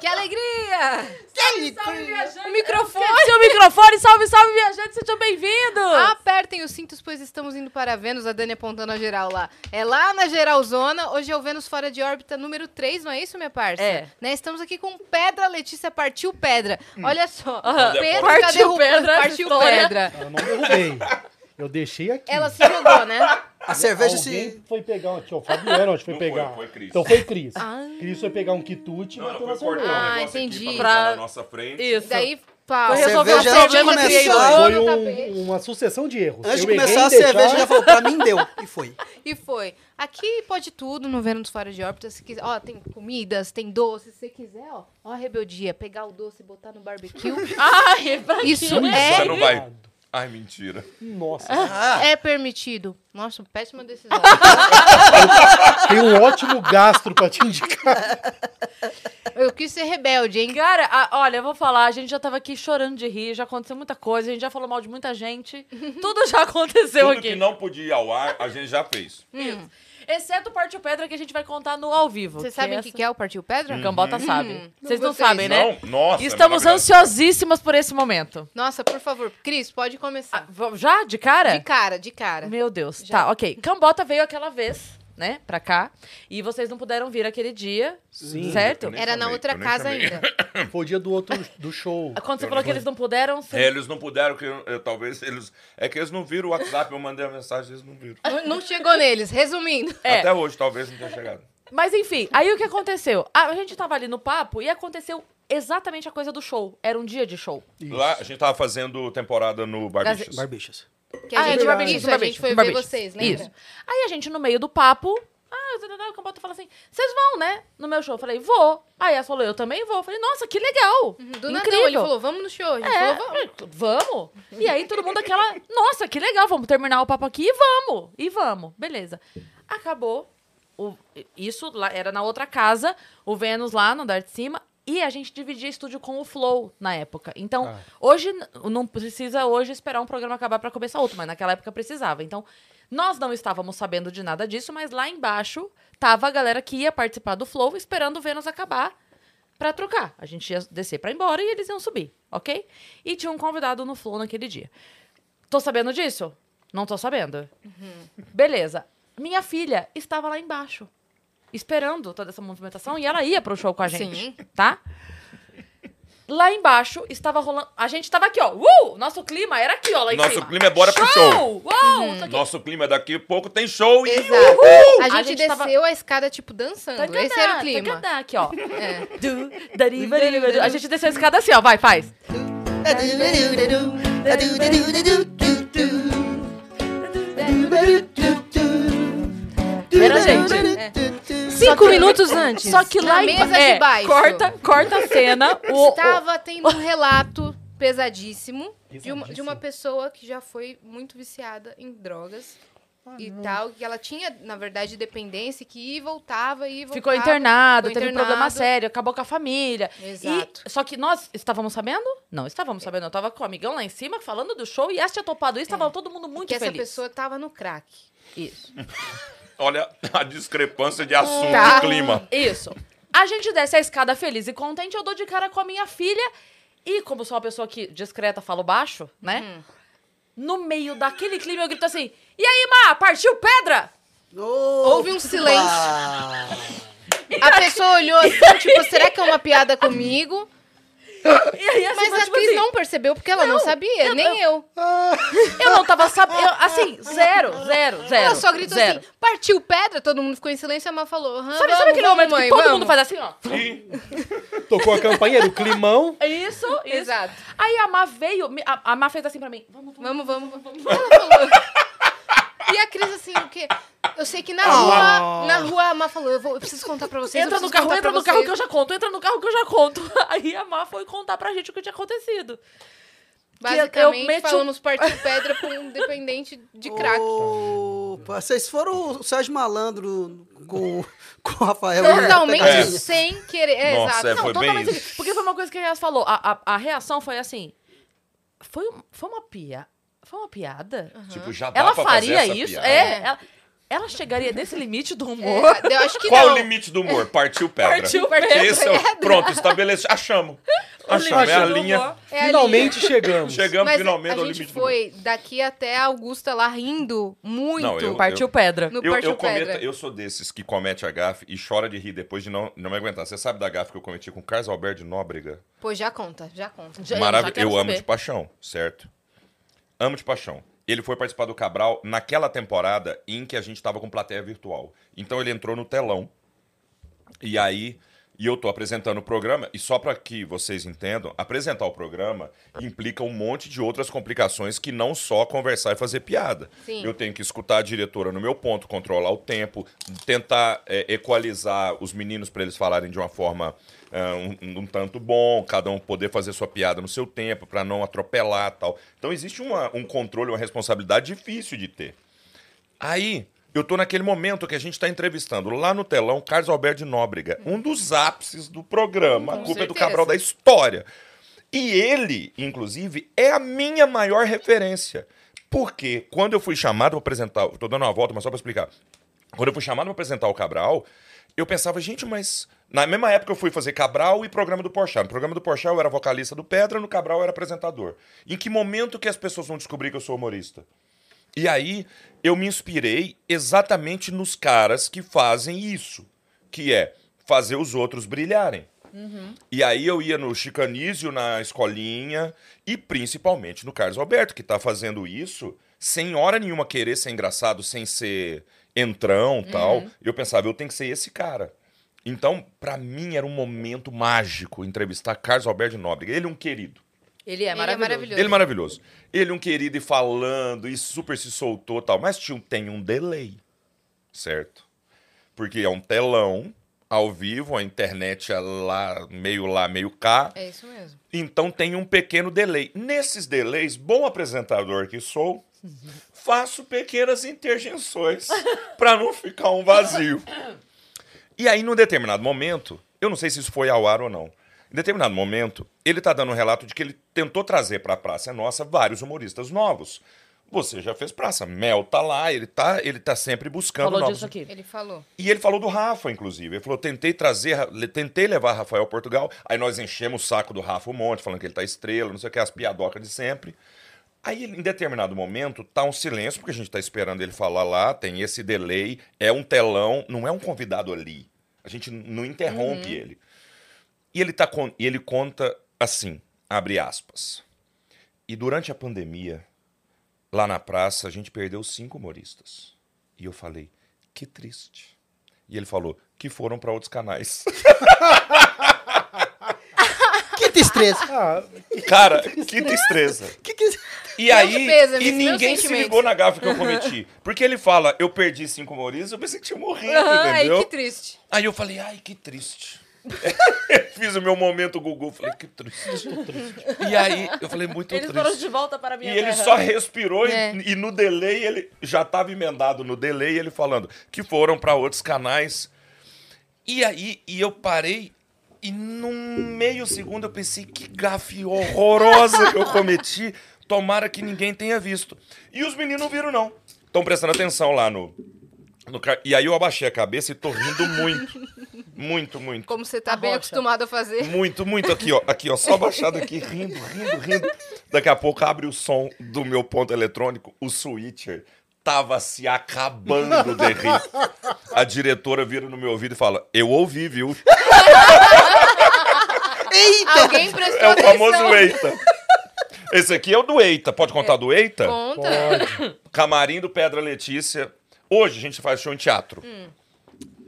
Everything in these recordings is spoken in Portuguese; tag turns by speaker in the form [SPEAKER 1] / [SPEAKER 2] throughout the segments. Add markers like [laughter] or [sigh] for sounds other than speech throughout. [SPEAKER 1] Que alegria!
[SPEAKER 2] Salve,
[SPEAKER 3] salve,
[SPEAKER 2] viajante!
[SPEAKER 3] O microfone, seu microfone, salve, salve, viajante, sejam bem-vindos!
[SPEAKER 1] Apertem os cintos, pois estamos indo para Vênus, a Dani apontando a geral lá. É lá na geralzona, hoje é o Vênus fora de órbita número 3, não é isso, minha parça?
[SPEAKER 3] É. Hum.
[SPEAKER 1] Né, estamos aqui com Pedra Letícia Partiu Pedra. Olha só,
[SPEAKER 3] Aham.
[SPEAKER 1] Pedro
[SPEAKER 3] Partiu
[SPEAKER 1] tá derrubando-
[SPEAKER 3] pedra essa
[SPEAKER 1] partiu
[SPEAKER 3] história.
[SPEAKER 1] pedra.
[SPEAKER 4] Eu não derrubei. Eu deixei aqui.
[SPEAKER 1] Ela se jogou, né?
[SPEAKER 2] A cerveja
[SPEAKER 4] Alguém
[SPEAKER 2] se.
[SPEAKER 4] foi pegar um... Tio, o Fabiano acho que foi
[SPEAKER 5] Não foi,
[SPEAKER 4] pegar.
[SPEAKER 5] foi Cris.
[SPEAKER 4] Então foi Cris.
[SPEAKER 1] Ah.
[SPEAKER 4] Cris foi pegar um quitute e
[SPEAKER 5] Não, ela
[SPEAKER 4] bateu na
[SPEAKER 5] foi cortar
[SPEAKER 4] cerveja.
[SPEAKER 1] Ah,
[SPEAKER 5] um negócio
[SPEAKER 1] entendi.
[SPEAKER 5] aqui pra botar
[SPEAKER 3] Pra-
[SPEAKER 5] na nossa frente.
[SPEAKER 3] Isso.
[SPEAKER 1] Daí, pau.
[SPEAKER 3] Foi
[SPEAKER 2] A
[SPEAKER 3] resolver um
[SPEAKER 2] cerveja antes de
[SPEAKER 3] problema que criei
[SPEAKER 2] começar-
[SPEAKER 3] hoje.
[SPEAKER 4] Foi
[SPEAKER 1] no
[SPEAKER 4] um-
[SPEAKER 1] tapete.
[SPEAKER 4] uma sucessão de erros.
[SPEAKER 2] Antes de
[SPEAKER 4] Eu errei
[SPEAKER 2] começar,
[SPEAKER 4] em
[SPEAKER 2] a
[SPEAKER 4] deixar-
[SPEAKER 2] cerveja já falou pra mim, deu.
[SPEAKER 4] [laughs]
[SPEAKER 2] E foi.
[SPEAKER 1] E foi. Aqui pode tudo no Vênus Fora de Órbita. Se quiser, ó, tem comidas, tem doce. Se você quiser, ó, ó a rebeldia. Pegar o doce e botar no barbecue.
[SPEAKER 3] Ai, pra
[SPEAKER 1] Isso
[SPEAKER 4] Ui,
[SPEAKER 1] é-
[SPEAKER 5] Você não vai.
[SPEAKER 3] [laughs]
[SPEAKER 5] Ai, mentira.
[SPEAKER 4] Nossa,
[SPEAKER 2] Ah,
[SPEAKER 1] É permitido. Nossa, péssima [laughs] decisão.
[SPEAKER 4] tem um ótimo gastro pra te indicar.
[SPEAKER 1] Eu quis ser rebelde, hein?
[SPEAKER 3] Cara, a- olha, eu vou falar, a gente já tava aqui chorando de rir, já aconteceu muita coisa, a gente já falou mal de muita gente.
[SPEAKER 1] [laughs]
[SPEAKER 3] Tudo já aconteceu
[SPEAKER 5] Tudo
[SPEAKER 3] aqui.
[SPEAKER 5] que não podia ir ao ar, a gente já fez.
[SPEAKER 3] Exceto o Partiu Pedra que a gente vai contar no ao vivo.
[SPEAKER 1] Vocês sabem o que, que é o Partiu Pedra?
[SPEAKER 3] O Gambota sabe. Vocês não,
[SPEAKER 1] Não, vocês
[SPEAKER 3] sabem, né?
[SPEAKER 5] Não? Nossa. é
[SPEAKER 3] Estamos
[SPEAKER 5] maravilhoso.
[SPEAKER 3] ansiosíssimas por esse momento.
[SPEAKER 1] Nossa, por favor, Cris, pode
[SPEAKER 3] Ah,
[SPEAKER 1] começar.
[SPEAKER 3] v- já? De cara?
[SPEAKER 1] De cara, de cara.
[SPEAKER 3] Meu Deus.
[SPEAKER 1] Já.
[SPEAKER 3] Tá, ok. Cambota veio aquela vez, né? Pra cá. E vocês não puderam vir aquele dia,
[SPEAKER 4] Sim.
[SPEAKER 3] certo?
[SPEAKER 5] Eu nem
[SPEAKER 1] Era na
[SPEAKER 5] chamei,
[SPEAKER 1] outra
[SPEAKER 5] eu nem
[SPEAKER 1] casa
[SPEAKER 5] chamei.
[SPEAKER 1] [laughs] ainda.
[SPEAKER 4] Foi o dia do outro do show.
[SPEAKER 3] Ah, Quando você
[SPEAKER 5] Eu
[SPEAKER 3] falou
[SPEAKER 5] nem
[SPEAKER 3] que eles não puderam, você...
[SPEAKER 5] É, eles não puderam, que eu- eu- talvez eles. É que eles não viram o WhatsApp, eu mandei a mensagem, eles não viram.
[SPEAKER 1] Não- Não chegou neles, resumindo.
[SPEAKER 3] É.
[SPEAKER 5] Até hoje, talvez não tenha chegado.
[SPEAKER 3] Mas enfim, aí o que aconteceu? Ah, A a gente tava ali no papo e aconteceu exatamente a coisa do show. Era um dia de show.
[SPEAKER 4] Isso.
[SPEAKER 5] Lá, a gente tava fazendo temporada no Barbichas.
[SPEAKER 2] barbichas.
[SPEAKER 1] Que a
[SPEAKER 3] Ah, é,
[SPEAKER 1] gente,
[SPEAKER 3] de barbicha,
[SPEAKER 1] isso,
[SPEAKER 3] de
[SPEAKER 1] a
[SPEAKER 3] barbicha,
[SPEAKER 1] gente foi
[SPEAKER 3] de
[SPEAKER 1] ver
[SPEAKER 3] barbicha.
[SPEAKER 1] vocês, lembra?
[SPEAKER 3] Isso. Aí a gente, no meio do papo, ah, o Cambota fala assim: vocês vão, né? No meu show. Eu falei, vou. Aí ela falou, eu também vou. Eu falei, nossa, que legal!
[SPEAKER 1] Uhum, Do
[SPEAKER 3] Incrível.
[SPEAKER 1] Nadão, ele falou, vamos no show. A gente
[SPEAKER 3] É,
[SPEAKER 1] falou,
[SPEAKER 3] vamos. E aí todo mundo aquela, nossa, que legal, vamos terminar o papo aqui e vamos. E vamos, beleza. Acabou. O- isso lá era na outra casa, o Vênus lá no andar de cima. E a gente dividia estúdio com o Flow na época. Então,
[SPEAKER 4] Ah.
[SPEAKER 3] hoje, n- não precisa hoje esperar um programa acabar para começar outro, mas naquela época precisava. Então, nós não estávamos sabendo de nada disso, mas lá embaixo tava a galera que ia participar do Flow esperando o Vênus acabar pra trocar. A gente ia descer pra ir embora e eles iam subir, ok? E tinha um convidado no Flow naquele dia. Tô sabendo disso? Não tô sabendo.
[SPEAKER 1] Uhum.
[SPEAKER 3] Beleza. Minha filha estava lá embaixo, esperando toda essa movimentação e ela ia pro show com a gente,
[SPEAKER 1] Sim.
[SPEAKER 3] tá? Lá embaixo estava rolando. A gente tava aqui, ó. Uh! Nosso clima era aqui, ó, lá em
[SPEAKER 5] Nosso
[SPEAKER 3] cima.
[SPEAKER 5] clima é bora pro show.
[SPEAKER 3] Uou!
[SPEAKER 1] Uhum.
[SPEAKER 3] Isso aqui.
[SPEAKER 5] Nosso clima é daqui a pouco tem show
[SPEAKER 3] É.
[SPEAKER 5] e.
[SPEAKER 1] Exato. A gente,
[SPEAKER 3] A gente tava-
[SPEAKER 1] desceu a escada, tipo, dançando.
[SPEAKER 3] Tacadá,
[SPEAKER 1] Esse era o clima.
[SPEAKER 3] tacadá, aqui, ó.
[SPEAKER 1] É.
[SPEAKER 3] Du, dari, bari, bari. A gente desceu a escada assim, ó. Vai, faz.
[SPEAKER 2] É,
[SPEAKER 3] Era a gente.
[SPEAKER 2] É.
[SPEAKER 1] Cinco minutos antes.
[SPEAKER 3] Só que lá
[SPEAKER 1] na
[SPEAKER 3] em-
[SPEAKER 1] mesa
[SPEAKER 3] é,
[SPEAKER 1] de baixo.
[SPEAKER 3] Corta, corta a
[SPEAKER 1] [laughs]
[SPEAKER 3] cena. O, o-
[SPEAKER 1] Estava tendo um relato pesadíssimo de uma, de uma
[SPEAKER 4] Pesadíssimo.
[SPEAKER 1] pessoa que já foi muito viciada em drogas
[SPEAKER 3] Ah,
[SPEAKER 1] e tal. Que ela tinha, na verdade, dependência, que ia e voltava, ia e voltava.
[SPEAKER 3] Ficou internado,
[SPEAKER 1] ficou
[SPEAKER 3] teve um
[SPEAKER 1] internado.
[SPEAKER 3] problema sério, acabou com a família.
[SPEAKER 1] Exato.
[SPEAKER 3] E- só que nós estávamos sabendo? Não, estávamos sabendo. Eu estava com o amigão lá em cima falando do show e essa tinha topado isso, estava todo mundo
[SPEAKER 1] É.
[SPEAKER 3] muito
[SPEAKER 1] que essa
[SPEAKER 3] feliz.
[SPEAKER 1] pessoa tava no crack.
[SPEAKER 3] Isso.
[SPEAKER 5] Olha a discrepância de assunto
[SPEAKER 1] Tá.
[SPEAKER 5] e clima.
[SPEAKER 3] Isso. A gente desce a escada feliz e contente, eu dou de cara com a minha filha. E como sou uma pessoa que discreta, falo baixo, né?
[SPEAKER 1] Hum.
[SPEAKER 3] No meio daquele clima, eu grito assim: E aí, Má, partiu pedra?
[SPEAKER 1] Houve um silêncio. A pessoa olhou
[SPEAKER 3] [laughs]
[SPEAKER 1] assim, tipo, será que é uma piada comigo?
[SPEAKER 3] E aí, assim,
[SPEAKER 1] Mas
[SPEAKER 3] foi
[SPEAKER 1] a
[SPEAKER 3] tipo
[SPEAKER 1] Cris
[SPEAKER 3] assim,
[SPEAKER 1] não percebeu porque ela não, sabia, nem eu.
[SPEAKER 3] Eu não tava sabendo. Assim, zero, zero, zero.
[SPEAKER 1] Ela só gritou
[SPEAKER 3] zero.
[SPEAKER 1] assim, partiu pedra, todo mundo ficou em silêncio, a Má falou, "Aham,
[SPEAKER 3] Sabe, sabe
[SPEAKER 1] vamos,
[SPEAKER 3] aquele
[SPEAKER 1] vamos,
[SPEAKER 3] momento
[SPEAKER 1] mãe,
[SPEAKER 3] que todo
[SPEAKER 1] vamos."
[SPEAKER 3] mundo faz assim, ó?
[SPEAKER 5] E
[SPEAKER 4] Tocou a campainha do climão.
[SPEAKER 3] Isso, isso.
[SPEAKER 1] Exato.
[SPEAKER 3] Aí a Má veio, me- a, a Má fez assim pra mim. Vamos, vamos.
[SPEAKER 1] Vamos, vamos, vamos. Ela falou. [laughs] E a Cris assim, o quê? Eu sei que na
[SPEAKER 5] Ah.
[SPEAKER 1] rua, na rua a Má falou, eu, vou, eu preciso contar pra vocês. eu
[SPEAKER 3] Entra no
[SPEAKER 1] preciso
[SPEAKER 3] carro,
[SPEAKER 1] contar
[SPEAKER 3] entra
[SPEAKER 1] pra
[SPEAKER 3] no carro que eu
[SPEAKER 1] vocês."
[SPEAKER 3] já conto, entra no carro que eu já conto. [laughs] Aí a Má foi contar pra gente o que tinha acontecido.
[SPEAKER 1] Basicamente,
[SPEAKER 3] eu meti o-
[SPEAKER 1] falamos partiu pedra com um dependente de crack.
[SPEAKER 2] Opa, vocês foram o Sérgio Malandro com, com o Rafael.
[SPEAKER 1] Totalmente
[SPEAKER 5] É.
[SPEAKER 1] sem querer. É,
[SPEAKER 5] Nossa,
[SPEAKER 1] exato.
[SPEAKER 5] é,
[SPEAKER 1] Não,
[SPEAKER 5] foi bem
[SPEAKER 3] Totalmente.
[SPEAKER 5] isso.
[SPEAKER 3] Porque foi uma coisa que a Yas falou. A, a, a reação foi assim. Foi, um- foi uma pia. Foi uma piada?
[SPEAKER 5] Tipo, já dá
[SPEAKER 3] Ela
[SPEAKER 5] pra fazer
[SPEAKER 3] faria
[SPEAKER 5] essa
[SPEAKER 3] isso?
[SPEAKER 5] piada.
[SPEAKER 3] É. Ela, Ela chegaria desse limite do humor?
[SPEAKER 1] É, eu acho que
[SPEAKER 5] Qual
[SPEAKER 1] não.
[SPEAKER 5] o limite do humor? Partiu pedra.
[SPEAKER 3] Partiu
[SPEAKER 1] pedra.
[SPEAKER 5] Esse é o, pronto, estabelecido. Achamos. Achamos. É a
[SPEAKER 4] limite do
[SPEAKER 5] linha.
[SPEAKER 3] humor.
[SPEAKER 1] É a
[SPEAKER 4] Finalmente chegamos.
[SPEAKER 5] Chegamos
[SPEAKER 1] Mas
[SPEAKER 5] finalmente
[SPEAKER 1] a
[SPEAKER 5] ao
[SPEAKER 1] gente
[SPEAKER 5] limite
[SPEAKER 1] foi daqui até a Augusta lá rindo muito.
[SPEAKER 5] Não, eu-
[SPEAKER 3] Partiu pedra.
[SPEAKER 1] No
[SPEAKER 5] do humor. Eu,
[SPEAKER 1] Partiu
[SPEAKER 5] eu, cometo-
[SPEAKER 1] Pedra.
[SPEAKER 5] eu sou desses que comete a gafe e chora de rir depois de não, não me aguentar. Você sabe da gafe que eu cometi com o Carlos Alberto de Nóbrega?
[SPEAKER 1] Pois já conta, já conta.
[SPEAKER 3] Já- já
[SPEAKER 5] Maravilhoso.
[SPEAKER 3] quero
[SPEAKER 5] Eu amo
[SPEAKER 3] saber.
[SPEAKER 5] de paixão, certo? Amo de paixão. Ele foi participar do Cabral naquela temporada em que a gente tava com plateia virtual. Então ele entrou no telão. E aí, e eu tô apresentando o programa, e só para que vocês entendam, apresentar o programa implica um monte de outras complicações que não só conversar e fazer piada.
[SPEAKER 1] Sim.
[SPEAKER 5] Eu tenho que escutar a diretora no meu ponto, controlar o tempo, tentar é, equalizar os meninos para eles falarem de uma forma é, um, um tanto bom, cada um poder fazer sua piada no seu tempo, para não atropelar tal. Então existe uma- um controle, uma responsabilidade difícil de ter. Aí, eu tô naquele momento que a gente tá entrevistando lá no telão Carlos Alberto de Nóbrega, um dos ápices do programa, a
[SPEAKER 1] Com
[SPEAKER 5] culpa é do
[SPEAKER 1] certeza.
[SPEAKER 5] Cabral da história. E ele, inclusive, é a minha maior referência. Porque quando eu fui chamado para apresentar, tô dando uma volta, mas só para explicar. Quando eu fui chamado para apresentar o Cabral, eu pensava, gente, mas na mesma época eu fui fazer Cabral e programa do Porchat. No programa do Porchat eu era vocalista do Pedra, no Cabral eu era apresentador. Em que momento que as pessoas vão descobrir que eu sou humorista? E aí eu me inspirei exatamente nos caras que fazem isso, que é fazer os outros brilharem. E aí eu ia no Chicanísio, na escolinha, e principalmente no Carlos Alberto, que tá fazendo isso sem hora nenhuma querer ser engraçado, sem ser entrão tal. Eu pensava, eu tenho que ser esse cara. Então, pra mim, era um momento mágico entrevistar Carlos Alberto de Nóbrega. Ele é um querido.
[SPEAKER 3] Ele
[SPEAKER 1] Ele
[SPEAKER 3] é
[SPEAKER 1] é
[SPEAKER 3] maravilhoso.
[SPEAKER 1] maravilhoso.
[SPEAKER 5] Ele é maravilhoso. Ele um querido e falando, e super se soltou tal. Mas tinha, um- tem um delay, certo? Porque é um telão, ao vivo, a internet é lá, meio lá, meio cá.
[SPEAKER 1] É isso mesmo.
[SPEAKER 5] Então tem um pequeno delay. Nesses delays, bom apresentador que sou, faço
[SPEAKER 3] [laughs]
[SPEAKER 5] pequenas interjeições para não ficar um vazio. E aí, num determinado momento, eu não sei se isso foi ao ar ou não. Em determinado momento, ele tá dando um relato de que ele tentou trazer para a Praça é Nossa vários humoristas novos. Você já fez praça. Mel tá lá, ele tá, ele tá sempre buscando
[SPEAKER 3] Falou
[SPEAKER 5] novos.
[SPEAKER 3] disso aqui.
[SPEAKER 1] Ele falou.
[SPEAKER 5] E ele falou do Rafa, inclusive. Ele falou: tentei trazer, Ra- le- tentei levar Rafael ao Portugal. Aí nós enchemos o saco do Rafa um monte, falando que ele tá estrela, não sei o que, as piadocas de sempre. Aí, ele- em determinado momento, tá um silêncio, porque a gente tá esperando ele falar lá, tem esse delay, é um telão, não é um convidado ali. A gente n- não interrompe ele. E ele, tá con- e ele conta assim, abre aspas. E durante a pandemia, lá na praça, a gente perdeu cinco humoristas. E eu falei, que triste. E ele falou, que foram para outros canais. [laughs]
[SPEAKER 1] É.
[SPEAKER 2] Que destreza.
[SPEAKER 4] Ah,
[SPEAKER 5] Cara, que tristeza.
[SPEAKER 2] Que que...
[SPEAKER 5] E
[SPEAKER 1] Meus
[SPEAKER 5] aí,
[SPEAKER 1] pêsames,
[SPEAKER 5] e
[SPEAKER 1] meus
[SPEAKER 5] ninguém se
[SPEAKER 1] sentimentos.
[SPEAKER 5] ligou na gafa que eu cometi. Porque ele fala, eu perdi cinco humoristas, eu pensei que tinha morrido,
[SPEAKER 1] Aham, aí
[SPEAKER 5] entendeu?
[SPEAKER 1] que triste.
[SPEAKER 5] Aí eu falei, ai, que triste. [laughs] Fiz o meu momento Gugu, falei, que triste. tô triste. E aí, eu falei, muito
[SPEAKER 3] Eles
[SPEAKER 5] triste.
[SPEAKER 3] foram de volta para a
[SPEAKER 5] E
[SPEAKER 3] minha
[SPEAKER 5] ele
[SPEAKER 3] terra.
[SPEAKER 5] só respirou e-
[SPEAKER 1] É.
[SPEAKER 5] e, no delay ele já estava emendado no delay ele falando que foram para outros canais. E aí e eu parei e num meio segundo eu pensei que gafe horrorosa que eu cometi. Tomara que ninguém tenha visto. E os meninos não viram não. Estão prestando atenção lá no, no ca- e aí eu abaixei a cabeça e tô rindo muito. Muito, muito.
[SPEAKER 1] Como você tá
[SPEAKER 3] A
[SPEAKER 1] bem
[SPEAKER 3] rocha.
[SPEAKER 1] acostumado a fazer.
[SPEAKER 5] Muito, muito aqui, ó. Aqui, ó. Só baixado aqui, rindo, rindo, rindo. Daqui a pouco abre o som do meu ponto eletrônico, o switcher. Tava se acabando de rir. A diretora vira no meu ouvido e fala: Eu ouvi, viu?
[SPEAKER 2] Eita!
[SPEAKER 1] Alguém prestou
[SPEAKER 5] [laughs] É o
[SPEAKER 1] atenção.
[SPEAKER 5] famoso Eita. Esse aqui é o do Eita. Pode contar do Eita?
[SPEAKER 1] Conta.
[SPEAKER 5] Camarim do Pedra Letícia. Hoje a gente faz show em teatro.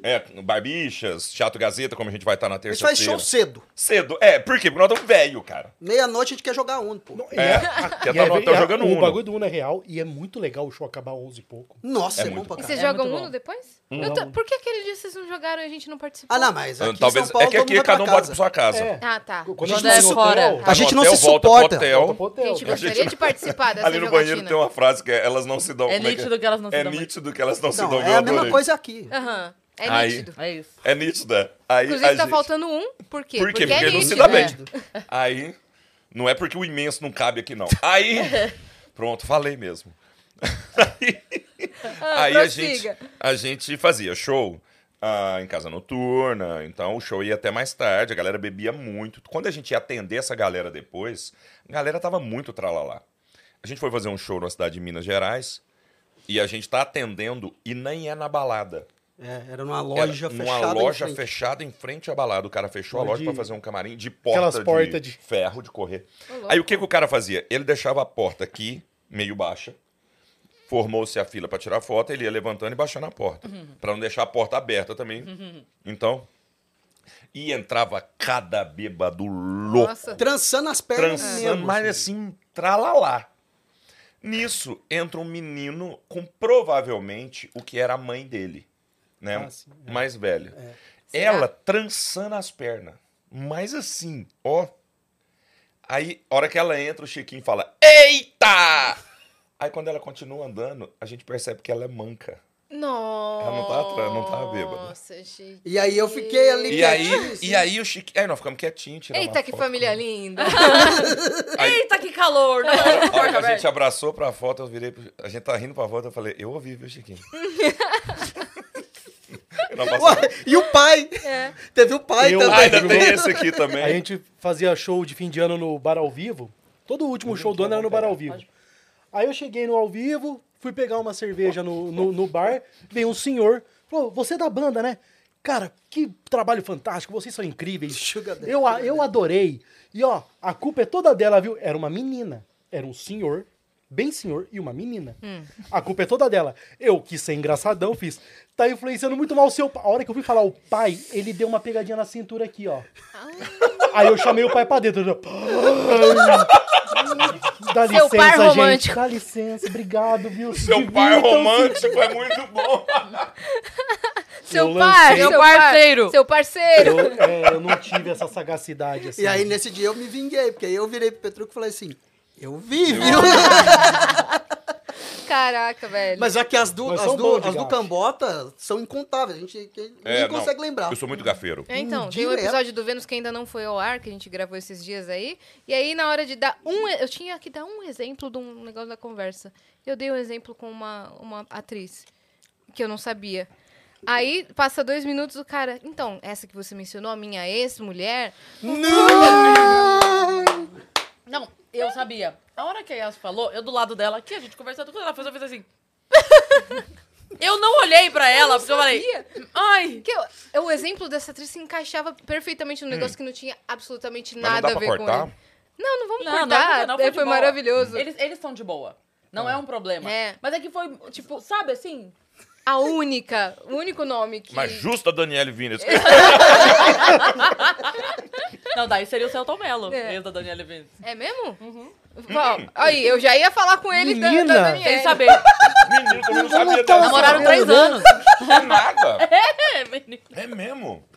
[SPEAKER 5] É, Barbichas, Teatro Gazeta, como a gente vai estar na
[SPEAKER 2] A gente faz
[SPEAKER 5] terça-feira.
[SPEAKER 2] show cedo.
[SPEAKER 5] cedo. É, por quê? Porque nós estamos velho, cara.
[SPEAKER 2] Meia-noite a gente quer jogar Uno, pô.
[SPEAKER 4] não, e
[SPEAKER 5] É,
[SPEAKER 4] é-
[SPEAKER 5] porque
[SPEAKER 4] e é-
[SPEAKER 5] tá no hotel
[SPEAKER 4] e é-
[SPEAKER 5] jogando
[SPEAKER 4] O
[SPEAKER 5] Uno.
[SPEAKER 4] bagulho do Uno é real e é muito legal o show acabar 11 e pouco.
[SPEAKER 2] Nossa,
[SPEAKER 5] É
[SPEAKER 2] é, bom
[SPEAKER 5] muito
[SPEAKER 2] pra
[SPEAKER 1] E
[SPEAKER 2] caralho.
[SPEAKER 1] vocês
[SPEAKER 3] É
[SPEAKER 1] jogam
[SPEAKER 3] muito bom. Hum.
[SPEAKER 1] Uno depois?
[SPEAKER 4] Não.
[SPEAKER 1] Eu tô- Por que aquele dia vocês não jogaram e a gente não participou?
[SPEAKER 2] Ah, não, mas aqui em
[SPEAKER 5] Talvez
[SPEAKER 2] São Paulo
[SPEAKER 5] é que
[SPEAKER 2] todo
[SPEAKER 5] aqui
[SPEAKER 2] mundo vai
[SPEAKER 5] cada um
[SPEAKER 2] pra
[SPEAKER 5] pode
[SPEAKER 2] casa.
[SPEAKER 5] pra sua casa.
[SPEAKER 4] É.
[SPEAKER 1] Ah, tá.
[SPEAKER 4] Quando
[SPEAKER 2] Quando
[SPEAKER 4] a
[SPEAKER 2] é
[SPEAKER 4] gente tá no
[SPEAKER 3] fora.
[SPEAKER 4] hotel,
[SPEAKER 2] A
[SPEAKER 5] no
[SPEAKER 2] gente não se
[SPEAKER 5] volta pro
[SPEAKER 2] suporta.
[SPEAKER 4] volta pro
[SPEAKER 5] hotel.
[SPEAKER 4] hotel.
[SPEAKER 1] Gente,
[SPEAKER 4] cara.
[SPEAKER 1] gostaria de participar dessa
[SPEAKER 5] Ali no banheiro
[SPEAKER 1] jogatina.
[SPEAKER 5] tem uma frase que é, elas não se dão.
[SPEAKER 3] É
[SPEAKER 5] como que
[SPEAKER 3] nítido que elas não se
[SPEAKER 5] é
[SPEAKER 3] dão muito.
[SPEAKER 5] nítido que elas não se
[SPEAKER 2] Não,
[SPEAKER 5] dão.
[SPEAKER 2] é
[SPEAKER 5] eu
[SPEAKER 2] a mesma
[SPEAKER 5] adorei.
[SPEAKER 2] coisa aqui.
[SPEAKER 1] Aham. É
[SPEAKER 5] Aí.
[SPEAKER 1] nítido.
[SPEAKER 3] É isso.
[SPEAKER 5] É nítida. Aí,
[SPEAKER 1] Inclusive,
[SPEAKER 5] a
[SPEAKER 1] tá
[SPEAKER 5] gente-
[SPEAKER 1] faltando um. Por quê?
[SPEAKER 5] Por quê?
[SPEAKER 1] Porque, é
[SPEAKER 5] Porque não se
[SPEAKER 1] nítido.
[SPEAKER 5] dá bem. tipo,
[SPEAKER 1] É.
[SPEAKER 5] Aí, não é porque
[SPEAKER 1] [laughs]
[SPEAKER 5] o imenso não cabe aqui, não. Aí, pronto, falei mesmo. Aí, [laughs] Aí a gente,
[SPEAKER 1] Ah, prossiga.
[SPEAKER 5] a gente fazia show ah, em casa noturna, então o show ia até mais tarde, a galera bebia muito. Quando a gente ia atender essa galera depois, a galera tava muito tralalá. A gente foi fazer um show na cidade de Minas Gerais e a gente tá atendendo e nem é na balada.
[SPEAKER 2] É, era numa
[SPEAKER 5] Era
[SPEAKER 2] loja
[SPEAKER 5] numa
[SPEAKER 2] fechada. em
[SPEAKER 5] loja
[SPEAKER 2] frente.
[SPEAKER 5] fechada em frente à balada. O cara fechou a
[SPEAKER 4] Mas
[SPEAKER 5] loja
[SPEAKER 4] de-
[SPEAKER 5] pra fazer um camarim de
[SPEAKER 4] Aquelas
[SPEAKER 5] porta
[SPEAKER 4] porta
[SPEAKER 5] de
[SPEAKER 4] de-
[SPEAKER 5] ferro de correr.
[SPEAKER 1] Ô, louco.
[SPEAKER 5] Aí o que, que o cara fazia? Ele deixava a porta aqui, meio baixa. Formou-se a fila pra tirar foto, ele ia levantando e baixando a porta.
[SPEAKER 2] Uhum.
[SPEAKER 5] Pra não deixar a porta aberta também. Então. E entrava cada bêbado louco.
[SPEAKER 1] Nossa.
[SPEAKER 2] Trançando as pernas
[SPEAKER 5] Trançando,
[SPEAKER 2] mesmo,
[SPEAKER 5] mas
[SPEAKER 2] assim.
[SPEAKER 5] assim, tralalá. Nisso entra um menino com provavelmente o que era a mãe dele, né?
[SPEAKER 2] Ah, sim, é.
[SPEAKER 5] Mais velha.
[SPEAKER 1] Será?
[SPEAKER 5] Ela trançando as pernas. Mas assim, ó. Aí, a hora que ela entra, o Chiquinho fala: Eita! Aí quando ela continua andando, a gente percebe que ela é manca.
[SPEAKER 1] Nossa.
[SPEAKER 5] não tá atrás, não tá bêbada.
[SPEAKER 1] Nossa, gente.
[SPEAKER 2] E aí eu fiquei ali
[SPEAKER 5] E aí,
[SPEAKER 2] quietinho, assim.
[SPEAKER 5] e aí o Chiquinho. Aí nós ficamos quietinhos. tiramos
[SPEAKER 1] Eita,
[SPEAKER 5] uma
[SPEAKER 1] que
[SPEAKER 5] foto.
[SPEAKER 1] família linda.
[SPEAKER 3] Eita, que calor! né? Não,
[SPEAKER 5] [laughs] A hora que
[SPEAKER 3] porta
[SPEAKER 5] a gente
[SPEAKER 3] aberta.
[SPEAKER 5] abraçou pra foto, eu virei. pro- A gente tá rindo pra foto, eu falei, eu ouvi, viu, [laughs] Chiquinho? Eu não posso-
[SPEAKER 2] Ué, e o pai?
[SPEAKER 1] É.
[SPEAKER 2] Teve o pai
[SPEAKER 4] Eu-
[SPEAKER 5] Ah,
[SPEAKER 2] também.
[SPEAKER 5] ainda tem esse aqui também.
[SPEAKER 4] A gente fazia show de fim de ano no Bar ao Vivo. Todo o último show do ano era no Bar ao Vivo. Aí eu cheguei no ao vivo, fui pegar uma cerveja no, no, no bar, veio um senhor, falou, você é da banda, né? Cara, que trabalho fantástico, vocês são incríveis.
[SPEAKER 2] Sugar daddy.
[SPEAKER 4] Eu, a- eu adorei. E ó, a culpa é toda dela, viu? Era uma menina. Era um senhor, bem senhor, e uma menina.
[SPEAKER 1] Hum.
[SPEAKER 4] A culpa é toda dela. Eu quis ser engraçadão, fiz. Tá influenciando muito mal o seu pai. A hora que eu fui falar o pai, ele deu uma pegadinha na cintura aqui, ó. Aí eu chamei o pai pra dentro. Eu... Dá
[SPEAKER 1] Seu
[SPEAKER 4] licença,
[SPEAKER 1] par
[SPEAKER 4] gente.
[SPEAKER 1] romântico.
[SPEAKER 4] Dá licença, obrigado, viu?
[SPEAKER 5] [laughs]
[SPEAKER 4] Se
[SPEAKER 5] Seu pai é
[SPEAKER 4] divirtam-se.
[SPEAKER 5] romântico é muito bom.
[SPEAKER 1] Seu
[SPEAKER 4] Eu
[SPEAKER 1] pai, [laughs]
[SPEAKER 4] lancei-
[SPEAKER 1] seu
[SPEAKER 3] Meu
[SPEAKER 1] par-
[SPEAKER 3] parceiro.
[SPEAKER 1] Seu parceiro.
[SPEAKER 4] Eu, é, eu não tive essa sagacidade assim.
[SPEAKER 2] E aí nesse dia eu me vinguei, porque aí eu virei pro Petruco e falei assim, eu vi, viu?
[SPEAKER 1] Caraca, velho.
[SPEAKER 2] [laughs] Mas já que as do,
[SPEAKER 4] Nós
[SPEAKER 2] as
[SPEAKER 4] somos
[SPEAKER 2] do,
[SPEAKER 4] bons de
[SPEAKER 2] as do
[SPEAKER 4] gafe.
[SPEAKER 2] Cambota são incontáveis, a gente que-
[SPEAKER 5] É,
[SPEAKER 2] nem
[SPEAKER 5] não,
[SPEAKER 2] consegue lembrar. [laughs]
[SPEAKER 5] Eu sou muito gafeiro.
[SPEAKER 1] É, então,
[SPEAKER 2] Hum,
[SPEAKER 1] tem um
[SPEAKER 2] direto.
[SPEAKER 1] episódio do Vênus que ainda não foi ao ar, que a gente gravou esses dias aí. E aí, na hora de dar um. e- Eu tinha que dar um exemplo de um negócio da conversa. Eu dei um exemplo com uma, uma atriz que eu não sabia. Aí, passa dois minutos, o cara. Então, essa que você mencionou, a minha ex-mulher.
[SPEAKER 3] Não, eu sabia. A hora que a Yas falou, eu do lado dela, aqui a gente conversando, quando ela fez, eu fiz assim. eu não olhei pra ela, porque eu
[SPEAKER 1] sabia.
[SPEAKER 3] falei. Ai!
[SPEAKER 1] Que eu- o exemplo dessa atriz se encaixava perfeitamente num negócio que não tinha absolutamente
[SPEAKER 5] Mas não
[SPEAKER 1] nada
[SPEAKER 5] dá
[SPEAKER 1] a
[SPEAKER 5] pra
[SPEAKER 1] ver com
[SPEAKER 5] cortar?
[SPEAKER 1] ele. Não, não vamos
[SPEAKER 3] Não, não,
[SPEAKER 1] cortar. é,
[SPEAKER 3] não, não,
[SPEAKER 1] foi
[SPEAKER 3] é de boa.
[SPEAKER 1] maravilhoso.
[SPEAKER 3] Eles eles estão de boa. Não é. um problema.
[SPEAKER 1] É.
[SPEAKER 3] Mas é que foi, tipo, sabe assim?
[SPEAKER 1] A única, o único nome que.
[SPEAKER 5] Mas justa Daniele Vinhas. [laughs]
[SPEAKER 3] Não, daí seria o Celton Mello,
[SPEAKER 1] É.
[SPEAKER 3] ex da Daniela Vinicius.
[SPEAKER 1] É mesmo?
[SPEAKER 3] Uhum.
[SPEAKER 1] Qual? Aí, eu já ia falar com ele da, da
[SPEAKER 4] Menina!
[SPEAKER 1] Daniele.
[SPEAKER 3] Sem saber.
[SPEAKER 5] Menino, eu não sabia dessa.
[SPEAKER 4] tava
[SPEAKER 3] Namoraram
[SPEAKER 4] sabendo
[SPEAKER 3] três anos.
[SPEAKER 5] Não nada.
[SPEAKER 3] É, menino.
[SPEAKER 5] É mesmo?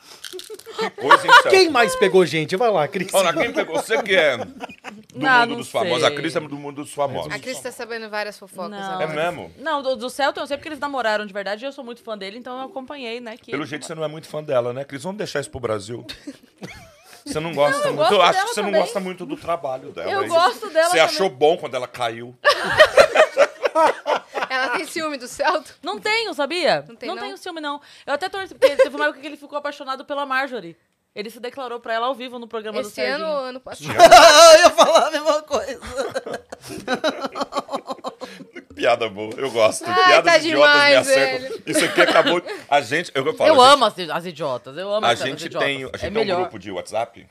[SPEAKER 5] Que coisa, hein, Celso?
[SPEAKER 4] Quem mais pegou gente? Vai lá, Cris.
[SPEAKER 5] Olha, quem pegou? Você que é do
[SPEAKER 3] Não,
[SPEAKER 5] mundo
[SPEAKER 3] não
[SPEAKER 5] dos famosos. A
[SPEAKER 3] sei.
[SPEAKER 5] Cris é do mundo dos famosos.
[SPEAKER 1] A Cris tá sabendo várias fofocas
[SPEAKER 3] Não.
[SPEAKER 5] É
[SPEAKER 1] agora.
[SPEAKER 5] mesmo?
[SPEAKER 3] Não, do, do Celton eu sei porque eles namoraram de verdade e eu sou muito fã dele, então eu acompanhei, né? Que
[SPEAKER 5] Pelo jeito você não é muito fã dela, né, Cris? Vamos deixar isso
[SPEAKER 3] [laughs]
[SPEAKER 5] pro Brasil. Você não gosta
[SPEAKER 3] eu
[SPEAKER 5] muito.
[SPEAKER 3] gosto
[SPEAKER 5] Eu acho
[SPEAKER 3] dela
[SPEAKER 5] que você não
[SPEAKER 3] também.
[SPEAKER 5] gosta muito do trabalho dela.
[SPEAKER 3] Eu
[SPEAKER 5] Isso-
[SPEAKER 3] gosto dela
[SPEAKER 5] Você
[SPEAKER 3] também.
[SPEAKER 5] achou bom quando ela caiu.
[SPEAKER 1] Ela tem ciúme do Celto?
[SPEAKER 3] Não tenho, sabia?
[SPEAKER 1] Não tem, não?
[SPEAKER 3] tenho ciúme, não. Eu até torci, porque teve uma época que ele ficou apaixonado pela Marjorie. Ele se declarou pra ela ao vivo no programa Tá do
[SPEAKER 1] Esse ano,
[SPEAKER 3] Serginho.
[SPEAKER 1] ano passado.
[SPEAKER 5] é
[SPEAKER 2] eu ia falar a mesma coisa.
[SPEAKER 5] Piada boa, eu gosto.
[SPEAKER 1] Ai,
[SPEAKER 5] Piadas
[SPEAKER 1] tá
[SPEAKER 5] idiotas me
[SPEAKER 1] demais,
[SPEAKER 5] acertam. Isso aqui acabou. A gente. Eu, falo,
[SPEAKER 3] Eu
[SPEAKER 5] a gente-
[SPEAKER 3] amo as, as idiotas, eu amo
[SPEAKER 5] A
[SPEAKER 3] as, as
[SPEAKER 5] gente
[SPEAKER 3] idiotas.
[SPEAKER 5] tem, a gente
[SPEAKER 3] é
[SPEAKER 5] tem um
[SPEAKER 3] melhor.
[SPEAKER 5] grupo de WhatsApp,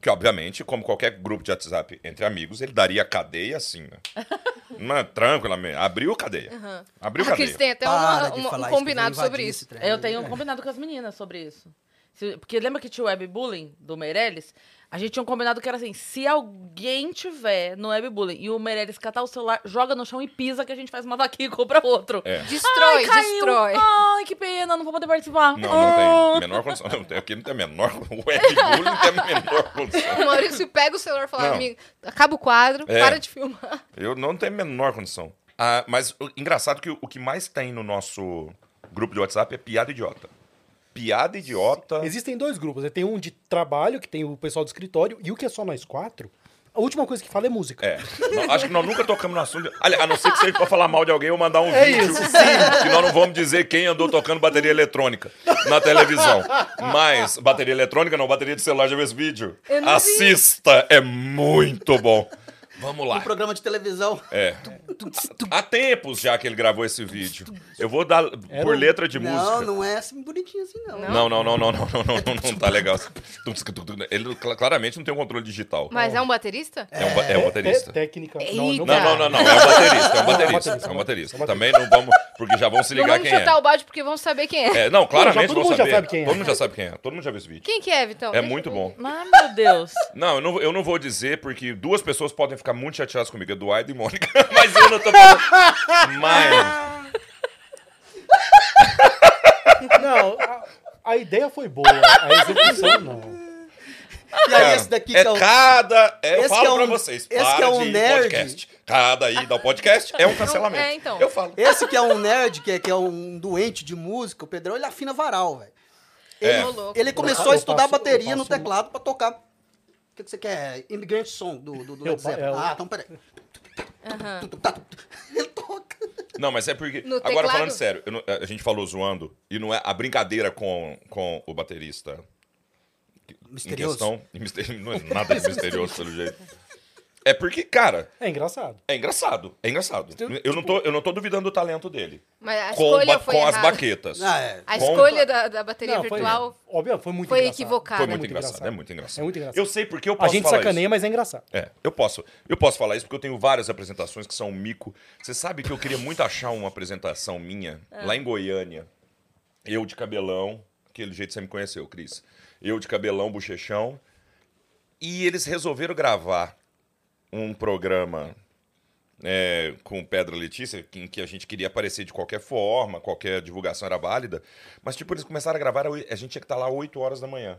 [SPEAKER 5] que obviamente, como qualquer grupo de WhatsApp entre amigos, ele daria cadeia
[SPEAKER 3] [laughs]
[SPEAKER 5] assim, né? Uma, tranquilamente. né? Abriu cadeia.
[SPEAKER 3] Ah,
[SPEAKER 5] Abriu
[SPEAKER 1] A Cris
[SPEAKER 5] cadeia.
[SPEAKER 1] tem até uma- uma- um combinado sobre isso.
[SPEAKER 3] Eu tenho um combinado com as meninas sobre isso. Se- porque lembra que tinha o webbullying do Meirelles? A gente tinha um combinado que era assim, se alguém tiver no webbullying e o Meirelles catar o celular, joga no chão e pisa que a gente faz uma daqui e compra outro.
[SPEAKER 5] É.
[SPEAKER 1] Destrói,
[SPEAKER 3] Ai, caiu.
[SPEAKER 1] destrói.
[SPEAKER 3] Ai, que pena, não vou poder participar.
[SPEAKER 5] Não, não tem.
[SPEAKER 3] Ah.
[SPEAKER 5] Menor condição. Não, tem, aqui não tem a menor. [laughs] O Edmundo não tem a menor condição.
[SPEAKER 1] [laughs] O Maurício pega o celular e fala,
[SPEAKER 5] Não.
[SPEAKER 1] amigo, acaba o quadro,
[SPEAKER 5] É.
[SPEAKER 1] para de
[SPEAKER 4] [laughs]
[SPEAKER 1] filmar.
[SPEAKER 5] Eu não tenho a menor condição. Ah, mas o, engraçado que o, o que mais tem no nosso grupo de WhatsApp é piada idiota. Piada idiota.
[SPEAKER 4] Existem dois grupos, né? Tem um de trabalho, que tem o pessoal do escritório, e o que é só nós quatro, A última coisa que fala é música.
[SPEAKER 5] É. Não, acho que nós nunca tocamos no assunto. Ali- A não ser que seja pra falar mal de alguém ou mandar um
[SPEAKER 4] É
[SPEAKER 5] vídeo.
[SPEAKER 4] isso,
[SPEAKER 5] Que nós não vamos dizer quem andou tocando bateria eletrônica na televisão. Mas, bateria eletrônica não, bateria de celular já viu esse vídeo.
[SPEAKER 1] Eu não vi.
[SPEAKER 5] Assista, é muito bom. Vamos lá.
[SPEAKER 2] um Programa de televisão.
[SPEAKER 5] É. Há tempos já que ele gravou esse vídeo. Eu vou dar por letra de música.
[SPEAKER 2] Não, não é assim bonitinho assim, não.
[SPEAKER 5] Não, não, não, não, não, não, não, não, não tá legal. Ele cla- claramente não tem um controle digital.
[SPEAKER 1] Mas é um baterista?
[SPEAKER 5] É um, ba- é um
[SPEAKER 4] Te-
[SPEAKER 5] baterista.
[SPEAKER 4] técnica.
[SPEAKER 1] Eita.
[SPEAKER 5] Não, não, não, não. É um baterista, é um baterista. É um baterista. Também não vamos. Porque já vão se
[SPEAKER 1] Não
[SPEAKER 5] ligar
[SPEAKER 1] vamos
[SPEAKER 5] quem é.
[SPEAKER 1] chutar o balde porque vamos saber quem é.
[SPEAKER 5] É, não,
[SPEAKER 4] Não, já
[SPEAKER 5] claramente
[SPEAKER 4] todo
[SPEAKER 5] vão
[SPEAKER 4] mundo já
[SPEAKER 5] saber.
[SPEAKER 4] sabe quem é.
[SPEAKER 5] Todo mundo já sabe quem é. Todo mundo já viu esse vídeo.
[SPEAKER 1] Quem que é, Vitão?
[SPEAKER 5] É
[SPEAKER 1] Deixa-
[SPEAKER 5] muito bom.
[SPEAKER 3] Ah, meu Deus.
[SPEAKER 5] Não eu, não, eu não vou dizer, porque duas pessoas podem ficar muito chateadas comigo, Eduardo e Mônica. [laughs] Mas eu não tô falando. Mas.
[SPEAKER 4] Não, a, a ideia foi boa, a execução não.
[SPEAKER 2] E aí
[SPEAKER 5] cara,
[SPEAKER 2] esse daqui
[SPEAKER 5] é
[SPEAKER 2] que é o...
[SPEAKER 5] cada. é, eu
[SPEAKER 2] esse
[SPEAKER 5] falo
[SPEAKER 2] que é
[SPEAKER 5] pra
[SPEAKER 2] um-
[SPEAKER 5] vocês.
[SPEAKER 2] esse
[SPEAKER 5] para
[SPEAKER 2] que é um
[SPEAKER 5] de ir
[SPEAKER 2] nerd.
[SPEAKER 5] podcast. Cada ida ao podcast é um cancelamento.
[SPEAKER 1] É, então.
[SPEAKER 5] Eu falo.
[SPEAKER 2] Esse que é um nerd, que é, que é um doente de música, o Pedrão, ele afina varal, velho.
[SPEAKER 5] É.
[SPEAKER 1] Ô, louco.
[SPEAKER 2] Ele começou
[SPEAKER 4] passo-
[SPEAKER 2] a estudar
[SPEAKER 4] eu passo-
[SPEAKER 2] bateria
[SPEAKER 4] eu
[SPEAKER 2] no
[SPEAKER 5] um
[SPEAKER 4] passo-
[SPEAKER 2] teclado pra tocar... O que, que você quer? Immigrant Song, do, do, do
[SPEAKER 4] Eu
[SPEAKER 2] Led
[SPEAKER 4] pa-
[SPEAKER 2] Zeppelin.
[SPEAKER 5] é
[SPEAKER 4] eu-
[SPEAKER 2] Ah, então peraí. Ele toca.
[SPEAKER 5] Não, mas é porque.
[SPEAKER 1] No
[SPEAKER 5] agora,
[SPEAKER 1] teclado?
[SPEAKER 5] falando sério, eu não- a gente falou zoando, e não é a brincadeira com, com o baterista
[SPEAKER 2] Misterioso.
[SPEAKER 5] em questão. mister- Não é nada de misterioso, pelo jeito. É porque, cara,
[SPEAKER 4] É engraçado.
[SPEAKER 5] é engraçado. É engraçado.
[SPEAKER 4] Tipo,
[SPEAKER 5] Eu, não, tô, eu não tô duvidando do talento dele.
[SPEAKER 1] Mas a
[SPEAKER 5] Com,
[SPEAKER 1] escolha
[SPEAKER 5] ba-
[SPEAKER 1] foi
[SPEAKER 5] com as
[SPEAKER 1] errada.
[SPEAKER 5] baquetas.
[SPEAKER 2] Ah, é.
[SPEAKER 1] A
[SPEAKER 5] Com-
[SPEAKER 1] escolha da, da bateria
[SPEAKER 4] Não, foi,
[SPEAKER 1] virtual...
[SPEAKER 4] óbvio, foi muito
[SPEAKER 1] foi
[SPEAKER 4] engraçado.
[SPEAKER 1] equivocada.
[SPEAKER 5] Foi
[SPEAKER 1] É
[SPEAKER 5] muito engraçado, é muito engraçado.
[SPEAKER 4] É muito engraçado.
[SPEAKER 5] Eu sei porque eu
[SPEAKER 4] A
[SPEAKER 5] posso
[SPEAKER 4] gente
[SPEAKER 5] falar
[SPEAKER 4] sacaneia,
[SPEAKER 5] isso.
[SPEAKER 4] mas é engraçado.
[SPEAKER 5] É, eu posso. Eu posso falar isso porque eu tenho várias apresentações que são um mico. Você sabe que eu queria muito achar uma apresentação minha lá em Goiânia. Eu de cabelão, aquele jeito que você me conheceu, Cris. Eu de cabelão, bochechão. E eles resolveram gravar um programa é, com Pedra Letícia, que- em que a gente queria aparecer de qualquer forma, qualquer divulgação era válida. Mas, tipo, eles começaram a gravar, a gente tinha que estar lá 8 horas da manhã.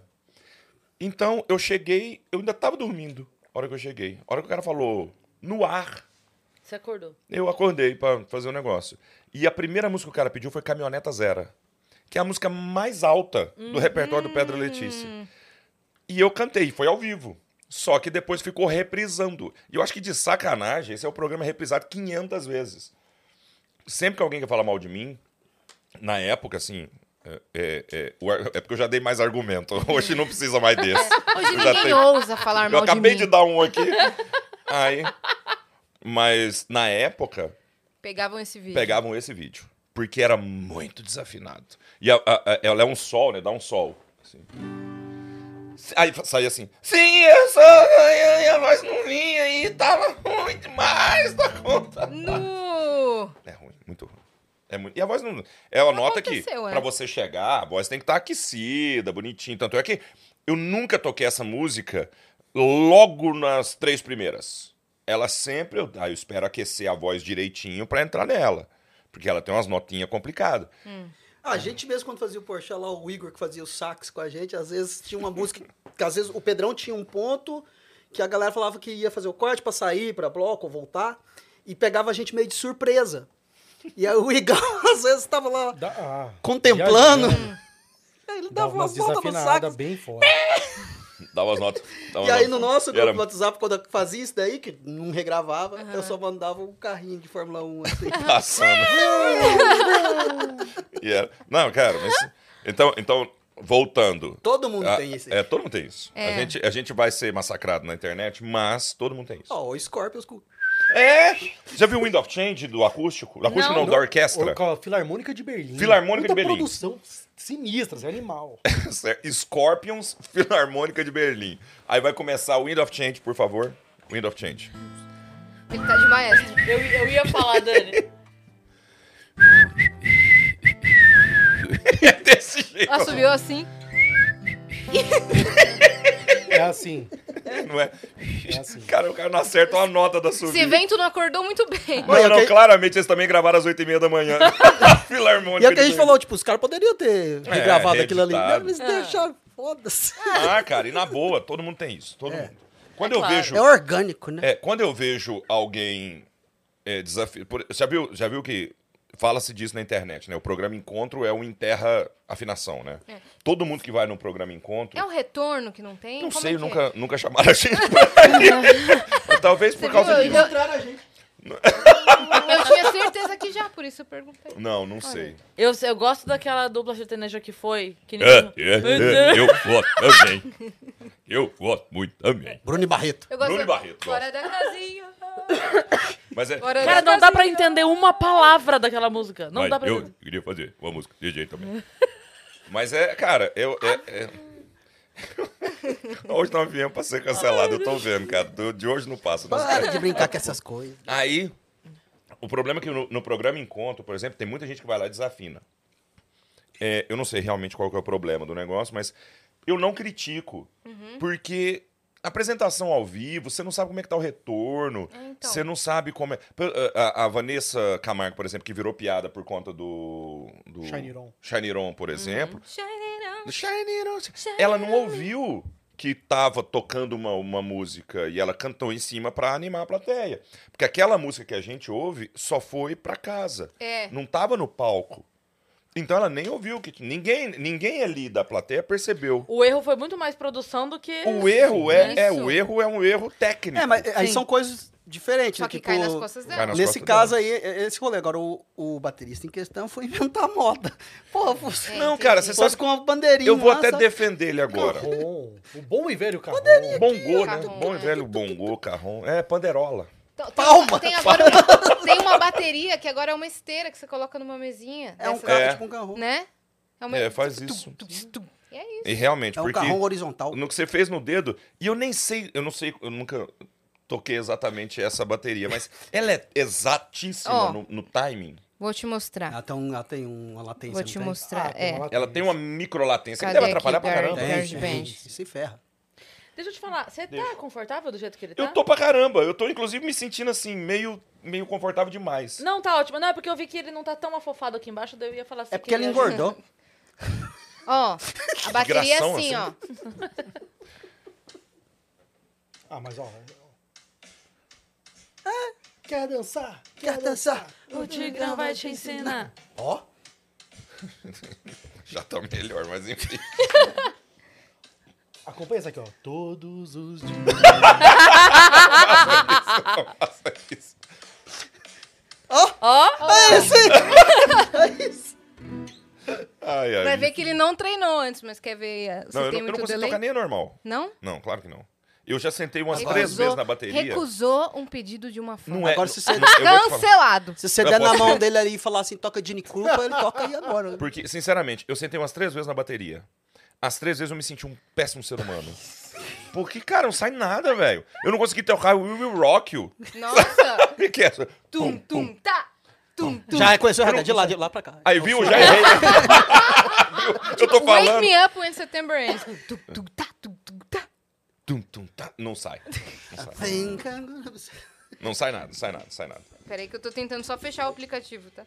[SPEAKER 5] Então, eu cheguei, eu ainda tava dormindo a hora que eu cheguei. A hora que o cara falou, no ar,
[SPEAKER 3] Você acordou.
[SPEAKER 5] eu acordei pra fazer o negócio. E a primeira música que o cara pediu foi Caminhoneta Zera, que é a música mais alta do repertório do Pedra Letícia. E eu cantei, foi ao vivo. Só que depois ficou reprisando. E eu acho que de sacanagem, esse é o programa reprisado 500 vezes. Sempre que alguém quer falar mal de mim, na época, assim. É, é- é- o ar- é porque eu já dei mais argumento. [laughs] Hoje não precisa mais desse.
[SPEAKER 1] É, Hoje
[SPEAKER 5] Eu já
[SPEAKER 1] ninguém
[SPEAKER 5] tenho-
[SPEAKER 1] ousa falar
[SPEAKER 5] eu
[SPEAKER 1] mal
[SPEAKER 5] acabei
[SPEAKER 1] mim.
[SPEAKER 5] de, dar um aqui. [laughs] Aí. Mas na época,
[SPEAKER 1] Pegavam esse vídeo.
[SPEAKER 5] pegavam esse vídeo. Porque era muito desafinado. E a- a- a- ela é um sol, né? Dá um sol. assim. Aí fa- saía assim. Sim, eu sou. E a voz não vinha aí. Tava ruim demais da conta.
[SPEAKER 1] No...
[SPEAKER 5] É ruim, muito ruim. É muito... E a voz não. É uma nota que,
[SPEAKER 1] Aconteceu, é.
[SPEAKER 5] pra você chegar, a voz tem que estar aquecida, bonitinha. Tanto é que eu nunca toquei essa música logo nas três primeiras. Ela sempre. Eu, ah, eu espero aquecer a voz direitinho pra entrar nela. Porque ela tem umas notinhas complicadas.
[SPEAKER 2] A gente mesmo, quando fazia o Porsche lá, o Igor que fazia o sax com a gente, às vezes tinha uma música. [laughs] que às vezes o Pedrão tinha um ponto que a galera falava que ia fazer o corte pra sair, pra bloco, ou voltar, e pegava a gente meio de surpresa. E aí o Igor, [laughs] às vezes, tava lá
[SPEAKER 4] Dá- ah,
[SPEAKER 2] contemplando.
[SPEAKER 4] viajando.
[SPEAKER 2] aí ele
[SPEAKER 4] Dava
[SPEAKER 2] dava
[SPEAKER 4] uma
[SPEAKER 2] umas voltas no
[SPEAKER 4] desafinada
[SPEAKER 2] sax.
[SPEAKER 4] bem forte.
[SPEAKER 5] Dava as notas. dava
[SPEAKER 2] E
[SPEAKER 5] as
[SPEAKER 2] aí no
[SPEAKER 5] notas. E
[SPEAKER 2] nosso
[SPEAKER 5] era-
[SPEAKER 2] grupo do WhatsApp, quando eu fazia isso daí, que não regravava, eu só mandava um carrinho de Fórmula 1 assim. [laughs]
[SPEAKER 5] passando. [laughs] E era- Não, cara, mas. Então, então voltando.
[SPEAKER 2] Todo mundo
[SPEAKER 5] Ah,
[SPEAKER 2] tem isso.
[SPEAKER 5] É, todo mundo tem isso.
[SPEAKER 1] É.
[SPEAKER 5] A, gente, a gente vai ser massacrado na internet, mas todo mundo tem isso.
[SPEAKER 2] Ó, o Scorpions com.
[SPEAKER 5] É! Já viu o Wind of Change do acústico? Do acústico não,
[SPEAKER 1] Não.
[SPEAKER 5] da [laughs] orquestra.
[SPEAKER 4] Com a Filarmônica de Berlim.
[SPEAKER 5] Filarmônica
[SPEAKER 4] Puta
[SPEAKER 5] de Berlim.
[SPEAKER 4] produção sinistra, assim, animal.
[SPEAKER 5] Certo? É, Scorpions, [laughs] Filarmônica de Berlim. Aí vai começar o Wind of Change, por favor. Wind of Change.
[SPEAKER 1] Ele tá de maestro.
[SPEAKER 3] Eu, eu ia falar, Dani.
[SPEAKER 5] [laughs] É desse jeito.
[SPEAKER 1] Ela subiu assim. [laughs]
[SPEAKER 4] É assim.
[SPEAKER 5] [laughs] Não é?
[SPEAKER 4] É assim.
[SPEAKER 5] Cara, o cara não acerta uma nota da subida.
[SPEAKER 1] Esse evento não acordou muito bem.
[SPEAKER 5] Não,
[SPEAKER 2] Olha,
[SPEAKER 5] não,
[SPEAKER 2] que-
[SPEAKER 5] claramente eles também gravaram às 8h30 da
[SPEAKER 2] [laughs]
[SPEAKER 5] manhã.
[SPEAKER 2] E
[SPEAKER 5] Filarmônica.
[SPEAKER 2] é o que a gente
[SPEAKER 5] de Berlim.
[SPEAKER 2] falou, tipo, os caras poderiam ter
[SPEAKER 5] É,
[SPEAKER 2] regravado aquilo ali. Não,
[SPEAKER 5] reeditado.
[SPEAKER 2] eles deixaram, foda-se.
[SPEAKER 5] Ah, cara, e na boa, todo mundo tem isso. Todo mundo. Quando eu
[SPEAKER 3] claro.
[SPEAKER 5] vejo.
[SPEAKER 2] É orgânico, né?
[SPEAKER 5] É, quando eu vejo alguém é, desafi- por- Já viu, já viu que Fala-se disso na internet, né? O programa Encontro é um enterra afinação, né?
[SPEAKER 1] É.
[SPEAKER 5] Todo mundo que vai no programa Encontro.
[SPEAKER 1] É um retorno que não tem?
[SPEAKER 5] Não
[SPEAKER 1] Como
[SPEAKER 5] sei,
[SPEAKER 1] é que é?
[SPEAKER 5] nunca, nunca chamaram a gente pra
[SPEAKER 1] [laughs]
[SPEAKER 5] ir. Talvez por
[SPEAKER 1] Você
[SPEAKER 5] causa
[SPEAKER 1] viu? Então
[SPEAKER 5] disso.
[SPEAKER 1] Eu-
[SPEAKER 2] Entraram a gente.
[SPEAKER 1] Eu tinha certeza que já, por isso eu perguntei.
[SPEAKER 5] Não, não sei.
[SPEAKER 3] [laughs] Eu, eu gosto daquela dupla sertaneja que foi. Que
[SPEAKER 5] É,
[SPEAKER 3] ninguém-
[SPEAKER 5] é, é, eu voto também. Eu voto muito também.
[SPEAKER 2] Bruno e Barreto.
[SPEAKER 1] Eu gosto
[SPEAKER 5] Bruno e Barreto,
[SPEAKER 1] Fora da casinha.
[SPEAKER 5] Mas é.
[SPEAKER 1] Fora
[SPEAKER 3] Cara,
[SPEAKER 1] da
[SPEAKER 3] não dá pra
[SPEAKER 1] casinha.
[SPEAKER 3] entender uma palavra daquela música. Não
[SPEAKER 5] mas
[SPEAKER 3] dá pra
[SPEAKER 5] eu
[SPEAKER 3] entender.
[SPEAKER 5] queria fazer uma música de jeito também. Mas é, cara, eu. É, é... Hoje nós viemos pra ser cancelado, eu tô vendo, cara. Do- De hoje não passa. não.
[SPEAKER 2] Para de brincar com essas coisas.
[SPEAKER 5] Aí, o problema é que no, no programa Encontro, por exemplo, tem muita gente que vai lá e desafina. É, eu não sei realmente qual que é o problema do negócio, mas eu não critico.
[SPEAKER 1] Uhum.
[SPEAKER 5] Porque apresentação ao vivo, você não sabe como é que tá o retorno,
[SPEAKER 1] É, então.
[SPEAKER 5] você não sabe como é... P- A, a Vanessa Camargo, por exemplo, que virou piada por conta do... do
[SPEAKER 4] Shiniron.
[SPEAKER 5] Shiniron,
[SPEAKER 1] Uhum.
[SPEAKER 5] por exemplo.
[SPEAKER 1] Shine
[SPEAKER 5] Shiny Rose. Ela não ouviu que tava tocando uma, uma música e ela cantou em cima pra animar a plateia. Porque aquela música que a gente ouve só foi pra casa.
[SPEAKER 1] É.
[SPEAKER 5] Não tava no palco. Então ela nem ouviu que ninguém, ninguém ali da plateia percebeu.
[SPEAKER 3] O erro foi muito mais produção do que.
[SPEAKER 5] O erro é, é
[SPEAKER 1] Isso.
[SPEAKER 5] o erro é um erro técnico.
[SPEAKER 2] É, mas aí
[SPEAKER 3] Sim.
[SPEAKER 2] são coisas diferentes.
[SPEAKER 1] Só
[SPEAKER 2] né?
[SPEAKER 1] que
[SPEAKER 2] tipo,
[SPEAKER 1] cai nas costas dela.
[SPEAKER 5] Cai nas
[SPEAKER 2] Nesse
[SPEAKER 5] costas
[SPEAKER 2] caso
[SPEAKER 5] dela.
[SPEAKER 2] aí, é- é esse rolê. Agora, o, o baterista em questão foi inventar moda. [laughs] Pô, fosse,
[SPEAKER 1] É.
[SPEAKER 5] Não, cara, você
[SPEAKER 2] fosse
[SPEAKER 5] sabe
[SPEAKER 2] com uma bandeirinha.
[SPEAKER 5] eu vou
[SPEAKER 2] lá,
[SPEAKER 5] até
[SPEAKER 2] sabe?
[SPEAKER 5] defender ele agora.
[SPEAKER 4] Bom, o bom e velho carro. Ah,
[SPEAKER 5] Bongô, né?
[SPEAKER 1] Carrom.
[SPEAKER 5] Bom e velho bongô, carrom. É, panderola.
[SPEAKER 1] Então, tem-
[SPEAKER 2] Palma!
[SPEAKER 1] Tem, agora uma, tem uma bateria que agora é uma esteira que você coloca numa mesinha.
[SPEAKER 2] É um
[SPEAKER 1] dessas,
[SPEAKER 2] carro,
[SPEAKER 5] É.
[SPEAKER 2] tipo um carro.
[SPEAKER 1] Né? É, uma-
[SPEAKER 5] É, faz isso.
[SPEAKER 1] E é isso.
[SPEAKER 5] E realmente,
[SPEAKER 2] É um
[SPEAKER 5] porque...
[SPEAKER 2] carrão horizontal.
[SPEAKER 5] No que você fez no dedo, e eu nem sei, eu não sei, eu nunca toquei exatamente essa
[SPEAKER 1] [laughs]
[SPEAKER 5] bateria, mas ela é exatíssima
[SPEAKER 1] Ó.
[SPEAKER 5] no, no timing.
[SPEAKER 1] Vou te mostrar.
[SPEAKER 2] Ela tem, um, ela tem uma latência.
[SPEAKER 1] Vou
[SPEAKER 2] Ah, não
[SPEAKER 1] te
[SPEAKER 2] tem?
[SPEAKER 1] mostrar. é.
[SPEAKER 5] Ela tem uma microlatência que
[SPEAKER 1] Cadê
[SPEAKER 5] deve atrapalhar
[SPEAKER 1] aqui,
[SPEAKER 5] pra
[SPEAKER 1] Gary?
[SPEAKER 5] caramba.
[SPEAKER 1] Tem.
[SPEAKER 2] Tem, tem.
[SPEAKER 1] Garbage.
[SPEAKER 2] Se ferra.
[SPEAKER 3] Deixa eu te falar, você tá confortável do jeito que ele tá?
[SPEAKER 5] Eu tô pra caramba, eu tô inclusive me sentindo assim, meio, meio confortável demais.
[SPEAKER 3] Não, tá ótimo. Não, é porque eu vi que ele não tá tão afofado aqui embaixo, daí eu ia falar assim.
[SPEAKER 2] É porque ela
[SPEAKER 3] ele
[SPEAKER 2] engordou.
[SPEAKER 1] Ó, a bateria é
[SPEAKER 5] Gração,
[SPEAKER 1] assim, ó.
[SPEAKER 5] um-
[SPEAKER 4] Ah, mas ó.
[SPEAKER 1] Ah,
[SPEAKER 4] Quer dançar?
[SPEAKER 2] Quer dançar?
[SPEAKER 3] O Tigrão vai te ensinar.
[SPEAKER 2] Ó.
[SPEAKER 5] Já tá melhor,
[SPEAKER 1] [laughs]
[SPEAKER 5] mas enfim.
[SPEAKER 4] Acompanha isso aqui, ó. Todos os dias.
[SPEAKER 1] [laughs]
[SPEAKER 5] Faça isso.
[SPEAKER 3] Ó,
[SPEAKER 2] É isso! [laughs] É isso!
[SPEAKER 5] Ai, ai.
[SPEAKER 1] Vai ver que ele não treinou antes, mas quer ver ah, se
[SPEAKER 5] Não, eu não,
[SPEAKER 1] tem
[SPEAKER 5] eu não
[SPEAKER 1] muito
[SPEAKER 5] consigo
[SPEAKER 1] delay?
[SPEAKER 5] tocar nem a normal.
[SPEAKER 1] Não?
[SPEAKER 5] Não, claro que não. Eu já sentei umas
[SPEAKER 1] Recusou-
[SPEAKER 5] três vezes na bateria.
[SPEAKER 1] Recusou um pedido de uma fã.
[SPEAKER 5] Não é.
[SPEAKER 2] Agora, se você-
[SPEAKER 5] não- eu vou te falar.
[SPEAKER 1] Cancelado.
[SPEAKER 2] Se você
[SPEAKER 5] Eu
[SPEAKER 2] der na
[SPEAKER 5] posso-
[SPEAKER 2] mão dele ali e falar assim, toca Gene Krupa, ele toca aí agora.
[SPEAKER 5] Porque, sinceramente, eu sentei umas três vezes na bateria. As três vezes eu me senti um péssimo ser humano. Porque, cara, não sai nada, velho. Eu não consegui tocar We Will Rock You.
[SPEAKER 1] Nossa.
[SPEAKER 5] [laughs] O que que é essa?
[SPEAKER 1] Tum, tum, tá. Tum, tum.
[SPEAKER 2] Já reconheceu o de lá, de lá pra cá.
[SPEAKER 5] Aí, viu? Já é.
[SPEAKER 1] [laughs]
[SPEAKER 5] errei. Viu? eu tô
[SPEAKER 1] Tipo, Wake
[SPEAKER 5] falando.
[SPEAKER 1] me up when September
[SPEAKER 5] [laughs]
[SPEAKER 1] ends. Tum, tum, tá, tum, tum, tá.
[SPEAKER 5] Tum, tum, tá. Não sai.
[SPEAKER 2] Vem cá, agora você-
[SPEAKER 5] Não sai nada, sai nada, sai nada.
[SPEAKER 1] Peraí que eu tô tentando só fechar o aplicativo,
[SPEAKER 5] [laughs]
[SPEAKER 1] tá?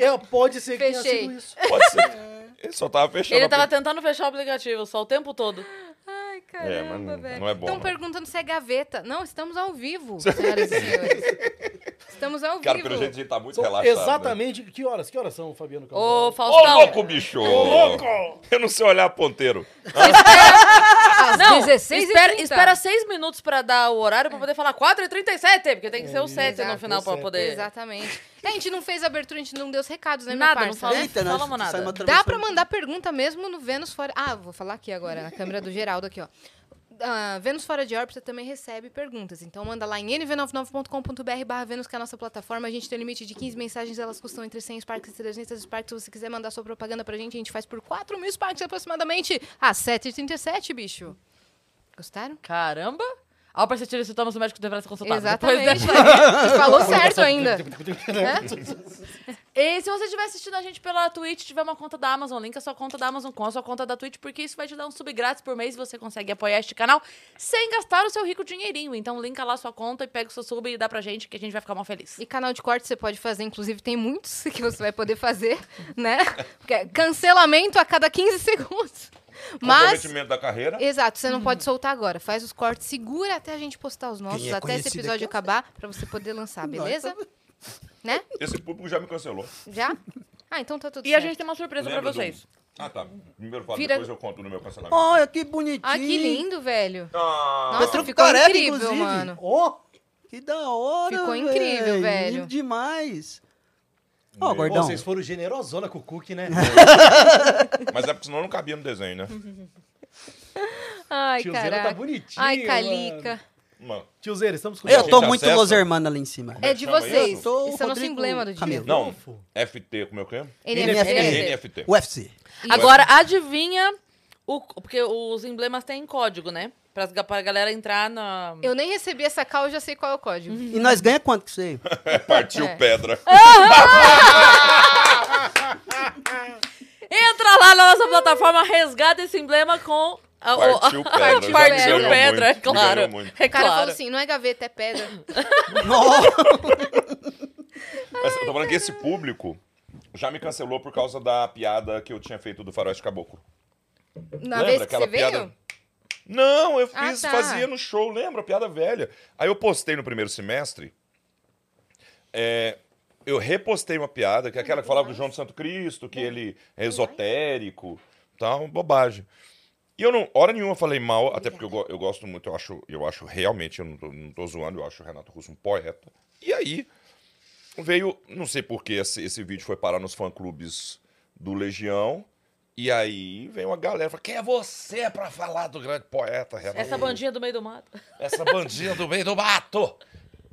[SPEAKER 4] É, pode ser que tenha
[SPEAKER 1] Fechei.
[SPEAKER 5] [laughs]
[SPEAKER 4] sido isso.
[SPEAKER 5] Pode ser. Ele só tava fechando.
[SPEAKER 3] ele
[SPEAKER 5] a
[SPEAKER 3] tava
[SPEAKER 5] porta.
[SPEAKER 3] tentando fechar o aplicativo só o tempo todo.
[SPEAKER 1] Ai,
[SPEAKER 5] É, mas
[SPEAKER 1] caramba,
[SPEAKER 5] não-
[SPEAKER 1] velho.
[SPEAKER 5] não é bom,
[SPEAKER 1] Estão
[SPEAKER 5] não.
[SPEAKER 1] perguntando se é gaveta. Não, estamos ao vivo, senhoras e senhores. Estamos ao
[SPEAKER 5] Cara,
[SPEAKER 1] vivo.
[SPEAKER 5] pelo jeito a gente tá muito
[SPEAKER 4] São
[SPEAKER 5] relaxado. Né?
[SPEAKER 4] exatamente. Que horas? Que horas são, Fabiano?
[SPEAKER 3] Ô,
[SPEAKER 5] Ô,
[SPEAKER 3] Faustão.
[SPEAKER 5] louco, bicho! Eu não sei olhar ponteiro.
[SPEAKER 1] Às
[SPEAKER 3] Não,
[SPEAKER 1] 16
[SPEAKER 3] espera, espera seis minutos pra dar o horário pra poder falar 4h37, porque tem que ser o 7 no
[SPEAKER 1] Exato,
[SPEAKER 3] final pra
[SPEAKER 4] sete.
[SPEAKER 3] poder.
[SPEAKER 1] Exatamente. É, a gente não fez abertura, a gente não deu os recados, né, minha
[SPEAKER 3] Nada, não
[SPEAKER 1] parça?
[SPEAKER 3] falou.
[SPEAKER 2] Eita, nós-
[SPEAKER 3] falamos nada.
[SPEAKER 2] sai uma
[SPEAKER 1] Dá
[SPEAKER 2] transmissão.
[SPEAKER 1] pra mandar pergunta mesmo no Vênus Fora... Ah, vou falar aqui agora, na câmera do Geraldo aqui, ó. Ah, Vênus Fora de Órbita também recebe perguntas. Então manda lá em nv99.com.br barra Vênus, que é a nossa plataforma. A gente tem um limite de 15 mensagens, elas custam entre 100 Sparks e 300 Sparks. Se você quiser mandar sua propaganda pra gente, a gente faz por 4 mil Sparks aproximadamente. Ah, 7h37, bicho. Gostaram?
[SPEAKER 3] Caramba! Ao perceber os sintomas, o médico deverá ser consultado.
[SPEAKER 1] Exatamente.
[SPEAKER 3] Depois
[SPEAKER 1] [laughs]
[SPEAKER 3] dessa-
[SPEAKER 1] Falou certo
[SPEAKER 4] [laughs]
[SPEAKER 1] ainda.
[SPEAKER 3] E se você estiver assistindo a gente pela Twitch, tiver uma conta da Amazon, linka sua conta da Amazon com a sua conta da Twitch, porque isso vai te dar um sub grátis por mês e você consegue apoiar este canal sem gastar o seu rico dinheirinho. Então, linka lá sua conta e pega o seu sub e dá pra gente, que a gente vai ficar mal feliz.
[SPEAKER 1] E canal de corte você pode fazer, inclusive tem muitos [laughs] que você vai poder fazer, né? Porque é cancelamento a cada 15 segundos. Mas,
[SPEAKER 5] Comprometimento da carreira.
[SPEAKER 1] exato, você não pode soltar agora. Faz os cortes, segura até a gente postar os nossos,
[SPEAKER 2] é
[SPEAKER 1] até esse
[SPEAKER 2] conhecido
[SPEAKER 1] episódio
[SPEAKER 2] aqui é o
[SPEAKER 1] acabar, pra você poder lançar, beleza? Né?
[SPEAKER 5] Esse público já me cancelou.
[SPEAKER 1] Já? Ah, então tá tudo
[SPEAKER 3] E a
[SPEAKER 1] certo.
[SPEAKER 3] gente tem uma surpresa
[SPEAKER 5] Lembra
[SPEAKER 3] pra
[SPEAKER 5] do-
[SPEAKER 3] vocês.
[SPEAKER 5] Ah, tá. Primeiro fala,
[SPEAKER 1] Vira-
[SPEAKER 5] depois eu conto no meu cancelamento.
[SPEAKER 2] Olha, que bonitinho.
[SPEAKER 1] Ah, que lindo, velho.
[SPEAKER 5] Ah,
[SPEAKER 1] Nossa,
[SPEAKER 2] Petrucci
[SPEAKER 1] ficou
[SPEAKER 2] Careca,
[SPEAKER 1] incrível,
[SPEAKER 2] inclusive.
[SPEAKER 1] mano.
[SPEAKER 2] Ó, que da hora,
[SPEAKER 1] Ficou incrível,
[SPEAKER 2] véi.
[SPEAKER 1] velho.
[SPEAKER 2] Lindo demais. Ó,
[SPEAKER 5] Meu.
[SPEAKER 4] Pô,
[SPEAKER 2] gordão.
[SPEAKER 4] vocês foram generosona com o Cook,
[SPEAKER 1] [laughs]
[SPEAKER 4] né?
[SPEAKER 5] Mas é porque senão não cabia no desenho, né?
[SPEAKER 1] Ai,
[SPEAKER 4] Tiozeira tá
[SPEAKER 1] caraca.
[SPEAKER 4] bonitinho,
[SPEAKER 1] Ai, Calica.
[SPEAKER 5] Mano.
[SPEAKER 4] Tiozeira, estamos com
[SPEAKER 2] Eu tô
[SPEAKER 5] gente
[SPEAKER 2] muito
[SPEAKER 5] acessa.
[SPEAKER 2] Los Hermanos lá em cima.
[SPEAKER 1] É de
[SPEAKER 5] Chama
[SPEAKER 1] vocês. Esse é
[SPEAKER 5] isso?
[SPEAKER 2] Sou o
[SPEAKER 1] o nosso
[SPEAKER 2] Rodrigo
[SPEAKER 1] emblema do dia.
[SPEAKER 2] Camelo.
[SPEAKER 5] Não,
[SPEAKER 4] Rodolfo.
[SPEAKER 5] FT, como é que é?
[SPEAKER 1] NFT.
[SPEAKER 5] NFT.
[SPEAKER 2] UFC.
[SPEAKER 3] Agora, adivinha o. Porque os emblemas têm código, né? Pra, as- pra galera entrar na.
[SPEAKER 1] Eu nem recebi essa cal, eu já sei qual é o código.
[SPEAKER 2] E nós ganha quanto que [laughs] você?
[SPEAKER 5] Partiu
[SPEAKER 1] É.
[SPEAKER 5] pedra.
[SPEAKER 3] Entra lá na nossa plataforma, resgata esse emblema com. A, o-
[SPEAKER 5] Partiu
[SPEAKER 3] [laughs] a-
[SPEAKER 5] pedra.
[SPEAKER 1] Partiu
[SPEAKER 3] Partiu
[SPEAKER 1] pedra.
[SPEAKER 3] pedra, é
[SPEAKER 5] Ganhou muito,
[SPEAKER 3] claro.
[SPEAKER 5] ganhou muito.
[SPEAKER 3] É
[SPEAKER 1] O cara
[SPEAKER 3] claro.
[SPEAKER 1] falou assim, não é gaveta, é pedra.
[SPEAKER 2] Nossa.
[SPEAKER 5] Mas eu tô falando que esse público já me cancelou por causa da piada que eu tinha feito do faroeste caboclo.
[SPEAKER 1] Na
[SPEAKER 5] Lembra
[SPEAKER 1] vez que
[SPEAKER 5] aquela
[SPEAKER 1] você
[SPEAKER 5] piada?
[SPEAKER 1] veio?
[SPEAKER 5] Não, eu
[SPEAKER 1] Ah,
[SPEAKER 5] fiz,
[SPEAKER 1] tá.
[SPEAKER 5] fazia no show, lembra? Piada velha. Aí eu postei no primeiro semestre. é, eu repostei uma piada, que é aquela que falava do João do Santo Cristo, que ele é esotérico, tal, bobagem. E eu não, hora nenhuma, falei mal, até porque eu, go- eu gosto muito, eu acho, eu acho realmente, eu não tô, não tô zoando, eu acho o Renato Russo um poeta. E aí, veio, não sei por que esse, esse vídeo foi parar nos fã-clubes do Legião. E aí veio uma galera e falou: quem é você pra falar do grande poeta, Renato?
[SPEAKER 3] Essa bandinha do meio do mato.
[SPEAKER 5] Essa bandinha do meio do mato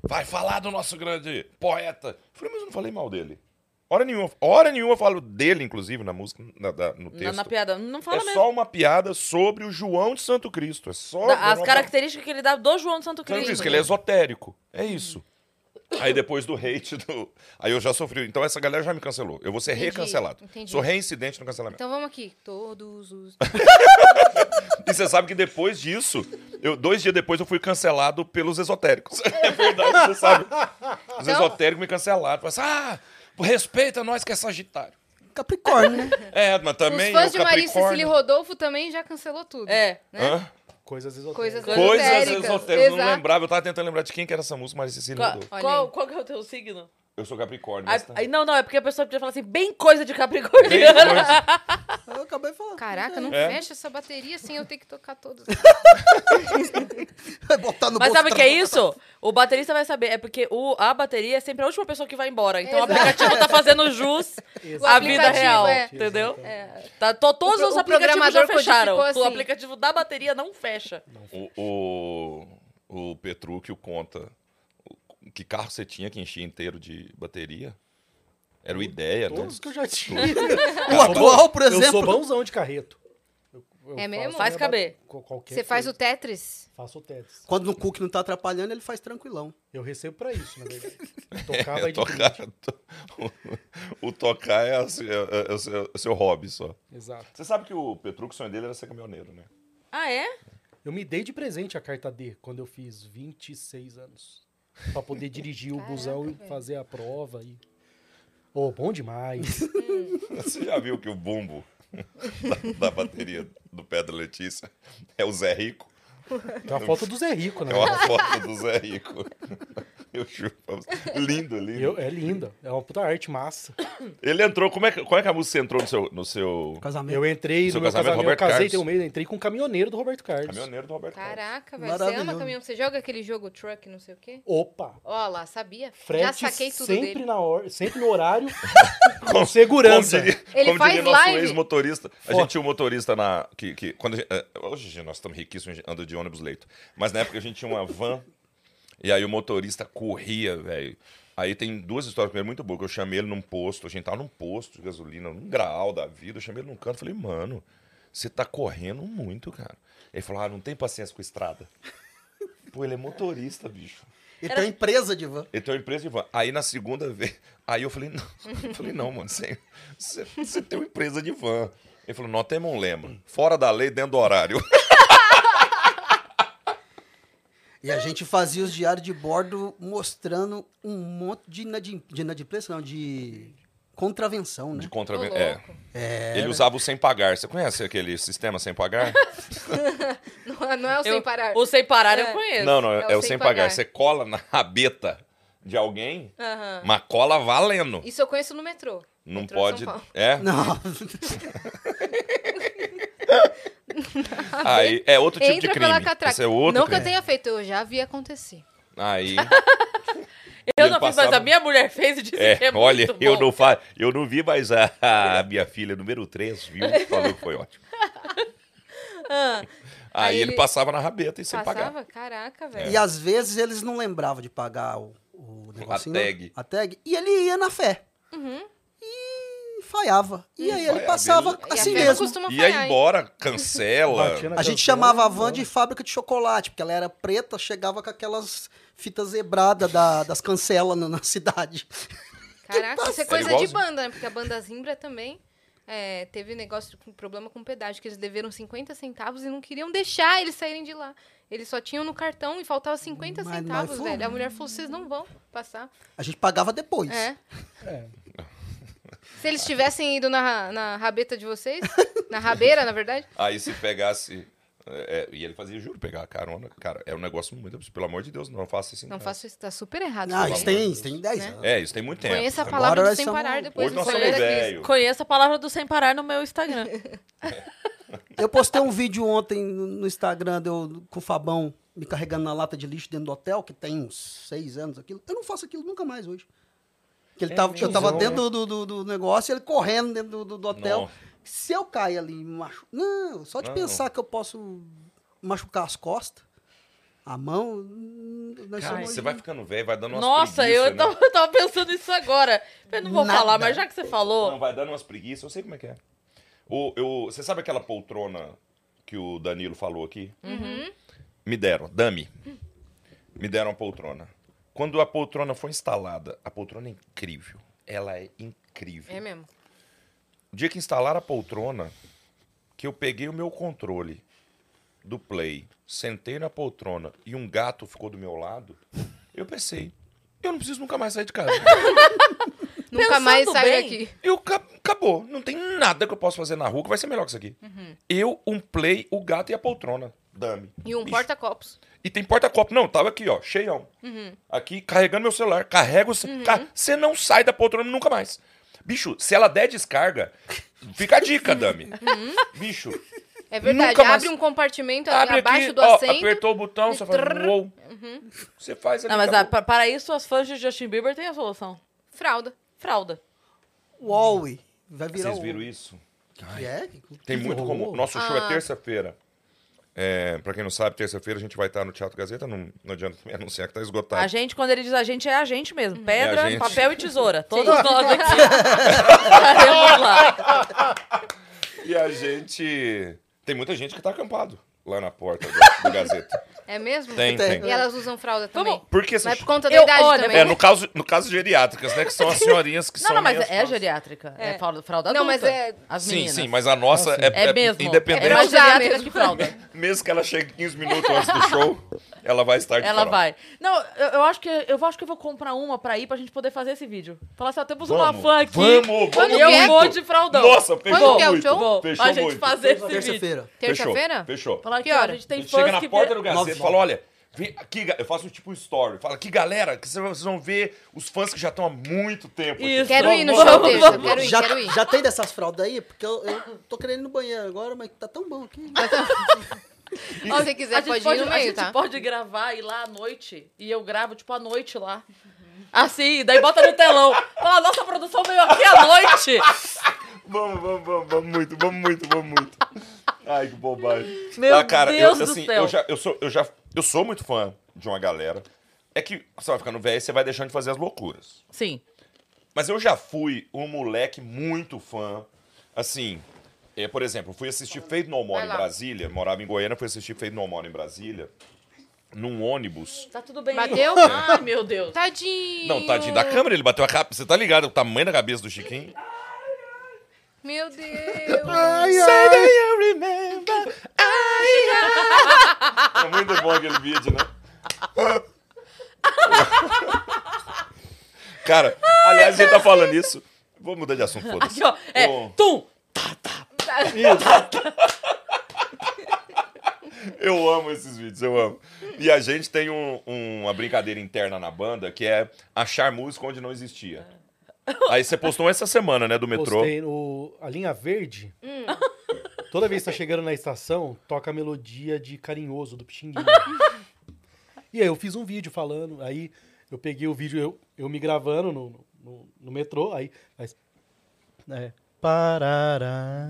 [SPEAKER 5] vai falar do nosso grande poeta. Eu falei, mas eu não falei mal dele. Hora nenhuma, hora nenhuma eu falo dele, inclusive, na música, na- da- no texto.
[SPEAKER 3] Na, na piada. Não
[SPEAKER 5] é
[SPEAKER 3] fala mesmo.
[SPEAKER 5] só uma piada sobre o João de Santo Cristo. É só.
[SPEAKER 3] Da-
[SPEAKER 5] era
[SPEAKER 3] as
[SPEAKER 5] uma-
[SPEAKER 3] características que ele dá do João do Santo
[SPEAKER 5] Santo
[SPEAKER 3] Cristo.
[SPEAKER 5] Cristo, que ele é esotérico. É isso. Aí depois do hate do. Aí eu já sofri. Então essa galera já me cancelou. Eu vou ser
[SPEAKER 1] Entendi,
[SPEAKER 5] recancelado.
[SPEAKER 1] entendi.
[SPEAKER 5] Sou reincidente no cancelamento.
[SPEAKER 1] Então vamos aqui. Todos os...
[SPEAKER 5] E você sabe que depois disso, eu, dois dias depois eu fui cancelado pelos esotéricos. [laughs] É verdade, você sabe. Os
[SPEAKER 1] Então-
[SPEAKER 5] esotéricos me cancelaram. Falaram assim, ah, respeita nós que é Sagitário.
[SPEAKER 2] Capricórnio, né?
[SPEAKER 5] É, mas [laughs] também.
[SPEAKER 1] os fãs
[SPEAKER 5] o
[SPEAKER 1] de Maria
[SPEAKER 5] Capricórnio.
[SPEAKER 1] Cecília Rodolfo também já cancelou tudo.
[SPEAKER 3] É.
[SPEAKER 1] né?
[SPEAKER 5] Hã?
[SPEAKER 4] Coisas
[SPEAKER 1] Coisas
[SPEAKER 4] esotéricas.
[SPEAKER 5] Coisas
[SPEAKER 1] esotéricas.
[SPEAKER 5] esotéricas. Eu não
[SPEAKER 1] Exato.
[SPEAKER 5] lembrava, eu tava tentando lembrar de quem que era essa música, Maria Cecília
[SPEAKER 3] Qual,
[SPEAKER 5] Rodolfo.
[SPEAKER 1] Olha
[SPEAKER 3] qual,
[SPEAKER 1] aí.
[SPEAKER 3] qual que é o teu signo?
[SPEAKER 5] Eu sou Capricórnio.
[SPEAKER 3] Aí-
[SPEAKER 5] mas tá.
[SPEAKER 3] aí- não, não, é porque a pessoa podia falar assim, bem coisa de Capricórnio.
[SPEAKER 5] Bem coisa.
[SPEAKER 2] Eu acabei falando.
[SPEAKER 1] Caraca, não
[SPEAKER 5] É.
[SPEAKER 1] fecha essa bateria sem eu ter que tocar todos.
[SPEAKER 2] Vai botar no
[SPEAKER 3] Mas
[SPEAKER 2] bolso,
[SPEAKER 3] sabe o que é isso? O baterista vai saber. É porque o, a bateria é sempre a última pessoa que vai embora. Então
[SPEAKER 1] Exato.
[SPEAKER 3] o aplicativo tá fazendo jus
[SPEAKER 4] Exato.
[SPEAKER 1] [laughs]
[SPEAKER 3] à
[SPEAKER 1] O
[SPEAKER 3] vida
[SPEAKER 1] aplicativo,
[SPEAKER 3] real.
[SPEAKER 1] é.
[SPEAKER 3] Entendeu? Tá, to- todos
[SPEAKER 1] O pro-
[SPEAKER 3] os
[SPEAKER 1] o
[SPEAKER 3] aplicativos já
[SPEAKER 1] programador
[SPEAKER 3] fecharam.
[SPEAKER 1] codificou
[SPEAKER 3] O
[SPEAKER 1] assim.
[SPEAKER 3] aplicativo da bateria não fecha.
[SPEAKER 5] O, o, o Petrúquio conta o- que carro você tinha que encher inteiro de bateria. Era o ideia, né?
[SPEAKER 4] Todos que eu já tinha.
[SPEAKER 2] O atual, por
[SPEAKER 4] Eu sou
[SPEAKER 2] exemplo.
[SPEAKER 4] bonzão de carreto. Eu- eu
[SPEAKER 1] É mesmo?
[SPEAKER 4] faço
[SPEAKER 3] Faz
[SPEAKER 4] minha
[SPEAKER 3] caber.
[SPEAKER 4] ba- qual- qualquer
[SPEAKER 1] Você faz o
[SPEAKER 4] coisa.
[SPEAKER 1] Tetris?
[SPEAKER 4] Faço o Tetris.
[SPEAKER 2] Quando o Cook não tá atrapalhando, ele faz tranquilão.
[SPEAKER 4] Eu recebo pra isso, na verdade.
[SPEAKER 5] É,
[SPEAKER 4] Tocar vai de
[SPEAKER 5] tocar-
[SPEAKER 4] brinde.
[SPEAKER 5] [laughs] o, o tocar é, a se- é- é o seu- é o seu hobby só.
[SPEAKER 4] Exato.
[SPEAKER 5] Você sabe que o Petrucco, o sonho dele era ser caminhoneiro, né?
[SPEAKER 3] Ah, é?
[SPEAKER 4] Eu me dei de presente a carta D quando eu fiz 26 anos. Pra poder dirigir o
[SPEAKER 1] Caraca,
[SPEAKER 4] busão e
[SPEAKER 1] velho.
[SPEAKER 4] fazer a prova. E... Ô, bom demais.
[SPEAKER 5] [laughs] Você já viu que o bumbo [laughs] da, da bateria do Pedro Letícia é o Zé Rico?
[SPEAKER 4] Tem uma foto do Zé Rico, né?
[SPEAKER 5] É uma foto do Zé Rico. [laughs] Eu juro pra você. Lindo, lindo.
[SPEAKER 4] Eu- é linda. É uma puta arte massa.
[SPEAKER 5] Ele entrou, como é, que- qual é que a música entrou no seu, no seu
[SPEAKER 2] Casamento.
[SPEAKER 1] Né?
[SPEAKER 4] Eu entrei
[SPEAKER 5] Seu
[SPEAKER 4] no meu
[SPEAKER 5] casamento, é
[SPEAKER 4] casamento, eu
[SPEAKER 5] Roberto
[SPEAKER 4] casei,
[SPEAKER 5] Carlos.
[SPEAKER 4] tem um mês, eu entrei com o caminhoneiro do Roberto Carlos.
[SPEAKER 5] caminhoneiro do Roberto Carlos?
[SPEAKER 1] Caraca, velho. Você ama
[SPEAKER 2] Maravilhoso.
[SPEAKER 1] caminhão? Você joga aquele jogo truck, não sei o quê?
[SPEAKER 4] Opa!
[SPEAKER 1] Ó lá, sabia? já
[SPEAKER 4] Frete
[SPEAKER 1] saquei tudo
[SPEAKER 4] sempre,
[SPEAKER 1] dele.
[SPEAKER 4] na hora, sempre no
[SPEAKER 5] [laughs]
[SPEAKER 4] horário, com segurança.
[SPEAKER 5] Como diria,
[SPEAKER 1] Ele
[SPEAKER 5] como
[SPEAKER 1] faz
[SPEAKER 5] diria nosso
[SPEAKER 1] live.
[SPEAKER 5] ex-motorista. A
[SPEAKER 4] Ó.
[SPEAKER 5] gente tinha um motorista na. Que, que, quando a gente- eh, hoje gente, nós estamos riquíssimos, a gente anda de ônibus leito. Mas na época a gente tinha uma van e aí o motorista corria, velho. Aí tem duas histórias primeiro muito boas. que Eu chamei ele num posto, a gente tava num posto de gasolina, num grau da vida. Eu chamei ele num canto e falei, mano, você tá correndo muito, cara. Ele falou, ah, não tem paciência com estrada. [laughs] Pô, ele é motorista, bicho.
[SPEAKER 2] Ele tem uma empresa de van.
[SPEAKER 5] Ele tem uma Então, empresa de van. Aí na segunda vez. [laughs] Aí eu falei, não, eu falei, não mano, você, você, você tem uma empresa de van. Ele falou, nós temos um lema. Fora da lei, dentro do horário. [laughs]
[SPEAKER 2] E a gente fazia os diários de bordo mostrando um monte de, inadim... de inadimplência, não, de contravenção, né?
[SPEAKER 5] De contraven...
[SPEAKER 1] Ô,
[SPEAKER 5] é.
[SPEAKER 1] louco.
[SPEAKER 5] Ele usava o sem pagar. Você conhece aquele sistema
[SPEAKER 1] [laughs]
[SPEAKER 5] sem pagar?
[SPEAKER 1] [laughs] Não, não é o
[SPEAKER 3] Eu-
[SPEAKER 1] sem parar.
[SPEAKER 3] O sem parar eu
[SPEAKER 1] É.
[SPEAKER 3] conheço.
[SPEAKER 5] não, não,
[SPEAKER 1] É
[SPEAKER 5] é,
[SPEAKER 1] o
[SPEAKER 5] o
[SPEAKER 1] sem
[SPEAKER 5] sem pagar.
[SPEAKER 1] pagar.
[SPEAKER 5] Você cola na rabeta de alguém,
[SPEAKER 1] Aham.
[SPEAKER 5] mas cola valendo.
[SPEAKER 1] Isso eu conheço no metrô.
[SPEAKER 5] Não
[SPEAKER 1] metrô de São
[SPEAKER 5] pode.
[SPEAKER 1] Paulo.
[SPEAKER 5] [laughs] É?
[SPEAKER 2] [laughs] Não.
[SPEAKER 5] Aí, é outro tipo de
[SPEAKER 1] Entra pela
[SPEAKER 5] crime.
[SPEAKER 1] catraca.
[SPEAKER 5] Esse é outro
[SPEAKER 1] não que eu
[SPEAKER 5] crime.
[SPEAKER 1] tenha feito, eu já vi acontecer. [laughs]
[SPEAKER 5] Aí.
[SPEAKER 3] Eu
[SPEAKER 5] Ele
[SPEAKER 3] não fiz, mas
[SPEAKER 5] passava-
[SPEAKER 3] a minha mulher fez e disse que
[SPEAKER 5] É,
[SPEAKER 3] é
[SPEAKER 5] olha,
[SPEAKER 3] muito
[SPEAKER 5] eu
[SPEAKER 3] bom.
[SPEAKER 5] não fa... eu não vi, mas a, a minha filha número 3 viu e falou que foi ótimo.
[SPEAKER 1] Ah,
[SPEAKER 5] Aí,
[SPEAKER 1] Aí
[SPEAKER 5] ele
[SPEAKER 1] ele-
[SPEAKER 5] passava na rabeta e sem pagar. É.
[SPEAKER 1] passava? Caraca, velho.
[SPEAKER 2] E às vezes eles não lembravam de pagar o, o negocinho. né?
[SPEAKER 5] tag.
[SPEAKER 2] A tag. E ele ia na fé.
[SPEAKER 1] Uhum.
[SPEAKER 2] E falhava. E aí ele
[SPEAKER 5] Falhava,
[SPEAKER 2] passava
[SPEAKER 1] E a
[SPEAKER 2] assim
[SPEAKER 1] fé não
[SPEAKER 2] mesmo.
[SPEAKER 1] costuma
[SPEAKER 5] Ia
[SPEAKER 1] falhar, hein?
[SPEAKER 5] embora, cancela.
[SPEAKER 4] Batia na
[SPEAKER 2] A gente
[SPEAKER 4] cancela,
[SPEAKER 2] chamava a van
[SPEAKER 4] mano.
[SPEAKER 2] de fábrica de chocolate, porque ela era preta, chegava com aquelas fitas zebradas da- das cancelas na, na cidade.
[SPEAKER 1] Caraca, isso é
[SPEAKER 5] Era
[SPEAKER 1] coisa de
[SPEAKER 5] igualzinho.
[SPEAKER 1] banda, né? Porque a banda Zimbra também é, teve negócio com problema com pedágio, que eles deveram 50 centavos e não queriam deixar eles saírem de lá. Eles só tinham no cartão e faltava 50
[SPEAKER 2] Mas nós
[SPEAKER 1] centavos,
[SPEAKER 2] fomos.
[SPEAKER 1] velho. A mulher falou, vocês não vão passar.
[SPEAKER 2] A gente pagava depois.
[SPEAKER 1] É.
[SPEAKER 4] É.
[SPEAKER 1] Se eles tivessem ido na, na rabeta de vocês, na rabeira, na verdade,
[SPEAKER 5] Aí se pegasse. é, é, e ele fazia, juro, pegar a carona. Cara, é um negócio muito absurdo. Pelo amor de Deus, não faça isso. em
[SPEAKER 1] não
[SPEAKER 5] casa.
[SPEAKER 1] faço isso, tá super errado.
[SPEAKER 2] Ah,
[SPEAKER 1] Pelo amor
[SPEAKER 2] isso
[SPEAKER 1] de
[SPEAKER 2] tem, um
[SPEAKER 1] Deus.
[SPEAKER 2] isso tem 10
[SPEAKER 1] né?
[SPEAKER 2] anos.
[SPEAKER 5] É, isso tem muito tempo.
[SPEAKER 1] Conheça a
[SPEAKER 2] Agora
[SPEAKER 1] palavra do
[SPEAKER 2] nós
[SPEAKER 1] sem
[SPEAKER 2] somos-
[SPEAKER 1] parar depois é
[SPEAKER 5] Hoje
[SPEAKER 1] do
[SPEAKER 5] nós
[SPEAKER 1] Sem
[SPEAKER 5] somos
[SPEAKER 1] Parar Crise.
[SPEAKER 5] velho.
[SPEAKER 3] Conheça a palavra do Sem Parar no meu
[SPEAKER 5] [laughs]
[SPEAKER 3] Instagram.
[SPEAKER 2] Eu postei um vídeo ontem no no Instagram de eu, com o Fabão me carregando na lata de lixo dentro do hotel, que tem uns seis anos aquilo. Eu não faço aquilo nunca mais hoje. Que ele
[SPEAKER 4] É
[SPEAKER 2] tava, eu tava
[SPEAKER 4] tiozão,
[SPEAKER 2] dentro do, do, do negócio, ele correndo dentro do, do- do hotel.
[SPEAKER 5] Nossa.
[SPEAKER 2] Se eu cair ali, e me machu... não, só de
[SPEAKER 5] Não.
[SPEAKER 2] pensar que eu posso machucar as costas, a mão, hum, nós
[SPEAKER 5] Cara,
[SPEAKER 2] somos
[SPEAKER 5] você vai ficando velho, vai dando umas
[SPEAKER 3] Nossa,
[SPEAKER 5] preguiças.
[SPEAKER 3] eu, tava,
[SPEAKER 5] né?
[SPEAKER 3] eu tava pensando isso agora. Eu não vou
[SPEAKER 2] Nada.
[SPEAKER 3] falar, mas já que você falou.
[SPEAKER 5] Não, vai dando umas preguiças, eu sei como é que é. O, eu, você sabe aquela poltrona que o Danilo falou aqui? Me deram, dame. Me deram a poltrona. Quando a poltrona foi instalada, a poltrona é incrível. Ela é incrível.
[SPEAKER 1] É mesmo.
[SPEAKER 5] O dia que instalaram a poltrona, que eu peguei o meu controle do Play, sentei na poltrona e um gato ficou do meu lado, eu pensei, eu não preciso nunca mais sair de casa.
[SPEAKER 1] Nunca mais
[SPEAKER 3] Pensando
[SPEAKER 1] sair
[SPEAKER 3] bem,
[SPEAKER 1] aqui.
[SPEAKER 5] Eu ca- acabou. Não tem nada que eu possa fazer na rua que vai ser melhor que isso aqui. Eu, um play, o gato e a poltrona. Dame.
[SPEAKER 1] Uhum. E um
[SPEAKER 5] Bicho.
[SPEAKER 1] porta-copos.
[SPEAKER 5] E tem porta-copo. Não, tava aqui, ó, cheião.
[SPEAKER 1] Uhum.
[SPEAKER 5] Aqui, carregando meu celular. Carrega o celular. Você não sai da poltrona nunca mais. Bicho, se ela der descarga, fica a dica,
[SPEAKER 1] [laughs]
[SPEAKER 5] Dami. Bicho,
[SPEAKER 1] É verdade.
[SPEAKER 5] Nunca mais-
[SPEAKER 1] Abre um compartimento
[SPEAKER 5] abre
[SPEAKER 1] abaixo
[SPEAKER 5] aqui,
[SPEAKER 1] do
[SPEAKER 5] ó,
[SPEAKER 1] assento.
[SPEAKER 5] apertou o botão, você fala,
[SPEAKER 1] Trrr. Uhum.
[SPEAKER 5] uou. Você faz ali, tá
[SPEAKER 3] Não, mas ah,
[SPEAKER 5] acabou.
[SPEAKER 3] pa- para isso, as fãs de Justin Bieber têm a solução.
[SPEAKER 1] Fralda.
[SPEAKER 3] Fralda.
[SPEAKER 2] o um Huawei. Vai virar
[SPEAKER 5] Vocês
[SPEAKER 2] o-
[SPEAKER 5] viram isso?
[SPEAKER 2] Que é?
[SPEAKER 5] Tem
[SPEAKER 2] Que
[SPEAKER 5] muito
[SPEAKER 2] horror.
[SPEAKER 5] comum. Nosso show
[SPEAKER 3] Ah.
[SPEAKER 5] é terça-feira. É, pra quem não sabe, terça-feira a gente vai estar no Teatro Gazeta. Não, não adianta me [laughs] anunciar que tá esgotado.
[SPEAKER 3] A gente, quando ele diz a gente, é a gente mesmo.
[SPEAKER 5] É a
[SPEAKER 3] Pedra,
[SPEAKER 5] gente.
[SPEAKER 3] papel e tesoura. Todos nós aqui.
[SPEAKER 5] [laughs]
[SPEAKER 3] Estaremos lá.
[SPEAKER 5] E a gente. Tem muita gente que tá acampado lá na porta do, do Gazeta.
[SPEAKER 1] É mesmo?
[SPEAKER 5] Tem, tem.
[SPEAKER 1] E elas usam fralda também.
[SPEAKER 3] Vamos-
[SPEAKER 5] Porque
[SPEAKER 1] Mas
[SPEAKER 5] essas.
[SPEAKER 1] por conta da
[SPEAKER 3] Eu-
[SPEAKER 1] idade
[SPEAKER 3] olha,
[SPEAKER 1] também.
[SPEAKER 5] É,
[SPEAKER 1] né?
[SPEAKER 5] no caso, no caso geriátricas, né? Que são as senhorinhas que
[SPEAKER 3] Não,
[SPEAKER 5] são.
[SPEAKER 3] não, mas
[SPEAKER 5] minhas
[SPEAKER 3] é
[SPEAKER 5] fãs.
[SPEAKER 3] geriátrica. É,
[SPEAKER 1] É.
[SPEAKER 3] fralda, fralda
[SPEAKER 1] Não,
[SPEAKER 3] adulta.
[SPEAKER 1] mas é-
[SPEAKER 3] As
[SPEAKER 5] Sim,
[SPEAKER 3] meninas.
[SPEAKER 5] sim, mas a nossa é,
[SPEAKER 3] É mesmo.
[SPEAKER 5] independente.
[SPEAKER 3] É mais
[SPEAKER 1] Já
[SPEAKER 3] geriátrica
[SPEAKER 1] mesmo.
[SPEAKER 3] que fralda.
[SPEAKER 5] Mesmo que ela chegue 15 minutos antes
[SPEAKER 3] [laughs]
[SPEAKER 5] do show, ela vai estar de
[SPEAKER 3] Ela
[SPEAKER 5] fralda.
[SPEAKER 3] vai. Não, eu, eu acho que eu acho que eu vou comprar uma pra ir pra gente poder fazer esse vídeo. Falar assim, ó, temos uma
[SPEAKER 5] Vamos,
[SPEAKER 3] fã aqui.
[SPEAKER 5] vamos,
[SPEAKER 1] vamos
[SPEAKER 3] E eu
[SPEAKER 1] muito.
[SPEAKER 3] vou de fraldão.
[SPEAKER 5] Nossa, fechou
[SPEAKER 1] Quando que é o
[SPEAKER 5] muito.
[SPEAKER 1] show?
[SPEAKER 3] Vou,
[SPEAKER 5] Fechou
[SPEAKER 3] pra gente
[SPEAKER 5] muito.
[SPEAKER 3] fazer esse vídeo.
[SPEAKER 2] Terça-feira.
[SPEAKER 1] Terça-feira?
[SPEAKER 5] Fechou. fechou.
[SPEAKER 3] Falar que,
[SPEAKER 1] Que
[SPEAKER 3] ó, a
[SPEAKER 1] hora?
[SPEAKER 3] gente tem
[SPEAKER 5] Ele chega
[SPEAKER 3] fãs
[SPEAKER 5] na
[SPEAKER 3] que...
[SPEAKER 5] porta
[SPEAKER 3] vê-
[SPEAKER 5] do Gazeta e
[SPEAKER 2] Nove,
[SPEAKER 5] fala, olha, vem aqui, ga- eu faço tipo um story. Fala, que galera, que vocês vão- vocês vão ver os fãs que já estão há muito tempo. aqui."
[SPEAKER 3] Isso.
[SPEAKER 1] Quero ir no
[SPEAKER 3] Vamos,
[SPEAKER 1] show
[SPEAKER 3] vamos,
[SPEAKER 1] terça.
[SPEAKER 3] vamos.
[SPEAKER 1] Quero ir,
[SPEAKER 2] já,
[SPEAKER 1] quero ir.
[SPEAKER 2] já tem dessas fraldas aí? Porque eu, eu tô querendo ir no banheiro agora, mas tá tão bom aqui.
[SPEAKER 1] assim, Ó, Se você quiser, pode ir no
[SPEAKER 3] a
[SPEAKER 1] meio,
[SPEAKER 3] gente
[SPEAKER 1] tá?
[SPEAKER 3] pode gravar e ir lá à noite. E eu gravo, tipo, à noite lá. Assim, daí bota no telão. Fala, nossa a produção veio aqui à noite.
[SPEAKER 5] Vamos, vamos, vamos, vamos muito, vamos muito, vamos muito. Ai, que bobagem.
[SPEAKER 3] Meu
[SPEAKER 5] cara,
[SPEAKER 3] Deus
[SPEAKER 5] eu,
[SPEAKER 3] do
[SPEAKER 5] assim,
[SPEAKER 3] céu.
[SPEAKER 5] Eu, já, eu, sou, eu, já, eu sou muito fã de uma galera. É que você vai ficando velho e você vai deixando de fazer as loucuras.
[SPEAKER 3] Sim.
[SPEAKER 5] Mas eu já fui um moleque muito fã. Assim, é, por exemplo, fui assistir Feito No More
[SPEAKER 1] Vai
[SPEAKER 5] em
[SPEAKER 1] lá.
[SPEAKER 5] Brasília. Morava em Goiânia, fui assistir Feito No More em Brasília. Num ônibus.
[SPEAKER 3] Tá tudo bem.
[SPEAKER 1] Bateu?
[SPEAKER 3] Ai, meu Deus.
[SPEAKER 1] Tadinho.
[SPEAKER 5] Não, tadinho da câmera, ele bateu a cabeça. Você tá ligado o tamanho da cabeça do Chiquinho? [laughs]
[SPEAKER 1] Meu Deus.
[SPEAKER 5] É muito bom aquele vídeo, né? Cara, aliás, a gente tá falando isso. Vou mudar de assunto,
[SPEAKER 3] Aqui,
[SPEAKER 5] foda-se.
[SPEAKER 3] ó. É,
[SPEAKER 5] Ô,
[SPEAKER 3] tum.
[SPEAKER 5] Eu amo esses vídeos, eu amo. E a gente tem um- um- uma brincadeira interna na banda que é achar música onde não existia. Aí você postou essa semana, né, do metrô.
[SPEAKER 4] Postei no, a linha verde.
[SPEAKER 1] Hum.
[SPEAKER 4] [laughs] Toda vez que tá chegando na estação, toca a melodia de Carinhoso,
[SPEAKER 1] [laughs]
[SPEAKER 4] do Pixinguinha. e aí eu fiz um vídeo falando, aí eu peguei o vídeo, eu, eu me gravando no, no, no metrô, aí... Mas, é, parará.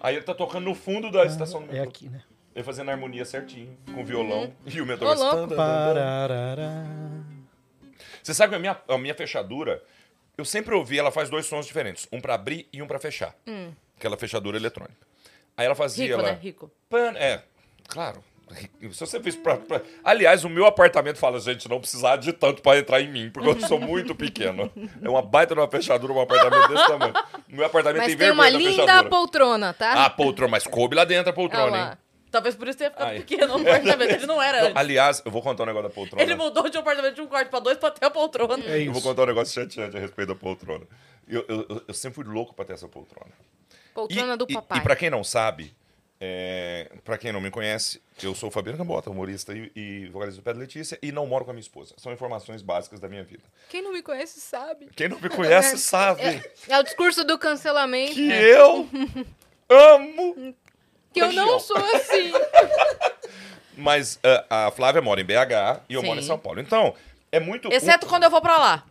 [SPEAKER 5] Aí ele tá tocando no fundo da estação do
[SPEAKER 4] É
[SPEAKER 5] metrô.
[SPEAKER 4] aqui, né?
[SPEAKER 5] Ele fazendo a harmonia certinho, com violão.
[SPEAKER 3] Uhum.
[SPEAKER 5] E o metrô
[SPEAKER 1] Ô,
[SPEAKER 5] vai-
[SPEAKER 1] louco.
[SPEAKER 4] Parará.
[SPEAKER 5] Você sabe que a minha, a minha fechadura, eu sempre ouvi, ela faz dois sons diferentes. Um pra abrir e um pra fechar. Aquela fechadura eletrônica. Aí ela
[SPEAKER 3] Hum.
[SPEAKER 5] fazia...
[SPEAKER 3] Rico,
[SPEAKER 5] ela,
[SPEAKER 3] né? Rico.
[SPEAKER 5] Pan- É, claro. Se você fez pra, pra- Aliás, o meu apartamento fala, gente, não precisar de tanto pra entrar em mim, porque eu sou muito pequeno. É uma baita de uma fechadura, um apartamento desse tamanho. O meu apartamento
[SPEAKER 1] Mas
[SPEAKER 5] tem
[SPEAKER 1] tem uma
[SPEAKER 5] vergonha da
[SPEAKER 1] linda
[SPEAKER 5] fechadura.
[SPEAKER 1] poltrona, tá?
[SPEAKER 5] Ah, poltrona, mas coube lá dentro a poltrona,
[SPEAKER 1] Olha lá.
[SPEAKER 5] hein?
[SPEAKER 3] Talvez por isso tenha ficado
[SPEAKER 5] Ai.
[SPEAKER 3] pequeno o apartamento. Ele não era
[SPEAKER 5] Não,
[SPEAKER 3] antes.
[SPEAKER 5] aliás, eu vou contar um negócio da poltrona.
[SPEAKER 3] Ele mudou de um apartamento de um quarto pra dois pra ter a poltrona.
[SPEAKER 4] É
[SPEAKER 5] Eu vou
[SPEAKER 4] isso.
[SPEAKER 5] contar um negócio chateante a respeito da poltrona. Eu, eu- eu- eu sempre fui louco pra ter essa poltrona. E-
[SPEAKER 1] Poltrona é do
[SPEAKER 5] e-
[SPEAKER 1] papai.
[SPEAKER 5] E, pra quem não sabe, é, pra quem não me conhece, eu sou o Fabiano Cambota, humorista e, e vocalista do Pé da Letícia, e não moro com a minha esposa. São informações básicas da minha vida.
[SPEAKER 1] Quem não me conhece sabe. [laughs]
[SPEAKER 5] Quem não me conhece sabe
[SPEAKER 1] É, é o discurso do cancelamento. [laughs]
[SPEAKER 5] que é eu amo.
[SPEAKER 1] Que eu não
[SPEAKER 5] Legião.
[SPEAKER 1] sou assim.
[SPEAKER 5] Mas ah, a Flávia mora em BH e eu moro em
[SPEAKER 1] Sim.
[SPEAKER 5] São Paulo. Então, é muito.
[SPEAKER 3] Exceto quando eu vou pra lá.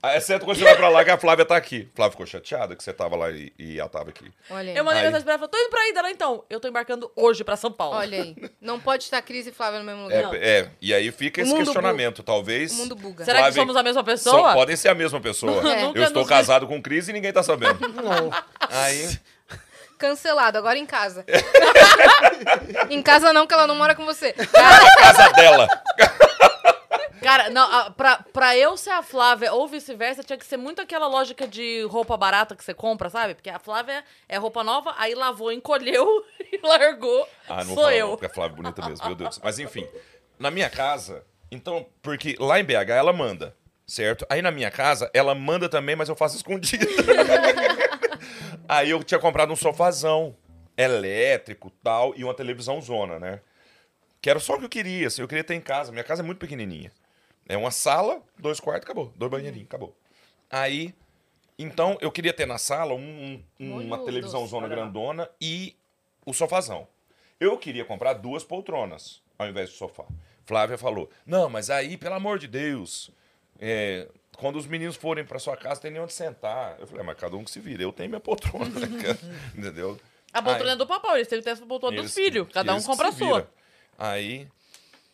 [SPEAKER 5] Ah, Exceto quando você vai pra lá que a Flávia tá aqui. Flávia ficou chateada que você tava lá e, e ela tava aqui.
[SPEAKER 1] [laughs] Olha aí.
[SPEAKER 3] Eu mandei
[SPEAKER 5] Aí.
[SPEAKER 3] mensagem pra ela e falei, tô indo pra aí dela então. Eu tô embarcando hoje pra São Paulo.
[SPEAKER 1] Olha aí. Não pode estar Cris e Flávia no mesmo
[SPEAKER 5] É,
[SPEAKER 1] lugar.
[SPEAKER 5] é, e aí fica
[SPEAKER 1] O
[SPEAKER 5] esse
[SPEAKER 1] mundo
[SPEAKER 5] questionamento, talvez.
[SPEAKER 1] O mundo buga.
[SPEAKER 3] Será que
[SPEAKER 5] Flávia-
[SPEAKER 3] somos a mesma
[SPEAKER 5] Só
[SPEAKER 3] pessoa?
[SPEAKER 5] podem ser a mesma pessoa.
[SPEAKER 1] É.
[SPEAKER 5] Eu
[SPEAKER 3] [laughs] Nunca
[SPEAKER 5] estou
[SPEAKER 3] nos-
[SPEAKER 5] casado com Cris e ninguém tá sabendo.
[SPEAKER 4] Não,
[SPEAKER 5] Aí,
[SPEAKER 1] Cancelado, agora em casa. [laughs] em casa não, que ela não mora com você.
[SPEAKER 5] casa
[SPEAKER 3] [laughs]
[SPEAKER 5] dela.
[SPEAKER 3] Cara, não, a- pra, pra eu ser a Flávia ou vice-versa, tinha que ser muito aquela lógica de roupa barata que você compra, sabe? Porque a Flávia é roupa nova, aí lavou, encolheu [laughs] e largou.
[SPEAKER 5] Ah, não vou
[SPEAKER 3] Sou
[SPEAKER 5] falar,
[SPEAKER 3] eu.
[SPEAKER 5] não, porque a Flávia é bonita mesmo, meu Deus. Mas enfim, na minha casa, então, porque lá em BH ela manda, certo? Aí na minha casa, ela manda também, mas eu faço escondido. [laughs] Aí eu tinha comprado um sofazão elétrico, tal, e uma televisão zona, né? Que era só o que eu queria, assim, eu queria ter em casa. Minha casa é muito pequenininha. É uma sala, dois quartos, acabou. Dois banheirinhos, acabou. Aí, então, eu queria ter na sala um- um- uma
[SPEAKER 1] Olhudos.
[SPEAKER 5] televisão zona grandona e o sofazão. Eu queria comprar duas poltronas ao invés do sofá. Flávia falou: Não, mas aí, pelo amor de Deus, é, quando os meninos forem para sua casa, tem nem onde sentar. Eu falei: "Ah, Mas cada um que se vira, eu tenho minha poltrona, [laughs] né, cara?" entendeu?
[SPEAKER 3] A poltrona
[SPEAKER 5] Aí-
[SPEAKER 3] é do papai, eles têm que ter essa poltrona
[SPEAKER 5] eles
[SPEAKER 3] dos
[SPEAKER 5] que-
[SPEAKER 3] filhos. Cada um
[SPEAKER 5] eles que
[SPEAKER 3] compra a
[SPEAKER 5] se
[SPEAKER 3] sua.
[SPEAKER 5] vira. Aí,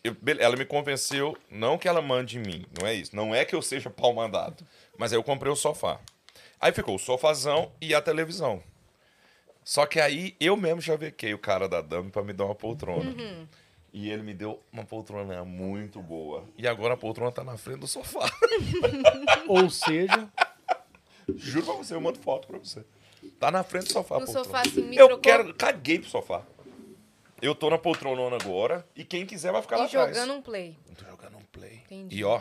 [SPEAKER 5] eu- bele- ela me convenceu, não que ela mande em mim, não é isso. Não é que eu seja pau mandado. Mas aí eu comprei o sofá. Aí ficou o sofazão e a televisão. Só que aí eu mesmo chavequei o cara da dama pra me dar uma poltrona.
[SPEAKER 3] Uhum.
[SPEAKER 5] E ele me deu uma poltrona muito boa. E agora a poltrona tá na frente do sofá. [laughs]
[SPEAKER 4] ou seja,
[SPEAKER 5] Juro pra você, eu mando foto pra você. Tá na frente do sofá. a
[SPEAKER 1] No
[SPEAKER 5] poltrona.
[SPEAKER 1] sofá, assim, me
[SPEAKER 5] Eu
[SPEAKER 1] trocou.
[SPEAKER 5] quero. Caguei pro sofá. Eu tô na poltronona agora e quem quiser vai ficar lá
[SPEAKER 1] E
[SPEAKER 5] atrás.
[SPEAKER 1] jogando um play. [laughs]
[SPEAKER 5] Tô jogando um play.
[SPEAKER 1] Entendi.
[SPEAKER 5] E ó,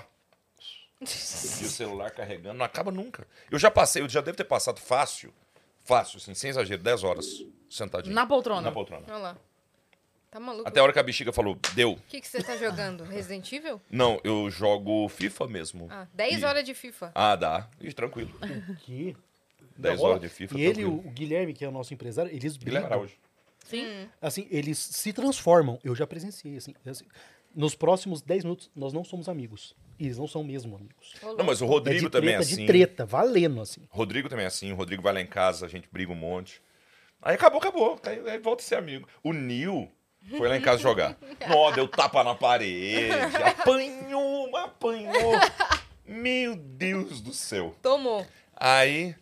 [SPEAKER 5] e o celular carregando, não acaba nunca. Eu já passei, eu já devo ter passado fácil, fácil, assim, sem exagero, 10 horas sentadinho.
[SPEAKER 3] Na poltrona.
[SPEAKER 5] Na poltrona.
[SPEAKER 1] Olha lá. Tá maluco?
[SPEAKER 5] Até a hora que a bexiga falou, deu.
[SPEAKER 1] O que, que você tá jogando? Resident Evil?
[SPEAKER 5] Não, eu jogo FIFA mesmo.
[SPEAKER 1] Ah, 10
[SPEAKER 5] E-
[SPEAKER 1] horas Ah, de FIFA.
[SPEAKER 5] Ah, dá. Ih, tranquilo.
[SPEAKER 4] que...
[SPEAKER 5] 10
[SPEAKER 4] Ó,
[SPEAKER 5] horas de FIFA,
[SPEAKER 4] E ele,
[SPEAKER 5] tranquilo.
[SPEAKER 4] o Guilherme, que é o nosso empresário, eles
[SPEAKER 5] Guilherme
[SPEAKER 4] brigam.
[SPEAKER 5] Araújo.
[SPEAKER 3] Sim.
[SPEAKER 4] Assim, eles se transformam. Eu já presenciei, assim. assim, nos próximos 10 minutos, nós não somos amigos. E eles não são mesmo amigos.
[SPEAKER 1] Ô,
[SPEAKER 5] Não,
[SPEAKER 1] louco.
[SPEAKER 5] mas o Rodrigo
[SPEAKER 4] é de
[SPEAKER 5] também é
[SPEAKER 4] treta,
[SPEAKER 5] assim.
[SPEAKER 4] de treta, valendo, assim.
[SPEAKER 5] Rodrigo também é assim, o Rodrigo vai lá em casa, a gente briga um monte. Aí acabou, acabou. Aí, aí volta a ser amigo. O Nil foi lá em casa
[SPEAKER 3] [laughs]
[SPEAKER 5] jogar. Nó, deu tapa na parede. Apanhou, mas apanhou. Meu Deus do céu.
[SPEAKER 1] Tomou.
[SPEAKER 5] Aí,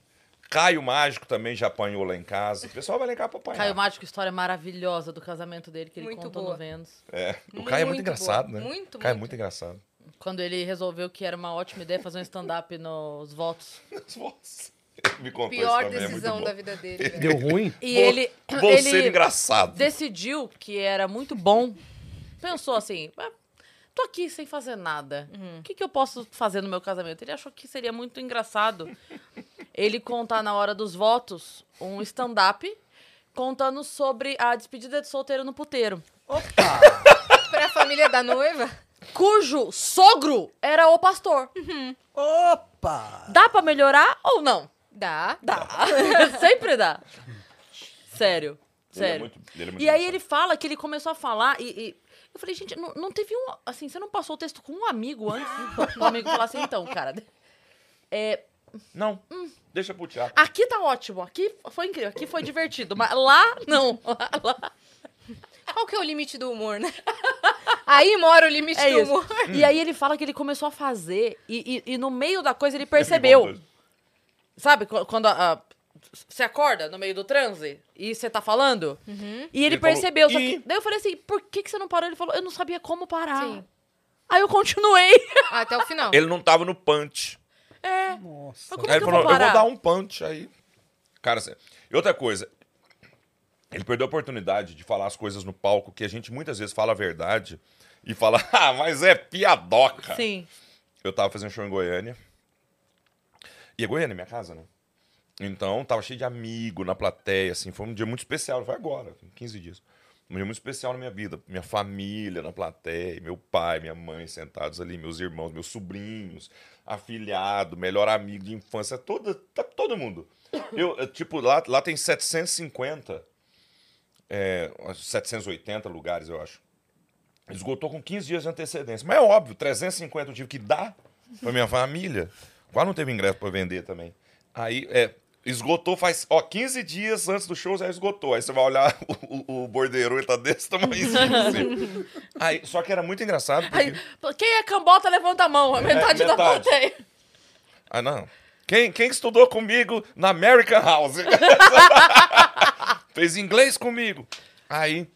[SPEAKER 5] Caio Mágico também já apanhou lá em casa. O pessoal vai lá em casa pra apanhar.
[SPEAKER 3] Caio Mágico, história maravilhosa do casamento dele, que ele
[SPEAKER 1] Muito
[SPEAKER 3] contou
[SPEAKER 1] boa.
[SPEAKER 3] no Vênus.
[SPEAKER 5] É. O Caio é muito
[SPEAKER 1] Muito
[SPEAKER 5] engraçado,
[SPEAKER 1] boa.
[SPEAKER 5] né?
[SPEAKER 1] Muito,
[SPEAKER 5] O Caio é
[SPEAKER 1] muito.
[SPEAKER 5] muito engraçado. [laughs]
[SPEAKER 3] Quando ele resolveu que era uma ótima ideia fazer um stand-up nos votos.
[SPEAKER 5] Nossa, Me contou
[SPEAKER 1] Pior
[SPEAKER 5] isso também, é
[SPEAKER 1] decisão
[SPEAKER 5] muito bom.
[SPEAKER 1] da vida dele, velho.
[SPEAKER 4] Deu ruim?
[SPEAKER 3] E
[SPEAKER 5] Vou-
[SPEAKER 3] ele,
[SPEAKER 5] Vou
[SPEAKER 3] ele
[SPEAKER 5] ser engraçado.
[SPEAKER 3] decidiu que era muito bom. Pensou assim, "Ah, tô aqui sem fazer nada. O que, que eu posso fazer no meu casamento? Ele achou que seria muito engraçado ele contar na hora dos votos um stand-up contando sobre a despedida de solteiro no puteiro.
[SPEAKER 1] Pra família da noiva?
[SPEAKER 3] Cujo sogro era o pastor.
[SPEAKER 2] Opa!
[SPEAKER 3] Dá pra melhorar ou não?
[SPEAKER 1] Dá.
[SPEAKER 3] Dá. Sempre dá. Sério.
[SPEAKER 5] Ele é
[SPEAKER 3] Sério.
[SPEAKER 5] muito- ele é muito
[SPEAKER 3] e aí
[SPEAKER 5] engraçado.
[SPEAKER 3] ele fala que ele começou a falar e. e- Eu falei, gente, não, não teve um. Assim, você não passou o texto com um amigo antes? Um amigo falar assim, então, cara. é,
[SPEAKER 5] Não,
[SPEAKER 3] Hum.
[SPEAKER 5] deixa pro Thiago.
[SPEAKER 3] aqui tá ótimo, aqui foi incrível, aqui foi divertido, mas lá não. [laughs] Lá, lá.
[SPEAKER 1] Qual que é o limite do humor, né? [laughs] Aí mora o limite
[SPEAKER 3] É
[SPEAKER 1] do
[SPEAKER 3] isso.
[SPEAKER 1] humor.
[SPEAKER 3] E aí ele fala que ele começou a fazer e, e- e no meio da coisa ele
[SPEAKER 5] É
[SPEAKER 3] percebeu. Sabe, qu- quando a- a- você acorda no meio do transe e você tá falando? E ele,
[SPEAKER 5] Ele falou,
[SPEAKER 3] percebeu. só
[SPEAKER 5] "Ih".
[SPEAKER 3] que- daí eu falei assim, por que, que você não parou? Ele falou, eu não sabia como parar.
[SPEAKER 1] Sim.
[SPEAKER 3] Aí eu [laughs] continuei.
[SPEAKER 1] Até o final.
[SPEAKER 5] Ele não tava no punch.
[SPEAKER 3] É.
[SPEAKER 4] [laughs] Nossa.
[SPEAKER 3] Mas como
[SPEAKER 5] aí
[SPEAKER 3] é
[SPEAKER 5] ele
[SPEAKER 3] que eu
[SPEAKER 5] falou,
[SPEAKER 3] vou
[SPEAKER 5] eu vou
[SPEAKER 3] parar?
[SPEAKER 5] dar um punch aí. Cara, assim, e outra coisa, ele perdeu a oportunidade de falar as coisas no palco que a gente muitas vezes fala a verdade e fala, [laughs] ah, mas é piadoca.
[SPEAKER 3] Sim.
[SPEAKER 5] Eu tava fazendo show em Goiânia. E é Goiânia, minha casa, né? Então, tava cheio de amigo na plateia, assim. Foi um dia muito especial. Foi agora, tem 15 dias. Um dia muito especial na minha vida. Minha família na plateia, meu pai, minha mãe sentados ali, meus irmãos, meus sobrinhos, afilhado, melhor amigo de infância, todo, tá todo mundo. Eu, eu, tipo, lá, lá tem 750, é, 780 lugares, eu acho. Esgotou com 15 dias de antecedência. Mas é óbvio, 350 eu tive que dar pra minha família. Quase não teve ingresso pra vender também. Aí, é, esgotou faz, ó, 15 dias antes do show já esgotou. Aí você vai olhar [laughs] o, o, o bordeiro, ele tá desse tamanhozinho assim. Aí, só que era muito engraçado porque...
[SPEAKER 3] Aí, quem é cambota, levanta a mão. É metade, da
[SPEAKER 5] metade.
[SPEAKER 3] plateia.
[SPEAKER 5] Ah, não. Quem, quem estudou comigo na American House? Fez inglês comigo. Aí,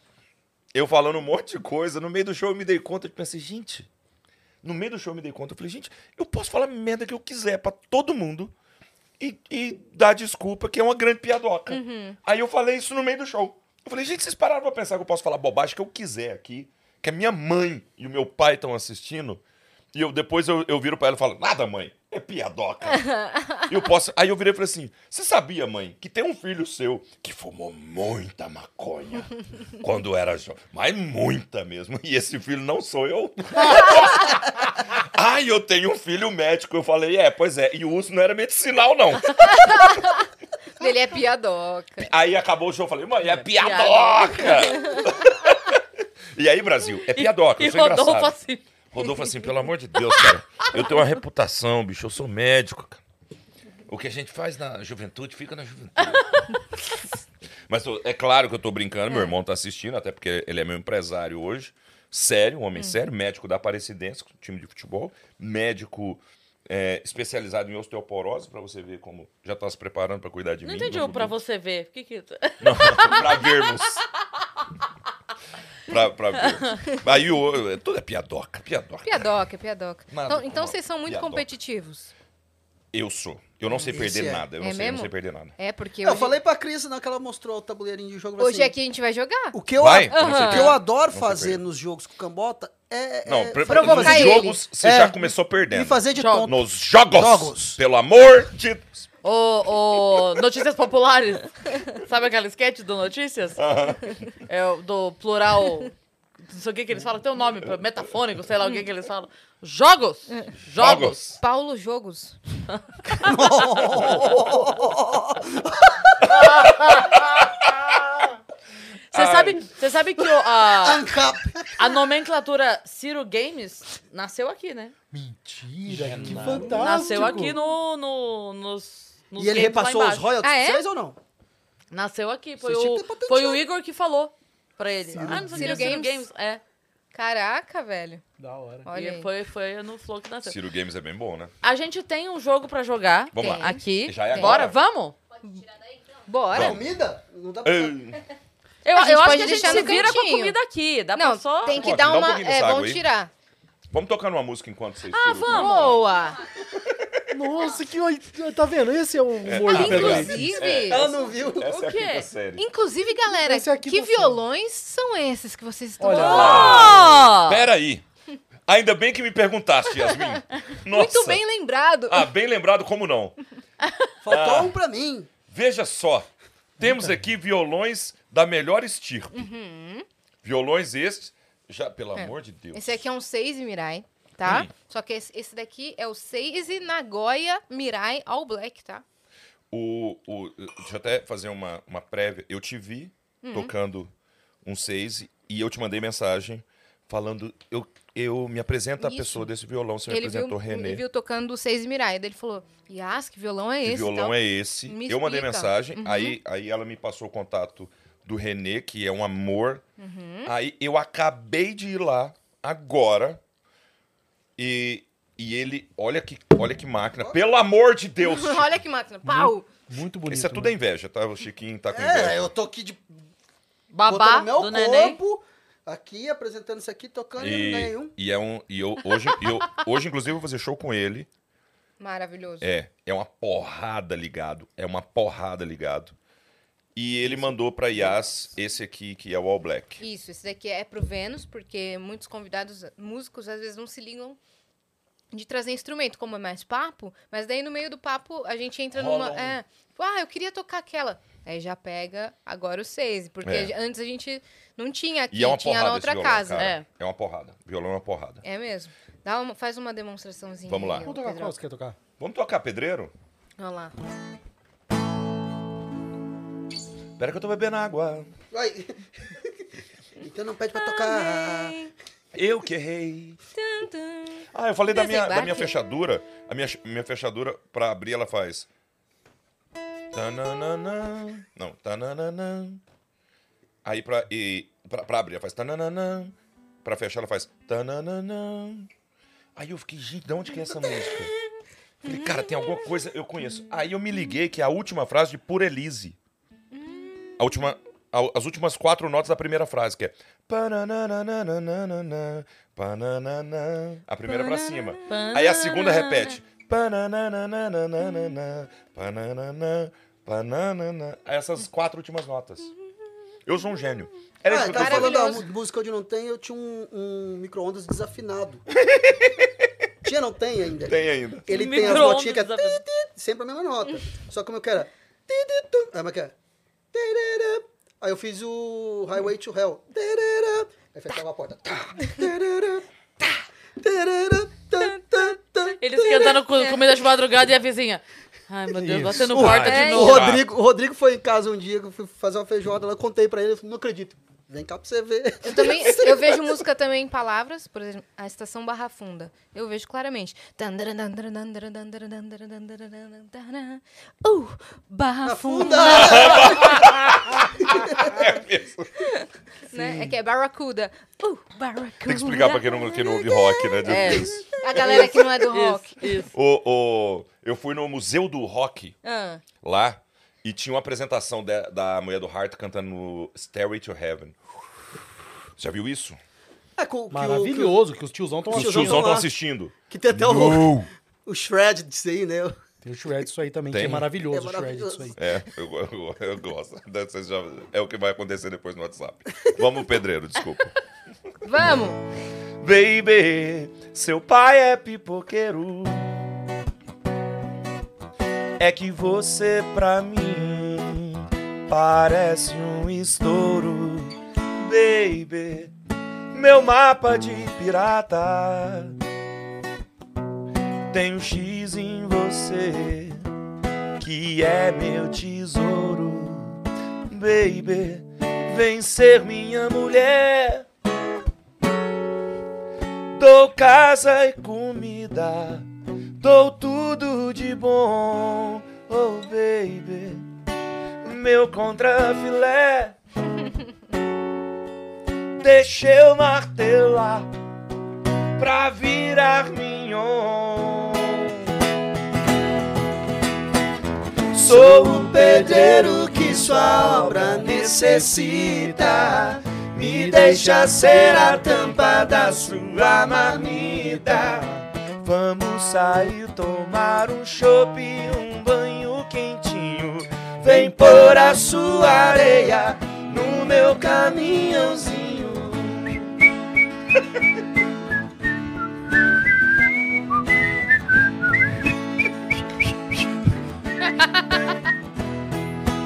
[SPEAKER 5] eu falando um monte de coisa, no meio do show eu me dei conta, eu pensei, gente, no meio do show eu me dei conta, eu falei, gente, eu posso falar a merda que eu quiser pra todo mundo e, e dar desculpa, que é uma grande piadoca. Aí eu falei isso no meio do show. Eu falei, gente, vocês pararam pra pensar que eu posso falar a bobagem que eu quiser aqui, que a minha mãe e o meu pai estão assistindo, e eu depois eu, eu viro pra ela e falo, nada, mãe, é piadoca. eu posso... Aí eu virei e falei assim, você sabia, mãe, que tem um filho seu que fumou muita maconha quando era jovem, mas muita mesmo, e esse filho não sou eu. Ai, eu tenho um filho médico. Eu falei, é, pois é. E o urso não era medicinal, não.
[SPEAKER 1] Ele é piadoca.
[SPEAKER 5] aí acabou o show, eu falei, mãe, é piadoca!
[SPEAKER 3] [laughs]
[SPEAKER 5] e aí, Brasil, é piadoca,
[SPEAKER 3] E
[SPEAKER 5] eu sou engraçado.
[SPEAKER 3] Rodolfo assim.
[SPEAKER 5] Rodolfo assim, pelo amor de Deus, cara. Eu tenho uma reputação, bicho, eu sou médico, cara. O que a gente faz na juventude fica na
[SPEAKER 3] [laughs]
[SPEAKER 5] juventude. Mas eu- é claro que eu tô brincando,
[SPEAKER 3] É.
[SPEAKER 5] meu irmão tá assistindo, até porque ele é meu empresário hoje. Sério, um
[SPEAKER 3] Hum.
[SPEAKER 5] homem sério, médico da Aparecidense, time de futebol, médico é, especializado em osteoporose, pra você ver como já tá se preparando pra cuidar de
[SPEAKER 3] Não
[SPEAKER 5] mim.
[SPEAKER 3] entendi
[SPEAKER 5] meu
[SPEAKER 3] o pra
[SPEAKER 5] futuro.
[SPEAKER 3] você ver. O que que...
[SPEAKER 5] Não, [laughs] pra vermos. pra, pra ver. Aí o- é- tudo é piadoca, piadoca.
[SPEAKER 1] Piadoca, piadoca.
[SPEAKER 5] Nada
[SPEAKER 1] Então,
[SPEAKER 5] como
[SPEAKER 1] então vocês são muito
[SPEAKER 5] piadoca.
[SPEAKER 1] competitivos.
[SPEAKER 5] Eu sou. Eu não sei
[SPEAKER 2] Esse
[SPEAKER 5] perder
[SPEAKER 2] é.
[SPEAKER 5] nada. Eu
[SPEAKER 1] É
[SPEAKER 5] não, sei, eu não
[SPEAKER 1] mesmo?
[SPEAKER 5] sei perder nada.
[SPEAKER 1] É, porque
[SPEAKER 2] Eu
[SPEAKER 1] hoje,
[SPEAKER 2] falei pra Cris, não, que ela mostrou o tabuleirinho de jogo. eu falei
[SPEAKER 1] hoje
[SPEAKER 2] assim,
[SPEAKER 1] aqui a gente vai jogar.
[SPEAKER 2] O que eu,
[SPEAKER 5] Vai,
[SPEAKER 2] o
[SPEAKER 5] não sei
[SPEAKER 2] que
[SPEAKER 5] perder.
[SPEAKER 2] eu adoro
[SPEAKER 5] sei
[SPEAKER 2] fazer
[SPEAKER 5] perder.
[SPEAKER 2] nos jogos com cambota é,
[SPEAKER 5] Não,
[SPEAKER 2] é
[SPEAKER 5] pre-
[SPEAKER 2] fazer-
[SPEAKER 1] provocar
[SPEAKER 5] nos
[SPEAKER 1] ele.
[SPEAKER 5] jogos você
[SPEAKER 2] É.
[SPEAKER 5] já começou perdendo.
[SPEAKER 2] me fazer de
[SPEAKER 3] Jogo.
[SPEAKER 2] tonto.
[SPEAKER 5] Nos jogos,
[SPEAKER 2] Jogos.
[SPEAKER 5] Pelo amor de Deus.
[SPEAKER 3] [laughs] Ô, ô, Notícias Populares. Sabe aquela sketch do Notícias? É o do plural. Não sei o que que eles falam. Tem um nome metafônico, sei lá o que que eles falam. Jogos! Jogos!
[SPEAKER 5] Jogos.
[SPEAKER 1] Paulo Jogos.
[SPEAKER 3] Você sabe, você sabe que o- a,
[SPEAKER 2] Ancap.
[SPEAKER 3] a nomenclatura Ciro Games nasceu aqui, né?
[SPEAKER 4] Mentira, que fantástico.
[SPEAKER 3] Nasceu aqui no, no, nos, nos
[SPEAKER 2] E ele
[SPEAKER 3] games lá
[SPEAKER 2] repassou os
[SPEAKER 3] embaixo.
[SPEAKER 2] royalties
[SPEAKER 1] Ah, é?
[SPEAKER 2] pra vocês ou não?
[SPEAKER 3] Nasceu aqui. Foi,
[SPEAKER 2] Vocês tinham que ter
[SPEAKER 3] o,
[SPEAKER 2] patenteado.
[SPEAKER 3] foi o Igor que falou pra ele. ah, não sei o que é
[SPEAKER 1] Games.
[SPEAKER 3] Ciro Games. É.
[SPEAKER 1] Caraca, velho.
[SPEAKER 4] Da hora.
[SPEAKER 1] Olha
[SPEAKER 3] e
[SPEAKER 1] aí.
[SPEAKER 3] foi, foi no Flow que nasceu.
[SPEAKER 5] Ciro Games é bem bom, né?
[SPEAKER 3] A gente tem um jogo pra jogar
[SPEAKER 5] Vamos
[SPEAKER 1] Tem.
[SPEAKER 5] lá.
[SPEAKER 3] aqui.
[SPEAKER 5] Já é
[SPEAKER 3] Bora,
[SPEAKER 5] agora?
[SPEAKER 3] vamos?
[SPEAKER 1] Bora.
[SPEAKER 5] Vamos.
[SPEAKER 2] Comida? Não dá pra...
[SPEAKER 5] Ah,
[SPEAKER 3] Eu,
[SPEAKER 1] A gente
[SPEAKER 3] eu acho
[SPEAKER 1] pode
[SPEAKER 3] que a gente
[SPEAKER 1] deixar
[SPEAKER 3] se
[SPEAKER 1] no
[SPEAKER 3] vira com a
[SPEAKER 1] cantinho.
[SPEAKER 3] comida aqui. Dá
[SPEAKER 1] Não,
[SPEAKER 3] pra só...
[SPEAKER 1] tem que
[SPEAKER 5] Pô,
[SPEAKER 1] dar
[SPEAKER 5] dá um
[SPEAKER 1] uma...
[SPEAKER 5] pouquinho
[SPEAKER 1] é
[SPEAKER 5] dessa
[SPEAKER 1] bom
[SPEAKER 5] água aí.
[SPEAKER 1] tirar.
[SPEAKER 5] Vamos tocar numa música enquanto vocês
[SPEAKER 3] Ah,
[SPEAKER 5] tiram.
[SPEAKER 3] vamos.
[SPEAKER 1] Boa.
[SPEAKER 4] Nossa, que. oi- Tá vendo? Esse é o humor
[SPEAKER 5] Ah,
[SPEAKER 4] do Pedro.
[SPEAKER 5] verdade.
[SPEAKER 1] Inclusive...
[SPEAKER 2] Ela não viu.
[SPEAKER 5] Essa
[SPEAKER 3] O
[SPEAKER 5] é a
[SPEAKER 3] quê?
[SPEAKER 5] quinta série.
[SPEAKER 1] Inclusive, galera,
[SPEAKER 4] Esse aqui
[SPEAKER 1] que
[SPEAKER 4] do fundo.
[SPEAKER 1] violões são esses que vocês estão
[SPEAKER 4] Olha
[SPEAKER 1] tocando?
[SPEAKER 4] lá.
[SPEAKER 3] Ó!
[SPEAKER 5] Peraí. Ah, Ainda bem que me perguntaste, Yasmin. Nossa.
[SPEAKER 1] Muito bem lembrado.
[SPEAKER 5] Ah, bem lembrado como não.
[SPEAKER 2] Faltou um pra mim.
[SPEAKER 5] Veja só. Temos aqui violões da melhor estirpe. Violões estes, já, pelo amor de Deus.
[SPEAKER 1] Uhum. Esse aqui é um Seis Mirai, tá?
[SPEAKER 5] Hum.
[SPEAKER 1] Só que esse, esse daqui é o Seis Nagoya Mirai All Black, tá?
[SPEAKER 5] O, o, deixa eu até fazer uma, uma prévia. Eu te vi
[SPEAKER 1] Uhum.
[SPEAKER 5] tocando um seis e eu te mandei mensagem falando. Eu, eu me apresenta a
[SPEAKER 1] Isso.
[SPEAKER 5] pessoa desse violão, você me
[SPEAKER 1] ele
[SPEAKER 5] apresentou
[SPEAKER 1] viu,
[SPEAKER 5] René.
[SPEAKER 1] ele viu tocando o Seis Mirai. Daí ele falou, Yas, que violão é
[SPEAKER 5] que
[SPEAKER 1] esse?
[SPEAKER 5] violão
[SPEAKER 1] tal? [laughs]
[SPEAKER 5] é esse?
[SPEAKER 1] Me
[SPEAKER 5] eu mandei
[SPEAKER 1] explica.
[SPEAKER 5] mensagem, aí, aí ela me passou o contato do Renê, que é um amor. Aí eu acabei de ir lá agora e, e ele. Olha que, olha que máquina. Pelo amor
[SPEAKER 1] [laughs]
[SPEAKER 5] de Deus! Uhum.
[SPEAKER 1] Olha que máquina, pau!
[SPEAKER 4] Muito bonito.
[SPEAKER 5] Isso é tudo
[SPEAKER 4] né?
[SPEAKER 5] é inveja, tá? O Chiquinho tá com inveja.
[SPEAKER 2] É, eu tô aqui de
[SPEAKER 3] Babá
[SPEAKER 2] botando meu
[SPEAKER 3] do neném.
[SPEAKER 2] corpo aqui, apresentando isso aqui, tocando e...
[SPEAKER 5] E,
[SPEAKER 2] nenhum.
[SPEAKER 5] e é um. E eu hoje, e eu, hoje, inclusive, eu vou fazer show com ele.
[SPEAKER 1] Maravilhoso.
[SPEAKER 5] É, é uma porrada ligado. É uma porrada ligado. E ele mandou pra Yas esse aqui, que é o All Black.
[SPEAKER 1] Isso, esse daqui é pro Vênus, porque muitos convidados músicos às vezes não se ligam de trazer instrumento, como é mais papo, mas daí no meio do papo a gente entra
[SPEAKER 5] Rola
[SPEAKER 1] numa.
[SPEAKER 5] um.
[SPEAKER 1] É, tipo, ah, eu queria tocar aquela. Aí já pega agora o seis, porque
[SPEAKER 5] É.
[SPEAKER 1] antes a gente não tinha aqui,
[SPEAKER 5] E é uma
[SPEAKER 1] tinha
[SPEAKER 5] porrada
[SPEAKER 1] na outra
[SPEAKER 5] esse violão,
[SPEAKER 1] casa.
[SPEAKER 5] cara.
[SPEAKER 1] É.
[SPEAKER 5] É. uma porrada. Violão é uma porrada.
[SPEAKER 1] É mesmo. Dá uma, faz uma demonstraçãozinha.
[SPEAKER 5] Vamos lá.
[SPEAKER 1] aí, ô,
[SPEAKER 4] Vamos tocar
[SPEAKER 1] Pedro.
[SPEAKER 4] qual você quer tocar?
[SPEAKER 5] Vamos tocar pedreiro?
[SPEAKER 1] Olha lá.
[SPEAKER 5] Pera que eu tô bebendo água.
[SPEAKER 2] Vai. [laughs] então não pede pra tocar.
[SPEAKER 5] Eu que errei.
[SPEAKER 1] Tum, tum.
[SPEAKER 5] Ah, eu falei da minha, da
[SPEAKER 1] Desembarque.
[SPEAKER 5] minha fechadura. A minha, minha fechadura, pra abrir, ela faz. Tananana. Não, tananana. Aí pra, e, pra, pra abrir, ela faz tananana. Pra fechar, ela faz tananana. Aí eu fiquei, gente, de onde que é essa música? Falei, cara, tem alguma coisa eu conheço. Aí eu me liguei que é a última frase de Por Elise. A última, a- as últimas quatro notas da primeira frase, que é. panananananana, pananana. A primeira é pra cima. Aí a segunda repete. panananananana, pananana, pananana. Essas quatro últimas notas. Eu sou um gênio. Era
[SPEAKER 2] Ah,
[SPEAKER 5] isso
[SPEAKER 2] eu
[SPEAKER 5] que eu
[SPEAKER 2] tava falando
[SPEAKER 5] falei.
[SPEAKER 2] da mu- música onde não tem, eu tinha um, um micro-ondas
[SPEAKER 5] [laughs]
[SPEAKER 2] desafinado. tinha, não tem ainda.
[SPEAKER 5] Tem
[SPEAKER 2] [laughs]
[SPEAKER 5] ainda.
[SPEAKER 2] Ele
[SPEAKER 3] Um
[SPEAKER 2] tem as
[SPEAKER 3] micro-ondas
[SPEAKER 2] notinhas que é
[SPEAKER 3] desafinado.
[SPEAKER 2] ti, ti, sempre a mesma nota. Só que o meu que era. ti, ti, tu. Ah, mas que era. ti, ti, ti. Aí eu fiz o Highway to Hell. Ti, ti, ti. Aí fechava a porta. Tá. Ti, ti, ti. Tá. Ti, ti, ti. Tá, tá, tá.
[SPEAKER 3] Eles cantando com- comida de madrugada e a vizinha. Ai, meu Deus, batendo porta
[SPEAKER 5] Ai,
[SPEAKER 3] de
[SPEAKER 2] O
[SPEAKER 3] novo.
[SPEAKER 2] Rodrigo, o Rodrigo foi em casa um dia que eu fui fazer uma feijoada, lá eu contei pra ele, eu falei, não acredito. Vem cá pra você ver.
[SPEAKER 1] Eu
[SPEAKER 2] [laughs]
[SPEAKER 1] também, [laughs] eu vejo música também em palavras, por exemplo, a estação Barra Funda. Eu vejo claramente. Uh, Barra Funda,
[SPEAKER 5] É mesmo.
[SPEAKER 1] né? É que é Barracuda. Uh, Barracuda.
[SPEAKER 5] Tem que explicar pra quem não, quem não ouve rock, né?
[SPEAKER 3] É.
[SPEAKER 1] A galera que não é do rock.
[SPEAKER 3] Isso, isso.
[SPEAKER 5] O, o- eu fui no Museu do Rock
[SPEAKER 1] Ah,
[SPEAKER 5] lá e tinha uma apresentação da, da mulher do Hart cantando no Stairway to Heaven. Já viu isso?
[SPEAKER 2] É, com- que o-
[SPEAKER 4] Maravilhoso, que os tiozão estão
[SPEAKER 5] Os
[SPEAKER 2] tiozão
[SPEAKER 4] assistindo.
[SPEAKER 5] tiozão
[SPEAKER 2] tão
[SPEAKER 5] estão
[SPEAKER 2] lá.
[SPEAKER 5] assistindo.
[SPEAKER 2] Que tem até o,
[SPEAKER 5] Uou!
[SPEAKER 2] o Shred disso aí, né?
[SPEAKER 4] Tem o Shred isso aí também,
[SPEAKER 5] Tem.
[SPEAKER 4] que é maravilhoso,
[SPEAKER 2] É
[SPEAKER 4] o
[SPEAKER 2] maravilhoso.
[SPEAKER 4] Shred isso aí.
[SPEAKER 5] É, eu, eu- eu gosto. Deve ser já- é o que vai acontecer depois no WhatsApp. Vamos, pedreiro, desculpa.
[SPEAKER 1] vamos!
[SPEAKER 5] Baby, seu pai é pipoqueiro. É que você pra mim parece um estouro, baby. Meu mapa de pirata tem um X em você que é meu tesouro, baby. Vem ser minha mulher. Dou casa e comida, dou tudo de bom, oh baby, meu contrafilé. Deixa eu martelar pra virar mignon. Sou o pedreiro que sua obra necessita. Me deixa ser a tampa da sua marmita. Vamos sair, tomar um chopp e um banho quentinho. Vem pôr a sua areia no meu caminhãozinho. [laughs]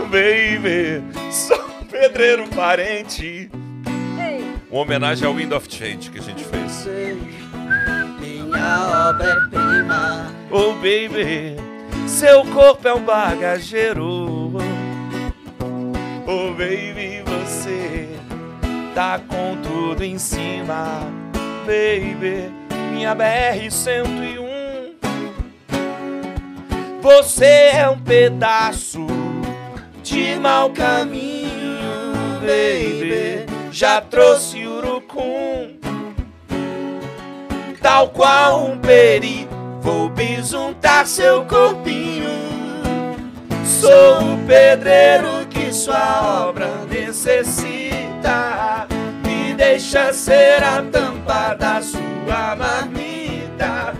[SPEAKER 5] baby, sou um pedreiro parente. Uma homenagem ao Wind of Change que a gente fez.
[SPEAKER 2] Minha é obra-prima.
[SPEAKER 5] Oh, baby, seu corpo é um bagageiro. Oh, baby, você tá com tudo em cima. Baby, minha BR-101. Você é um pedaço de mau caminho, baby. Já trouxe urucum, tal qual um peri. Vou bisuntar seu corpinho. Sou o pedreiro que sua obra necessita. Me deixa ser a tampa da sua marmita.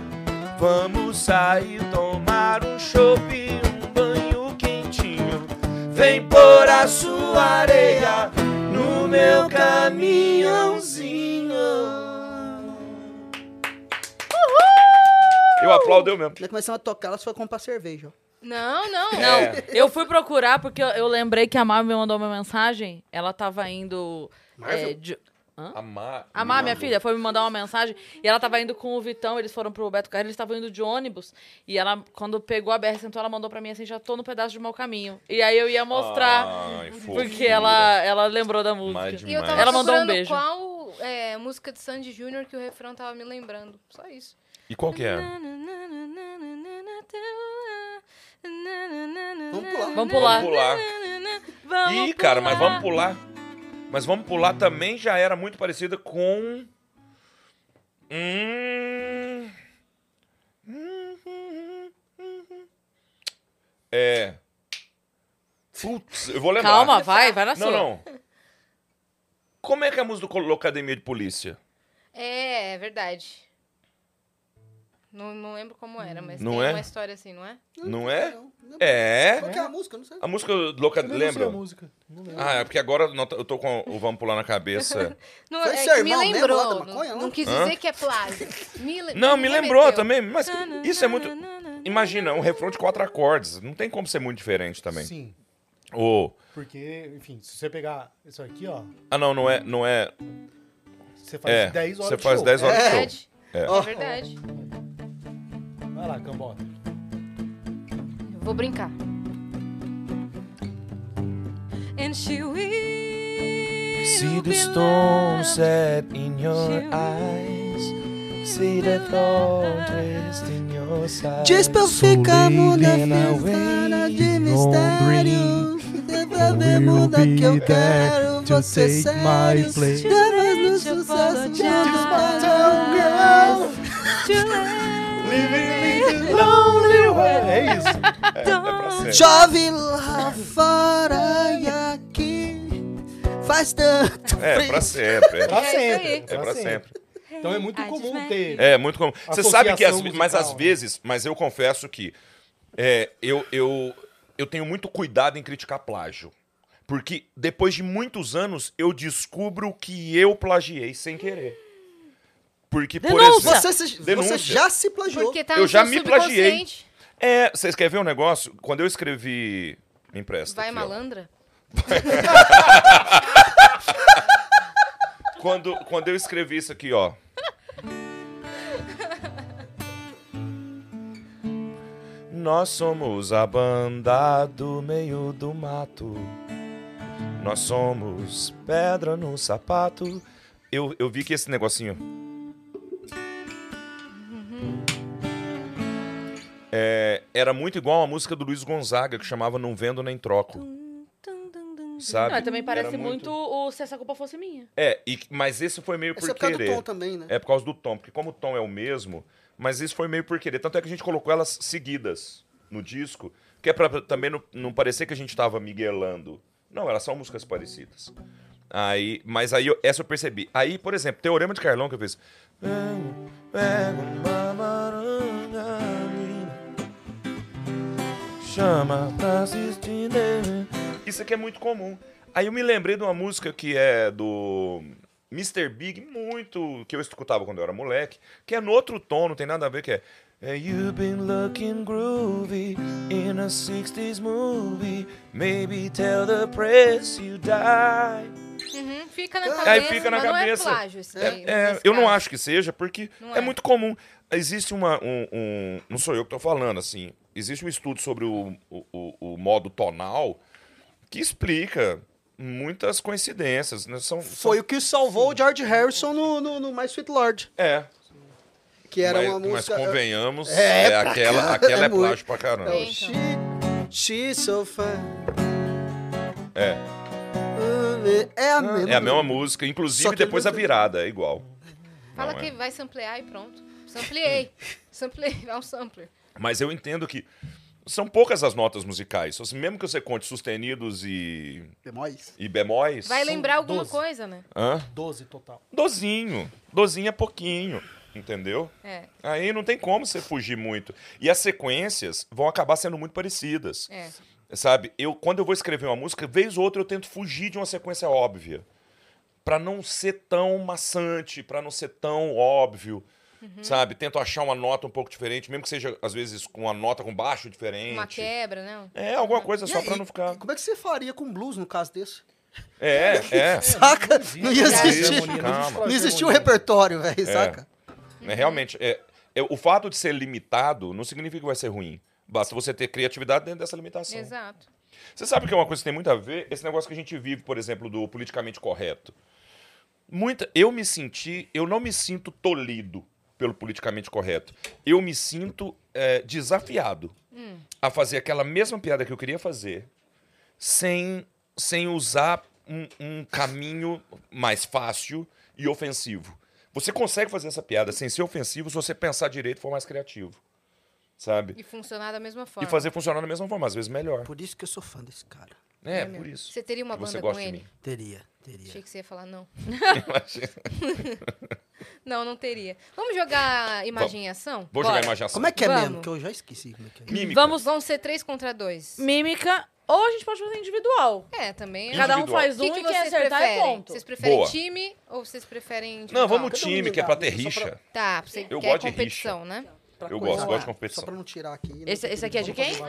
[SPEAKER 5] Vamos sair, tomar um chopp e um banho quentinho. Vem pôr a sua areia no meu caminhãozinho. Eu aplaudo eu mesmo.
[SPEAKER 2] Quando começamos a tocar, elas foram comprar cerveja. ó.
[SPEAKER 1] Não, não.
[SPEAKER 3] Não,
[SPEAKER 5] É.
[SPEAKER 3] eu fui procurar porque eu, eu lembrei que a Mar me mandou uma mensagem. Ela tava indo.
[SPEAKER 2] Marvel?
[SPEAKER 3] é, de-
[SPEAKER 5] Amar.
[SPEAKER 3] A Mar, minha filha, foi me mandar uma mensagem e ela tava indo com o Vitão, eles foram pro Beto Carreiro, eles estavam indo de ônibus. E ela, quando pegou a BR, sentou, ela mandou pra mim assim: já tô no pedaço de mau caminho. E aí eu ia mostrar,
[SPEAKER 5] Ai,
[SPEAKER 3] porque
[SPEAKER 5] Ah, fofura.
[SPEAKER 3] ela, ela lembrou da música.
[SPEAKER 5] Mas
[SPEAKER 1] E eu
[SPEAKER 5] demais.
[SPEAKER 1] tava
[SPEAKER 3] Ela mandou um
[SPEAKER 1] procurando
[SPEAKER 3] beijo.
[SPEAKER 1] qual é, música de Sandy Júnior que o refrão tava me lembrando. Só isso.
[SPEAKER 5] E qual que é?
[SPEAKER 1] Vamos
[SPEAKER 2] Vamos pular.
[SPEAKER 3] Vamos pular.
[SPEAKER 5] Vamos pular.
[SPEAKER 3] Vamos
[SPEAKER 5] Ih, cara, mas
[SPEAKER 3] pular.
[SPEAKER 5] vamos pular. Mas vamos pular também já era muito parecida com. Hum... É. Putz, eu vou lembrar.
[SPEAKER 3] Calma, vai, vai na
[SPEAKER 5] Não,
[SPEAKER 3] sua.
[SPEAKER 5] não. Como é que é a música do Colocademia de Polícia?
[SPEAKER 1] É, é verdade. Não, não lembro como era, mas
[SPEAKER 5] Não
[SPEAKER 1] tem
[SPEAKER 5] é?
[SPEAKER 1] uma história assim, não é?
[SPEAKER 5] Não é?
[SPEAKER 2] Não, não.
[SPEAKER 5] É.
[SPEAKER 2] Qual que é a música? Eu Não sei.
[SPEAKER 5] A música do Loca...
[SPEAKER 4] Eu não sei
[SPEAKER 5] Lembra?
[SPEAKER 4] a música. Não lembro.
[SPEAKER 5] Ah, é porque agora eu não- eu tô com o Vamos Pular
[SPEAKER 3] [laughs]
[SPEAKER 5] na cabeça.
[SPEAKER 1] Não,
[SPEAKER 2] Foi
[SPEAKER 1] é
[SPEAKER 2] seu
[SPEAKER 1] que me
[SPEAKER 2] irmão mesmo lá da
[SPEAKER 1] lembrou.
[SPEAKER 2] maconha,
[SPEAKER 1] não,
[SPEAKER 2] não?
[SPEAKER 1] não quis
[SPEAKER 5] Hã?
[SPEAKER 1] dizer que é plágio. Me le-
[SPEAKER 5] Não, me lembrou
[SPEAKER 1] remeteu.
[SPEAKER 5] também, mas isso é muito. Imagina, um refrão de quatro acordes. Não tem como ser muito diferente também.
[SPEAKER 4] Sim.
[SPEAKER 5] Ou.
[SPEAKER 4] Porque, enfim, se você pegar isso aqui, ó,
[SPEAKER 5] Ah, não, não é. Não é.
[SPEAKER 4] você faz
[SPEAKER 5] É.
[SPEAKER 4] 10 horas
[SPEAKER 5] Você
[SPEAKER 4] de
[SPEAKER 5] faz
[SPEAKER 4] show.
[SPEAKER 5] 10 horas
[SPEAKER 1] É
[SPEAKER 5] de show.
[SPEAKER 1] verdade.
[SPEAKER 5] É.
[SPEAKER 1] É verdade.
[SPEAKER 4] Vai lá, cambota.
[SPEAKER 1] Eu vou brincar. And she will
[SPEAKER 5] See the
[SPEAKER 1] be
[SPEAKER 5] stone
[SPEAKER 1] loved.
[SPEAKER 5] set in your
[SPEAKER 1] your
[SPEAKER 5] eyes. See the thorn twist in your side.
[SPEAKER 2] Diz pra eu ficar muda,
[SPEAKER 5] away,
[SPEAKER 2] pintada de mistério. Tenta ver muda que eu quero, você sério.
[SPEAKER 4] place.
[SPEAKER 2] Damas no sucesso,
[SPEAKER 1] Just
[SPEAKER 2] just
[SPEAKER 1] para
[SPEAKER 2] para um girl.
[SPEAKER 4] É isso.
[SPEAKER 5] É, é pra ser.
[SPEAKER 2] Chove lá fora e aqui faz tanto
[SPEAKER 5] É, pra sempre. é.
[SPEAKER 4] Pra
[SPEAKER 1] É isso
[SPEAKER 4] sempre.
[SPEAKER 1] aí.
[SPEAKER 5] É pra sempre.
[SPEAKER 4] Então é muito comum ter.
[SPEAKER 5] É, muito comum. Você
[SPEAKER 4] Associação
[SPEAKER 5] sabe que, às- mas
[SPEAKER 4] musical,
[SPEAKER 5] às
[SPEAKER 4] né?
[SPEAKER 5] vezes, mas eu confesso que é, eu, eu, eu tenho muito cuidado em criticar plágio. Porque depois de muitos anos, eu descubro que eu plagiei sem querer. Porque, por
[SPEAKER 3] Denúncia!
[SPEAKER 5] exemplo...
[SPEAKER 2] Você, se-
[SPEAKER 5] Denúncia.
[SPEAKER 2] você já se plagiou.
[SPEAKER 1] Porque tá
[SPEAKER 5] Eu
[SPEAKER 1] no
[SPEAKER 5] já
[SPEAKER 1] seu
[SPEAKER 5] me plagiei.
[SPEAKER 1] subconsciente.
[SPEAKER 5] É, vocês querem ver um negócio? Quando eu escrevi... Me empresta
[SPEAKER 1] Vai,
[SPEAKER 5] aqui, ó.
[SPEAKER 1] malandra.
[SPEAKER 5] Quando, quando eu escrevi isso aqui, ó. Nós somos a banda do meio do mato. Nós somos pedra no sapato. Eu, eu vi que esse negocinho. É, era muito igual a música do Luiz Gonzaga que chamava Não Vendo Nem Troco. Sabe?
[SPEAKER 3] Não, e também parece
[SPEAKER 5] Era
[SPEAKER 3] muito o Se Essa Culpa Fosse Minha.
[SPEAKER 5] É, e- mas esse foi meio por
[SPEAKER 2] Essa é por causa do
[SPEAKER 5] querer.
[SPEAKER 2] tom também, né?
[SPEAKER 5] É por causa do tom, porque como o tom é o mesmo, mas isso foi meio por querer. Tanto é que a gente colocou elas seguidas no disco, que é pra também não, não parecer que a gente tava miguelando. Não, elas são músicas parecidas. Aí, mas aí eu- essa eu percebi. Aí, por exemplo, Teorema de Carlão que eu fiz. Pega uma maranga, Chama pra assistir. né? Isso aqui é muito comum. Aí eu me lembrei de uma música que é do Mr. Big, muito que eu escutava quando eu era moleque, que é no outro tom, não tem nada a ver, que é. And you've been looking groovy in a 60s movie. Maybe tell the press you die.
[SPEAKER 1] Uhum, fica na
[SPEAKER 2] Aí
[SPEAKER 1] cabeça.
[SPEAKER 5] fica na
[SPEAKER 1] mas
[SPEAKER 5] cabeça.
[SPEAKER 1] Não é plágio isso daí,
[SPEAKER 5] É,
[SPEAKER 1] nesse
[SPEAKER 5] eu não
[SPEAKER 1] caso.
[SPEAKER 5] acho que seja, porque
[SPEAKER 1] Não
[SPEAKER 5] é.
[SPEAKER 1] é.
[SPEAKER 5] muito comum. Existe uma. Um, um- não sou eu que estou falando, assim. Existe um estudo sobre o, o- o- o modo tonal que explica muitas coincidências. Né? São,
[SPEAKER 2] Foi o que salvou o George Harrison no, no, no My Sweet Lord,
[SPEAKER 5] É.
[SPEAKER 2] que era
[SPEAKER 5] mas,
[SPEAKER 2] uma
[SPEAKER 5] mas
[SPEAKER 2] música...
[SPEAKER 5] convenhamos,
[SPEAKER 2] É,
[SPEAKER 5] é,
[SPEAKER 2] pra
[SPEAKER 5] aquela,
[SPEAKER 2] caramba,
[SPEAKER 5] aquela
[SPEAKER 2] é
[SPEAKER 5] é,
[SPEAKER 2] muito.
[SPEAKER 5] plágio pra caramba.
[SPEAKER 1] É.
[SPEAKER 2] She, she's so fine.
[SPEAKER 5] É.
[SPEAKER 2] É a mesma.
[SPEAKER 5] É a mesma música,
[SPEAKER 2] Só
[SPEAKER 5] inclusive
[SPEAKER 2] que
[SPEAKER 5] depois a
[SPEAKER 2] ele-
[SPEAKER 5] virada, é igual.
[SPEAKER 1] Fala
[SPEAKER 5] Não, é.
[SPEAKER 1] que vai samplear e pronto.
[SPEAKER 5] [laughs]
[SPEAKER 1] Sampliei. Sampliei. É um sampler.
[SPEAKER 5] Mas eu entendo que são poucas as notas musicais. Assim, mesmo que você conte sustenidos e,
[SPEAKER 2] Demais.
[SPEAKER 5] e bemóis.
[SPEAKER 1] Vai
[SPEAKER 5] são-
[SPEAKER 1] lembrar alguma
[SPEAKER 4] 12.
[SPEAKER 1] coisa, né?
[SPEAKER 5] Hã?
[SPEAKER 4] 12 total.
[SPEAKER 5] Dozinho. Dozinho é pouquinho. Entendeu?
[SPEAKER 1] É,
[SPEAKER 5] Aí não tem como você fugir muito. E as sequências vão acabar sendo muito parecidas.
[SPEAKER 1] é.
[SPEAKER 5] Sabe? Eu, quando eu vou escrever uma música, vez ou outra eu tento fugir de uma sequência óbvia. Pra não ser tão maçante, pra não ser tão óbvio.
[SPEAKER 2] Uhum.
[SPEAKER 5] Sabe? Tento achar uma nota um pouco diferente, mesmo que seja, às vezes, com uma nota com baixo diferente.
[SPEAKER 1] Uma quebra, né?
[SPEAKER 5] É, alguma coisa só
[SPEAKER 2] E
[SPEAKER 5] pra
[SPEAKER 2] aí,
[SPEAKER 5] não ficar.
[SPEAKER 2] Como é que você faria com blues no caso desse?
[SPEAKER 5] É, é.
[SPEAKER 2] Saca? Não ia
[SPEAKER 5] Calma.
[SPEAKER 2] existir.
[SPEAKER 5] Calma.
[SPEAKER 2] Não existia um repertório,
[SPEAKER 5] É.
[SPEAKER 2] velho, saca?
[SPEAKER 5] né? Realmente, é, é, o fato de ser limitado não significa que vai ser ruim. Basta você ter criatividade dentro dessa limitação.
[SPEAKER 1] Exato.
[SPEAKER 5] Você sabe que é uma coisa que tem muito a ver? Esse negócio que a gente vive, por exemplo, do politicamente correto. Muita, eu me senti, eu não me sinto tolhido pelo politicamente correto. Eu me sinto é, desafiado a fazer aquela mesma piada que eu queria fazer sem, sem usar um, um caminho mais fácil e ofensivo. Você consegue fazer essa piada sem ser ofensivo se você pensar direito e for mais criativo. Sabe?
[SPEAKER 1] E funcionar da mesma
[SPEAKER 5] E
[SPEAKER 1] forma.
[SPEAKER 5] fazer funcionar da mesma forma, às vezes melhor.
[SPEAKER 2] Por isso que eu sou fã desse cara.
[SPEAKER 5] É,
[SPEAKER 1] Entendeu?
[SPEAKER 5] por isso.
[SPEAKER 1] Você teria uma
[SPEAKER 5] Que
[SPEAKER 1] banda
[SPEAKER 5] você
[SPEAKER 1] com
[SPEAKER 5] gosta de
[SPEAKER 1] ele?
[SPEAKER 5] mim.
[SPEAKER 2] Teria,
[SPEAKER 1] Achei
[SPEAKER 2] teria.
[SPEAKER 1] que você ia falar não.
[SPEAKER 5] Imagina.
[SPEAKER 1] Não, não teria. Vamos jogar imagem e ação?
[SPEAKER 5] Vou jogar
[SPEAKER 1] Bora.
[SPEAKER 5] a imagem assim.
[SPEAKER 2] Como é que é
[SPEAKER 1] Vamos.
[SPEAKER 2] mesmo? Que eu já esqueci como é que é.
[SPEAKER 5] Mímica.
[SPEAKER 1] Vamos, vamos ser três contra dois.
[SPEAKER 3] Mímica, ou a gente pode fazer individual.
[SPEAKER 1] É, também.
[SPEAKER 5] Individual.
[SPEAKER 3] Cada um faz
[SPEAKER 1] O que,
[SPEAKER 3] um
[SPEAKER 1] que
[SPEAKER 3] e quem
[SPEAKER 1] vocês
[SPEAKER 3] acertar
[SPEAKER 1] preferem?
[SPEAKER 3] é ponto.
[SPEAKER 1] Vocês preferem
[SPEAKER 5] Boa.
[SPEAKER 1] time ou vocês preferem individual?
[SPEAKER 5] Não, vamos
[SPEAKER 2] Cada um
[SPEAKER 5] time,
[SPEAKER 2] lugar,
[SPEAKER 5] que é pra ter
[SPEAKER 2] só pra-
[SPEAKER 5] rixa.
[SPEAKER 1] Tá, você
[SPEAKER 5] Eu
[SPEAKER 1] quer
[SPEAKER 5] gosto de
[SPEAKER 1] competição, né?
[SPEAKER 2] Pra
[SPEAKER 5] Eu
[SPEAKER 2] coisar.
[SPEAKER 5] gosto, gosto de competição.
[SPEAKER 2] Só pra não tirar aqui. né?
[SPEAKER 3] Esse, esse aqui é de quem? Esse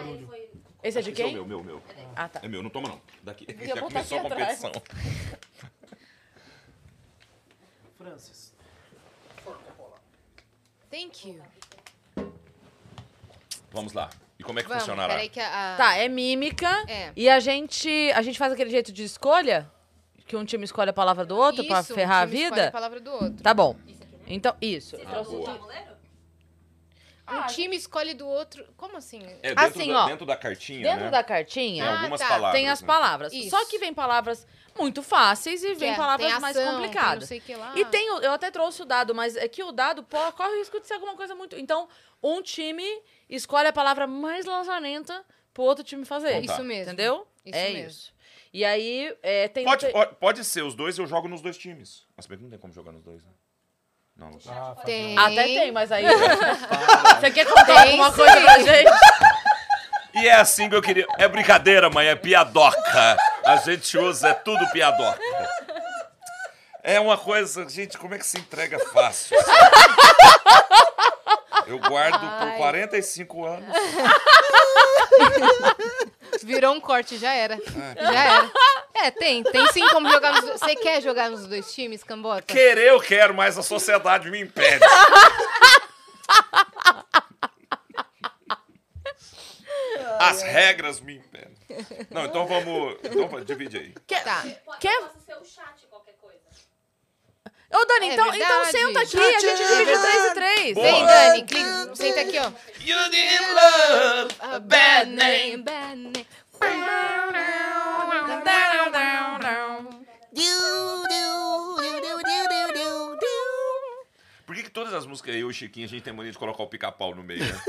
[SPEAKER 3] é de
[SPEAKER 5] Esse é o
[SPEAKER 3] quem?
[SPEAKER 5] meu, meu, meu.
[SPEAKER 3] Ah, tá.
[SPEAKER 5] É meu, não toma não. Daqui.
[SPEAKER 3] Podia
[SPEAKER 5] Já
[SPEAKER 3] botar
[SPEAKER 5] começou a
[SPEAKER 3] aqui atrás.
[SPEAKER 5] competição.
[SPEAKER 4] Francis.
[SPEAKER 1] Thank you.
[SPEAKER 5] Vamos lá. E como é que
[SPEAKER 1] Vamos,
[SPEAKER 5] funcionará?
[SPEAKER 1] peraí que a... a-
[SPEAKER 3] Tá, é mímica.
[SPEAKER 1] É.
[SPEAKER 3] E a gente, a gente faz aquele jeito de escolha? Que um time escolhe a palavra do outro pra
[SPEAKER 1] Isso,
[SPEAKER 3] ferrar a
[SPEAKER 1] um time escolhe
[SPEAKER 3] vida?
[SPEAKER 1] a palavra do outro.
[SPEAKER 3] Tá bom. Então, isso.
[SPEAKER 5] Ah, boa.
[SPEAKER 3] Ah,
[SPEAKER 1] um time escolhe do outro... Como assim?
[SPEAKER 5] É dentro,
[SPEAKER 3] Assim,
[SPEAKER 5] da,
[SPEAKER 3] ó.
[SPEAKER 5] dentro da cartinha,
[SPEAKER 3] Dentro
[SPEAKER 5] né?
[SPEAKER 3] da
[SPEAKER 5] Tem
[SPEAKER 3] cartinha,
[SPEAKER 1] Ah,
[SPEAKER 5] algumas
[SPEAKER 1] tá.
[SPEAKER 5] palavras.
[SPEAKER 3] tem as
[SPEAKER 5] né?
[SPEAKER 3] palavras.
[SPEAKER 1] Isso.
[SPEAKER 3] Só que vem palavras muito fáceis e
[SPEAKER 1] Que
[SPEAKER 3] vem
[SPEAKER 1] é,
[SPEAKER 3] palavras
[SPEAKER 1] tem
[SPEAKER 3] mais
[SPEAKER 1] ação, tem
[SPEAKER 3] complicadas.
[SPEAKER 1] não sei o Ah. que lá.
[SPEAKER 3] E tem, o- eu até trouxe o dado, mas é que o dado pô, corre o risco de ser alguma coisa muito. Então, um time escolhe a palavra mais lazarenta pro outro time fazer.
[SPEAKER 5] Então tá.
[SPEAKER 1] É Isso mesmo.
[SPEAKER 3] Entendeu?
[SPEAKER 1] Isso
[SPEAKER 3] é
[SPEAKER 1] mesmo.
[SPEAKER 3] isso. E aí, é, tem.
[SPEAKER 5] Pode,
[SPEAKER 3] tem-
[SPEAKER 5] pode, pode ser os dois, eu jogo nos dois times. Mas bem que não tem como jogar nos dois, né? Não, não sei.
[SPEAKER 4] Ah,
[SPEAKER 1] Tem.
[SPEAKER 3] Até tem, mas [laughs] aí. é Você quer contar
[SPEAKER 1] Tem
[SPEAKER 3] alguma
[SPEAKER 1] sim.
[SPEAKER 3] coisa pra gente?
[SPEAKER 5] E é assim que eu queria. É brincadeira, mãe, é piadoca. A gente usa, é tudo piadoca. É uma coisa, gente, como é que se entrega fácil? Eu guardo por
[SPEAKER 1] Ai.
[SPEAKER 5] 45 anos.
[SPEAKER 1] Virou um corte, já era. Já era. É, tem. Tem sim como jogar nos dois... Você quer jogar nos dois times, Cambota?
[SPEAKER 5] Querer eu quero, mas a sociedade me impede. As regras me impedem. Não, então vamos. Então vamos, divide aí.
[SPEAKER 3] Quer,
[SPEAKER 1] Tá.
[SPEAKER 6] Pode,
[SPEAKER 3] Quer-
[SPEAKER 6] Eu posso ser o chat qualquer coisa.
[SPEAKER 3] Ô, Dani,
[SPEAKER 1] É
[SPEAKER 3] então, então
[SPEAKER 1] verdade.
[SPEAKER 3] senta aqui, a gente divide
[SPEAKER 2] Tchau.
[SPEAKER 3] três e três.
[SPEAKER 5] Boa.
[SPEAKER 1] Vem, Dani. clica- Senta aqui, ó.
[SPEAKER 5] You need love, a bad name.
[SPEAKER 1] Bad name.
[SPEAKER 5] Por que, que todas as músicas eu e o Chiquinho a gente tem mania de colocar o pica-pau no meio? Né?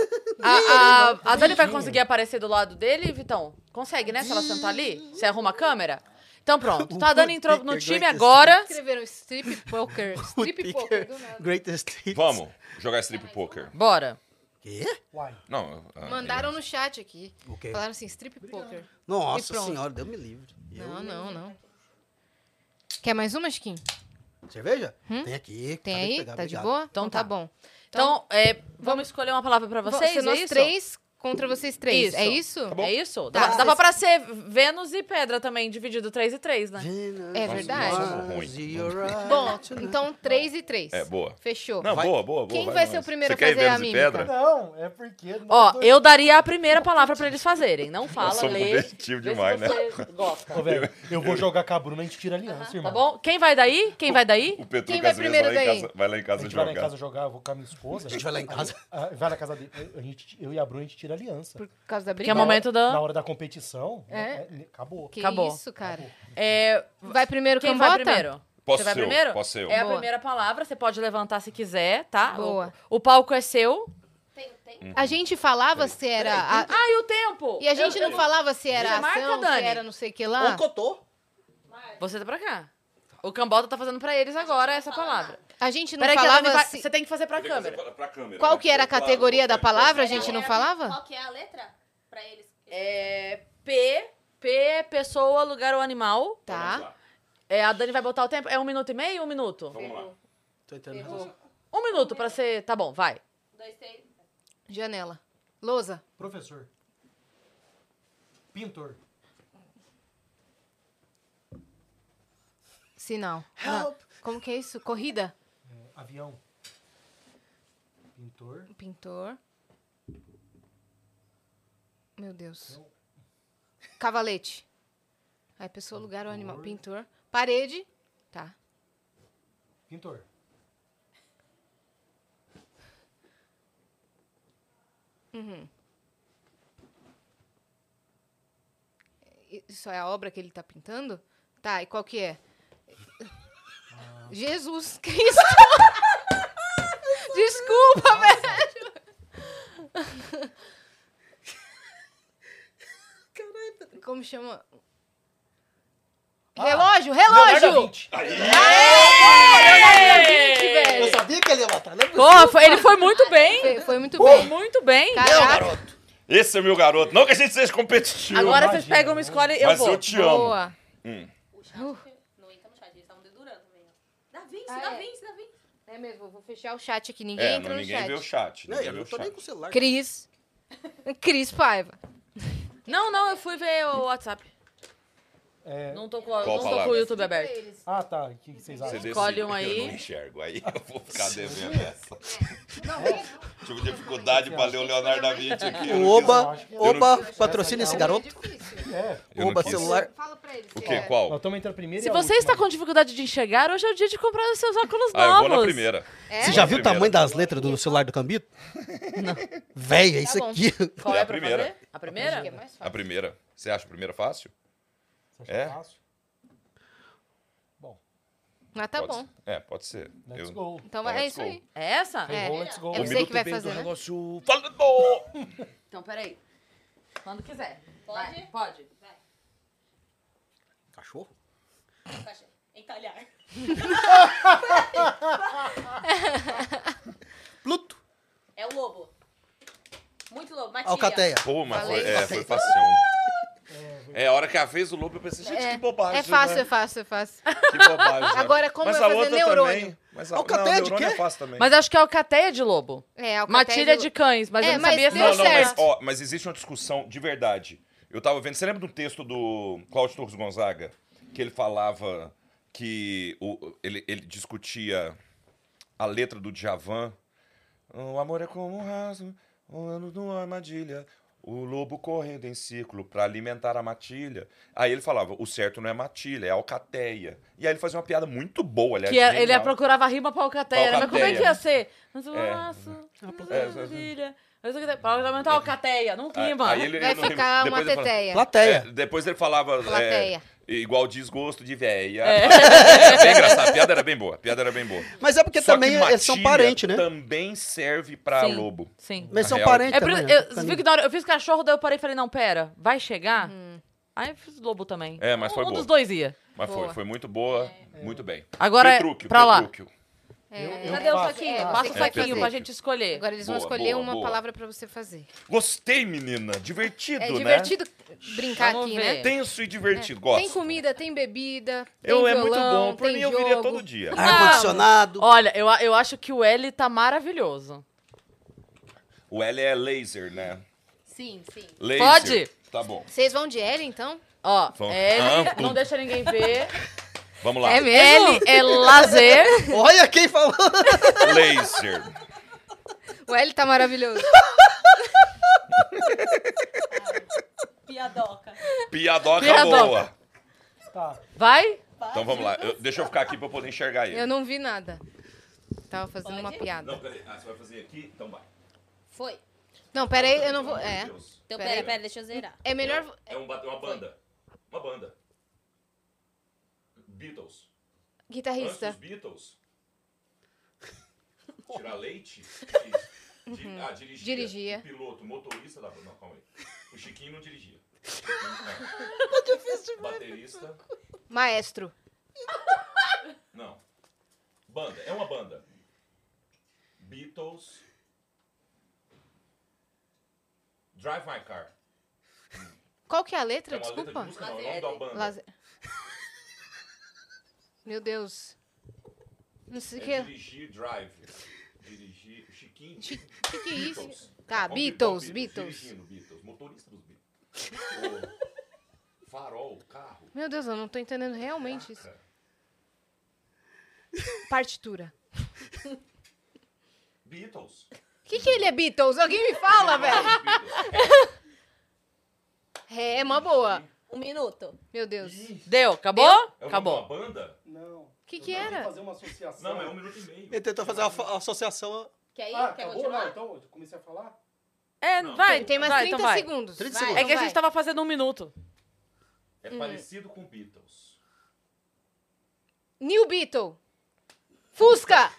[SPEAKER 3] A, a- a Dani vai conseguir aparecer do lado dele, Vitão? Consegue, né? Se ela sentar ali? Você arruma a câmera? Então pronto. Tá, a Dani entrou no time agora.
[SPEAKER 1] Escreveram strip poker. Strip poker do nada.
[SPEAKER 2] é Greatest Hits.
[SPEAKER 5] Vamos jogar strip poker.
[SPEAKER 3] Bora.
[SPEAKER 2] Quê?
[SPEAKER 4] Uai.
[SPEAKER 5] Não. ah,
[SPEAKER 1] Mandaram no chat aqui.
[SPEAKER 2] O quê?
[SPEAKER 1] Falaram assim, strip poker. E
[SPEAKER 2] Nossa
[SPEAKER 1] pronto.
[SPEAKER 2] senhora, Deus me livre. Eu-
[SPEAKER 1] Não, não, não. Quer mais uma, Skin?
[SPEAKER 2] Cerveja? Tem aqui.
[SPEAKER 1] Tem
[SPEAKER 2] acabei de
[SPEAKER 1] aí?
[SPEAKER 2] pegar,
[SPEAKER 1] tá de
[SPEAKER 2] obrigado.
[SPEAKER 1] boa?
[SPEAKER 3] Então
[SPEAKER 1] Então tá
[SPEAKER 3] tá.
[SPEAKER 1] bom.
[SPEAKER 3] Então, é, vamos escolher uma palavra pra
[SPEAKER 1] Vo-
[SPEAKER 3] vocês,
[SPEAKER 1] se nós
[SPEAKER 3] é isso?
[SPEAKER 1] três contra vocês três.
[SPEAKER 3] Isso.
[SPEAKER 1] É isso?
[SPEAKER 5] Tá bom.
[SPEAKER 3] É isso?
[SPEAKER 2] Tá.
[SPEAKER 3] Dava, dava pra ser Vênus e Pedra também, dividido 3 e 3, né?
[SPEAKER 1] É verdade. Bom, então três e três.
[SPEAKER 5] É, boa.
[SPEAKER 1] Fechou.
[SPEAKER 5] Não, boa, boa, boa.
[SPEAKER 1] Quem vai
[SPEAKER 5] nós.
[SPEAKER 1] ser o primeiro
[SPEAKER 5] Você
[SPEAKER 1] a
[SPEAKER 5] quer ir
[SPEAKER 1] fazer a
[SPEAKER 5] Vênus e
[SPEAKER 1] mímica?
[SPEAKER 5] pedra?
[SPEAKER 4] Não, é porque... nós
[SPEAKER 3] Ó,
[SPEAKER 4] dois-
[SPEAKER 3] eu daria a primeira palavra pra eles fazerem. Não
[SPEAKER 5] Eu
[SPEAKER 3] fala,
[SPEAKER 5] sou
[SPEAKER 3] lê.
[SPEAKER 5] competitivo
[SPEAKER 3] Vê se
[SPEAKER 5] demais, né?
[SPEAKER 3] você Gosta.
[SPEAKER 4] Ô, velho, eu vou jogar com a Bruna, a gente tira a aliança,
[SPEAKER 3] Tá
[SPEAKER 4] irmão.
[SPEAKER 3] bom? Quem vai daí? Quem vai daí?
[SPEAKER 5] O Petruca,
[SPEAKER 1] Quem vai
[SPEAKER 5] às vezes,
[SPEAKER 1] primeiro
[SPEAKER 5] vai lá em
[SPEAKER 1] daí?
[SPEAKER 5] casa- Vai lá em
[SPEAKER 4] A
[SPEAKER 5] casa
[SPEAKER 4] gente vai lá em
[SPEAKER 5] jogar.
[SPEAKER 4] casa jogar, eu vou com a minha esposa.
[SPEAKER 2] A gente vai lá em casa.
[SPEAKER 4] Ah, Vai na casa dele. A gente, eu e a Bruna, a gente tira a aliança.
[SPEAKER 1] Por causa da briga?
[SPEAKER 3] Que é o momento
[SPEAKER 4] Na
[SPEAKER 3] da.
[SPEAKER 4] hora da competição,
[SPEAKER 1] É?
[SPEAKER 4] é, acabou.
[SPEAKER 1] Que
[SPEAKER 3] Acabou.
[SPEAKER 1] isso, cara.
[SPEAKER 3] É,
[SPEAKER 1] Vai primeiro
[SPEAKER 3] quem
[SPEAKER 1] Cambota?
[SPEAKER 3] vai primeiro?
[SPEAKER 5] Posso
[SPEAKER 3] você vai
[SPEAKER 5] ser eu,
[SPEAKER 3] primeiro?
[SPEAKER 5] posso ser eu.
[SPEAKER 3] É a
[SPEAKER 1] Boa.
[SPEAKER 3] primeira palavra, você pode levantar se quiser, tá?
[SPEAKER 1] Boa.
[SPEAKER 3] O, o palco é seu.
[SPEAKER 6] Tem, tem.
[SPEAKER 1] A gente falava se era... a-
[SPEAKER 3] Ah, e o tempo?
[SPEAKER 1] E a gente
[SPEAKER 3] Eu-
[SPEAKER 1] não
[SPEAKER 3] eu-
[SPEAKER 1] falava se era
[SPEAKER 3] Já marca,
[SPEAKER 1] ação, se
[SPEAKER 3] Dani.
[SPEAKER 1] era não sei o que
[SPEAKER 2] Ou
[SPEAKER 1] lá.
[SPEAKER 2] cotô.
[SPEAKER 3] Você tá pra cá. O Cambota tá fazendo pra eles agora essa palavra.
[SPEAKER 1] A gente não assim.
[SPEAKER 3] Peraí que ela
[SPEAKER 1] falava
[SPEAKER 3] não vai-
[SPEAKER 1] se-
[SPEAKER 3] Você tem que fazer pra câmera.
[SPEAKER 1] qual que era a categoria da palavra, a gente não
[SPEAKER 6] É,
[SPEAKER 1] falava?
[SPEAKER 6] Qual que é a letra pra eles?
[SPEAKER 3] É. P. P é pessoa, lugar ou animal.
[SPEAKER 1] Tá.
[SPEAKER 3] É, a Dani vai botar o tempo. É um minuto e meio ou um minuto?
[SPEAKER 5] Vamos lá.
[SPEAKER 2] Tô entendendo.
[SPEAKER 3] Um minuto pra ser. Tá bom, vai.
[SPEAKER 6] Dois, três.
[SPEAKER 1] Janela. Lousa.
[SPEAKER 4] Professor. Pintor.
[SPEAKER 1] Sinal.
[SPEAKER 2] Help.
[SPEAKER 1] Não. Como que é isso? Corrida.
[SPEAKER 4] é, avião. Pintor.
[SPEAKER 1] Pintor. Meu Deus. Cavalete. Aí, pessoa, lugar ou animal. Pintor. Parede. Tá.
[SPEAKER 4] Pintor.
[SPEAKER 1] Isso é a obra que ele tá pintando? Tá, e qual que é? Jesus Cristo! Desculpa, velho! Como chama?
[SPEAKER 5] Ah,
[SPEAKER 1] Relógio,
[SPEAKER 4] Leonardo da
[SPEAKER 1] relógio!
[SPEAKER 4] Vinci.
[SPEAKER 1] é
[SPEAKER 2] Eu sabia que ele ia matar, né?
[SPEAKER 3] Ó, foi- ele foi muito bem.
[SPEAKER 1] Foi, foi muito
[SPEAKER 5] Uh,
[SPEAKER 3] Foi
[SPEAKER 1] bem.
[SPEAKER 3] muito bem.
[SPEAKER 1] Caraca,
[SPEAKER 5] Esse é meu garoto. Não que a gente seja competitivo.
[SPEAKER 3] Agora vocês
[SPEAKER 4] imagino,
[SPEAKER 3] pegam uma
[SPEAKER 4] né?
[SPEAKER 3] escolha eu
[SPEAKER 5] mas
[SPEAKER 3] vou.
[SPEAKER 5] eu te amo.
[SPEAKER 1] boa.
[SPEAKER 6] O chat. Não entra no chat, eles estavam dedurando mesmo. Dá vince,
[SPEAKER 1] Ah,
[SPEAKER 6] dá
[SPEAKER 1] é.
[SPEAKER 6] vince, dá vince.
[SPEAKER 1] É mesmo, vou fechar o chat aqui. Ninguém
[SPEAKER 5] É,
[SPEAKER 1] entra
[SPEAKER 5] não,
[SPEAKER 1] no
[SPEAKER 5] ninguém
[SPEAKER 1] chat.
[SPEAKER 5] vê o chat.
[SPEAKER 2] Não,
[SPEAKER 5] ninguém
[SPEAKER 2] eu
[SPEAKER 5] vê
[SPEAKER 2] não
[SPEAKER 5] o
[SPEAKER 2] tô
[SPEAKER 5] chat.
[SPEAKER 2] nem com o celular.
[SPEAKER 1] Cris. Cris Paiva.
[SPEAKER 3] Não, não, eu fui ver o WhatsApp.
[SPEAKER 4] É,
[SPEAKER 3] Não tô com, não tô
[SPEAKER 5] palavra?
[SPEAKER 3] com o YouTube aberto.
[SPEAKER 4] ah, tá. O que que vocês
[SPEAKER 5] Você
[SPEAKER 4] acham?
[SPEAKER 3] Escolhe
[SPEAKER 5] decide.
[SPEAKER 3] um aí.
[SPEAKER 5] Eu não enxergo. Aí eu vou ficar devendo essa. Tive dificuldade pra ler o Leonardo da Vinci aqui. eu
[SPEAKER 2] O
[SPEAKER 5] não
[SPEAKER 2] Oba,
[SPEAKER 4] Eu
[SPEAKER 5] não
[SPEAKER 2] Oba, patrocina esse garoto.
[SPEAKER 5] quis- eu não
[SPEAKER 2] Oba,
[SPEAKER 5] quis.
[SPEAKER 2] celular.
[SPEAKER 1] Fala pra ele.
[SPEAKER 5] O quê? Qual?
[SPEAKER 4] É. Nós estamos entre a primeira
[SPEAKER 3] Se
[SPEAKER 4] e é a
[SPEAKER 3] você
[SPEAKER 4] última.
[SPEAKER 1] tá
[SPEAKER 3] está com dificuldade de enxergar, hoje é o dia de comprar os seus óculos
[SPEAKER 5] Ah, eu
[SPEAKER 3] novos.
[SPEAKER 5] vou na primeira.
[SPEAKER 1] É?
[SPEAKER 2] Você
[SPEAKER 5] Vou
[SPEAKER 2] já
[SPEAKER 5] na
[SPEAKER 2] viu
[SPEAKER 5] primeira.
[SPEAKER 2] o tamanho das letras do celular do Cambito? Não. Véi, é isso
[SPEAKER 1] bom.
[SPEAKER 2] aqui.
[SPEAKER 3] Qual
[SPEAKER 5] É
[SPEAKER 3] é,
[SPEAKER 5] a
[SPEAKER 3] pra
[SPEAKER 5] primeira.
[SPEAKER 3] fazer? A primeira?
[SPEAKER 1] Que é mais
[SPEAKER 5] A
[SPEAKER 1] fácil.
[SPEAKER 5] primeira. Você acha a primeira fácil?
[SPEAKER 4] Você acha
[SPEAKER 5] É?
[SPEAKER 4] fácil? Bom,
[SPEAKER 1] Mas tá
[SPEAKER 5] Pode
[SPEAKER 1] bom.
[SPEAKER 5] ser. É, pode ser.
[SPEAKER 4] let's
[SPEAKER 5] Eu-
[SPEAKER 4] go.
[SPEAKER 1] Então
[SPEAKER 5] Let's
[SPEAKER 1] é isso
[SPEAKER 5] go.
[SPEAKER 1] aí.
[SPEAKER 3] É essa?
[SPEAKER 4] Ferrou,
[SPEAKER 1] É.
[SPEAKER 4] let's go.
[SPEAKER 1] É você que vai fazer, né?
[SPEAKER 5] negócio. Fala do-
[SPEAKER 3] Então, peraí. Quando quiser.
[SPEAKER 6] Pode?
[SPEAKER 3] Vai, pode.
[SPEAKER 2] Cachorro?
[SPEAKER 6] Caixa. Entalhar.
[SPEAKER 2] Pluto.
[SPEAKER 6] É o lobo. Muito lobo.
[SPEAKER 7] É
[SPEAKER 6] Matilha.
[SPEAKER 2] Alcateia.
[SPEAKER 5] Pô, mas foi,
[SPEAKER 1] Falei.
[SPEAKER 5] é, foi fácil. É, a hora que a fez o lobo, eu pensei, gente, que bobagem.
[SPEAKER 1] É fácil, é
[SPEAKER 5] né?
[SPEAKER 1] fácil, é fácil.
[SPEAKER 5] Que
[SPEAKER 1] [laughs]
[SPEAKER 5] bobagem. né?
[SPEAKER 1] Agora, como
[SPEAKER 5] mas
[SPEAKER 1] eu
[SPEAKER 5] a
[SPEAKER 1] fazer
[SPEAKER 5] outra
[SPEAKER 1] neurônio?
[SPEAKER 5] Também, mas a
[SPEAKER 2] Alcateia
[SPEAKER 5] não,
[SPEAKER 2] de
[SPEAKER 5] neurônio
[SPEAKER 2] quê?
[SPEAKER 5] é fácil também.
[SPEAKER 3] Mas acho que é alcateia de lobo.
[SPEAKER 1] É, Alcateia
[SPEAKER 3] Matilha
[SPEAKER 1] do-
[SPEAKER 3] de cães, mas
[SPEAKER 1] É,
[SPEAKER 3] eu não
[SPEAKER 1] mas
[SPEAKER 3] sabia
[SPEAKER 1] deu
[SPEAKER 5] não,
[SPEAKER 3] se
[SPEAKER 5] não, mas,
[SPEAKER 1] certo.
[SPEAKER 5] ó, mas existe uma discussão de verdade. Eu tava vendo, você lembra do texto do Cláudio Torres Gonzaga? Que ele falava que o, ele, ele discutia a letra do Djavan. O amor é como um raso, um ano de uma armadilha. O lobo correndo em círculo pra alimentar a matilha. Aí ele falava, o certo não é matilha, é alcateia. E aí ele fazia uma piada muito boa, aliás.
[SPEAKER 3] Que
[SPEAKER 1] é,
[SPEAKER 3] era- ele
[SPEAKER 5] É genial.
[SPEAKER 3] procurava rima pra alcateia, né? Mas como é que ia ser? Mas o
[SPEAKER 5] É.
[SPEAKER 3] laço,
[SPEAKER 5] É,
[SPEAKER 3] mas a maravilha. Mas o que tem- Pra aumentar a alcateia, não
[SPEAKER 5] Aí-
[SPEAKER 3] rima.
[SPEAKER 5] aí ele-
[SPEAKER 1] Vai
[SPEAKER 5] ele não-
[SPEAKER 1] ficar
[SPEAKER 5] depois
[SPEAKER 1] uma
[SPEAKER 5] ele falava,
[SPEAKER 1] teteia.
[SPEAKER 5] É,
[SPEAKER 2] Plateia.
[SPEAKER 5] depois ele falava. é,
[SPEAKER 1] Plateia.
[SPEAKER 5] igual desgosto de véia.
[SPEAKER 1] É.
[SPEAKER 5] Era bem engraçado. A piada era bem boa. A piada era bem boa.
[SPEAKER 2] Mas é porque
[SPEAKER 5] Só
[SPEAKER 2] também
[SPEAKER 5] que
[SPEAKER 2] eles são
[SPEAKER 5] matilha
[SPEAKER 2] parentes, né?
[SPEAKER 5] Também serve pra
[SPEAKER 3] Sim.
[SPEAKER 5] lobo.
[SPEAKER 3] Sim.
[SPEAKER 2] Mas
[SPEAKER 5] Na
[SPEAKER 2] são
[SPEAKER 5] real,
[SPEAKER 2] parentes
[SPEAKER 3] É por,
[SPEAKER 2] também.
[SPEAKER 3] eu,
[SPEAKER 2] né?
[SPEAKER 3] você viu que na hora eu fiz cachorro, daí eu parei e falei, não, pera, vai chegar?
[SPEAKER 1] Hum.
[SPEAKER 3] Aí eu fiz lobo também.
[SPEAKER 5] É, mas
[SPEAKER 3] um,
[SPEAKER 5] foi
[SPEAKER 3] um
[SPEAKER 5] boa.
[SPEAKER 3] dos dois ia.
[SPEAKER 5] Mas
[SPEAKER 1] Boa.
[SPEAKER 5] foi, foi muito boa, muito bem.
[SPEAKER 3] Agora é
[SPEAKER 5] Petrúquio,
[SPEAKER 3] pra lá.
[SPEAKER 5] Petrúquio.
[SPEAKER 1] É,
[SPEAKER 4] Eu
[SPEAKER 3] Cadê o
[SPEAKER 4] faço,
[SPEAKER 3] saquinho?
[SPEAKER 4] eu
[SPEAKER 3] Passa
[SPEAKER 1] faço.
[SPEAKER 3] o
[SPEAKER 5] É,
[SPEAKER 3] saquinho
[SPEAKER 5] Pedro.
[SPEAKER 3] pra gente escolher.
[SPEAKER 1] Agora eles vão
[SPEAKER 5] Boa,
[SPEAKER 1] escolher
[SPEAKER 5] boa,
[SPEAKER 1] uma
[SPEAKER 5] boa.
[SPEAKER 1] palavra pra você fazer.
[SPEAKER 5] Gostei, menina. Divertido,
[SPEAKER 1] É
[SPEAKER 5] né?
[SPEAKER 1] divertido. brincar
[SPEAKER 3] Vamos
[SPEAKER 1] aqui,
[SPEAKER 3] ver.
[SPEAKER 1] né?
[SPEAKER 5] Tenso e
[SPEAKER 1] Tem
[SPEAKER 5] divertido. Gosto.
[SPEAKER 1] comida, tem bebida, tem
[SPEAKER 5] Eu, é
[SPEAKER 1] violão,
[SPEAKER 5] muito bom. Por
[SPEAKER 1] tem
[SPEAKER 5] mim, eu
[SPEAKER 1] jogo.
[SPEAKER 5] viria todo dia.
[SPEAKER 2] Ar-condicionado.
[SPEAKER 3] Olha, eu, a- eu acho que o L tá maravilhoso.
[SPEAKER 5] O L é laser, né?
[SPEAKER 6] Sim, sim.
[SPEAKER 5] Laser.
[SPEAKER 3] Pode?
[SPEAKER 5] Tá bom.
[SPEAKER 1] Vocês vão de L, então?
[SPEAKER 3] Ó,
[SPEAKER 5] Vamos.
[SPEAKER 3] L,
[SPEAKER 5] Ah,
[SPEAKER 3] não
[SPEAKER 5] tudo.
[SPEAKER 3] deixa ninguém
[SPEAKER 5] [laughs]
[SPEAKER 3] ver.
[SPEAKER 5] Vamos lá.
[SPEAKER 1] É mesmo?
[SPEAKER 3] L é
[SPEAKER 5] [laughs]
[SPEAKER 3] lazer.
[SPEAKER 2] Olha quem falou.
[SPEAKER 5] Laser.
[SPEAKER 1] O L tá maravilhoso.
[SPEAKER 6] Piadoca.
[SPEAKER 5] Piadoca,
[SPEAKER 3] Piadoca.
[SPEAKER 5] boa.
[SPEAKER 4] Tá.
[SPEAKER 3] Vai?
[SPEAKER 5] Então vamos lá. Eu- deixa eu ficar aqui pra eu poder enxergar ele.
[SPEAKER 1] Eu não vi nada. Tava fazendo uma
[SPEAKER 6] Pode?
[SPEAKER 1] piada.
[SPEAKER 5] peraí. Ah, você vai fazer aqui? Então vai.
[SPEAKER 6] Foi.
[SPEAKER 1] Não, pera aí, eu não vou... É,
[SPEAKER 6] Então,
[SPEAKER 1] Pera aí.
[SPEAKER 6] peraí, peraí, deixa eu zerar.
[SPEAKER 1] é melhor...
[SPEAKER 5] É um, ba- uma banda. Uma banda. Beatles. Antes dos
[SPEAKER 1] Guitarrista. [laughs]
[SPEAKER 5] Beatles. Tirar leite? Di- ah, dirigia.
[SPEAKER 1] Uhum. Dirigia.
[SPEAKER 5] O piloto, o motorista da banda. Não, calma aí. O Chiquinho
[SPEAKER 1] [laughs]
[SPEAKER 5] não dirigia. Baterista.
[SPEAKER 1] Maestro.
[SPEAKER 5] Não. Banda. É uma banda. Beatles. Drive My Car.
[SPEAKER 1] Qual que é a letra?
[SPEAKER 5] É uma letra
[SPEAKER 1] Desculpa.
[SPEAKER 5] de música, não. É o nome da banda.
[SPEAKER 1] Lazer. Meu Deus. Não sei o
[SPEAKER 5] É
[SPEAKER 1] que.
[SPEAKER 5] dirigir Drive. Dirigir Chiquinho.
[SPEAKER 1] O que, que é
[SPEAKER 5] Beatles.
[SPEAKER 1] isso? Tá,
[SPEAKER 5] Bom,
[SPEAKER 1] Beatles,
[SPEAKER 5] bom,
[SPEAKER 1] Beatles.
[SPEAKER 5] dirigindo, Beatles. Motorista dos Beatles. O farol, carro.
[SPEAKER 1] Meu Deus, eu não tô entendendo realmente isso.
[SPEAKER 5] placa.
[SPEAKER 1] Partitura.
[SPEAKER 5] Beatles.
[SPEAKER 1] O que, que ele é Beatles? Alguém me
[SPEAKER 5] [laughs]
[SPEAKER 1] fala, velho.
[SPEAKER 5] Beatles.
[SPEAKER 1] É, é uma boa.
[SPEAKER 6] Um minuto.
[SPEAKER 1] Meu Deus.
[SPEAKER 3] Deu, acabou?
[SPEAKER 5] É uma
[SPEAKER 3] Acabou.
[SPEAKER 5] banda?
[SPEAKER 4] Não.
[SPEAKER 1] O que, que era?
[SPEAKER 4] fazer uma associação.
[SPEAKER 5] Não, é um minuto e meio.
[SPEAKER 2] [laughs] Ele tentou fazer uma fa- associação.
[SPEAKER 6] Quer ir?
[SPEAKER 1] Ah,
[SPEAKER 6] Quer
[SPEAKER 4] Não,
[SPEAKER 1] né?
[SPEAKER 6] continuar?
[SPEAKER 4] então eu comecei a falar.
[SPEAKER 3] É,
[SPEAKER 5] Não,
[SPEAKER 3] vai.
[SPEAKER 1] Tem mais
[SPEAKER 3] vai,
[SPEAKER 1] 30
[SPEAKER 3] então vai.
[SPEAKER 1] segundos.
[SPEAKER 2] 30
[SPEAKER 1] Vai, então
[SPEAKER 2] segundos.
[SPEAKER 3] É que a
[SPEAKER 1] vai.
[SPEAKER 3] gente tava fazendo um minuto.
[SPEAKER 5] É
[SPEAKER 1] hum.
[SPEAKER 5] parecido com Beatles.
[SPEAKER 1] New Beetle. Fusca.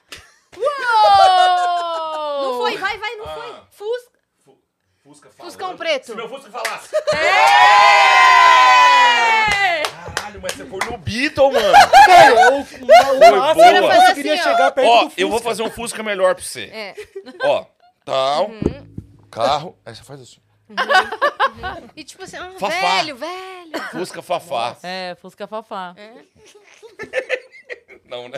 [SPEAKER 6] Não foi, vai, vai, não
[SPEAKER 5] Ah.
[SPEAKER 6] foi. Fusca.
[SPEAKER 5] Fu- Fusca falando.
[SPEAKER 1] Fuscão preto.
[SPEAKER 5] Se meu Fusca falasse.
[SPEAKER 3] É.
[SPEAKER 5] Caralho, mas você foi no Beatle, mano.
[SPEAKER 4] Cara, eu, o
[SPEAKER 5] Foi
[SPEAKER 2] Ah,
[SPEAKER 4] máximo que eu
[SPEAKER 5] boa.
[SPEAKER 4] conseguiria
[SPEAKER 1] Assim, ó.
[SPEAKER 4] chegar perto do
[SPEAKER 5] Ó,
[SPEAKER 4] Fusca.
[SPEAKER 5] eu vou fazer um Fusca melhor pra você.
[SPEAKER 1] É. Uhum.
[SPEAKER 5] Ó, tal, carro. Aí você faz assim.
[SPEAKER 1] E tipo assim, ah,
[SPEAKER 5] Fafá.
[SPEAKER 1] velho, velho.
[SPEAKER 5] Fusca Fafá.
[SPEAKER 3] É, Fusca Fafá.
[SPEAKER 5] Não, né?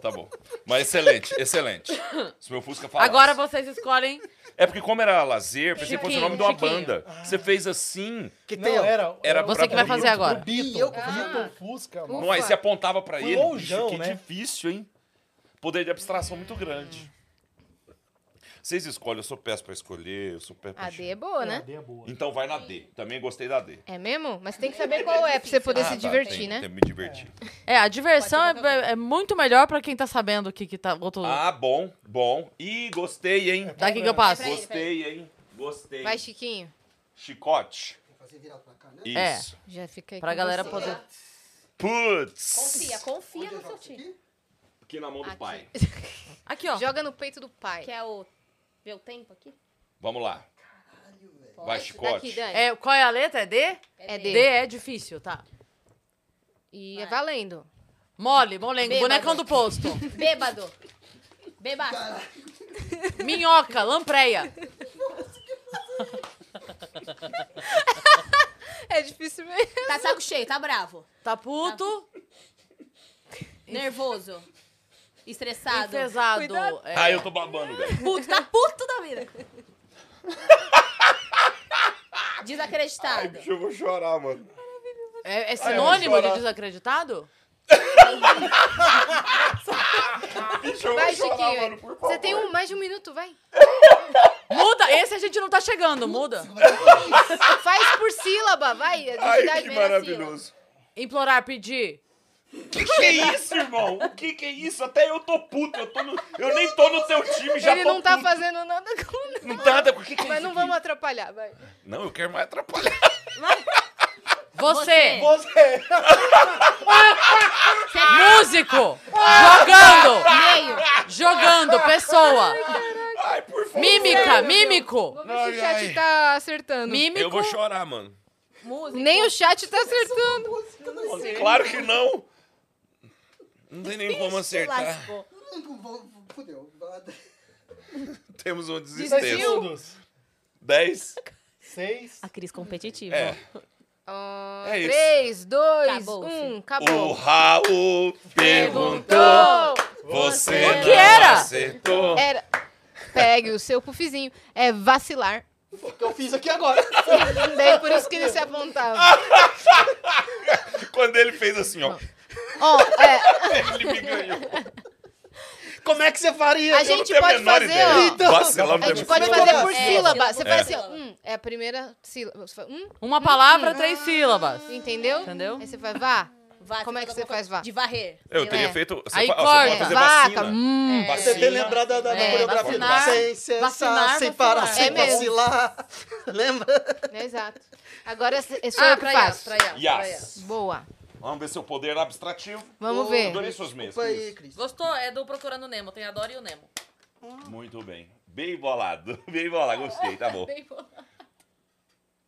[SPEAKER 5] Tá bom. Mas excelente, excelente. Se meu Fusca falasse.
[SPEAKER 3] Agora vocês escolhem.
[SPEAKER 5] É porque como era lazer, pensei que fosse o nome de uma
[SPEAKER 3] Chiquinho.
[SPEAKER 5] banda. Você fez assim.
[SPEAKER 2] Que
[SPEAKER 4] Não,
[SPEAKER 2] tem, ó.
[SPEAKER 4] era,
[SPEAKER 5] Era
[SPEAKER 3] Você
[SPEAKER 5] pra
[SPEAKER 3] que vai
[SPEAKER 5] abrir
[SPEAKER 3] fazer
[SPEAKER 5] o-
[SPEAKER 3] agora.
[SPEAKER 4] Beatle.
[SPEAKER 2] eu-
[SPEAKER 4] Beatle Fusca, mano.
[SPEAKER 5] Não, aí você apontava pra
[SPEAKER 4] Foi
[SPEAKER 5] ele.
[SPEAKER 4] longeão,
[SPEAKER 5] Bicho, que
[SPEAKER 4] né?
[SPEAKER 5] difícil, hein? Poder de abstração muito grande. Vocês escolhem, eu sou péssimo pra escolher, eu sou péssimo pra
[SPEAKER 1] A D é
[SPEAKER 5] escolher.
[SPEAKER 1] boa,
[SPEAKER 4] A
[SPEAKER 1] né?
[SPEAKER 4] ideia é boa.
[SPEAKER 5] Então vai na D. Também gostei da D.
[SPEAKER 1] É mesmo? Mas tem que
[SPEAKER 5] [laughs]
[SPEAKER 1] saber qual é pra você poder
[SPEAKER 5] Ah,
[SPEAKER 1] se
[SPEAKER 5] tá,
[SPEAKER 1] divertir,
[SPEAKER 5] tem-
[SPEAKER 1] né?
[SPEAKER 5] tem que me divertir.
[SPEAKER 3] É, a diversão é, é muito melhor pra quem tá sabendo o que que tá... Outro...
[SPEAKER 5] Ah, bom, bom. Ih, gostei, hein?
[SPEAKER 3] Daqui que eu passo.
[SPEAKER 6] É pra ele.
[SPEAKER 5] Gostei, hein? Gostei.
[SPEAKER 1] Vai, Chiquinho.
[SPEAKER 5] Chicote.
[SPEAKER 2] Fazer virado pra cá, né?
[SPEAKER 3] É.
[SPEAKER 5] Isso.
[SPEAKER 1] Já fica aí.
[SPEAKER 3] Pra
[SPEAKER 1] com
[SPEAKER 3] galera
[SPEAKER 1] você.
[SPEAKER 3] poder...
[SPEAKER 5] Putz.
[SPEAKER 6] Confia, confia no seu time.
[SPEAKER 5] Aqui na mão do
[SPEAKER 1] Aqui.
[SPEAKER 5] pai.
[SPEAKER 3] Aqui,
[SPEAKER 1] [laughs]
[SPEAKER 3] ó.
[SPEAKER 1] Joga no peito do pai.
[SPEAKER 6] Quer o... Ver o tempo aqui?
[SPEAKER 5] Vamos lá. Vai,
[SPEAKER 1] Daqui,
[SPEAKER 5] Chicote.
[SPEAKER 1] Dani.
[SPEAKER 3] É, qual é a letra? É D?
[SPEAKER 1] É
[SPEAKER 3] D.
[SPEAKER 1] D.
[SPEAKER 3] é difícil, tá.
[SPEAKER 1] E é valendo.
[SPEAKER 3] Mole, molengo,
[SPEAKER 6] Bêbado.
[SPEAKER 3] bonecão do posto.
[SPEAKER 6] Bêbado. Bebaço.
[SPEAKER 3] Minhoca, lampreia.
[SPEAKER 1] É difícil mesmo.
[SPEAKER 6] Tá saco cheio, tá bravo.
[SPEAKER 3] Tá puto,
[SPEAKER 6] Nervoso.
[SPEAKER 7] Tá
[SPEAKER 6] Estressado.
[SPEAKER 3] pesado.
[SPEAKER 1] Cuidado.
[SPEAKER 3] É,
[SPEAKER 5] Ah, eu tô babando, [laughs] velho.
[SPEAKER 6] Puto, tá puto da vida. Desacreditado.
[SPEAKER 5] Eu vou chorar, mano.
[SPEAKER 3] é- é
[SPEAKER 5] Ai, eu vou
[SPEAKER 3] sinônimo de
[SPEAKER 5] chorar.
[SPEAKER 3] desacreditado?
[SPEAKER 5] Bicho, eu
[SPEAKER 1] Vai,
[SPEAKER 5] vou chorar, mano,
[SPEAKER 1] Chiquinho.
[SPEAKER 5] por favor.
[SPEAKER 1] Você tem um, mais de um minuto, vai.
[SPEAKER 3] Muda! Esse a gente não tá chegando, muda.
[SPEAKER 1] Faz por sílaba, vai. assim, A
[SPEAKER 5] Ai,
[SPEAKER 1] identidade
[SPEAKER 5] que
[SPEAKER 1] vem na sílaba.
[SPEAKER 5] maravilhoso.
[SPEAKER 3] Implorar, pedir.
[SPEAKER 5] Que que é isso, irmão? O que que é isso? Até eu tô puto. Eu, tô no- eu nem tô no teu time, já
[SPEAKER 1] Ele
[SPEAKER 5] tô
[SPEAKER 1] não tá
[SPEAKER 5] puto.
[SPEAKER 1] fazendo nada com
[SPEAKER 5] Não tá, tá, o que que é
[SPEAKER 1] Mas
[SPEAKER 5] isso
[SPEAKER 1] não
[SPEAKER 5] aqui?
[SPEAKER 1] vamos atrapalhar, vai.
[SPEAKER 5] Não, eu quero mais atrapalhar.
[SPEAKER 3] Você,
[SPEAKER 4] Você!
[SPEAKER 3] [laughs] músico, jogando, jogando, pessoa,
[SPEAKER 5] Ai, por favor.
[SPEAKER 3] mímica, mímico,
[SPEAKER 1] Vamos ver se o
[SPEAKER 5] Ai, ai.
[SPEAKER 1] chat tá acertando.
[SPEAKER 5] Eu
[SPEAKER 3] mímico,
[SPEAKER 5] vou chorar, mano.
[SPEAKER 6] Música.
[SPEAKER 1] Nem o chat tá acertando.
[SPEAKER 5] Claro que não. Não tem nem como [laughs] acertar.
[SPEAKER 6] Lascou.
[SPEAKER 2] assim?
[SPEAKER 5] Temos uma
[SPEAKER 4] Dois
[SPEAKER 5] desistência.
[SPEAKER 4] segundos.
[SPEAKER 5] Dez,
[SPEAKER 4] Seis.
[SPEAKER 7] A Cris competitiva.
[SPEAKER 5] É.
[SPEAKER 1] Ah,
[SPEAKER 5] É isso.
[SPEAKER 1] três, dois,
[SPEAKER 7] Acabou,
[SPEAKER 1] um,
[SPEAKER 7] filho.
[SPEAKER 5] O
[SPEAKER 1] acabou.
[SPEAKER 5] Raul perguntou,
[SPEAKER 1] Perguntou.
[SPEAKER 5] você
[SPEAKER 1] O que
[SPEAKER 5] não
[SPEAKER 3] era?
[SPEAKER 5] acertou.
[SPEAKER 1] Era... Pegue o seu puffzinho. É vacilar.
[SPEAKER 2] O que eu fiz aqui agora?
[SPEAKER 1] Daí por isso que ele se
[SPEAKER 5] [laughs]
[SPEAKER 1] apontava.
[SPEAKER 5] Quando ele fez assim, ó,
[SPEAKER 1] Ó, é,
[SPEAKER 5] [laughs] ele me ganhou.
[SPEAKER 2] [laughs] Como é que você faria?
[SPEAKER 1] a
[SPEAKER 5] Eu não
[SPEAKER 1] gente
[SPEAKER 5] tenho a
[SPEAKER 1] pode
[SPEAKER 5] menor
[SPEAKER 1] fazer,
[SPEAKER 5] ideia.
[SPEAKER 1] ó.
[SPEAKER 2] Então-
[SPEAKER 1] A
[SPEAKER 5] Vacilão,
[SPEAKER 1] gente
[SPEAKER 5] mesmo.
[SPEAKER 1] pode fazer por
[SPEAKER 7] É,
[SPEAKER 1] sílaba.
[SPEAKER 7] sílaba.
[SPEAKER 1] Você
[SPEAKER 7] É.
[SPEAKER 1] faz assim, ó. Hum, é a primeira sílaba. Você fala, hum,
[SPEAKER 3] Uma palavra, três sílabas.
[SPEAKER 1] entendeu?
[SPEAKER 3] Entendeu?
[SPEAKER 1] Aí você faz, vá.
[SPEAKER 7] Vá,
[SPEAKER 1] Como é que você
[SPEAKER 7] alguma
[SPEAKER 1] faz
[SPEAKER 7] coisa
[SPEAKER 1] vá?
[SPEAKER 7] De varrer.
[SPEAKER 5] Eu
[SPEAKER 7] Sei lá.
[SPEAKER 5] teria feito. Você
[SPEAKER 3] Aí
[SPEAKER 5] fa- você
[SPEAKER 3] corta.
[SPEAKER 1] É,
[SPEAKER 5] pode Ah, fazer
[SPEAKER 1] né? Vaca.
[SPEAKER 5] vacina. [laughs]
[SPEAKER 1] Hum.
[SPEAKER 2] Você tem
[SPEAKER 5] Vacina.
[SPEAKER 2] lembrado da, da
[SPEAKER 1] É,
[SPEAKER 2] coreografia?
[SPEAKER 3] vacinar.
[SPEAKER 2] sem cessar,
[SPEAKER 3] Vacinar,
[SPEAKER 2] sem
[SPEAKER 3] vacinar.
[SPEAKER 2] parar,
[SPEAKER 3] É
[SPEAKER 2] sem
[SPEAKER 1] mesmo.
[SPEAKER 2] vacilar. [laughs] Lembra?
[SPEAKER 1] É exato. Agora se- é só eu que
[SPEAKER 3] Ah, pra
[SPEAKER 1] faço.
[SPEAKER 3] Yas, pra Yas, pra Yas.
[SPEAKER 5] Yes.
[SPEAKER 1] Boa.
[SPEAKER 5] Vamos ver seu poder abstrativo.
[SPEAKER 1] Vamos ver.
[SPEAKER 5] Adorei suas mesas.
[SPEAKER 2] Desculpa aí, Cris.
[SPEAKER 3] Gostou? É do Procurando Nemo. Tem a Dora e o Nemo.
[SPEAKER 5] Muito bem. Bem bolado. [laughs] Bem bolado. Gostei, tá bom.
[SPEAKER 6] Bem bom.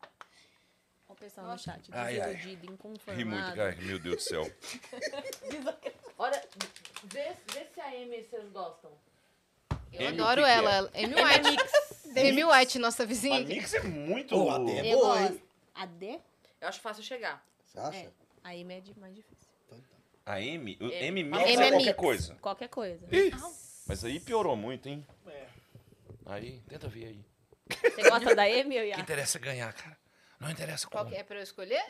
[SPEAKER 7] Olha o pessoal no chat.
[SPEAKER 5] Ai, ai.
[SPEAKER 7] Desiludido, inconformado.
[SPEAKER 5] Ri muito, cara. Meu Deus do céu.
[SPEAKER 3] Olha, vê, se a Amy vocês gostam.
[SPEAKER 1] [laughs] Eu
[SPEAKER 5] Amy,
[SPEAKER 1] adoro
[SPEAKER 5] o que que
[SPEAKER 1] ela.
[SPEAKER 5] é?
[SPEAKER 1] ela- Amy White. Amy White, nossa vizinha.
[SPEAKER 5] A Mix é muito.
[SPEAKER 2] Pô, a Débora.
[SPEAKER 7] Eu
[SPEAKER 2] Boa,
[SPEAKER 7] gosto.
[SPEAKER 2] hein?
[SPEAKER 7] A D?
[SPEAKER 3] Eu acho fácil chegar.
[SPEAKER 2] Você acha?
[SPEAKER 7] É. A M é de mais difícil.
[SPEAKER 5] A M. o
[SPEAKER 3] É.
[SPEAKER 5] M
[SPEAKER 1] M
[SPEAKER 5] Mix
[SPEAKER 1] é
[SPEAKER 5] é qualquer
[SPEAKER 1] mix.
[SPEAKER 5] coisa.
[SPEAKER 7] Qualquer coisa.
[SPEAKER 5] Ih, Mas aí piorou muito, hein? É. Aí, tenta ver aí.
[SPEAKER 7] Você gosta da M ou
[SPEAKER 5] O que
[SPEAKER 7] Yas?
[SPEAKER 5] interessa é ganhar, cara. Não interessa como.
[SPEAKER 1] Qual que é pra eu escolher?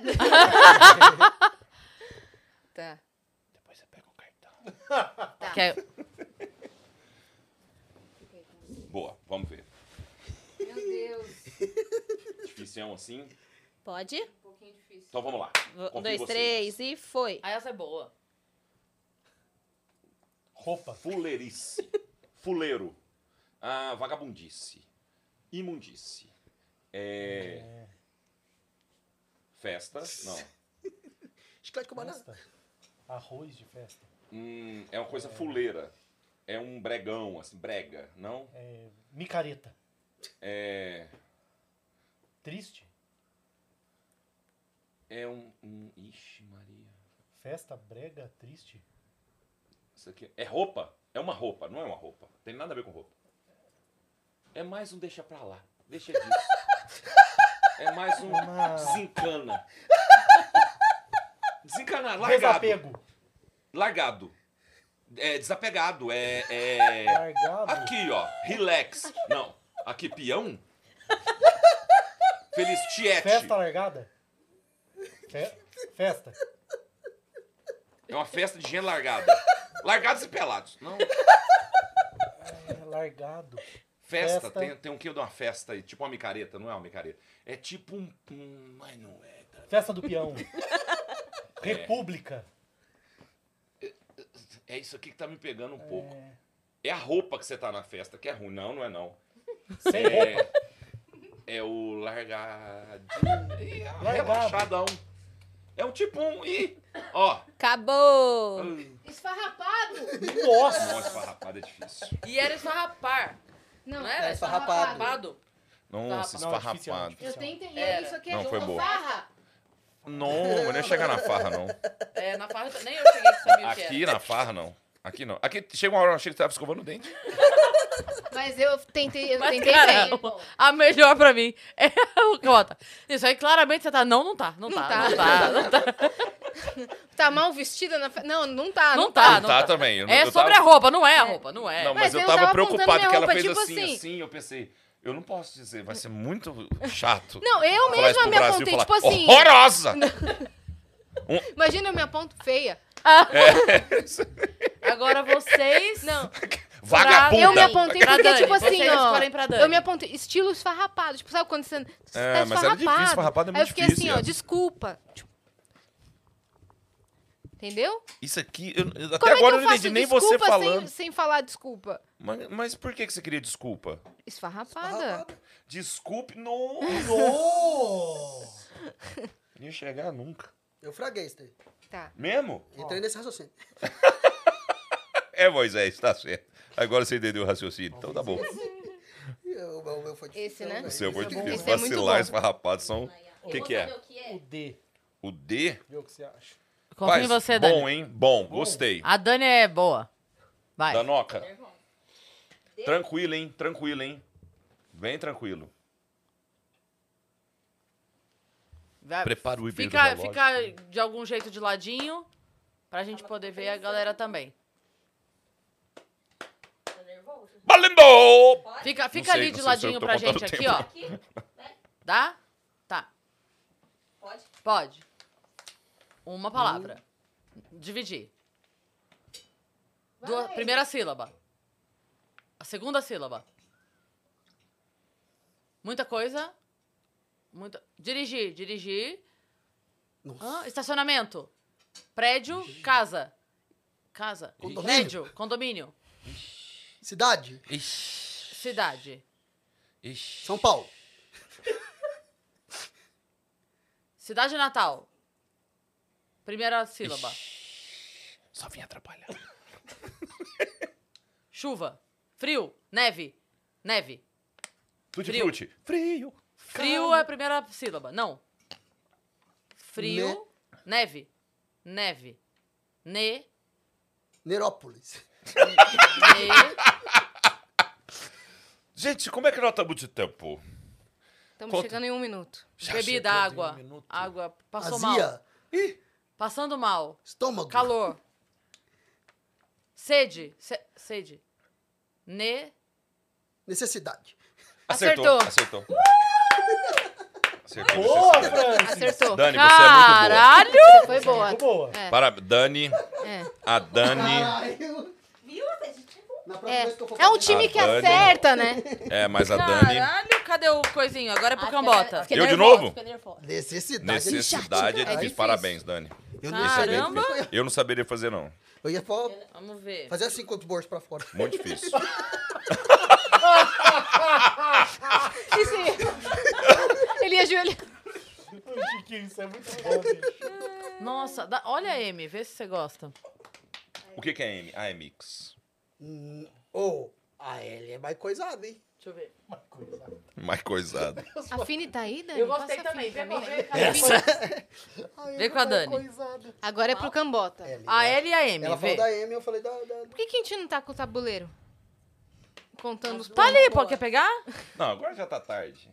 [SPEAKER 1] tá.
[SPEAKER 5] Depois você pega o cartão.
[SPEAKER 3] Quer-
[SPEAKER 5] Boa, vamos ver.
[SPEAKER 1] Meu Deus.
[SPEAKER 5] [laughs] Difícil assim.
[SPEAKER 7] Pode?
[SPEAKER 5] Então vamos lá.
[SPEAKER 7] Um,
[SPEAKER 5] Confio em
[SPEAKER 7] dois,
[SPEAKER 5] você.
[SPEAKER 7] três e foi.
[SPEAKER 3] Ah, essa é boa.
[SPEAKER 4] Roupa.
[SPEAKER 5] Fuleirice. Fuleiro. Ah, vagabundice. Imundice. É... Festa. Não.
[SPEAKER 2] Chiclete com banana.
[SPEAKER 4] Festa. Arroz de festa.
[SPEAKER 5] Hum, é uma coisa fuleira. É um bregão, assim, brega, não?
[SPEAKER 4] É, micareta.
[SPEAKER 5] É.
[SPEAKER 4] Triste.
[SPEAKER 5] É um. um- Ixi, Maria.
[SPEAKER 4] Festa, brega, triste.
[SPEAKER 5] Isso aqui. É roupa? É uma roupa, não é uma roupa. Tem nada a ver com roupa. É mais um deixa pra lá. Deixa disso. é mais um
[SPEAKER 4] Uma-
[SPEAKER 5] desencana. Desencanar, largado.
[SPEAKER 4] Desapego.
[SPEAKER 5] Largado. É, desapegado. É. é...
[SPEAKER 4] Largado.
[SPEAKER 5] Aqui, ó. Relax. Não. Aqui, peão? Feliz tiete.
[SPEAKER 4] Festa largada. Fe- Festa.
[SPEAKER 5] É uma festa de gente largada. Largados e pelados. Não.
[SPEAKER 4] É, largado.
[SPEAKER 5] Festa,
[SPEAKER 4] Festa.
[SPEAKER 5] Tem, tem um quê de uma festa aí, tipo uma micareta, não é uma micareta. É tipo um. um- mas não é. tá?
[SPEAKER 4] Festa
[SPEAKER 5] [laughs]
[SPEAKER 4] do peão. República.
[SPEAKER 5] É isso aqui que tá me pegando um pouco. É a roupa que você tá na festa, que é ruim. Não, não é não.
[SPEAKER 4] Sem roupa.
[SPEAKER 5] É, é o largadinho. Ih, ah,
[SPEAKER 4] Largado.
[SPEAKER 5] Relaxadão. É um tipo um. Ih! Ó.
[SPEAKER 7] Acabou!
[SPEAKER 1] Esfarrapado!
[SPEAKER 4] Nossa.
[SPEAKER 5] Nossa, farrapada é difícil.
[SPEAKER 3] E era esfarrapar.
[SPEAKER 1] Não,
[SPEAKER 3] Não é?
[SPEAKER 2] É,
[SPEAKER 3] era?
[SPEAKER 2] esfarrapado.
[SPEAKER 3] Esfarrapado.
[SPEAKER 5] Nossa,
[SPEAKER 4] Não, é difícil,
[SPEAKER 5] esfarrapado.
[SPEAKER 4] é
[SPEAKER 1] Eu
[SPEAKER 4] difícil.
[SPEAKER 1] tentei.
[SPEAKER 3] Era.
[SPEAKER 1] Isso aqui é
[SPEAKER 5] Não, foi boa.
[SPEAKER 1] farra.
[SPEAKER 5] Não, mas nem chegar na farra, não.
[SPEAKER 3] É, na farra nem eu cheguei a saber o que
[SPEAKER 5] Aqui
[SPEAKER 3] era.
[SPEAKER 5] na farra, não. Aqui não. Aqui chega uma hora eu achei que tava escovando o dente.
[SPEAKER 1] Mas eu tentei, eu
[SPEAKER 3] Mas,
[SPEAKER 1] tentei
[SPEAKER 3] cara,
[SPEAKER 1] bem.
[SPEAKER 3] a melhor pra mim [laughs] é o Cota. Isso aí, claramente, você tá... Não, não tá. Não, tá,
[SPEAKER 1] tá.
[SPEAKER 3] Não tá. Não tá.
[SPEAKER 1] Tá mal vestida na fe... Não, não tá.
[SPEAKER 3] Não
[SPEAKER 1] Não,
[SPEAKER 3] tá.
[SPEAKER 5] não tá também. Eu,
[SPEAKER 3] É
[SPEAKER 5] eu
[SPEAKER 3] sobre
[SPEAKER 5] tava-
[SPEAKER 3] a roupa, não é a roupa. Não é.
[SPEAKER 5] Não,
[SPEAKER 1] Mas
[SPEAKER 5] mas,
[SPEAKER 1] eu
[SPEAKER 5] eu
[SPEAKER 1] tava
[SPEAKER 5] tava
[SPEAKER 1] apontando
[SPEAKER 5] preocupado
[SPEAKER 1] minha
[SPEAKER 5] que ela
[SPEAKER 1] roupa,
[SPEAKER 5] fez
[SPEAKER 1] tipo
[SPEAKER 5] assim,
[SPEAKER 1] assim.
[SPEAKER 5] assim, Eu pensei, eu não posso dizer, vai ser muito chato.
[SPEAKER 1] Não, eu
[SPEAKER 5] falar isso
[SPEAKER 1] mesma
[SPEAKER 5] pro
[SPEAKER 1] me
[SPEAKER 5] Brasil e
[SPEAKER 1] apontei,
[SPEAKER 5] falar,
[SPEAKER 1] tipo assim.
[SPEAKER 5] Horrorosa!
[SPEAKER 1] Imagina eu me aponto feia.
[SPEAKER 3] Agora vocês...
[SPEAKER 1] Não,
[SPEAKER 5] Vagabunda!
[SPEAKER 1] eu me apontei
[SPEAKER 3] Pra
[SPEAKER 1] porque,
[SPEAKER 3] Dani,
[SPEAKER 1] tipo assim,
[SPEAKER 3] vocês
[SPEAKER 1] ó.
[SPEAKER 3] escolhem pra Dani.
[SPEAKER 1] Eu me apontei, estilo esfarrapado. Tipo, sabe quando você. você
[SPEAKER 5] É,
[SPEAKER 1] tá
[SPEAKER 5] mas era difícil,
[SPEAKER 1] esfarrapado.
[SPEAKER 5] esfarrapado é
[SPEAKER 1] Aí eu
[SPEAKER 5] muito
[SPEAKER 1] fiquei
[SPEAKER 5] difícil,
[SPEAKER 1] assim, ó,
[SPEAKER 5] Yas.
[SPEAKER 1] desculpa. Entendeu?
[SPEAKER 5] Isso aqui, eu- eu- até
[SPEAKER 1] Como
[SPEAKER 5] agora
[SPEAKER 1] é que
[SPEAKER 5] eu não
[SPEAKER 1] faço
[SPEAKER 5] entendi nem
[SPEAKER 1] desculpa
[SPEAKER 5] você
[SPEAKER 1] sem-
[SPEAKER 5] falando.
[SPEAKER 1] Sem, falar desculpa?
[SPEAKER 5] Mas, mas por que, que você queria desculpa?
[SPEAKER 1] Esfarrapada.
[SPEAKER 5] Desculpe, não, não
[SPEAKER 1] [laughs]
[SPEAKER 2] Nossa!
[SPEAKER 5] ia chegar nunca.
[SPEAKER 2] Eu fraguei isso daí.
[SPEAKER 1] Tá.
[SPEAKER 5] Mesmo?
[SPEAKER 2] Entrei nesse raciocínio.
[SPEAKER 5] É, Moisés, tá certo. Agora você entendeu o raciocínio, então tá bom.
[SPEAKER 2] Eu- O meu foi
[SPEAKER 1] Esse,
[SPEAKER 2] difícil. Então,
[SPEAKER 1] né?
[SPEAKER 2] velho.
[SPEAKER 5] O seu foi
[SPEAKER 1] Esse é bom.
[SPEAKER 5] difícil.
[SPEAKER 1] Esse é muito
[SPEAKER 5] Vacilar,
[SPEAKER 1] bom.
[SPEAKER 5] esfarrapado são... O que que é?
[SPEAKER 6] O que
[SPEAKER 4] O
[SPEAKER 6] é?
[SPEAKER 4] D.
[SPEAKER 5] O D?
[SPEAKER 4] Vê o que você acha.
[SPEAKER 3] Confio em
[SPEAKER 5] Paz,
[SPEAKER 3] você, Dani.
[SPEAKER 5] Bom, hein? Bom, gostei.
[SPEAKER 3] A Dani é boa. Vai.
[SPEAKER 5] Danoca. Tranquilo, hein? Tranquilo, hein? Bem tranquilo.
[SPEAKER 3] Vai-
[SPEAKER 5] Prepara o Iberê do
[SPEAKER 3] Ah, Fica,
[SPEAKER 5] relógio.
[SPEAKER 3] fica de algum jeito de ladinho, pra gente poder ver a galera também.
[SPEAKER 5] Valendo!
[SPEAKER 3] Fica, fica
[SPEAKER 5] sei,
[SPEAKER 3] ali de
[SPEAKER 5] não sei se eu
[SPEAKER 3] ladinho
[SPEAKER 5] tô
[SPEAKER 3] pra
[SPEAKER 5] contando
[SPEAKER 3] gente aqui,
[SPEAKER 5] tempo.
[SPEAKER 3] ó.
[SPEAKER 6] Aqui, né?
[SPEAKER 3] Dá? Tá,
[SPEAKER 6] Pode? Hum.
[SPEAKER 3] pode. Uma palavra. Dividir. Duas- primeira sílaba. A segunda sílaba. Muita coisa. Muita... Dirigir, dirigir.
[SPEAKER 2] é
[SPEAKER 3] Hã? Estacionamento. Prédio, casa. Casa.
[SPEAKER 2] Condomínio.
[SPEAKER 3] Prédio, condomínio.
[SPEAKER 2] Cidade?
[SPEAKER 5] Ixi,
[SPEAKER 3] Cidade.
[SPEAKER 5] ixi.
[SPEAKER 2] São Paulo.
[SPEAKER 3] Cidade natal. Primeira sílaba.
[SPEAKER 5] Só vim atrapalhar.
[SPEAKER 3] [laughs] Chuva. Frio. Neve. Neve.
[SPEAKER 5] Tutti
[SPEAKER 3] Frio.
[SPEAKER 5] frutti. Frio.
[SPEAKER 3] Frio é a primeira sílaba. Não. Frio. Neve. Neve. Ne.
[SPEAKER 2] Nerópolis.
[SPEAKER 3] Ne.
[SPEAKER 5] Gente, como é que nós estamos de tempo?
[SPEAKER 1] Estamos
[SPEAKER 5] Conta.
[SPEAKER 1] chegando em um minuto.
[SPEAKER 5] Já chegou,
[SPEAKER 3] Bebida,
[SPEAKER 5] tem um
[SPEAKER 3] água.
[SPEAKER 5] minuto.
[SPEAKER 3] Água. Passou mal.
[SPEAKER 2] Azia. Ih,
[SPEAKER 3] Passando mal.
[SPEAKER 2] estômago.
[SPEAKER 3] Calor. Sede. Se- sede. Ne.
[SPEAKER 2] Necessidade.
[SPEAKER 5] Acertou. Acertou. Acertou.
[SPEAKER 4] Boa,
[SPEAKER 5] Acertou.
[SPEAKER 4] Francis!
[SPEAKER 1] Acertou.
[SPEAKER 5] Dani, você é muito
[SPEAKER 3] Caralho!
[SPEAKER 1] Você foi boa.
[SPEAKER 4] Muito boa.
[SPEAKER 5] boa. Para, Dani,
[SPEAKER 1] É.
[SPEAKER 5] a Dani.
[SPEAKER 2] Ai, eu-
[SPEAKER 6] Viu? Vocês
[SPEAKER 2] Na próxima vez que eu for
[SPEAKER 1] É. é um
[SPEAKER 2] fazer-
[SPEAKER 1] time que
[SPEAKER 5] Dani.
[SPEAKER 1] acerta, né?
[SPEAKER 5] É, mas a Dani.
[SPEAKER 3] Caralho, cadê o coisinho? Agora é pro
[SPEAKER 7] Ah,
[SPEAKER 3] Cambota.
[SPEAKER 7] fiquei
[SPEAKER 5] Eu de
[SPEAKER 7] nervosa,
[SPEAKER 5] novo?
[SPEAKER 7] fiquei nervosa.
[SPEAKER 2] Necessidade.
[SPEAKER 5] Necessidade é
[SPEAKER 1] difícil.
[SPEAKER 5] difícil. Parabéns, Dani.
[SPEAKER 2] Eu, não
[SPEAKER 5] Esse é bem
[SPEAKER 2] sabia.
[SPEAKER 3] Caramba!
[SPEAKER 5] difícil. Eu não saberia fazer, não.
[SPEAKER 2] eu ia fa-
[SPEAKER 3] Vamos ver.
[SPEAKER 2] fazer assim com os bolsos pra fora.
[SPEAKER 5] Muito difícil.
[SPEAKER 1] E se- Ele ajoelha.
[SPEAKER 4] Chiquinho, isso é muito bom, bicho.
[SPEAKER 3] Nossa, dá- olha a M, vê se você gosta.
[SPEAKER 5] O que, que é M? Ah, é mix.
[SPEAKER 2] Hum, Ou, a L é mais coisada, hein?
[SPEAKER 3] Deixa eu ver.
[SPEAKER 4] Uma coisa.
[SPEAKER 5] Mais coisado.
[SPEAKER 1] A Fini tá aí, Dani?
[SPEAKER 3] Eu gostei
[SPEAKER 1] Passa a
[SPEAKER 3] também.
[SPEAKER 1] Fini
[SPEAKER 3] Vem
[SPEAKER 1] pra
[SPEAKER 3] com-
[SPEAKER 1] mim.
[SPEAKER 3] vem com É, a Fini.
[SPEAKER 2] A L
[SPEAKER 3] Vem com a
[SPEAKER 2] é mais
[SPEAKER 3] Dani.
[SPEAKER 2] coisada.
[SPEAKER 1] Agora é pro Cambota.
[SPEAKER 2] L,
[SPEAKER 3] A
[SPEAKER 2] né?
[SPEAKER 3] L e a M,
[SPEAKER 2] Ela
[SPEAKER 3] vê.
[SPEAKER 2] falou da M, eu falei da... da-
[SPEAKER 1] Por que, que a gente não tá com o tabuleiro? Contando os
[SPEAKER 3] Tá
[SPEAKER 1] palhos.
[SPEAKER 3] ali, pô, quer pegar?
[SPEAKER 5] Não, agora já tá tarde.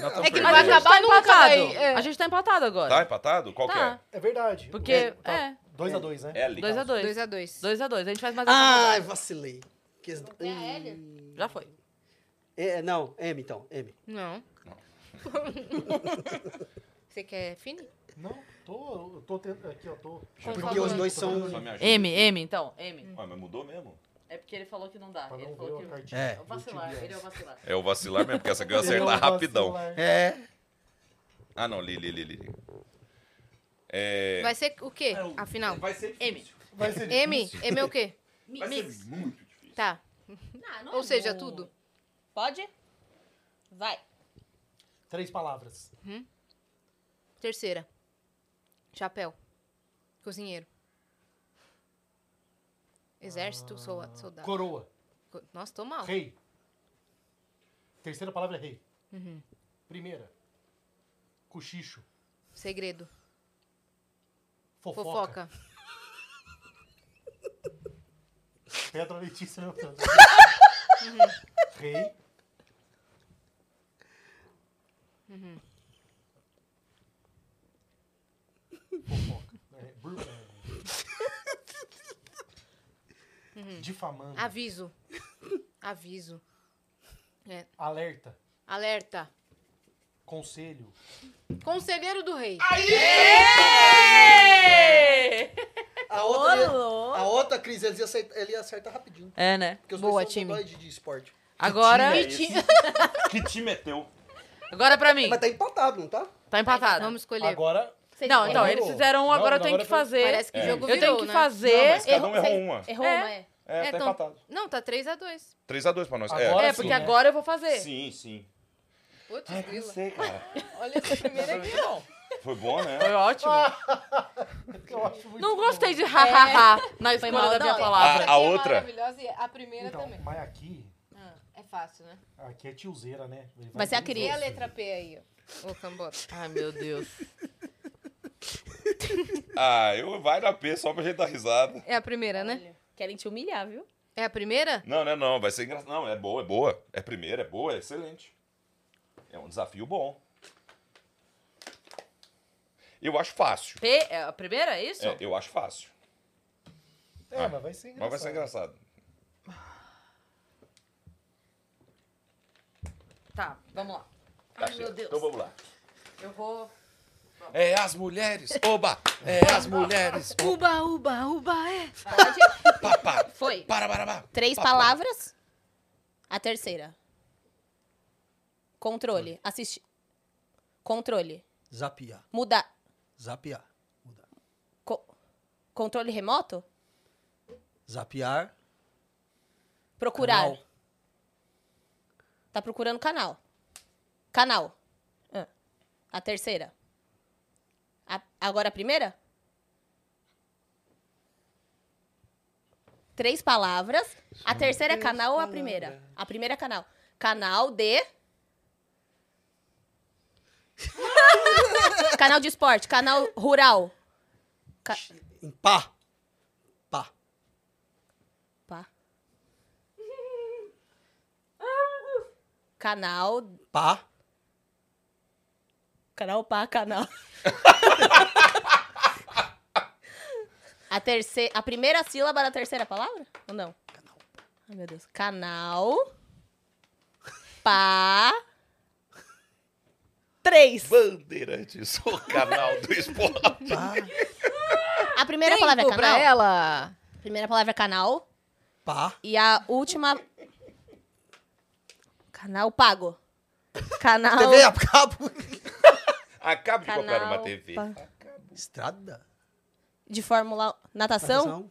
[SPEAKER 1] É que
[SPEAKER 5] Nós tamo
[SPEAKER 1] não vai
[SPEAKER 5] perdidos.
[SPEAKER 1] acabar nunca, daí, é.
[SPEAKER 3] tá A gente tá empatado agora.
[SPEAKER 5] Tá empatado? Qual que
[SPEAKER 3] Tá.
[SPEAKER 5] é?
[SPEAKER 4] É verdade.
[SPEAKER 3] Porque, é,
[SPEAKER 4] 2 a 2 né?
[SPEAKER 5] 2
[SPEAKER 3] 2 a 2
[SPEAKER 1] 2 a 2
[SPEAKER 3] 2 a 2 A gente faz
[SPEAKER 2] Ah.
[SPEAKER 3] mais uma.
[SPEAKER 2] Ai, vacilei. Que- Hum,
[SPEAKER 3] Já foi.
[SPEAKER 2] É, não, M então, M.
[SPEAKER 1] Não. Você quer Fini?
[SPEAKER 5] É.
[SPEAKER 4] Não, tô, eu tô tentando. Aqui, ó, tô.
[SPEAKER 1] Por
[SPEAKER 2] Porque os dois são...
[SPEAKER 3] M, M, então. M.
[SPEAKER 5] mas mudou mesmo?
[SPEAKER 3] É porque ele falou que não dá.
[SPEAKER 4] Pra
[SPEAKER 3] Ele
[SPEAKER 4] não ver
[SPEAKER 3] falou
[SPEAKER 4] o
[SPEAKER 3] que...
[SPEAKER 4] cartinho.
[SPEAKER 2] É.
[SPEAKER 3] É o vacilar, ele é o vacilar.
[SPEAKER 5] É o vacilar
[SPEAKER 3] [laughs]
[SPEAKER 5] mesmo, porque essa aqui eu acertar rapidão.
[SPEAKER 2] É.
[SPEAKER 5] Ah, não, li, li, li, li. É...
[SPEAKER 1] Vai ser o quê, afinal?
[SPEAKER 5] Vai ser
[SPEAKER 3] M.
[SPEAKER 4] Vai ser
[SPEAKER 1] M? M é o quê?
[SPEAKER 5] Vai ser muito difícil.
[SPEAKER 1] Tá.
[SPEAKER 7] Não, não é
[SPEAKER 1] Ou seja,
[SPEAKER 7] bom.
[SPEAKER 1] tudo.
[SPEAKER 7] Pode? Vai.
[SPEAKER 4] Três palavras.
[SPEAKER 1] Terceira. Chapéu. Cozinheiro. Exército, solda- soldado.
[SPEAKER 4] Coroa.
[SPEAKER 1] Co- Nossa, tô mal.
[SPEAKER 4] Rei. Terceira palavra é rei.
[SPEAKER 7] Uhum.
[SPEAKER 4] Primeira. Cochicho.
[SPEAKER 1] Segredo.
[SPEAKER 4] Fofoca.
[SPEAKER 1] Fofoca.
[SPEAKER 4] Pedra Letícia meu Deus.
[SPEAKER 7] Uhum.
[SPEAKER 4] Rei.
[SPEAKER 7] Uhum.
[SPEAKER 4] Fofoca. É, bur- é.
[SPEAKER 7] Uhum.
[SPEAKER 4] Difamando.
[SPEAKER 7] Ah.
[SPEAKER 1] Aviso. Aviso.
[SPEAKER 4] Alerta.
[SPEAKER 1] Alerta.
[SPEAKER 4] Conselho.
[SPEAKER 1] Conselheiro do rei.
[SPEAKER 2] A outra, ele- a outra Cris, ele ia, aceitar- ele ia acertar rapidinho.
[SPEAKER 3] É, né?
[SPEAKER 2] Porque os
[SPEAKER 1] Boa,
[SPEAKER 2] dois são
[SPEAKER 1] time.
[SPEAKER 2] dodói de, de esporte.
[SPEAKER 3] Agora,
[SPEAKER 5] [laughs] Que time é teu?
[SPEAKER 3] agora é pra mim.
[SPEAKER 2] Mas tá empatado, não tá?
[SPEAKER 3] Tá empatado.
[SPEAKER 1] Vamos escolher.
[SPEAKER 4] Agora.
[SPEAKER 3] Não, então,
[SPEAKER 4] Agora
[SPEAKER 3] eles
[SPEAKER 4] eu-
[SPEAKER 3] fizeram um,
[SPEAKER 4] Não,
[SPEAKER 3] agora eu tenho
[SPEAKER 4] agora
[SPEAKER 3] que
[SPEAKER 4] foi-
[SPEAKER 3] fazer. É.
[SPEAKER 1] Parece que o jogo
[SPEAKER 3] Eu tenho
[SPEAKER 1] virou,
[SPEAKER 3] que
[SPEAKER 1] né?
[SPEAKER 5] Não,
[SPEAKER 3] fazer.
[SPEAKER 5] mas cada um errou uma.
[SPEAKER 7] Errou,
[SPEAKER 3] É.
[SPEAKER 7] mas é.
[SPEAKER 5] É,
[SPEAKER 1] É,
[SPEAKER 5] tá
[SPEAKER 1] então-
[SPEAKER 5] empatado.
[SPEAKER 1] Não, tá 3x2.
[SPEAKER 5] 3x2 pra nós. é,
[SPEAKER 4] Agora
[SPEAKER 3] É,
[SPEAKER 4] sim,
[SPEAKER 3] porque
[SPEAKER 4] né?
[SPEAKER 3] agora eu vou fazer.
[SPEAKER 5] Sim, sim.
[SPEAKER 1] Putz,
[SPEAKER 5] Ai, não
[SPEAKER 1] grila.
[SPEAKER 5] sei, cara.
[SPEAKER 3] Olha, esse primeiro aqui, bom.
[SPEAKER 5] Foi bom, né?
[SPEAKER 3] Foi ótimo.
[SPEAKER 4] Eu acho muito
[SPEAKER 3] Não
[SPEAKER 4] bom.
[SPEAKER 3] gostei de ha-ha-ha na escolha da minha
[SPEAKER 7] maldade.
[SPEAKER 3] palavra.
[SPEAKER 5] A- a outra.
[SPEAKER 1] É maravilhosa e a primeira
[SPEAKER 4] Então,
[SPEAKER 1] também.
[SPEAKER 4] mas aqui.
[SPEAKER 1] É fácil, né?
[SPEAKER 4] Aqui é tiozeira, né? Ele
[SPEAKER 7] Mas é a
[SPEAKER 4] tudo.
[SPEAKER 7] Cris.
[SPEAKER 1] E a letra P aí, ó. Ô, Cambota.
[SPEAKER 3] Ai, meu Deus.
[SPEAKER 5] Ah, eu vai na P só pra gente dar risada.
[SPEAKER 1] É a primeira, né?
[SPEAKER 7] Olha, Querem te humilhar, viu?
[SPEAKER 1] É a primeira?
[SPEAKER 5] Não, não, não. Vai ser engraçado. Não, é boa, é boa. É primeira, é boa, é excelente. É um desafio bom. Eu acho fácil.
[SPEAKER 3] P é a primeira, é isso?
[SPEAKER 5] É, eu acho fácil. Ah,
[SPEAKER 4] É, mas vai ser
[SPEAKER 5] Mas vai ser engraçado.
[SPEAKER 3] Tá, vamos lá.
[SPEAKER 5] Tá
[SPEAKER 3] Ai, meu
[SPEAKER 5] certo.
[SPEAKER 3] Deus.
[SPEAKER 5] Então vamos lá.
[SPEAKER 3] Eu vou.
[SPEAKER 5] É as mulheres, oba! É as mulheres,
[SPEAKER 1] Uba, uba, uba, é.
[SPEAKER 5] papá!
[SPEAKER 7] Foi.
[SPEAKER 5] Para, para, para!
[SPEAKER 7] Três
[SPEAKER 5] Papá.
[SPEAKER 7] palavras. A terceira. Controle. Assistir. Controle.
[SPEAKER 2] Zapiar.
[SPEAKER 7] Mudar.
[SPEAKER 2] Zapiar. Mudar.
[SPEAKER 7] Co- controle remoto?
[SPEAKER 2] Zapiar.
[SPEAKER 7] Procurar.
[SPEAKER 2] Canal.
[SPEAKER 7] Tá procurando canal. Canal. Ah. A terceira. A- agora a primeira? Três palavras. A terceira é canal ou a primeira? A primeira é canal. Canal de. canal de esporte, canal rural. Ca-
[SPEAKER 2] Em pá. Pá.
[SPEAKER 7] Pá. Canal.
[SPEAKER 2] Pá.
[SPEAKER 7] Canal pá, canal. a, terceira, a primeira sílaba da terceira palavra? Ou não? Canal. Ai, meu Deus. Canal. Pá. Três.
[SPEAKER 5] Bandeirantes, o canal do esporte.
[SPEAKER 2] Pá.
[SPEAKER 7] A primeira
[SPEAKER 1] Tempo
[SPEAKER 7] palavra é
[SPEAKER 1] pra
[SPEAKER 7] canal.
[SPEAKER 1] ela.
[SPEAKER 7] A primeira palavra é canal.
[SPEAKER 2] Pá.
[SPEAKER 7] E a última. Canal pago. Canal.
[SPEAKER 3] Ah,
[SPEAKER 2] [laughs] TV a cabo.
[SPEAKER 5] Acabo de comprar
[SPEAKER 7] Canal,
[SPEAKER 5] uma TV.
[SPEAKER 7] pá.
[SPEAKER 2] Estrada.
[SPEAKER 7] de Fórmula 1. Natação?
[SPEAKER 2] Natação.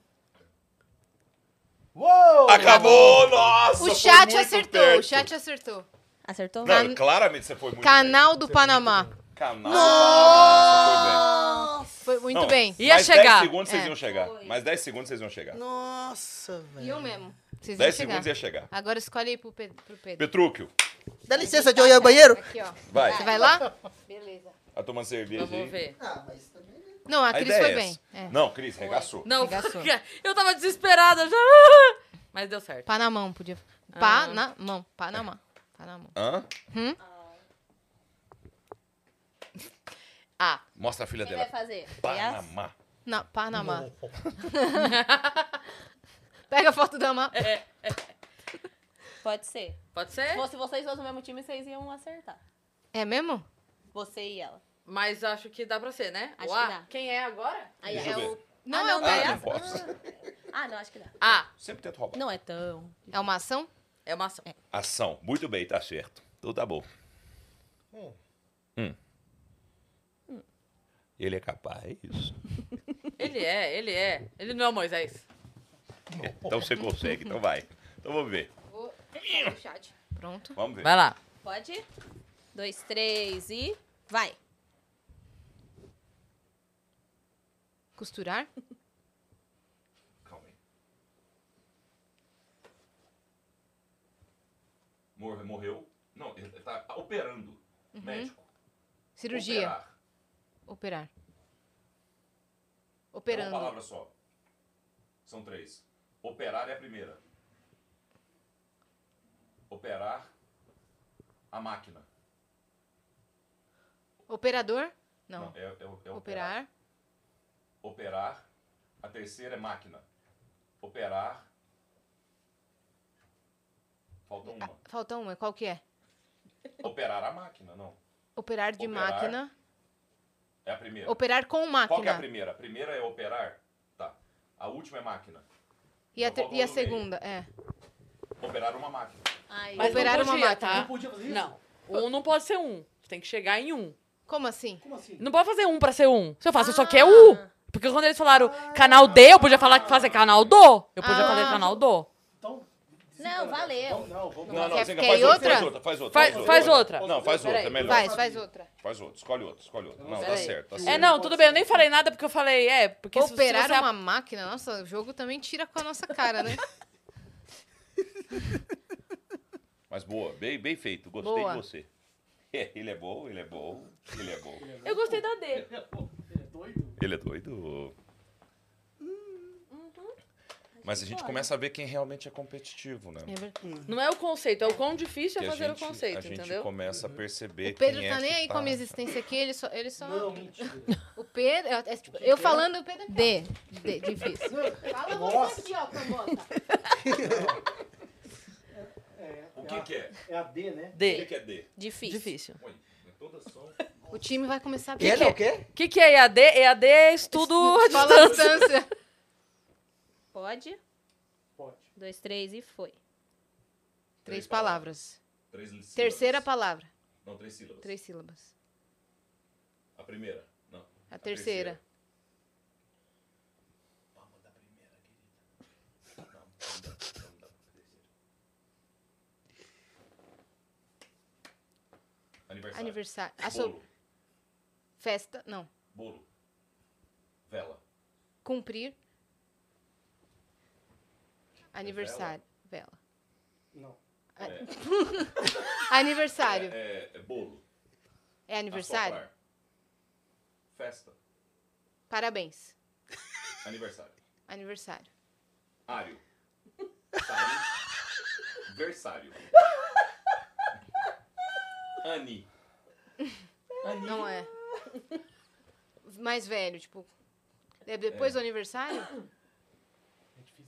[SPEAKER 4] Uou!
[SPEAKER 5] Acabou, nossa!
[SPEAKER 1] O
[SPEAKER 5] foi
[SPEAKER 1] chat
[SPEAKER 5] muito
[SPEAKER 1] acertou,
[SPEAKER 5] perto.
[SPEAKER 1] o chat acertou.
[SPEAKER 7] Acertou?
[SPEAKER 5] Não,
[SPEAKER 7] Can-
[SPEAKER 5] claramente você foi muito
[SPEAKER 1] Canal do Panamá.
[SPEAKER 5] bem. Canal. Nossa!
[SPEAKER 1] Foi muito bem.
[SPEAKER 3] Ia chegar.
[SPEAKER 5] 10 segundos vocês
[SPEAKER 1] É.
[SPEAKER 5] iam chegar. Mais 10 segundos vocês iam chegar.
[SPEAKER 2] Nossa,
[SPEAKER 1] E eu
[SPEAKER 2] velho.
[SPEAKER 1] mesmo. Vocês iam
[SPEAKER 5] 10
[SPEAKER 1] chegar.
[SPEAKER 5] segundos ia chegar.
[SPEAKER 1] Agora escolhe aí pro Pedro. Pro Pedro.
[SPEAKER 5] Petrúquio,
[SPEAKER 2] Dá licença de eu ir ao banheiro?
[SPEAKER 1] Aqui, ó.
[SPEAKER 5] vai.
[SPEAKER 1] Você vai lá? Beleza.
[SPEAKER 5] Tá tomando cerveja aí.
[SPEAKER 3] Vamos ver.
[SPEAKER 1] Não, a
[SPEAKER 5] A
[SPEAKER 1] Cris
[SPEAKER 5] ideia
[SPEAKER 1] foi
[SPEAKER 5] é
[SPEAKER 1] bem.
[SPEAKER 5] essa.
[SPEAKER 1] É.
[SPEAKER 5] Não, Cris, regaçou.
[SPEAKER 3] Não,
[SPEAKER 1] Engaçou.
[SPEAKER 3] eu tava desesperada [laughs] já. Mas deu certo.
[SPEAKER 1] Panamão, podia. Panamão. Panamá. Panamá.
[SPEAKER 5] Hã?
[SPEAKER 1] Ah.
[SPEAKER 5] Mostra a filha
[SPEAKER 7] Quem
[SPEAKER 5] dela.
[SPEAKER 7] vai fazer? Goiás?
[SPEAKER 5] Panamá.
[SPEAKER 1] Na Panamá. [laughs] Pega a foto da mão.
[SPEAKER 7] Pode ser.
[SPEAKER 3] Pode ser?
[SPEAKER 7] Se vocês fossem o mesmo time, vocês iam acertar.
[SPEAKER 1] É mesmo?
[SPEAKER 7] Você e ela.
[SPEAKER 3] Mas acho que dá pra ser, né?
[SPEAKER 7] Acho
[SPEAKER 3] O A.
[SPEAKER 7] que dá.
[SPEAKER 3] Quem é agora?
[SPEAKER 7] Aí
[SPEAKER 5] Deixa
[SPEAKER 7] é
[SPEAKER 5] eu ver.
[SPEAKER 7] o...
[SPEAKER 1] Não, é, uma,
[SPEAKER 7] não, não.
[SPEAKER 5] Ah, não
[SPEAKER 7] Goiás?
[SPEAKER 5] posso.
[SPEAKER 7] Ah, não, acho que dá.
[SPEAKER 3] A.
[SPEAKER 5] Sempre tento roubar.
[SPEAKER 7] Não é tão.
[SPEAKER 1] é uma ação?
[SPEAKER 3] É uma ação.
[SPEAKER 5] Ação. Muito bem, tá certo. Então tá bom. Hum. Ele é capaz.
[SPEAKER 3] Ele é, ele é. Ele não é o Moisés.
[SPEAKER 5] Então você consegue, então vai. Então vamos ver.
[SPEAKER 1] Vou chat. Pronto.
[SPEAKER 5] Vamos ver.
[SPEAKER 3] Vai lá.
[SPEAKER 7] Pode? Dois, três e. Vai.
[SPEAKER 1] Costurar?
[SPEAKER 5] Calma aí. Morre- Morreu. Não, ele tá operando. Médico.
[SPEAKER 1] Cirurgia.
[SPEAKER 5] Operar.
[SPEAKER 1] Operar.
[SPEAKER 5] É uma
[SPEAKER 1] Operando.
[SPEAKER 5] palavra só. São três. Operar é a primeira. Operar a máquina.
[SPEAKER 1] Operador? Não.
[SPEAKER 5] é, é- é operar.
[SPEAKER 1] Operar.
[SPEAKER 5] Operar. A terceira é máquina. Operar. Falta uma.
[SPEAKER 1] Falta uma. Qual que é?
[SPEAKER 5] Operar a máquina, não.
[SPEAKER 1] Operar de
[SPEAKER 5] Operar.
[SPEAKER 1] máquina.
[SPEAKER 5] É a primeira.
[SPEAKER 1] Operar com máquina.
[SPEAKER 5] Qual que é a primeira? A primeira é operar. Tá. A última é máquina.
[SPEAKER 1] E a,
[SPEAKER 5] Eu
[SPEAKER 1] ter-
[SPEAKER 5] vou
[SPEAKER 1] e a
[SPEAKER 5] no meio.
[SPEAKER 1] segunda? É.
[SPEAKER 5] Operar uma máquina.
[SPEAKER 7] Aí.
[SPEAKER 3] Mas
[SPEAKER 1] Operar
[SPEAKER 3] não
[SPEAKER 1] uma
[SPEAKER 3] podia,
[SPEAKER 1] máquina.
[SPEAKER 3] tá?
[SPEAKER 4] Não podia fazer isso?
[SPEAKER 3] Não. Um não pode ser um. Tem que chegar em um.
[SPEAKER 1] Como assim?
[SPEAKER 4] Como assim?
[SPEAKER 3] Não pode fazer um pra ser um. Se eu faço, só que é U. Porque quando eles falaram canal D, eu podia falar que fazer canal do. Eu podia
[SPEAKER 1] Ah.
[SPEAKER 3] fazer canal do.
[SPEAKER 4] Então,
[SPEAKER 7] Não, valeu.
[SPEAKER 4] vamos- não,
[SPEAKER 1] Não,
[SPEAKER 4] vamos.
[SPEAKER 1] não, quer-
[SPEAKER 5] você
[SPEAKER 1] você quer quer- ir faz outra?
[SPEAKER 5] outra,
[SPEAKER 1] outra,
[SPEAKER 5] faz outra,
[SPEAKER 3] Faz- faz outra.
[SPEAKER 5] Não, faz outra, é melhor.
[SPEAKER 1] Faz, faz outra.
[SPEAKER 5] Faz outro, escolhe outro, escolhe outro. Não,
[SPEAKER 4] Pera
[SPEAKER 5] tá
[SPEAKER 3] aí.
[SPEAKER 5] certo, tá
[SPEAKER 3] É,
[SPEAKER 5] certo.
[SPEAKER 3] não, tudo bem, eu nem falei nada porque eu falei, é, porque se- se
[SPEAKER 1] Operar
[SPEAKER 3] você
[SPEAKER 1] uma máquina? Nossa, o jogo também tira com a nossa cara, né?
[SPEAKER 5] Mas boa, bem, bem feito. Gostei
[SPEAKER 1] Boa.
[SPEAKER 5] de você. [laughs] É, ele é bom, ele é bom, ele é bom.
[SPEAKER 3] Eu gostei da D.
[SPEAKER 4] Ele é doido?
[SPEAKER 5] Ele é doido. Mas a gente começa a ver quem realmente é competitivo, né?
[SPEAKER 3] Não é o conceito, é o quão difícil é
[SPEAKER 5] Que a
[SPEAKER 3] fazer
[SPEAKER 5] gente,
[SPEAKER 3] o conceito,
[SPEAKER 5] a gente
[SPEAKER 3] entendeu?
[SPEAKER 5] Uhum. começa a perceber
[SPEAKER 1] O Pedro
[SPEAKER 5] quem
[SPEAKER 1] tá
[SPEAKER 5] é
[SPEAKER 1] nem
[SPEAKER 5] que
[SPEAKER 1] aí com a minha existência aqui, ele só. Ele só
[SPEAKER 4] Não, mentira.
[SPEAKER 1] [laughs] o Pedro. é, é, tipo, eu falando, o Pedro.
[SPEAKER 7] D. D. Difícil.
[SPEAKER 6] Fala
[SPEAKER 4] Nossa.
[SPEAKER 6] você aqui, ó,
[SPEAKER 4] tá
[SPEAKER 6] cambota.
[SPEAKER 5] O que, que é?
[SPEAKER 4] É a D, né?
[SPEAKER 5] O que,
[SPEAKER 3] D.
[SPEAKER 5] que é D?
[SPEAKER 7] Difícil.
[SPEAKER 3] Difícil.
[SPEAKER 5] Oi, todas são.
[SPEAKER 1] O time vai começar a
[SPEAKER 2] Que é,
[SPEAKER 1] perder.
[SPEAKER 2] o quê?
[SPEAKER 3] O que, que é EAD? EAD é estudo à
[SPEAKER 1] Fala a
[SPEAKER 3] distância.
[SPEAKER 1] distância.
[SPEAKER 7] Pode.
[SPEAKER 4] Pode.
[SPEAKER 7] Dois, três e foi.
[SPEAKER 1] Três palavras.
[SPEAKER 5] Três sílabas.
[SPEAKER 1] Terceira palavra.
[SPEAKER 5] Não, três sílabas.
[SPEAKER 1] Três sílabas.
[SPEAKER 5] A primeira? Não.
[SPEAKER 1] A terceira.
[SPEAKER 5] Aniversário.
[SPEAKER 1] Aniversário. Ah, A so-
[SPEAKER 5] Bolo.
[SPEAKER 1] Festa. Não.
[SPEAKER 5] Bolo. Vela.
[SPEAKER 1] Cumprir. Aniversário. Vela.
[SPEAKER 4] Não.
[SPEAKER 1] [laughs] Aniversário.
[SPEAKER 5] É, é bolo.
[SPEAKER 1] É aniversário?
[SPEAKER 5] Assoprar. Festa.
[SPEAKER 1] Parabéns.
[SPEAKER 5] Aniversário.
[SPEAKER 1] Aniversário.
[SPEAKER 5] Ário.
[SPEAKER 1] [laughs]
[SPEAKER 5] Sário. Versário. Ani. Ani.
[SPEAKER 1] Não é. Mais velho, tipo. É depois do aniversário?
[SPEAKER 4] É difícil.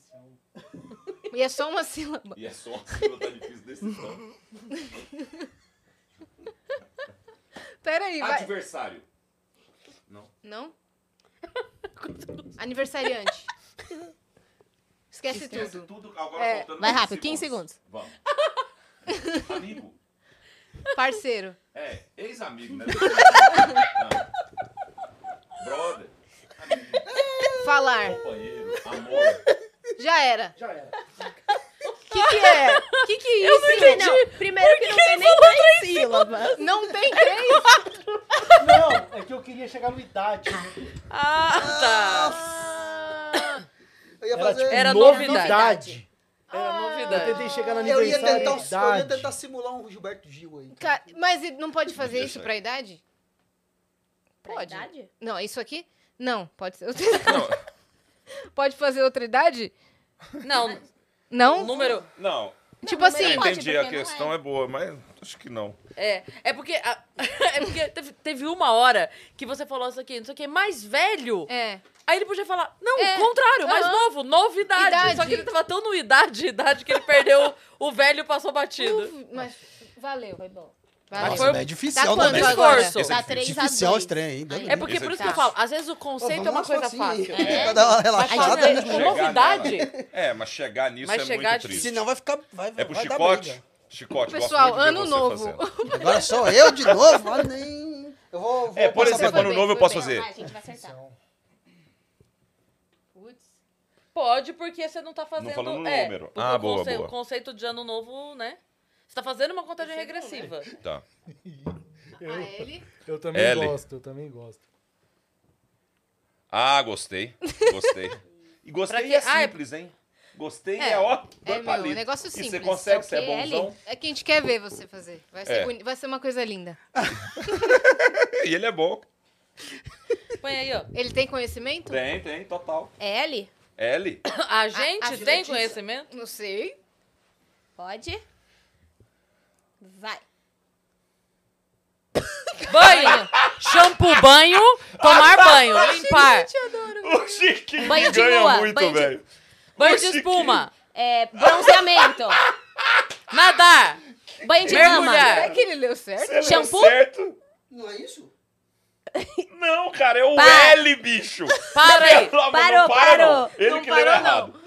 [SPEAKER 1] E é só uma sílaba.
[SPEAKER 5] E é só [laughs] uma sílaba tá difícil desse nome.
[SPEAKER 1] Pera aí, vai.
[SPEAKER 5] Adversário. Não.
[SPEAKER 1] Não? Aniversariante. Esquece,
[SPEAKER 5] Esquece
[SPEAKER 1] tudo.
[SPEAKER 5] tudo. Agora
[SPEAKER 1] É,
[SPEAKER 5] faltando
[SPEAKER 7] vai
[SPEAKER 5] 15
[SPEAKER 7] rápido, 15
[SPEAKER 5] Vamos. Amigo.
[SPEAKER 1] Parceiro.
[SPEAKER 5] É, ex-amigo, né? Não. Brother. Amigo,
[SPEAKER 1] Falar.
[SPEAKER 5] companheiro, amor.
[SPEAKER 1] Já era.
[SPEAKER 4] Já era.
[SPEAKER 1] O que, que é? O que, que é isso?
[SPEAKER 7] Não, primeiro que não tem nem três sílabas.
[SPEAKER 1] não, não tem três?
[SPEAKER 4] Não, é que eu queria chegar no idade.
[SPEAKER 3] Ah, tá.
[SPEAKER 2] Eu ia
[SPEAKER 4] Era,
[SPEAKER 2] fazer.
[SPEAKER 4] tipo,
[SPEAKER 3] Era
[SPEAKER 4] novidade.
[SPEAKER 3] novidade. Era
[SPEAKER 1] Ah.
[SPEAKER 3] novidade.
[SPEAKER 4] Eu tentei chegar no
[SPEAKER 2] um- eu, ia
[SPEAKER 4] aniversário.
[SPEAKER 2] tentar,
[SPEAKER 4] da
[SPEAKER 2] eu ia
[SPEAKER 4] idade.
[SPEAKER 2] tentar simular um Gilberto Gil aí.
[SPEAKER 1] Ca- Mas ele não pode fazer isso pra idade? Pode.
[SPEAKER 7] Idade?
[SPEAKER 1] Não, é isso aqui? Não, pode ser
[SPEAKER 5] [laughs]
[SPEAKER 1] outra idade. Pode fazer outra idade?
[SPEAKER 3] Não,
[SPEAKER 1] Não?
[SPEAKER 3] o número.
[SPEAKER 5] Não,
[SPEAKER 1] tipo
[SPEAKER 7] mas
[SPEAKER 1] assim,
[SPEAKER 7] não pode,
[SPEAKER 5] entendi,
[SPEAKER 7] porque
[SPEAKER 5] a
[SPEAKER 7] não
[SPEAKER 5] questão
[SPEAKER 7] é.
[SPEAKER 5] é. boa, mas acho que não.
[SPEAKER 3] É, é porque, a- [laughs] é porque teve, teve uma hora que você falou isso aqui, não sei o que, mais velho.
[SPEAKER 1] é.
[SPEAKER 3] Aí ele podia falar, não,
[SPEAKER 1] É,
[SPEAKER 3] o contrário, mais
[SPEAKER 1] aham.
[SPEAKER 3] novo, novidade.
[SPEAKER 1] Idade.
[SPEAKER 3] Só que ele tava tão no idade, idade, que ele perdeu o velho e passou batido.
[SPEAKER 1] Mas valeu.
[SPEAKER 7] Foi bom.
[SPEAKER 1] Valeu.
[SPEAKER 3] foi-
[SPEAKER 2] é
[SPEAKER 1] Dá
[SPEAKER 2] difícil
[SPEAKER 1] quanto
[SPEAKER 3] também.
[SPEAKER 1] agora?
[SPEAKER 3] Esforço.
[SPEAKER 5] Esse é
[SPEAKER 7] Dá três a
[SPEAKER 2] Artificial
[SPEAKER 7] dois.
[SPEAKER 2] estranho ainda.
[SPEAKER 7] Aí,
[SPEAKER 3] É porque,
[SPEAKER 5] Esse
[SPEAKER 3] por isso
[SPEAKER 5] é
[SPEAKER 3] que eu falo, às vezes o conceito é uma coisa
[SPEAKER 2] assim,
[SPEAKER 3] fácil.
[SPEAKER 7] É.
[SPEAKER 2] Pra dar uma
[SPEAKER 3] Mas
[SPEAKER 2] relaxada.
[SPEAKER 3] fazer
[SPEAKER 2] né?
[SPEAKER 3] com novidade,
[SPEAKER 5] É, mas chegar nisso
[SPEAKER 3] Mas
[SPEAKER 5] é
[SPEAKER 3] chegar
[SPEAKER 5] muito
[SPEAKER 3] de-
[SPEAKER 5] triste.
[SPEAKER 2] Senão vai ficar. Vai,
[SPEAKER 5] É pro
[SPEAKER 2] vai dar
[SPEAKER 5] chicote?
[SPEAKER 2] briga.
[SPEAKER 5] Chicote, gosto
[SPEAKER 1] Pessoal,
[SPEAKER 5] muito de ver
[SPEAKER 1] ano
[SPEAKER 5] você
[SPEAKER 1] novo.
[SPEAKER 5] fazendo.
[SPEAKER 2] Agora sou eu de novo? Olha, nem. Eu vou. vou
[SPEAKER 5] É, por
[SPEAKER 2] passar
[SPEAKER 5] exemplo,
[SPEAKER 2] pra-
[SPEAKER 5] ano novo
[SPEAKER 1] foi
[SPEAKER 5] eu posso
[SPEAKER 1] bem,
[SPEAKER 5] fazer.
[SPEAKER 7] Vai, a gente vai acertar.
[SPEAKER 1] Putz.
[SPEAKER 3] pode, porque você não tá fazendo...
[SPEAKER 5] falando
[SPEAKER 3] é,
[SPEAKER 5] número.
[SPEAKER 3] porque
[SPEAKER 5] Ah,
[SPEAKER 3] o
[SPEAKER 5] boa,
[SPEAKER 3] conce-
[SPEAKER 5] boa.
[SPEAKER 3] O conceito de ano novo, né? Você tá fazendo uma contagem regressiva.
[SPEAKER 5] Tá.
[SPEAKER 1] A L.
[SPEAKER 4] Eu também
[SPEAKER 5] L.
[SPEAKER 4] gosto, eu também gosto.
[SPEAKER 5] Ah, gostei. Gostei. [laughs] E gostei
[SPEAKER 3] Pra que-
[SPEAKER 5] é
[SPEAKER 3] Ah, é-
[SPEAKER 5] simples, hein? Gostei é,
[SPEAKER 1] É,
[SPEAKER 5] ó.
[SPEAKER 1] É,
[SPEAKER 5] dois
[SPEAKER 1] meu,
[SPEAKER 5] palitos.
[SPEAKER 1] um negócio
[SPEAKER 5] E
[SPEAKER 1] simples.
[SPEAKER 5] você consegue,
[SPEAKER 1] Só
[SPEAKER 5] você é
[SPEAKER 1] que L
[SPEAKER 5] bonzão.
[SPEAKER 1] É que a gente quer ver você fazer. Vai ser,
[SPEAKER 5] É.
[SPEAKER 1] boni- vai ser uma coisa linda.
[SPEAKER 5] E ele é bom.
[SPEAKER 3] Põe aí, ó.
[SPEAKER 1] Ele tem conhecimento?
[SPEAKER 5] Tem, tem, total.
[SPEAKER 7] É L?
[SPEAKER 5] L?
[SPEAKER 3] [laughs] A gente
[SPEAKER 1] a
[SPEAKER 3] tem
[SPEAKER 1] justiça.
[SPEAKER 3] conhecimento?
[SPEAKER 1] Não sei.
[SPEAKER 7] Pode. Vai.
[SPEAKER 3] Banho. Shampoo, banho. Tomar banho. é Limpar.
[SPEAKER 5] [laughs] O Chiquinho
[SPEAKER 7] Banho de
[SPEAKER 5] ganha
[SPEAKER 7] lua,
[SPEAKER 5] muito,
[SPEAKER 7] banho de-
[SPEAKER 5] velho.
[SPEAKER 3] Banho
[SPEAKER 5] O
[SPEAKER 3] de
[SPEAKER 5] Chiquinho.
[SPEAKER 3] espuma.
[SPEAKER 7] É, bronzeamento.
[SPEAKER 3] Nadar.
[SPEAKER 7] banho de lama.
[SPEAKER 5] É.
[SPEAKER 3] Mergulhar.
[SPEAKER 1] Será É que ele leu certo?
[SPEAKER 5] Você deu
[SPEAKER 7] Shampoo?
[SPEAKER 5] é certo?
[SPEAKER 2] Não é isso?
[SPEAKER 5] Não, cara, é o
[SPEAKER 7] Pá.
[SPEAKER 5] L, bicho. [laughs]
[SPEAKER 3] Para aí.
[SPEAKER 5] Pelo amor,
[SPEAKER 7] Parou,
[SPEAKER 5] não para,
[SPEAKER 7] parou.
[SPEAKER 5] não. Ele
[SPEAKER 3] Não
[SPEAKER 5] que leu
[SPEAKER 3] parou,
[SPEAKER 5] errado.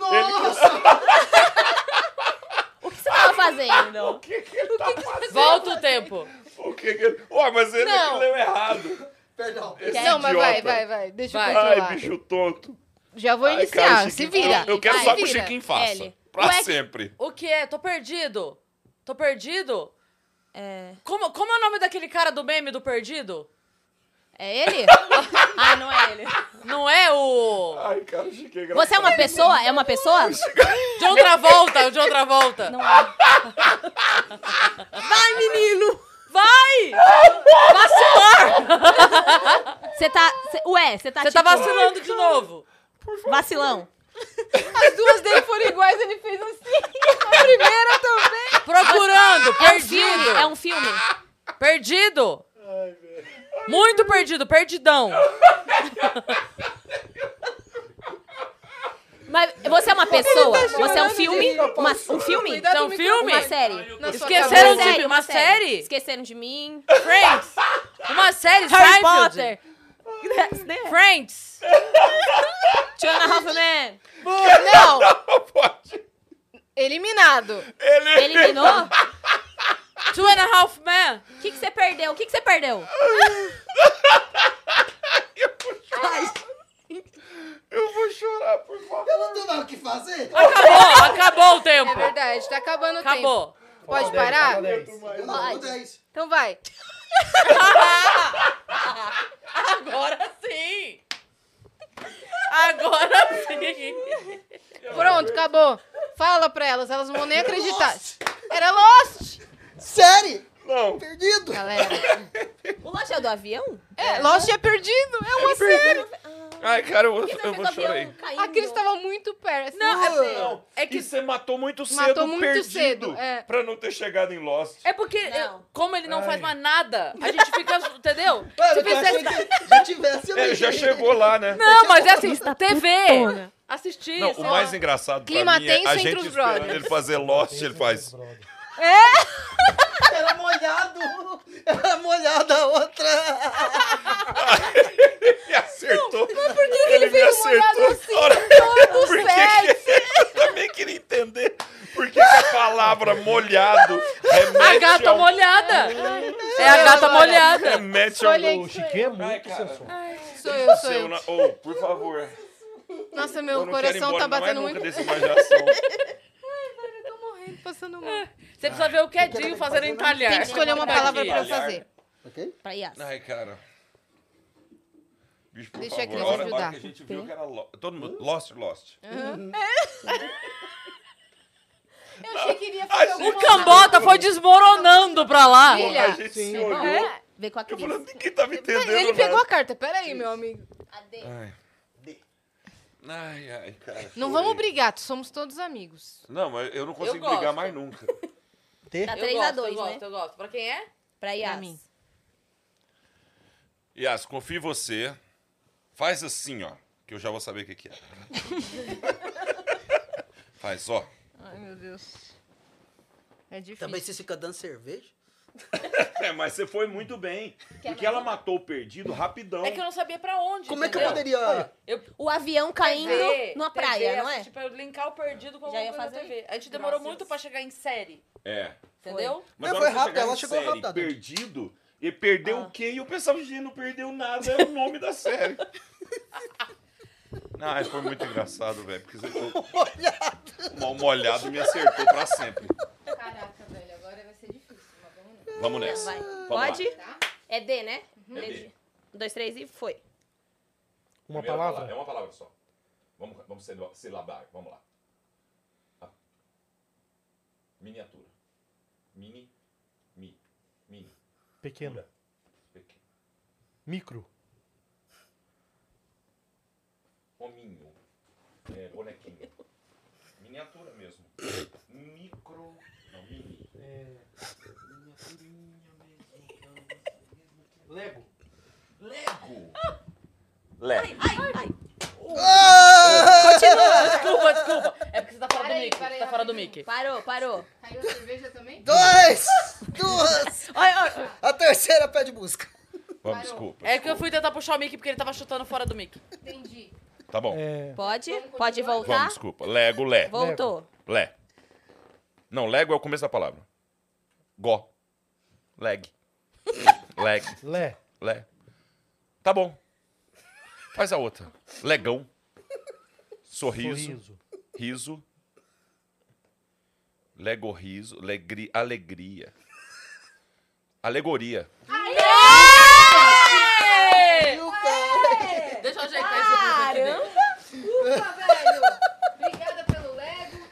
[SPEAKER 7] O que você tava fazendo?
[SPEAKER 5] O que que ele tá
[SPEAKER 3] é
[SPEAKER 5] fazendo?
[SPEAKER 3] Volta o tempo.
[SPEAKER 5] O que que ele... Ué, mas ele
[SPEAKER 1] Não.
[SPEAKER 5] que leu errado.
[SPEAKER 2] Perdão.
[SPEAKER 5] Esse
[SPEAKER 1] Não, mas vai,
[SPEAKER 5] idiota.
[SPEAKER 1] vai, vai. Deixa
[SPEAKER 3] Vai.
[SPEAKER 1] eu continuar.
[SPEAKER 5] Ai, bicho tonto.
[SPEAKER 1] Já vou
[SPEAKER 5] Ai, cara,
[SPEAKER 1] iniciar.
[SPEAKER 5] o
[SPEAKER 1] se
[SPEAKER 5] Chiquinho-
[SPEAKER 1] vira.
[SPEAKER 5] Eu, eu quero
[SPEAKER 1] Vai,
[SPEAKER 5] só
[SPEAKER 1] se
[SPEAKER 5] que o
[SPEAKER 1] vira.
[SPEAKER 5] Chiquinho faça.
[SPEAKER 7] L.
[SPEAKER 5] Pra
[SPEAKER 7] Ué,
[SPEAKER 5] sempre.
[SPEAKER 3] O que é? Tô perdido. Tô perdido?
[SPEAKER 7] É,
[SPEAKER 3] Como, como é o nome daquele cara do meme do perdido?
[SPEAKER 7] é ele? [laughs] ah, não é ele.
[SPEAKER 3] Não é o.
[SPEAKER 5] Ai, cara, o Chiquinho é engraçado.
[SPEAKER 7] Você é uma pessoa? É uma pessoa?
[SPEAKER 3] De outra volta, o de outra volta.
[SPEAKER 7] Não é.
[SPEAKER 3] [laughs] Vai, menino! Vai! Vacilar!
[SPEAKER 7] Você tá. cê- ué, você tá.
[SPEAKER 3] Você tá
[SPEAKER 7] tipo,
[SPEAKER 3] vacilando de novo.
[SPEAKER 7] Vacilão.
[SPEAKER 1] As duas dele foram iguais, ele fez assim. A primeira também.
[SPEAKER 3] Procurando,
[SPEAKER 7] É um filme.
[SPEAKER 3] perdido.
[SPEAKER 7] É um filme.
[SPEAKER 3] Perdido. Muito perdido, perdidão.
[SPEAKER 7] Mas você é uma pessoa? Você é um
[SPEAKER 1] chorando,
[SPEAKER 7] filme?
[SPEAKER 1] gente.
[SPEAKER 7] Uma, um filme?
[SPEAKER 1] Cuidado
[SPEAKER 3] São
[SPEAKER 1] com o
[SPEAKER 3] filme?
[SPEAKER 7] Uma
[SPEAKER 1] microfone. Tá
[SPEAKER 7] série?
[SPEAKER 1] Na sua
[SPEAKER 3] Esqueceram
[SPEAKER 1] cabeça.
[SPEAKER 3] de mim, uma série?
[SPEAKER 7] Esqueceram de mim.
[SPEAKER 3] Friends! Uma série,
[SPEAKER 7] Harry
[SPEAKER 3] Seinfeld.
[SPEAKER 7] Potter. That's there.
[SPEAKER 3] Friends!
[SPEAKER 7] Tiana Hoffman.
[SPEAKER 1] Não!
[SPEAKER 5] Pode.
[SPEAKER 1] Eliminado.
[SPEAKER 5] Ele...
[SPEAKER 7] Eliminou?
[SPEAKER 3] Two and a Half Men!
[SPEAKER 7] O que, que você perdeu? O que, que você perdeu?
[SPEAKER 5] Eu vou chorar, por favor.
[SPEAKER 2] Eu não tenho nada o que fazer.
[SPEAKER 3] Acabou, acabou o tempo!
[SPEAKER 1] É verdade, tá acabando o tempo.
[SPEAKER 3] Acabou!
[SPEAKER 1] Pode
[SPEAKER 4] Falta dez,
[SPEAKER 1] parar?
[SPEAKER 4] falta dez.
[SPEAKER 2] Eu não vou dar isso.
[SPEAKER 1] Então vai.
[SPEAKER 3] Agora sim! Agora sim!
[SPEAKER 1] Pronto, acabou. Fala pra elas, elas não vão nem acreditar. Era Lost!
[SPEAKER 2] Série?
[SPEAKER 5] Não.
[SPEAKER 2] Perdido.
[SPEAKER 1] Galera.
[SPEAKER 7] O Lost é o do avião?
[SPEAKER 1] É, Lost é perdido. É uma série.
[SPEAKER 5] Ai, cara, eu,
[SPEAKER 7] Por que
[SPEAKER 5] eu
[SPEAKER 7] não
[SPEAKER 5] vou
[SPEAKER 7] fica
[SPEAKER 1] tá
[SPEAKER 7] o
[SPEAKER 5] chorar.
[SPEAKER 7] avião
[SPEAKER 5] aí.
[SPEAKER 7] caindo?
[SPEAKER 1] A Cris tava muito perto.
[SPEAKER 3] Não,
[SPEAKER 1] Nossa.
[SPEAKER 3] é-
[SPEAKER 5] Não,
[SPEAKER 3] É que-
[SPEAKER 5] e você matou muito cedo,
[SPEAKER 1] Matou muito
[SPEAKER 5] perdido,
[SPEAKER 1] cedo, é.
[SPEAKER 5] pra não ter chegado em Lost.
[SPEAKER 3] É porque,
[SPEAKER 7] Não.
[SPEAKER 3] eu- como ele não
[SPEAKER 4] Ai.
[SPEAKER 3] faz mais nada, a gente fica, entendeu?
[SPEAKER 2] Claro,
[SPEAKER 3] Você
[SPEAKER 2] eu
[SPEAKER 3] pensa-
[SPEAKER 2] achei que já tivesse. eu
[SPEAKER 5] É,
[SPEAKER 2] nem
[SPEAKER 5] já
[SPEAKER 2] sei.
[SPEAKER 5] chegou lá, né?
[SPEAKER 3] [laughs] Não, mas é assim, TV, assistir,
[SPEAKER 5] Não,
[SPEAKER 3] sei
[SPEAKER 5] o mais
[SPEAKER 3] lá.
[SPEAKER 5] engraçado pra
[SPEAKER 1] é Clima
[SPEAKER 5] mim é a
[SPEAKER 1] tenso entre
[SPEAKER 5] gente
[SPEAKER 1] os
[SPEAKER 5] esperando
[SPEAKER 1] brothers.
[SPEAKER 5] ele fazer Lost, ele faz...
[SPEAKER 2] Era molhado. Era molhada a outra.
[SPEAKER 5] Ele acertou. Mas
[SPEAKER 1] por que que ele fez um olhado assim, todo
[SPEAKER 5] Por que
[SPEAKER 1] sério?
[SPEAKER 5] que- Eu também queria entender por que que a palavra molhado
[SPEAKER 3] A
[SPEAKER 5] remete
[SPEAKER 3] gata
[SPEAKER 5] ao...
[SPEAKER 3] molhada! É a gata molhada!
[SPEAKER 5] Remete ao...
[SPEAKER 1] Olha aí,
[SPEAKER 4] O Chiquinho é muito sensual.
[SPEAKER 1] sou eu, sou
[SPEAKER 5] Seu
[SPEAKER 1] eu.
[SPEAKER 5] na... oh, por favor.
[SPEAKER 1] Nossa,
[SPEAKER 5] eu
[SPEAKER 1] meu
[SPEAKER 5] não quero ir
[SPEAKER 1] coração
[SPEAKER 5] embora,
[SPEAKER 1] tá
[SPEAKER 5] não vai
[SPEAKER 1] batendo
[SPEAKER 5] nunca
[SPEAKER 1] muito.
[SPEAKER 5] dessa imaginação.
[SPEAKER 1] Eu tô morrendo, passando mal.
[SPEAKER 3] Você precisa ver o que é Dinho fazendo entalhar.
[SPEAKER 1] Tem que escolher uma palavra pra
[SPEAKER 5] Aqui.
[SPEAKER 1] fazer.
[SPEAKER 2] Ok?
[SPEAKER 7] Pra Yas.
[SPEAKER 5] [laughs] Ai, cara. Bicho, por
[SPEAKER 1] Deixa a
[SPEAKER 5] favor.
[SPEAKER 1] Cris
[SPEAKER 5] a hora, a
[SPEAKER 1] ajudar. Hum?
[SPEAKER 5] hora que a gente viu que era lo... Todo mundo... Lost, Lost.
[SPEAKER 1] [laughs] Eu achei que iria
[SPEAKER 5] fazer
[SPEAKER 1] fazer alguma
[SPEAKER 5] alguma
[SPEAKER 3] O Cambota foi desmoronando pra lá.
[SPEAKER 1] Filha.
[SPEAKER 5] A gente se
[SPEAKER 2] Sim.
[SPEAKER 5] olhou.
[SPEAKER 7] Vê com a
[SPEAKER 5] Eu
[SPEAKER 7] Cris.
[SPEAKER 5] falei, ninguém tava entendendo.
[SPEAKER 1] Ele pegou a
[SPEAKER 5] nada.
[SPEAKER 1] carta, peraí, meu amigo.
[SPEAKER 5] Ai. Ai, ai, cara.
[SPEAKER 1] Não
[SPEAKER 5] chorei.
[SPEAKER 1] vamos brigar, somos todos amigos.
[SPEAKER 5] Não, mas eu não consigo
[SPEAKER 3] Eu
[SPEAKER 5] brigar
[SPEAKER 3] gosto.
[SPEAKER 5] mais nunca.
[SPEAKER 7] Tá
[SPEAKER 3] Eu
[SPEAKER 7] 3x2,
[SPEAKER 3] gosto, eu
[SPEAKER 7] né?
[SPEAKER 3] gosto, eu gosto. Pra quem é?
[SPEAKER 7] Pra Yas.
[SPEAKER 1] Pra mim.
[SPEAKER 5] Yas, confio em você. Faz assim, ó. Que eu já vou saber o que,
[SPEAKER 1] [laughs]
[SPEAKER 5] que é. Faz, ó.
[SPEAKER 1] Ai, meu Deus. É difícil.
[SPEAKER 2] Também se fica dando cerveja.
[SPEAKER 5] É, mas você foi muito bem. Porque ela matou o perdido rapidão.
[SPEAKER 3] um? É que eu não sabia pra onde.
[SPEAKER 2] Como é que eu
[SPEAKER 3] entendeu?
[SPEAKER 2] poderia...
[SPEAKER 7] O avião caindo
[SPEAKER 3] TV,
[SPEAKER 7] numa
[SPEAKER 3] TV,
[SPEAKER 7] praia, não é?
[SPEAKER 3] assistir pra tipo, eu linkar o perdido com
[SPEAKER 7] Já
[SPEAKER 3] alguma
[SPEAKER 7] ia
[SPEAKER 3] coisa da
[SPEAKER 7] fazer
[SPEAKER 3] TV. A gente demorou
[SPEAKER 7] Graças.
[SPEAKER 3] muito pra chegar em série,
[SPEAKER 5] É.
[SPEAKER 3] entendeu?
[SPEAKER 5] Mas
[SPEAKER 2] Não,
[SPEAKER 5] a hora que
[SPEAKER 2] foi
[SPEAKER 5] eu
[SPEAKER 2] rápido,
[SPEAKER 5] chegar
[SPEAKER 2] ela
[SPEAKER 5] em
[SPEAKER 2] chegou
[SPEAKER 5] série,
[SPEAKER 2] rápido.
[SPEAKER 5] Perdido. E perdeu
[SPEAKER 3] Ah.
[SPEAKER 5] o quê? E eu pensava, gente, não perdeu nada. É o nome da [laughs] série. Ai, é, foi muito engraçado, velho. Porque você mal Um molhado me acertou pra sempre.
[SPEAKER 1] Caraca, velho, agora vai ser difícil. mas vamos lá.
[SPEAKER 5] Vamos nessa.
[SPEAKER 7] Vai.
[SPEAKER 5] Vamos lá.
[SPEAKER 7] Pode? É D, né? D. Um, dois, três e foi.
[SPEAKER 4] Uma
[SPEAKER 5] Primeira É
[SPEAKER 4] palavra?
[SPEAKER 5] uma palavra só. Vamos, vamos silo- silabar. Vamos lá. Ah. Miniatura. Mini. Mi. Mini.
[SPEAKER 4] Pequeno.
[SPEAKER 5] Pequeno.
[SPEAKER 4] Micro.
[SPEAKER 5] Hominho. É, bonequinho. Miniatura mesmo. Micro. Não, mini.
[SPEAKER 4] Lego.
[SPEAKER 5] Lego. Lego.
[SPEAKER 2] Ah,
[SPEAKER 3] Desculpa, desculpa. É porque você tá fora
[SPEAKER 1] Para
[SPEAKER 3] do
[SPEAKER 1] aí,
[SPEAKER 3] Mickey.
[SPEAKER 1] para aí,
[SPEAKER 3] tá fora do
[SPEAKER 1] rapidinho.
[SPEAKER 3] Mickey.
[SPEAKER 7] Parou, parou.
[SPEAKER 1] Caiu a cerveja também?
[SPEAKER 2] Dois! Duas!
[SPEAKER 7] Olha, olha.
[SPEAKER 2] A terceira pede busca.
[SPEAKER 5] Vamos, desculpa.
[SPEAKER 3] É que eu fui tentar puxar o Mickey porque ele tava chutando fora do Mickey.
[SPEAKER 1] Entendi.
[SPEAKER 5] Tá bom.
[SPEAKER 4] É...
[SPEAKER 7] Pode?
[SPEAKER 1] Vamos
[SPEAKER 7] Pode
[SPEAKER 1] continuar?
[SPEAKER 5] Vamos,
[SPEAKER 3] Tá?
[SPEAKER 7] voltar?
[SPEAKER 5] desculpa. Lego, lé.
[SPEAKER 7] Voltou.
[SPEAKER 5] Lé. Não, Lego é o começo da palavra. Gó. Leg. Leg.
[SPEAKER 4] Lé.
[SPEAKER 5] Lé. Tá bom. Faz a outra. Legão. Sorriso.
[SPEAKER 4] Sorriso.
[SPEAKER 5] Riso. Lego riso. Legri, alegria. Alegoria.
[SPEAKER 3] Deixa eu ajeitar esse aqui.
[SPEAKER 7] Caramba!
[SPEAKER 1] Ufa, velho! Obrigada pelo Lego.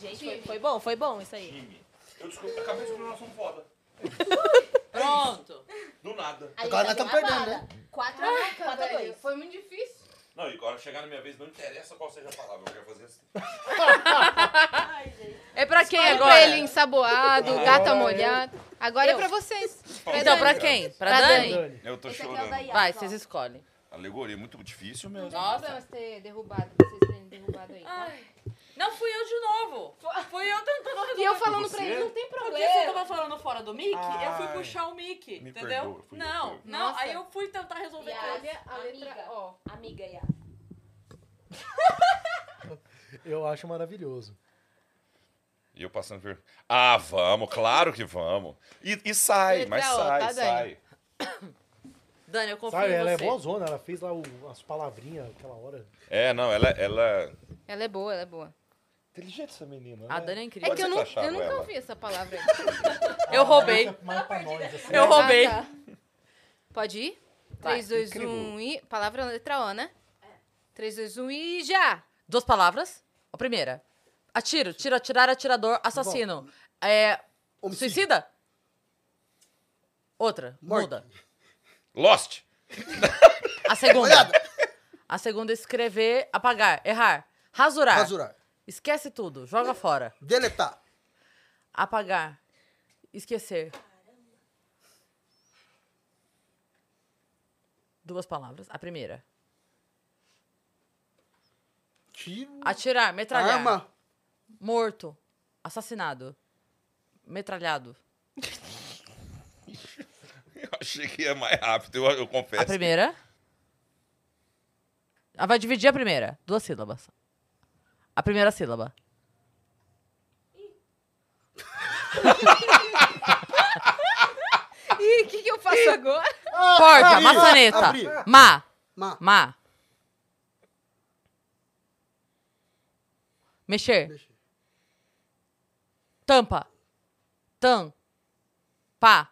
[SPEAKER 7] Gente, foi, foi bom, foi bom isso aí.
[SPEAKER 5] Time. Eu descobri, acabei de descobrir nós somos foda.
[SPEAKER 3] Pronto.
[SPEAKER 5] Do nada.
[SPEAKER 2] Agora nós estamos perdendo, né?
[SPEAKER 1] Ah,
[SPEAKER 7] 4
[SPEAKER 1] Caraca,
[SPEAKER 7] a
[SPEAKER 1] velho,
[SPEAKER 7] 2.
[SPEAKER 1] foi muito difícil.
[SPEAKER 5] Não, e agora chegar na minha vez, não interessa qual seja a palavra. Eu quero fazer assim.
[SPEAKER 3] É pra quem
[SPEAKER 1] Olha
[SPEAKER 3] agora?
[SPEAKER 1] pra ele ensaboado, gata molhada. Agora
[SPEAKER 7] Eu.
[SPEAKER 1] é pra vocês.
[SPEAKER 3] Então, pra quem? Pra,
[SPEAKER 1] Pra
[SPEAKER 3] Dani?
[SPEAKER 1] Dani.
[SPEAKER 5] Eu tô
[SPEAKER 7] Esse aqui é o da
[SPEAKER 5] chorando.
[SPEAKER 7] Yas,
[SPEAKER 3] Vai,
[SPEAKER 7] ó.
[SPEAKER 3] vocês escolhem.
[SPEAKER 5] Alegoria muito difícil
[SPEAKER 1] Não
[SPEAKER 5] mesmo.
[SPEAKER 1] tem
[SPEAKER 3] Nossa.
[SPEAKER 1] problema você ter derrubado, vocês terem derrubado aí. tá?
[SPEAKER 3] Ai, não fui eu de novo. Fui eu tentando resolver.
[SPEAKER 1] E eu falando pra
[SPEAKER 5] Você?
[SPEAKER 1] ele, não tem
[SPEAKER 3] Porque você
[SPEAKER 1] problema.
[SPEAKER 3] tava falando fora do mic, eu fui
[SPEAKER 5] Ai.
[SPEAKER 3] puxar o mic,
[SPEAKER 5] Me
[SPEAKER 3] entendeu?
[SPEAKER 5] perdoa, fui eu,
[SPEAKER 3] não,
[SPEAKER 5] fui eu.
[SPEAKER 3] não,
[SPEAKER 1] Nossa.
[SPEAKER 3] aí eu fui tentar resolver
[SPEAKER 7] E
[SPEAKER 3] coisa.
[SPEAKER 1] Olha a letra,
[SPEAKER 7] Amiga.
[SPEAKER 1] ó.
[SPEAKER 7] Amiga, Iá.
[SPEAKER 4] Eu acho maravilhoso.
[SPEAKER 5] E eu passando por. Ah, vamos, claro que vamos. E, e sai,
[SPEAKER 1] Letra
[SPEAKER 5] mas
[SPEAKER 1] O,
[SPEAKER 5] sai,
[SPEAKER 1] tá, Dani?
[SPEAKER 5] sai.
[SPEAKER 3] Dani, eu confio
[SPEAKER 4] Sabe,
[SPEAKER 3] em
[SPEAKER 4] ela é
[SPEAKER 3] você.
[SPEAKER 4] bozona, ela fez lá o- as palavrinhas aquela hora.
[SPEAKER 5] É, não, ela. ela...
[SPEAKER 1] Ela é boa, ela é boa.
[SPEAKER 5] Inteligente essa menina.
[SPEAKER 4] né?
[SPEAKER 3] A Dani é
[SPEAKER 1] É
[SPEAKER 3] incrível.
[SPEAKER 5] Pode
[SPEAKER 1] que eu, não,
[SPEAKER 5] escrachar
[SPEAKER 1] eu nunca
[SPEAKER 5] ela.
[SPEAKER 1] ouvi essa palavra. aí.
[SPEAKER 3] Eu roubei.
[SPEAKER 4] Mais pra nós, assim.
[SPEAKER 3] Eu roubei.
[SPEAKER 1] Ah, tá. Pode ir? 3, 2, 1 e. Palavra letra O, né? 3, 2, 1 e já!
[SPEAKER 3] Duas palavras. A primeira. Atiro, tiro, atirar, atirador, assassino. É.
[SPEAKER 2] Homicídio.
[SPEAKER 3] Suicida? Outra.
[SPEAKER 2] Morte.
[SPEAKER 3] Muda.
[SPEAKER 5] Lost! [laughs]
[SPEAKER 3] A segunda. A segunda, escrever, apagar, errar. Rasurar.
[SPEAKER 2] Rasurar.
[SPEAKER 3] Esquece tudo, joga fora.
[SPEAKER 2] Deletar.
[SPEAKER 3] Apagar. Esquecer. Duas palavras. A primeira.
[SPEAKER 2] Tiro.
[SPEAKER 3] Atirar, metralhar.
[SPEAKER 2] Arma.
[SPEAKER 3] Morto. Assassinado. Metralhado.
[SPEAKER 5] Eu achei que ia mais rápido, eu, eu
[SPEAKER 2] É
[SPEAKER 5] confesso.
[SPEAKER 2] assim.
[SPEAKER 3] A primeira. Ah, vai dividir a primeira. Duas sílabas. A primeira sílaba.
[SPEAKER 1] Ih, o que, que eu faço agora?
[SPEAKER 2] Ah,
[SPEAKER 3] Porta,
[SPEAKER 2] abrir,
[SPEAKER 3] maçaneta.
[SPEAKER 2] abrir.
[SPEAKER 3] Má.
[SPEAKER 2] Má.
[SPEAKER 3] Má. Mexer.
[SPEAKER 2] Mexer.
[SPEAKER 3] Tampa. Tam. Pá.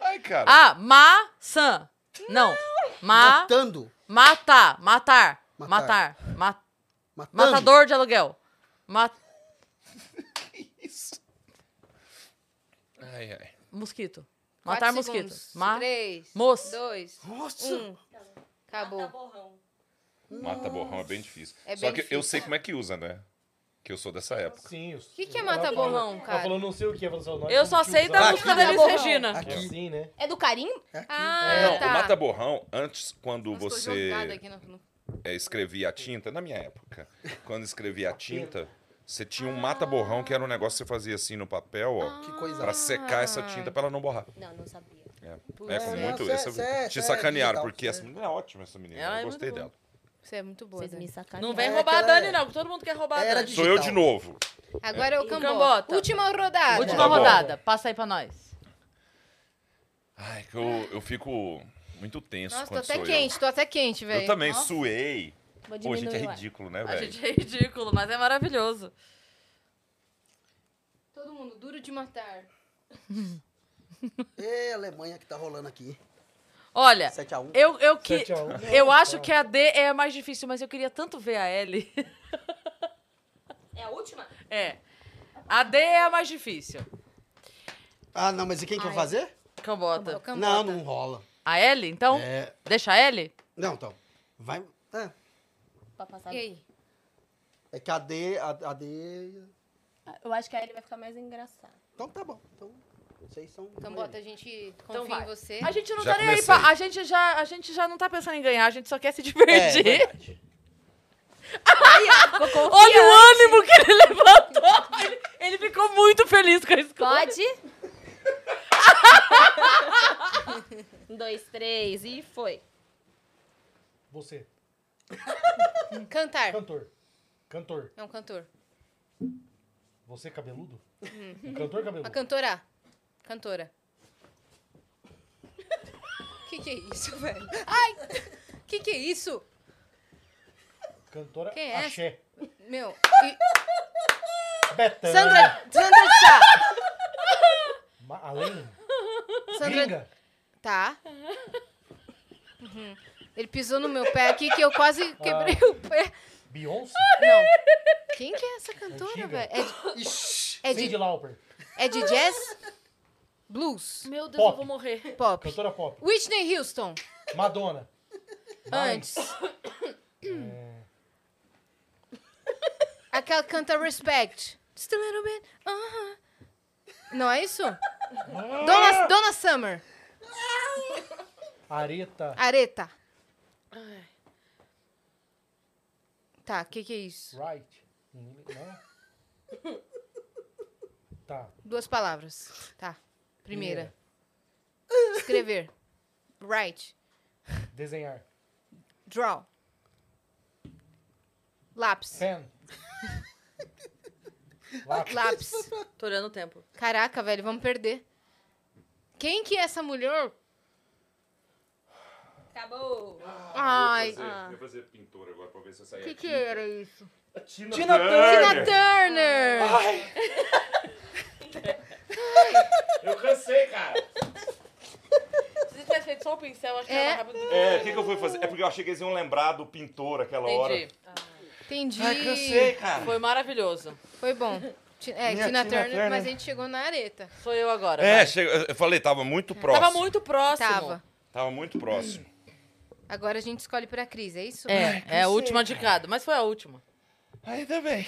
[SPEAKER 5] Ai, cara.
[SPEAKER 3] Ah, maçã. Não. Ma
[SPEAKER 2] Matando.
[SPEAKER 3] matar. Matar. Matar.
[SPEAKER 2] Matar.
[SPEAKER 3] Ma-
[SPEAKER 2] Matando.
[SPEAKER 3] matador de aluguel. Ma
[SPEAKER 2] [laughs]
[SPEAKER 5] Ai, ai.
[SPEAKER 3] mosquito. Matar mosquito. Ma
[SPEAKER 1] 3,
[SPEAKER 3] Mos.
[SPEAKER 1] 2,
[SPEAKER 2] Nossa.
[SPEAKER 1] 1.
[SPEAKER 7] tá
[SPEAKER 1] Acabou.
[SPEAKER 6] borrão.
[SPEAKER 5] Mata borrão é bem difícil.
[SPEAKER 1] É
[SPEAKER 5] Só
[SPEAKER 1] bem
[SPEAKER 5] que
[SPEAKER 1] difícil.
[SPEAKER 5] eu sei como é que usa, né? Que eu sou dessa época.
[SPEAKER 4] Sim, isso.
[SPEAKER 1] Que que é
[SPEAKER 4] Ela
[SPEAKER 1] mata
[SPEAKER 4] fala-
[SPEAKER 1] borrão, cara?
[SPEAKER 4] Ela falou não sei o que, falou assim, seu nome.
[SPEAKER 3] eu só sei da
[SPEAKER 2] Aqui,
[SPEAKER 3] música
[SPEAKER 2] tá
[SPEAKER 3] da Elis
[SPEAKER 7] bom.
[SPEAKER 3] Regina.
[SPEAKER 4] É
[SPEAKER 2] Aqui.
[SPEAKER 4] assim, né?
[SPEAKER 7] É do carimbo?
[SPEAKER 1] Ah,
[SPEAKER 5] É, não,
[SPEAKER 1] tá.
[SPEAKER 5] o mata borrão, antes, quando
[SPEAKER 1] Nossa, tô
[SPEAKER 5] você
[SPEAKER 1] jogada aqui no- no-
[SPEAKER 5] é, escrevia a tinta, na minha época, quando escrevia a tinta, você tinha um mata borrão que era um negócio que você fazia assim no papel, ó.
[SPEAKER 2] Que coisa.
[SPEAKER 5] Pra secar essa tinta pra ela não borrar.
[SPEAKER 7] Não, não sabia.
[SPEAKER 5] É, é
[SPEAKER 1] Putz,
[SPEAKER 5] com
[SPEAKER 1] é,
[SPEAKER 5] muito.
[SPEAKER 2] não,
[SPEAKER 5] essa-
[SPEAKER 2] cê- cê-
[SPEAKER 5] te
[SPEAKER 2] cê
[SPEAKER 5] sacanearam,
[SPEAKER 2] é
[SPEAKER 5] porque
[SPEAKER 2] digital,
[SPEAKER 5] essa menina é ótima, essa menina.
[SPEAKER 3] Ela é
[SPEAKER 5] eu gostei
[SPEAKER 3] muito
[SPEAKER 5] dela.
[SPEAKER 1] Você é muito boa,
[SPEAKER 7] Vocês
[SPEAKER 1] Dani.
[SPEAKER 7] me sacanearam.
[SPEAKER 3] Não vem
[SPEAKER 2] É
[SPEAKER 3] roubar a
[SPEAKER 2] aquela-
[SPEAKER 3] Dani, não. que Todo mundo quer roubar a
[SPEAKER 2] Era
[SPEAKER 3] Dani.
[SPEAKER 2] de-
[SPEAKER 5] Sou eu de
[SPEAKER 2] digital.
[SPEAKER 5] novo.
[SPEAKER 1] Agora é o Cambota.
[SPEAKER 3] Cambota.
[SPEAKER 1] Última rodada.
[SPEAKER 3] Última
[SPEAKER 5] Tá bom.
[SPEAKER 3] rodada. Passa aí pra nós.
[SPEAKER 5] Ai, que eu, eu fico muito tenso
[SPEAKER 1] Nossa, tô
[SPEAKER 5] quando
[SPEAKER 1] até
[SPEAKER 5] sou
[SPEAKER 1] quente, tô até quente,
[SPEAKER 5] eu.
[SPEAKER 1] velho.
[SPEAKER 5] Eu também
[SPEAKER 3] Nossa.
[SPEAKER 5] suei.
[SPEAKER 7] Vou
[SPEAKER 5] Pô, gente, é
[SPEAKER 7] diminuir. o ar.
[SPEAKER 5] ridículo, né,
[SPEAKER 3] A
[SPEAKER 5] velho?
[SPEAKER 3] gente é ridículo, mas é maravilhoso.
[SPEAKER 1] Todo mundo duro de matar.
[SPEAKER 2] É a Alemanha que tá rolando aqui.
[SPEAKER 3] Olha,
[SPEAKER 2] 7x1.
[SPEAKER 3] eu, eu, que,
[SPEAKER 4] 7 a 1.
[SPEAKER 3] eu acho que a D é a mais difícil, mas eu queria tanto ver a L.
[SPEAKER 7] É a última?
[SPEAKER 3] [laughs] É. A D é a mais difícil.
[SPEAKER 2] Ah, não, mas e quem que vai fazer?
[SPEAKER 3] Cambota.
[SPEAKER 2] Não, não rola.
[SPEAKER 3] A L, então?
[SPEAKER 2] É.
[SPEAKER 3] Deixa a L?
[SPEAKER 2] Não, então. Vai. É,
[SPEAKER 7] Pra passar.
[SPEAKER 1] E aí?
[SPEAKER 2] é que a D. A, a D.
[SPEAKER 7] Eu acho que a ele vai ficar mais engraçado.
[SPEAKER 2] Então tá bom. Então, vocês são.
[SPEAKER 1] Cambota, a gente confia
[SPEAKER 3] Então vai.
[SPEAKER 1] em você.
[SPEAKER 3] A gente não
[SPEAKER 5] Já
[SPEAKER 3] tá nem aí
[SPEAKER 5] comecei.
[SPEAKER 3] pra- A gente, já, a gente já não tá pensando em ganhar, a gente só quer se [laughs]
[SPEAKER 2] É,
[SPEAKER 3] divertir.
[SPEAKER 2] verdade.
[SPEAKER 3] Olha o ânimo que ele levantou! Ele, ele ficou muito feliz com a escola.
[SPEAKER 7] Pode? um, dois, três e foi.
[SPEAKER 4] Você,
[SPEAKER 1] Cantar.
[SPEAKER 4] cantor. Cantor.
[SPEAKER 1] É um cantor.
[SPEAKER 4] Você cabeludo?
[SPEAKER 3] Uhum.
[SPEAKER 4] Um cantor cabeludo.
[SPEAKER 1] Uma cantora. Cantora. [laughs] Que que é isso, velho? Ai! Que que é isso?
[SPEAKER 4] Cantora
[SPEAKER 1] Quem é essa?
[SPEAKER 4] axé.
[SPEAKER 1] Meu. e-
[SPEAKER 4] Betânia.
[SPEAKER 1] Sandra. Sandra de Sá.
[SPEAKER 4] Ma Além.
[SPEAKER 1] Sandra.
[SPEAKER 4] Gringa.
[SPEAKER 1] Tá. Uhum. Ele pisou no meu pé aqui que eu quase
[SPEAKER 4] Ah.
[SPEAKER 1] quebrei o pé.
[SPEAKER 4] Beyoncé.
[SPEAKER 1] Não. Quem que é essa cantora,
[SPEAKER 4] Antiga.
[SPEAKER 1] velho? É de,
[SPEAKER 2] Ixi.
[SPEAKER 1] é,
[SPEAKER 4] Cindy
[SPEAKER 1] de,
[SPEAKER 4] Lauper.
[SPEAKER 1] é de jazz? Blues.
[SPEAKER 3] Meu Deus,
[SPEAKER 4] Pop.
[SPEAKER 3] eu vou morrer.
[SPEAKER 1] Pop.
[SPEAKER 4] Cantora pop.
[SPEAKER 1] Whitney Houston.
[SPEAKER 4] Madonna.
[SPEAKER 1] Antes. É. Aquela que canta Respect. Just a little bit. uh-huh. Não é isso? Donna, Donna Summer.
[SPEAKER 4] Areta.
[SPEAKER 1] Areta. Tá, o que que é isso?
[SPEAKER 4] Right. Não. né? Tá.
[SPEAKER 1] Duas palavras. Tá. Primeira. Escrever. Write.
[SPEAKER 4] Desenhar.
[SPEAKER 1] Draw. Lápis.
[SPEAKER 4] Pen.
[SPEAKER 1] [laughs]
[SPEAKER 4] Lápis.
[SPEAKER 1] Lápis.
[SPEAKER 3] Tô olhando o tempo.
[SPEAKER 1] Caraca, velho, vamos perder. Quem que é essa mulher?
[SPEAKER 6] Acabou.
[SPEAKER 1] Ai,
[SPEAKER 5] Eu vou fazer-
[SPEAKER 1] ah.
[SPEAKER 5] eu vou fazer pintura agora pra ver se eu saio
[SPEAKER 1] que
[SPEAKER 5] aqui.
[SPEAKER 1] que era isso?
[SPEAKER 4] Tina,
[SPEAKER 1] Tina
[SPEAKER 5] Tina Turner.
[SPEAKER 1] Turner!
[SPEAKER 5] Eu cansei, cara.
[SPEAKER 3] Se você tivesse feito só o pincel, acho que
[SPEAKER 1] É.
[SPEAKER 3] era mais rápido.
[SPEAKER 5] É, o que, que eu fui fazer? É porque eu achei que eles iam lembrar do pintor aquela hora.
[SPEAKER 3] Entendi.
[SPEAKER 1] Entendi.
[SPEAKER 5] Ai, cansei, cara.
[SPEAKER 3] Foi maravilhoso.
[SPEAKER 1] Foi bom. Ti- É,
[SPEAKER 5] Minha
[SPEAKER 1] Tina,
[SPEAKER 5] Tina
[SPEAKER 1] Turner,
[SPEAKER 5] Turner.
[SPEAKER 1] mas a gente chegou na areta.
[SPEAKER 3] Sou eu agora.
[SPEAKER 5] É,
[SPEAKER 3] vai.
[SPEAKER 5] chega- eu falei, tava muito próximo.
[SPEAKER 3] Tava muito próximo.
[SPEAKER 1] Tava.
[SPEAKER 5] Tava muito próximo.
[SPEAKER 1] Agora a gente escolhe pra Cris, é isso?
[SPEAKER 3] É, é a última indicada, mas foi a última.
[SPEAKER 5] Ainda bem.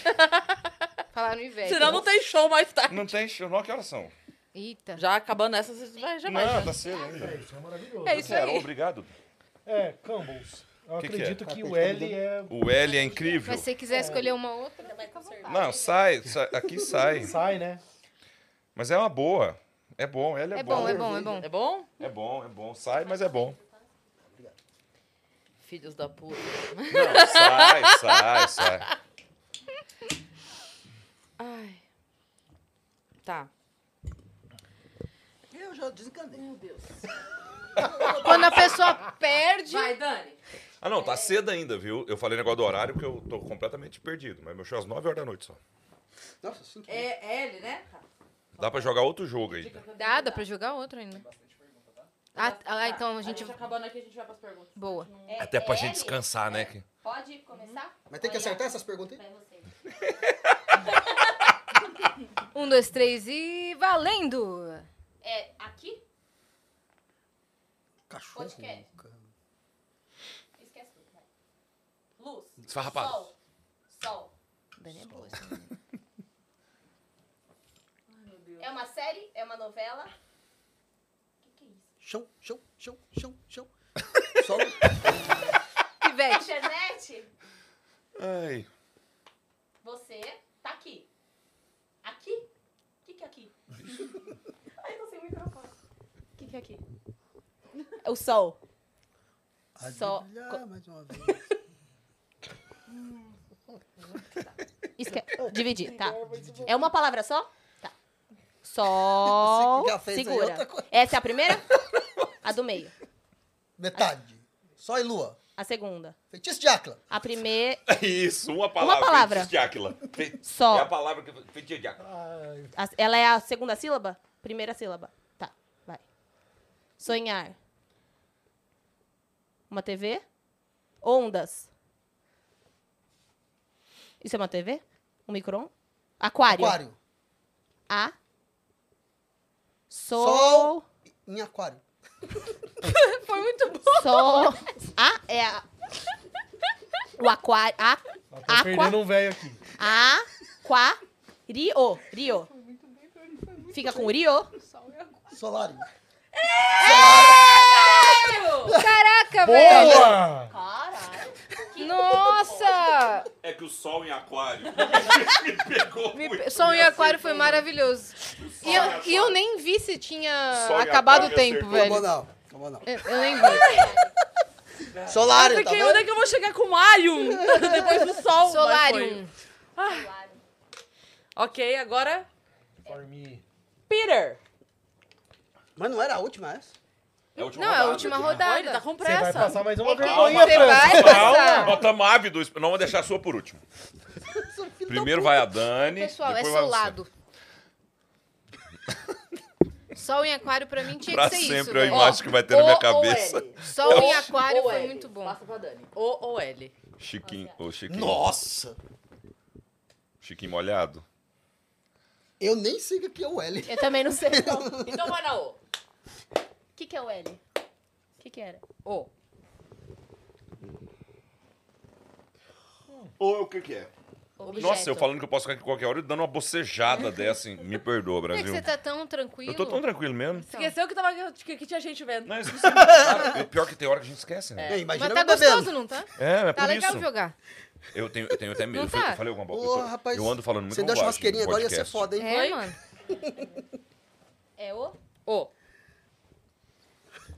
[SPEAKER 1] Falaram em velho.
[SPEAKER 3] Senão não tem show mais tarde.
[SPEAKER 5] Não tem show, não? Que horas são?
[SPEAKER 1] Eita.
[SPEAKER 3] Já acabando essa, você vai, já vai.
[SPEAKER 5] não,
[SPEAKER 3] já.
[SPEAKER 5] tá cedo ainda.
[SPEAKER 4] É, isso é maravilhoso.
[SPEAKER 3] É isso
[SPEAKER 5] Zero,
[SPEAKER 3] aí.
[SPEAKER 5] obrigado.
[SPEAKER 4] É, Campbell's. Eu
[SPEAKER 5] Que que é?
[SPEAKER 4] acredito
[SPEAKER 1] Ah,
[SPEAKER 4] que, o L é...
[SPEAKER 5] O L é incrível.
[SPEAKER 1] Mas se você quiser escolher uma outra.
[SPEAKER 6] Ainda mais com cerveja.
[SPEAKER 5] Não, sai, sai, aqui sai.
[SPEAKER 4] Sai, né?
[SPEAKER 5] Mas é uma boa. É bom, L é,
[SPEAKER 1] É bom, é bom, é bom.
[SPEAKER 3] É bom?
[SPEAKER 5] É bom, é bom. Sai, mas é bom.
[SPEAKER 3] Filhos da puta.
[SPEAKER 5] Não, sai, sai, sai.
[SPEAKER 3] Ai. Tá.
[SPEAKER 2] Eu já um. desencanei.
[SPEAKER 1] Quando a pessoa perde.
[SPEAKER 3] Vai, Dani.
[SPEAKER 5] Ah,
[SPEAKER 1] É.
[SPEAKER 5] não, tá cedo ainda, viu? Eu falei negócio do horário porque eu tô completamente perdido. Mas meu show é às 9 horas da noite só.
[SPEAKER 2] Nossa, assim que...
[SPEAKER 3] É L, né? Tá.
[SPEAKER 5] Dá pra jogar outro jogo aí.
[SPEAKER 1] Dá, dá pra jogar outra ainda. Ah, ah, então a gente.
[SPEAKER 3] acabando aqui, a gente vai pras perguntas.
[SPEAKER 1] Boa.
[SPEAKER 6] É-
[SPEAKER 5] Até pra
[SPEAKER 6] é
[SPEAKER 5] gente
[SPEAKER 6] L?
[SPEAKER 5] descansar, né? que-
[SPEAKER 6] Pode começar?
[SPEAKER 2] Mas tem que acertar essas perguntas aí?
[SPEAKER 6] Vai você.
[SPEAKER 1] Um, dois, três e. Valendo!
[SPEAKER 6] É aqui?
[SPEAKER 2] Cachorro.
[SPEAKER 6] Podcast.
[SPEAKER 2] cara.
[SPEAKER 6] Esquece tudo. vai. Luz.
[SPEAKER 5] Esfarrapado.
[SPEAKER 6] Sol. Sol.
[SPEAKER 1] Dani é boa.
[SPEAKER 6] [laughs] É uma série? É uma novela? O que, que é isso?
[SPEAKER 2] Chão, chão, chão, chão, chão. [laughs] Solo.
[SPEAKER 1] Pivete.
[SPEAKER 6] É Internet?
[SPEAKER 5] Ai.
[SPEAKER 6] Você tá aqui. Aqui? O que, que é aqui? [laughs] Ai, não sei o microfone. O que, que é aqui?
[SPEAKER 7] É o sol.
[SPEAKER 2] Só.
[SPEAKER 7] Só-
[SPEAKER 2] mais uma vez. [laughs]
[SPEAKER 7] Esque... Dividir, tá. É uma palavra só? Tá. Sol.
[SPEAKER 2] Você já fez aí
[SPEAKER 7] Segura.
[SPEAKER 2] outra coisa.
[SPEAKER 7] Essa é a primeira?
[SPEAKER 2] [laughs]
[SPEAKER 7] A do meio.
[SPEAKER 2] Metade. Sol e lua.
[SPEAKER 7] A segunda.
[SPEAKER 2] Feitiço de Acla.
[SPEAKER 7] A primeira.
[SPEAKER 5] [laughs] Isso, uma palavra.
[SPEAKER 7] palavra.
[SPEAKER 5] feitiço de Áquila. Fe-
[SPEAKER 7] Sol.
[SPEAKER 5] É a palavra que. Feitiço de Áquila.
[SPEAKER 4] Ai,
[SPEAKER 7] A- Ela é a segunda sílaba? Primeira sílaba. Tá, vai. Sonhar. Uma TV? Ondas. Isso é uma TV? Um micro Aquário.
[SPEAKER 2] Aquário.
[SPEAKER 7] A.
[SPEAKER 2] Sol.
[SPEAKER 7] Sol.
[SPEAKER 2] Em aquário.
[SPEAKER 1] Foi muito bom.
[SPEAKER 7] Sol. A é a. O aquário. A.
[SPEAKER 4] nós tá
[SPEAKER 7] Aqua.
[SPEAKER 4] perdendo um velho aqui.
[SPEAKER 7] Aquário. Rio. Fica com Rio.
[SPEAKER 2] Solário.
[SPEAKER 1] Caraca, velho.
[SPEAKER 4] Boa!
[SPEAKER 6] Caralho.
[SPEAKER 1] Nossa!
[SPEAKER 5] É que o sol em aquário. me pegou
[SPEAKER 1] Me
[SPEAKER 5] muito.
[SPEAKER 1] pe- Som
[SPEAKER 5] me
[SPEAKER 1] em aquário
[SPEAKER 5] acertou né?
[SPEAKER 1] foi
[SPEAKER 5] muito.
[SPEAKER 1] maravilhoso. E
[SPEAKER 5] Sol em
[SPEAKER 1] eu,
[SPEAKER 5] aquário.
[SPEAKER 1] e eu nem vi se tinha
[SPEAKER 5] Sol em
[SPEAKER 1] acabado o
[SPEAKER 5] aquário
[SPEAKER 1] tempo,
[SPEAKER 5] acertou.
[SPEAKER 1] velho.
[SPEAKER 2] Acabou não. Acabou não.
[SPEAKER 1] Eu, eu nem
[SPEAKER 3] [laughs]
[SPEAKER 1] vi.
[SPEAKER 2] Solário, tá
[SPEAKER 3] Porque onde é
[SPEAKER 2] vendo?
[SPEAKER 3] que eu vou chegar com Marium? [laughs] Depois do sol. mas
[SPEAKER 1] Solarium.
[SPEAKER 3] foi. Ah. Ok, agora. Peter.
[SPEAKER 2] Mas não era a última essa?
[SPEAKER 5] É a última
[SPEAKER 1] Não, é a
[SPEAKER 5] rodada.
[SPEAKER 1] última
[SPEAKER 3] Olha,
[SPEAKER 1] rodada.
[SPEAKER 3] ele tá com
[SPEAKER 4] Você vai
[SPEAKER 3] pressa.
[SPEAKER 4] passar mais
[SPEAKER 1] É
[SPEAKER 4] uma vergonha,
[SPEAKER 1] Você
[SPEAKER 4] França.
[SPEAKER 1] vai
[SPEAKER 5] Calma,
[SPEAKER 1] passar.
[SPEAKER 5] estamos ávidos. Não vamos deixar a sua
[SPEAKER 1] [laughs]
[SPEAKER 5] por último. Primeiro vai a Dani.
[SPEAKER 1] Pessoal, é
[SPEAKER 5] depois vai você. [laughs]
[SPEAKER 1] solado. Sol em aquário pra mim tinha
[SPEAKER 5] Pra
[SPEAKER 1] que ser isso.
[SPEAKER 5] sempre é a
[SPEAKER 1] velho.
[SPEAKER 5] imagem que vai ter na minha cabeça.
[SPEAKER 3] Ou L.
[SPEAKER 1] Sol em
[SPEAKER 3] Ou
[SPEAKER 1] aquário foi
[SPEAKER 5] é.
[SPEAKER 3] L.
[SPEAKER 1] muito bom.
[SPEAKER 3] Passa pra Dani. O ou L.
[SPEAKER 5] Chiquinho, ô Chiquinho.
[SPEAKER 2] Nossa!
[SPEAKER 5] Chiquinho molhado.
[SPEAKER 2] Eu nem sei o que é o L.
[SPEAKER 7] Eu também não
[SPEAKER 6] [laughs]
[SPEAKER 7] sei. O
[SPEAKER 3] Então vai na O.
[SPEAKER 7] que, que é o L? O que, que era?
[SPEAKER 3] O.
[SPEAKER 5] Ou o que que é?
[SPEAKER 1] Objeto.
[SPEAKER 5] Nossa, eu falando que eu posso ficar aqui qualquer hora e dando uma bocejada dessa, hein? Me perdoa,
[SPEAKER 1] Por que, que
[SPEAKER 5] Brasil.
[SPEAKER 1] você tá tão tranquilo?
[SPEAKER 5] Eu tô tão tranquilo mesmo.
[SPEAKER 1] Então.
[SPEAKER 3] Esqueceu que, tava, que, que tinha gente vendo.
[SPEAKER 5] Não, é eu esqueci. Cara, pior que tem hora que a gente esquece, né?
[SPEAKER 2] É, imagina
[SPEAKER 1] Mas tá
[SPEAKER 2] eu bebendo.
[SPEAKER 1] gostoso, não tá?
[SPEAKER 5] É, é,
[SPEAKER 1] Tá
[SPEAKER 5] por
[SPEAKER 1] legal
[SPEAKER 5] isso.
[SPEAKER 1] jogar.
[SPEAKER 5] Eu tenho, eu tenho até medo.
[SPEAKER 1] Não
[SPEAKER 5] Eu falei-
[SPEAKER 1] tá?
[SPEAKER 5] Eu falei alguma bosta.
[SPEAKER 2] Ô,
[SPEAKER 5] eu, tô-
[SPEAKER 2] rapaz.
[SPEAKER 5] eu ando falando muito
[SPEAKER 2] Você deu a
[SPEAKER 5] bobagem no
[SPEAKER 2] churrasqueirinha agora ia ser
[SPEAKER 5] podcast.
[SPEAKER 2] foda, hein?
[SPEAKER 1] É,
[SPEAKER 3] Oi?
[SPEAKER 1] mano.
[SPEAKER 6] É o
[SPEAKER 1] Ô.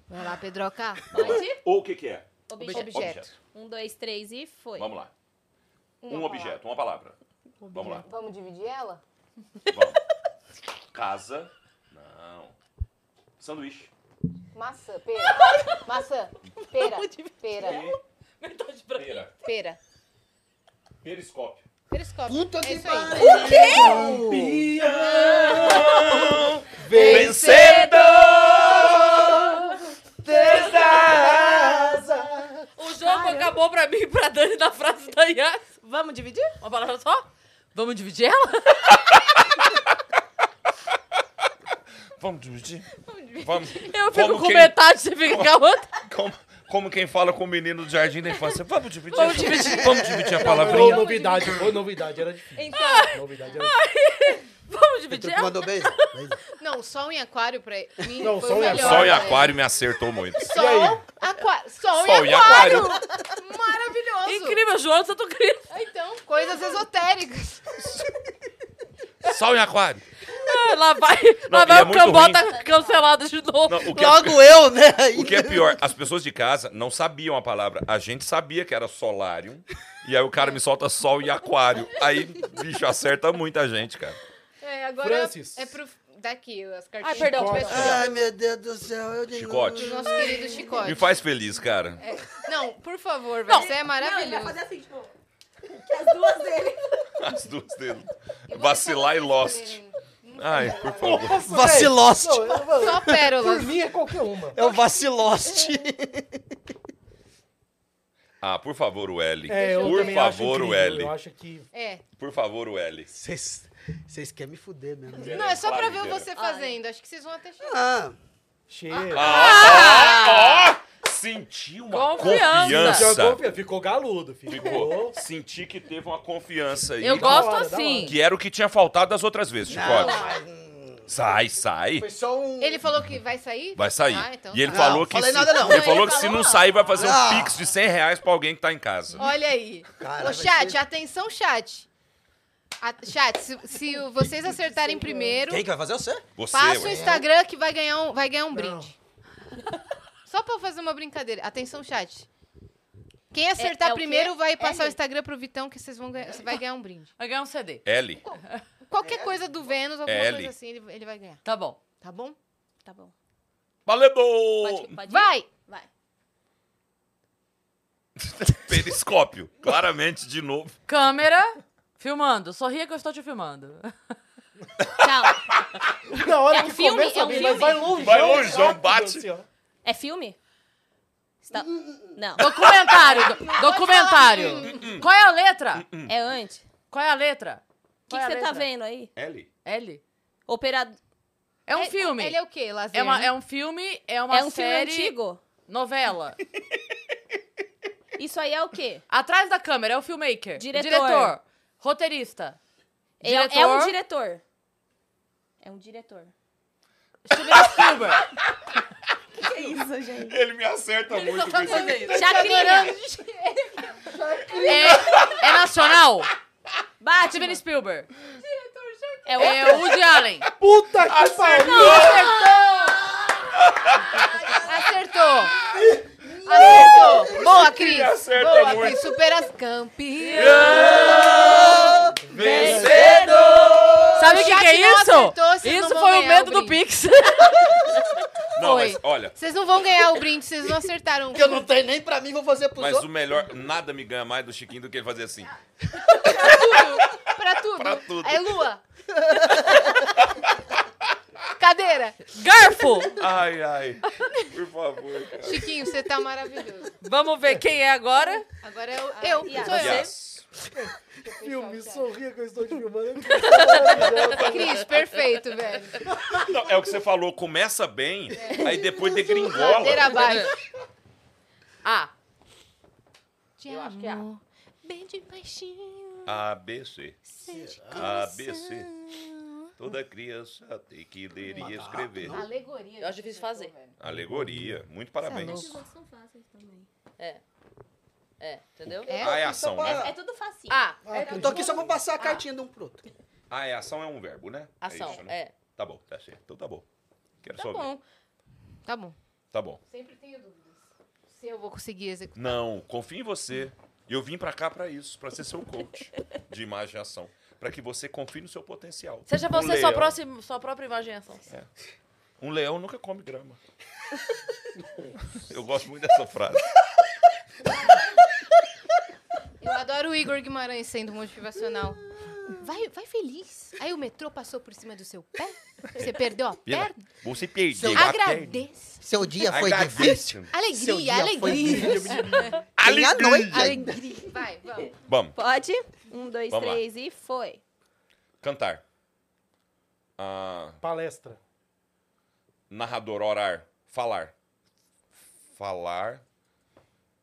[SPEAKER 1] Vai lá, Pedroca.
[SPEAKER 6] pode?
[SPEAKER 5] Ou o que que é?
[SPEAKER 6] Objeto.
[SPEAKER 1] Objeto.
[SPEAKER 6] Um, dois, três e foi.
[SPEAKER 5] Vamos lá.
[SPEAKER 6] Uma
[SPEAKER 5] um
[SPEAKER 6] palavra.
[SPEAKER 5] objeto, uma palavra. Vamos lá.
[SPEAKER 1] Vamos dividir ela?
[SPEAKER 5] Vamos. Casa. Não. Sanduíche.
[SPEAKER 1] Maçã, pera. [laughs] Maçã, pera, pera,
[SPEAKER 5] Pera.
[SPEAKER 1] pera.
[SPEAKER 5] Periscópio.
[SPEAKER 1] Periscópio.
[SPEAKER 2] Puta
[SPEAKER 1] é
[SPEAKER 2] que
[SPEAKER 1] isso aí.
[SPEAKER 2] pariu!
[SPEAKER 5] Vencedor!
[SPEAKER 3] O jogo acabou pra mim e pra Dani na frase da Yas.
[SPEAKER 7] Vamos dividir?
[SPEAKER 3] Uma palavra só? Vamos dividir ela?
[SPEAKER 5] Vamos dividir? Vamos.
[SPEAKER 3] Eu fico
[SPEAKER 5] Como
[SPEAKER 3] com
[SPEAKER 5] quem-
[SPEAKER 3] metade, você fica com a outra.
[SPEAKER 5] Como, como quem fala com o menino do jardim da infância. Vamos dividir?
[SPEAKER 3] Vamos
[SPEAKER 5] essa-
[SPEAKER 3] dividir.
[SPEAKER 5] Vamos dividir a
[SPEAKER 4] Ô,
[SPEAKER 5] palavrinha?
[SPEAKER 4] novidade, ô, novidade, era difícil.
[SPEAKER 1] Então,
[SPEAKER 4] Novidade era difícil.
[SPEAKER 3] Vamos
[SPEAKER 2] Pedro
[SPEAKER 3] dividir
[SPEAKER 2] que
[SPEAKER 3] ela?
[SPEAKER 1] [laughs]
[SPEAKER 2] mandou bem? é.
[SPEAKER 1] não, sol em aquário pra mim
[SPEAKER 4] Não,
[SPEAKER 1] foi
[SPEAKER 4] sol
[SPEAKER 1] o
[SPEAKER 4] em
[SPEAKER 1] melhor. né?
[SPEAKER 5] Sol e aquário me acertou muito.
[SPEAKER 4] E aí?
[SPEAKER 1] Sol, aquário. Sol,
[SPEAKER 5] Sol
[SPEAKER 1] em
[SPEAKER 5] e
[SPEAKER 1] aquário.
[SPEAKER 5] aquário.
[SPEAKER 1] Maravilhoso.
[SPEAKER 3] Incrível, João tá Santo Cristo.
[SPEAKER 1] Então, coisas esotéricas.
[SPEAKER 5] Sol e aquário.
[SPEAKER 3] Ah, Lá vai,
[SPEAKER 5] Não,
[SPEAKER 3] lá
[SPEAKER 5] e
[SPEAKER 3] vai
[SPEAKER 5] é
[SPEAKER 3] o
[SPEAKER 5] muito
[SPEAKER 3] Cambota cancelado de novo.
[SPEAKER 5] Não, o que é-
[SPEAKER 2] Logo eu, né?
[SPEAKER 5] O que é pior, as pessoas de casa não sabiam a palavra. A gente sabia que era solário. E aí o cara me solta sol e aquário. Aí, bicho, acerta muita gente, cara.
[SPEAKER 1] É, agora
[SPEAKER 4] Francis.
[SPEAKER 1] é pro... Daqui, as cartinhas.
[SPEAKER 3] Ai, perdão.
[SPEAKER 1] do
[SPEAKER 4] Chicote.
[SPEAKER 1] pessoal.
[SPEAKER 2] Ai, meu Deus do céu. Eu de
[SPEAKER 5] Chicote.
[SPEAKER 1] Do
[SPEAKER 2] novo.
[SPEAKER 1] nosso querido Chicote.
[SPEAKER 5] Me faz feliz, cara.
[SPEAKER 1] Não, por favor, velho. Você é
[SPEAKER 6] Não, ele vai
[SPEAKER 1] maravilhoso.
[SPEAKER 6] fazer assim, tipo... Que as duas dele.
[SPEAKER 5] As duas dele. Vacilar e lost. Ai, por favor.
[SPEAKER 4] Nossa,
[SPEAKER 2] Vacilost.
[SPEAKER 4] velho. Não, eu- mano,
[SPEAKER 1] Só pérolas.
[SPEAKER 4] Por mim é qualquer uma.
[SPEAKER 2] É o vaciloste.
[SPEAKER 5] Ah, por favor, o L.
[SPEAKER 4] É, eu
[SPEAKER 5] por
[SPEAKER 4] também acho
[SPEAKER 5] favor, o
[SPEAKER 4] incrível,
[SPEAKER 5] L.
[SPEAKER 4] Eu acho que
[SPEAKER 1] É.
[SPEAKER 5] Por favor, o L.
[SPEAKER 2] Vocês vocês querem me fuder mesmo. né?
[SPEAKER 1] Não, é só pra ver
[SPEAKER 5] Claro,
[SPEAKER 1] você fazendo. Acho que vocês vão até chegar.
[SPEAKER 2] Ah,
[SPEAKER 4] cheiro.
[SPEAKER 5] Senti uma
[SPEAKER 3] Confiança.
[SPEAKER 4] Ah,
[SPEAKER 5] confiança.
[SPEAKER 4] Ficou galudo, filho.
[SPEAKER 5] Ficou. Senti que teve uma confiança aí.
[SPEAKER 3] Eu gosto
[SPEAKER 4] da hora.
[SPEAKER 3] assim.
[SPEAKER 5] Que era o que tinha faltado das outras vezes, Chicote.
[SPEAKER 2] Ah,
[SPEAKER 5] Sai, sai.
[SPEAKER 2] foi só um.
[SPEAKER 1] Ele falou que vai sair?
[SPEAKER 5] Vai sair.
[SPEAKER 1] Ah, então
[SPEAKER 5] E ele
[SPEAKER 1] tá.
[SPEAKER 5] falou
[SPEAKER 2] Não,
[SPEAKER 5] que.
[SPEAKER 2] falei
[SPEAKER 5] se,
[SPEAKER 2] nada não. Ah.
[SPEAKER 5] Ele
[SPEAKER 1] Não,
[SPEAKER 5] falou
[SPEAKER 1] ele
[SPEAKER 5] que se
[SPEAKER 1] falou
[SPEAKER 5] não
[SPEAKER 1] nada.
[SPEAKER 5] sair, vai fazer um
[SPEAKER 2] Não.
[SPEAKER 5] pix de 100 reais pra alguém que tá em casa.
[SPEAKER 1] Olha aí.
[SPEAKER 2] Cara,
[SPEAKER 1] Ô,
[SPEAKER 2] vai
[SPEAKER 1] chat,
[SPEAKER 2] ser-
[SPEAKER 1] atenção, chat. A- chat, se,
[SPEAKER 5] [laughs]
[SPEAKER 1] se o- vocês acertarem primeiro,
[SPEAKER 2] Quem que vai fazer? Você?
[SPEAKER 5] Você,
[SPEAKER 1] passa o
[SPEAKER 5] ué.
[SPEAKER 1] Instagram que vai ganhar um, vai ganhar um brinde. [laughs] Só pra eu fazer uma brincadeira. Atenção, chat. Quem acertar
[SPEAKER 6] é o quê?
[SPEAKER 1] primeiro vai
[SPEAKER 6] L?
[SPEAKER 1] passar o Instagram pro Vitão que vocês vão ganhar, você vai ganhar um brinde.
[SPEAKER 3] Vai ganhar um CD.
[SPEAKER 5] L.
[SPEAKER 1] Qualquer coisa do Vênus, alguma
[SPEAKER 5] É L.
[SPEAKER 1] coisa assim, ele, ele vai ganhar.
[SPEAKER 3] Tá bom.
[SPEAKER 1] Tá bom?
[SPEAKER 6] Tá bom.
[SPEAKER 5] Valeu!
[SPEAKER 6] Pode, pode ir?
[SPEAKER 1] Vai!
[SPEAKER 6] Vai.
[SPEAKER 5] Periscópio. Claramente, de novo.
[SPEAKER 3] Câmera, filmando. Sorria que eu estou te filmando. [laughs]
[SPEAKER 6] Tchau.
[SPEAKER 4] Na hora
[SPEAKER 6] É um
[SPEAKER 4] que
[SPEAKER 6] filme,
[SPEAKER 4] começa
[SPEAKER 6] é um
[SPEAKER 4] bem,
[SPEAKER 6] filme.
[SPEAKER 4] mas vai longe. né?
[SPEAKER 5] Vai longe, João,
[SPEAKER 4] rápido,
[SPEAKER 5] bate.
[SPEAKER 4] assim, ó.
[SPEAKER 6] É filme? Está- Não.
[SPEAKER 3] Documentário. do-
[SPEAKER 6] assim.
[SPEAKER 3] documentário. Qual é a letra?
[SPEAKER 6] É antes. O
[SPEAKER 3] Qual é a letra?
[SPEAKER 6] que que você tá vendo aí?
[SPEAKER 5] L.
[SPEAKER 3] L.
[SPEAKER 6] Operador.
[SPEAKER 3] É um
[SPEAKER 1] Ele-
[SPEAKER 3] filme.
[SPEAKER 1] Ele é o quê, Lazer?
[SPEAKER 3] É, uma- é um filme, é uma
[SPEAKER 6] É um
[SPEAKER 3] série,
[SPEAKER 6] filme antigo?
[SPEAKER 3] novela.
[SPEAKER 6] Isso aí é o quê?
[SPEAKER 3] Atrás da câmera é o filmmaker.
[SPEAKER 6] Diretor.
[SPEAKER 3] Roteirista.
[SPEAKER 6] É, é
[SPEAKER 3] Diretor.
[SPEAKER 6] um diretor. É um diretor.
[SPEAKER 3] Steven
[SPEAKER 6] [laughs]
[SPEAKER 3] Spielberg.
[SPEAKER 5] Ele me acerta muito com isso.
[SPEAKER 6] Chacrinha.
[SPEAKER 3] É, é nacional. Steven
[SPEAKER 6] Batman.
[SPEAKER 3] Spielberg.
[SPEAKER 6] É o
[SPEAKER 3] É o Woody Allen.
[SPEAKER 4] Puta
[SPEAKER 5] Ah,
[SPEAKER 4] que pariu.
[SPEAKER 1] Acertou! Acertou! Boa, Cris!
[SPEAKER 5] Ele acerta
[SPEAKER 1] Boa,
[SPEAKER 5] muito.
[SPEAKER 1] Cris! Super as campeãs!
[SPEAKER 5] Vencedor!
[SPEAKER 3] Sabe o que,
[SPEAKER 1] chat
[SPEAKER 3] que é
[SPEAKER 1] não
[SPEAKER 3] isso?
[SPEAKER 1] acertou, vocês não
[SPEAKER 3] isso
[SPEAKER 1] vão
[SPEAKER 3] foi o
[SPEAKER 1] ganhar
[SPEAKER 3] medo
[SPEAKER 1] o
[SPEAKER 3] do
[SPEAKER 1] brinde.
[SPEAKER 3] Pix. [laughs]
[SPEAKER 5] Não,
[SPEAKER 1] Foi.
[SPEAKER 5] mas olha.
[SPEAKER 1] Vocês não vão ganhar o brinde, vocês não acertaram. um
[SPEAKER 2] Que eu não tenho nem pra mim, vou fazer pros
[SPEAKER 5] Mas o
[SPEAKER 2] outros.
[SPEAKER 5] melhor, nada me ganha mais do Chiquinho do que ele fazer assim.
[SPEAKER 1] Pra tudo.
[SPEAKER 5] Pra tudo.
[SPEAKER 1] É
[SPEAKER 2] [laughs]
[SPEAKER 1] lua. Cadeira.
[SPEAKER 3] Garfo.
[SPEAKER 5] Ai, ai. Por favor, cara.
[SPEAKER 1] Chiquinho, você tá maravilhoso.
[SPEAKER 3] Vamos ver quem é agora.
[SPEAKER 1] Agora eu,
[SPEAKER 2] Ah,
[SPEAKER 1] eu
[SPEAKER 6] Yas.
[SPEAKER 1] sou eu.
[SPEAKER 5] Yes.
[SPEAKER 4] Filme, sorria que eu estou te filmando.
[SPEAKER 1] Cris, perfeito,
[SPEAKER 2] [laughs]
[SPEAKER 1] velho.
[SPEAKER 5] Não, é o que você falou, começa bem,
[SPEAKER 3] É.
[SPEAKER 5] aí depois degringola.
[SPEAKER 1] Cadeira abaixo.
[SPEAKER 3] Ah,
[SPEAKER 1] Te
[SPEAKER 3] Eu acho que é.
[SPEAKER 1] amo. Bem de baixinho.
[SPEAKER 5] ABC. ABC. Toda criança tem que ler e escrever.
[SPEAKER 6] Alegoria.
[SPEAKER 3] Eu acho
[SPEAKER 2] né,
[SPEAKER 3] difícil fazer.
[SPEAKER 5] Alegoria. Muito parabéns.
[SPEAKER 1] louco.
[SPEAKER 6] Os outros são fáceis também.
[SPEAKER 3] É, entendeu?
[SPEAKER 1] É?
[SPEAKER 5] Ah, é ação,
[SPEAKER 2] então
[SPEAKER 7] É
[SPEAKER 5] né?
[SPEAKER 7] tudo facinho.
[SPEAKER 3] Ah,
[SPEAKER 2] Eu tô aqui só pra passar a cartinha de um pro outro.
[SPEAKER 5] Ah, é ação é um verbo, né?
[SPEAKER 3] ação.
[SPEAKER 5] É isso, né?
[SPEAKER 3] É.
[SPEAKER 5] Tá bom, tá certo. Então tá bom. Quero
[SPEAKER 1] Tá
[SPEAKER 5] só ver.
[SPEAKER 1] bom. Tá bom.
[SPEAKER 5] Tá bom.
[SPEAKER 1] Sempre tenho dúvidas. Se eu vou conseguir executar.
[SPEAKER 5] Não, confio em você. Eu vim pra cá pra isso, pra ser
[SPEAKER 3] [laughs]
[SPEAKER 5] seu coach de imagem e ação, Pra que você confie no seu potencial.
[SPEAKER 3] Seja
[SPEAKER 5] Um
[SPEAKER 3] você sua,
[SPEAKER 5] leão-
[SPEAKER 3] próxima, sua própria imagem em ação.
[SPEAKER 5] Um leão nunca come grama. Eu gosto muito dessa frase.
[SPEAKER 1] Eu adoro o Igor Guimarães sendo motivacional. Vai, vai feliz. Aí o metrô passou por cima do seu pé. Você perdeu a
[SPEAKER 5] Pena,
[SPEAKER 1] perna.
[SPEAKER 5] Você perdeu a perna.
[SPEAKER 1] Agradeça.
[SPEAKER 2] Seu dia foi
[SPEAKER 5] Agradeço.
[SPEAKER 2] difícil. Seu
[SPEAKER 1] Alegria,
[SPEAKER 2] dia foi
[SPEAKER 1] alegria.
[SPEAKER 2] difícil. Tem a
[SPEAKER 5] Alegria.
[SPEAKER 2] noite.
[SPEAKER 1] Alegria. Vai, vamos.
[SPEAKER 5] Vamos,
[SPEAKER 7] Pode? Um, dois,
[SPEAKER 5] Vamos lá.
[SPEAKER 7] três e foi.
[SPEAKER 5] cantar. Ah,
[SPEAKER 4] Palestra.
[SPEAKER 5] narrador, orar, falar. Falar.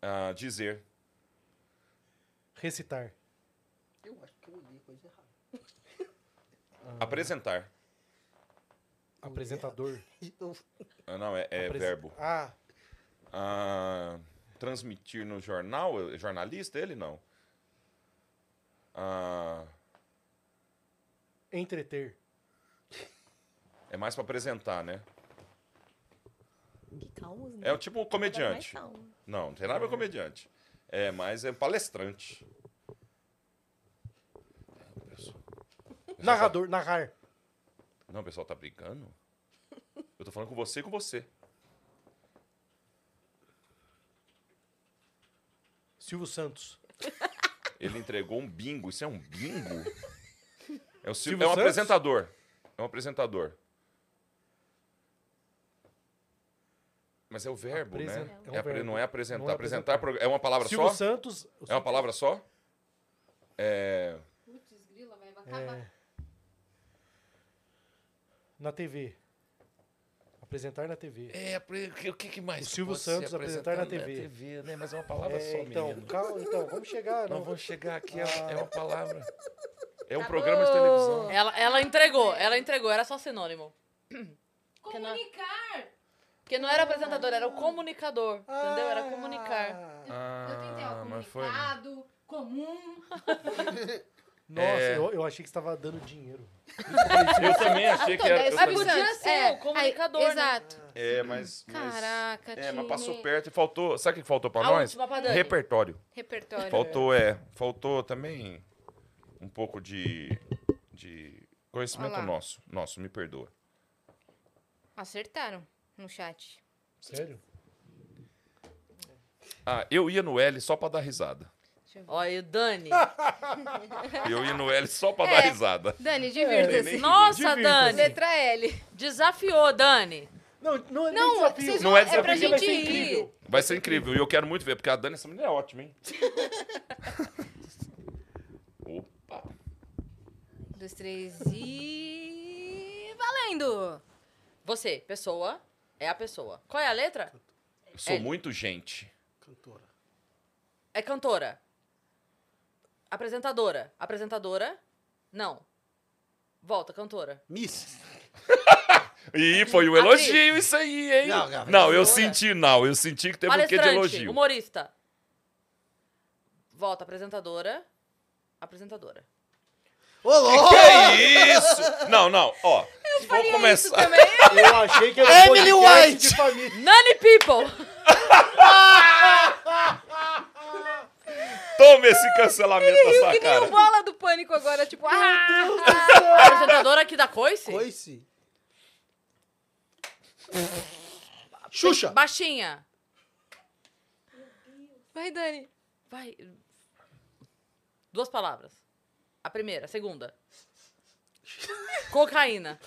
[SPEAKER 5] Ah, dizer.
[SPEAKER 4] Recitar.
[SPEAKER 2] Eu acho que eu olhei coisa errada. Ah.
[SPEAKER 5] Apresentar.
[SPEAKER 4] Apresentador.
[SPEAKER 2] Então,
[SPEAKER 5] Ah, Não, é, é
[SPEAKER 4] Apresen-
[SPEAKER 5] verbo.
[SPEAKER 4] Ah,
[SPEAKER 5] Ah, transmitir no jornal? É Jornalista ele não. Ah,
[SPEAKER 4] entreter.
[SPEAKER 5] é mais pra apresentar, né?
[SPEAKER 7] Que calma, né?
[SPEAKER 5] É o tipo um comediante.
[SPEAKER 7] Agora mais calma.
[SPEAKER 5] Não, não tem nada a ver com comediante. É, mas é palestrante.
[SPEAKER 4] Narrador. Narrar.
[SPEAKER 5] Não, o pessoal tá brincando? Eu tô falando com você e com você.
[SPEAKER 4] Silvio Santos.
[SPEAKER 5] Ele entregou um bingo. Isso é um bingo? É, o Silvio,
[SPEAKER 4] Silvio
[SPEAKER 5] é um
[SPEAKER 4] Santos?
[SPEAKER 5] apresentador. É um apresentador. Mas é o verbo,
[SPEAKER 4] Apresen-
[SPEAKER 5] né?
[SPEAKER 4] é um
[SPEAKER 5] É apre-
[SPEAKER 4] verbo.
[SPEAKER 5] Não é apresentar.
[SPEAKER 4] Não é
[SPEAKER 5] apresentar,
[SPEAKER 4] apresentar.
[SPEAKER 5] pro- é uma palavra
[SPEAKER 4] Silvio
[SPEAKER 5] só?
[SPEAKER 4] Santos.
[SPEAKER 5] É uma palavra só? É...
[SPEAKER 1] Putz, grila, vai acabar.
[SPEAKER 4] Na TV. Apresentar na TV.
[SPEAKER 5] É, o que, mais?
[SPEAKER 4] O Silvio pode ser Santos apresentar Tá na apresentar na TV.
[SPEAKER 5] né? Mas é uma palavra
[SPEAKER 4] É, então, calma, então, vamos chegar. Não,
[SPEAKER 5] Não vamos chegar aqui, é
[SPEAKER 4] é
[SPEAKER 5] uma palavra. É um programa de televisão.
[SPEAKER 3] Ela, ela entregou, ela entregou, era só [clears throat] sinônimo.
[SPEAKER 1] Comunicar.
[SPEAKER 3] é- Porque não era apresentador, era o comunicador. Entendeu? Era comunicar.
[SPEAKER 1] Eu tentei, ó,
[SPEAKER 5] Ah, mas foi.
[SPEAKER 1] comunicado, comum.
[SPEAKER 4] Nossa,
[SPEAKER 5] É.
[SPEAKER 4] eu, eu achei que você estava dando dinheiro.
[SPEAKER 5] Eu
[SPEAKER 1] Ah,
[SPEAKER 5] também achei que era. eu
[SPEAKER 1] Dez
[SPEAKER 3] Mas
[SPEAKER 5] também-
[SPEAKER 1] por
[SPEAKER 3] podia
[SPEAKER 1] cento.
[SPEAKER 3] ser o comunicador, né?
[SPEAKER 1] é, Exato.
[SPEAKER 5] É, mas. mas-
[SPEAKER 1] Caraca,
[SPEAKER 5] É, mas
[SPEAKER 1] time.
[SPEAKER 5] passou perto e faltou. Sabe o que faltou pra
[SPEAKER 3] A
[SPEAKER 5] nós?
[SPEAKER 3] última pra Dani.
[SPEAKER 5] Repertório.
[SPEAKER 1] Repertório.
[SPEAKER 5] Faltou, é. Faltou também um pouco de. de conhecimento
[SPEAKER 1] Olha lá.
[SPEAKER 5] nosso. Nosso, me perdoa.
[SPEAKER 1] Acertaram no chat.
[SPEAKER 4] Sério?
[SPEAKER 5] Ah, eu ia no L só pra
[SPEAKER 1] [laughs]
[SPEAKER 5] dar risada.
[SPEAKER 3] Olha, o Dani.
[SPEAKER 5] Eu ia no L só
[SPEAKER 1] É.
[SPEAKER 5] pra dar risada.
[SPEAKER 1] Dani, divirta-se.
[SPEAKER 3] [laughs] Nossa, Dani.
[SPEAKER 1] Letra L.
[SPEAKER 3] Desafiou, Dani.
[SPEAKER 4] Não, não é nem
[SPEAKER 1] Não,
[SPEAKER 4] desafio.
[SPEAKER 1] vocês
[SPEAKER 5] Não vão- é é
[SPEAKER 4] desafio,
[SPEAKER 5] pra
[SPEAKER 4] vai
[SPEAKER 1] gente
[SPEAKER 4] ser
[SPEAKER 1] ir.
[SPEAKER 4] incrível.
[SPEAKER 5] Vai ser incrível. E eu quero muito ver, porque a Dani, essa menina é
[SPEAKER 1] [laughs]
[SPEAKER 5] ótima, hein? Opa.
[SPEAKER 1] Um, dois, três e. Valendo!
[SPEAKER 3] Você, pessoa, é a pessoa. Qual é a letra?
[SPEAKER 5] Eu sou
[SPEAKER 1] É.
[SPEAKER 3] L.
[SPEAKER 5] muito gente.
[SPEAKER 2] cantora.
[SPEAKER 3] É cantora. Apresentadora. Apresentadora? Não. Volta, cantora.
[SPEAKER 2] Miss.
[SPEAKER 5] Ih, foi um elogio isso aí, hein?
[SPEAKER 2] Não,
[SPEAKER 5] Não,
[SPEAKER 2] Gabi.
[SPEAKER 5] eu senti, não. Eu senti que teve um quê de elogio.
[SPEAKER 3] humorista. Volta, apresentadora. Apresentadora.
[SPEAKER 2] Ô, louco!
[SPEAKER 5] Que isso? Não, não, ó. Vou começar. [laughs]
[SPEAKER 4] Eu achei que era um
[SPEAKER 2] Emily
[SPEAKER 4] podcast
[SPEAKER 2] White.
[SPEAKER 4] de família.
[SPEAKER 3] Nani People!
[SPEAKER 5] Tome esse cancelamento da sua
[SPEAKER 3] um
[SPEAKER 5] cara.
[SPEAKER 1] Bola do pânico agora, tipo. Ah!
[SPEAKER 3] apresentadora aqui da Coice?
[SPEAKER 2] Coice. Xuxa.
[SPEAKER 3] Baixinha.
[SPEAKER 1] Vai, Dani.
[SPEAKER 3] Vai. Duas palavras. A primeira, a segunda. Cocaína.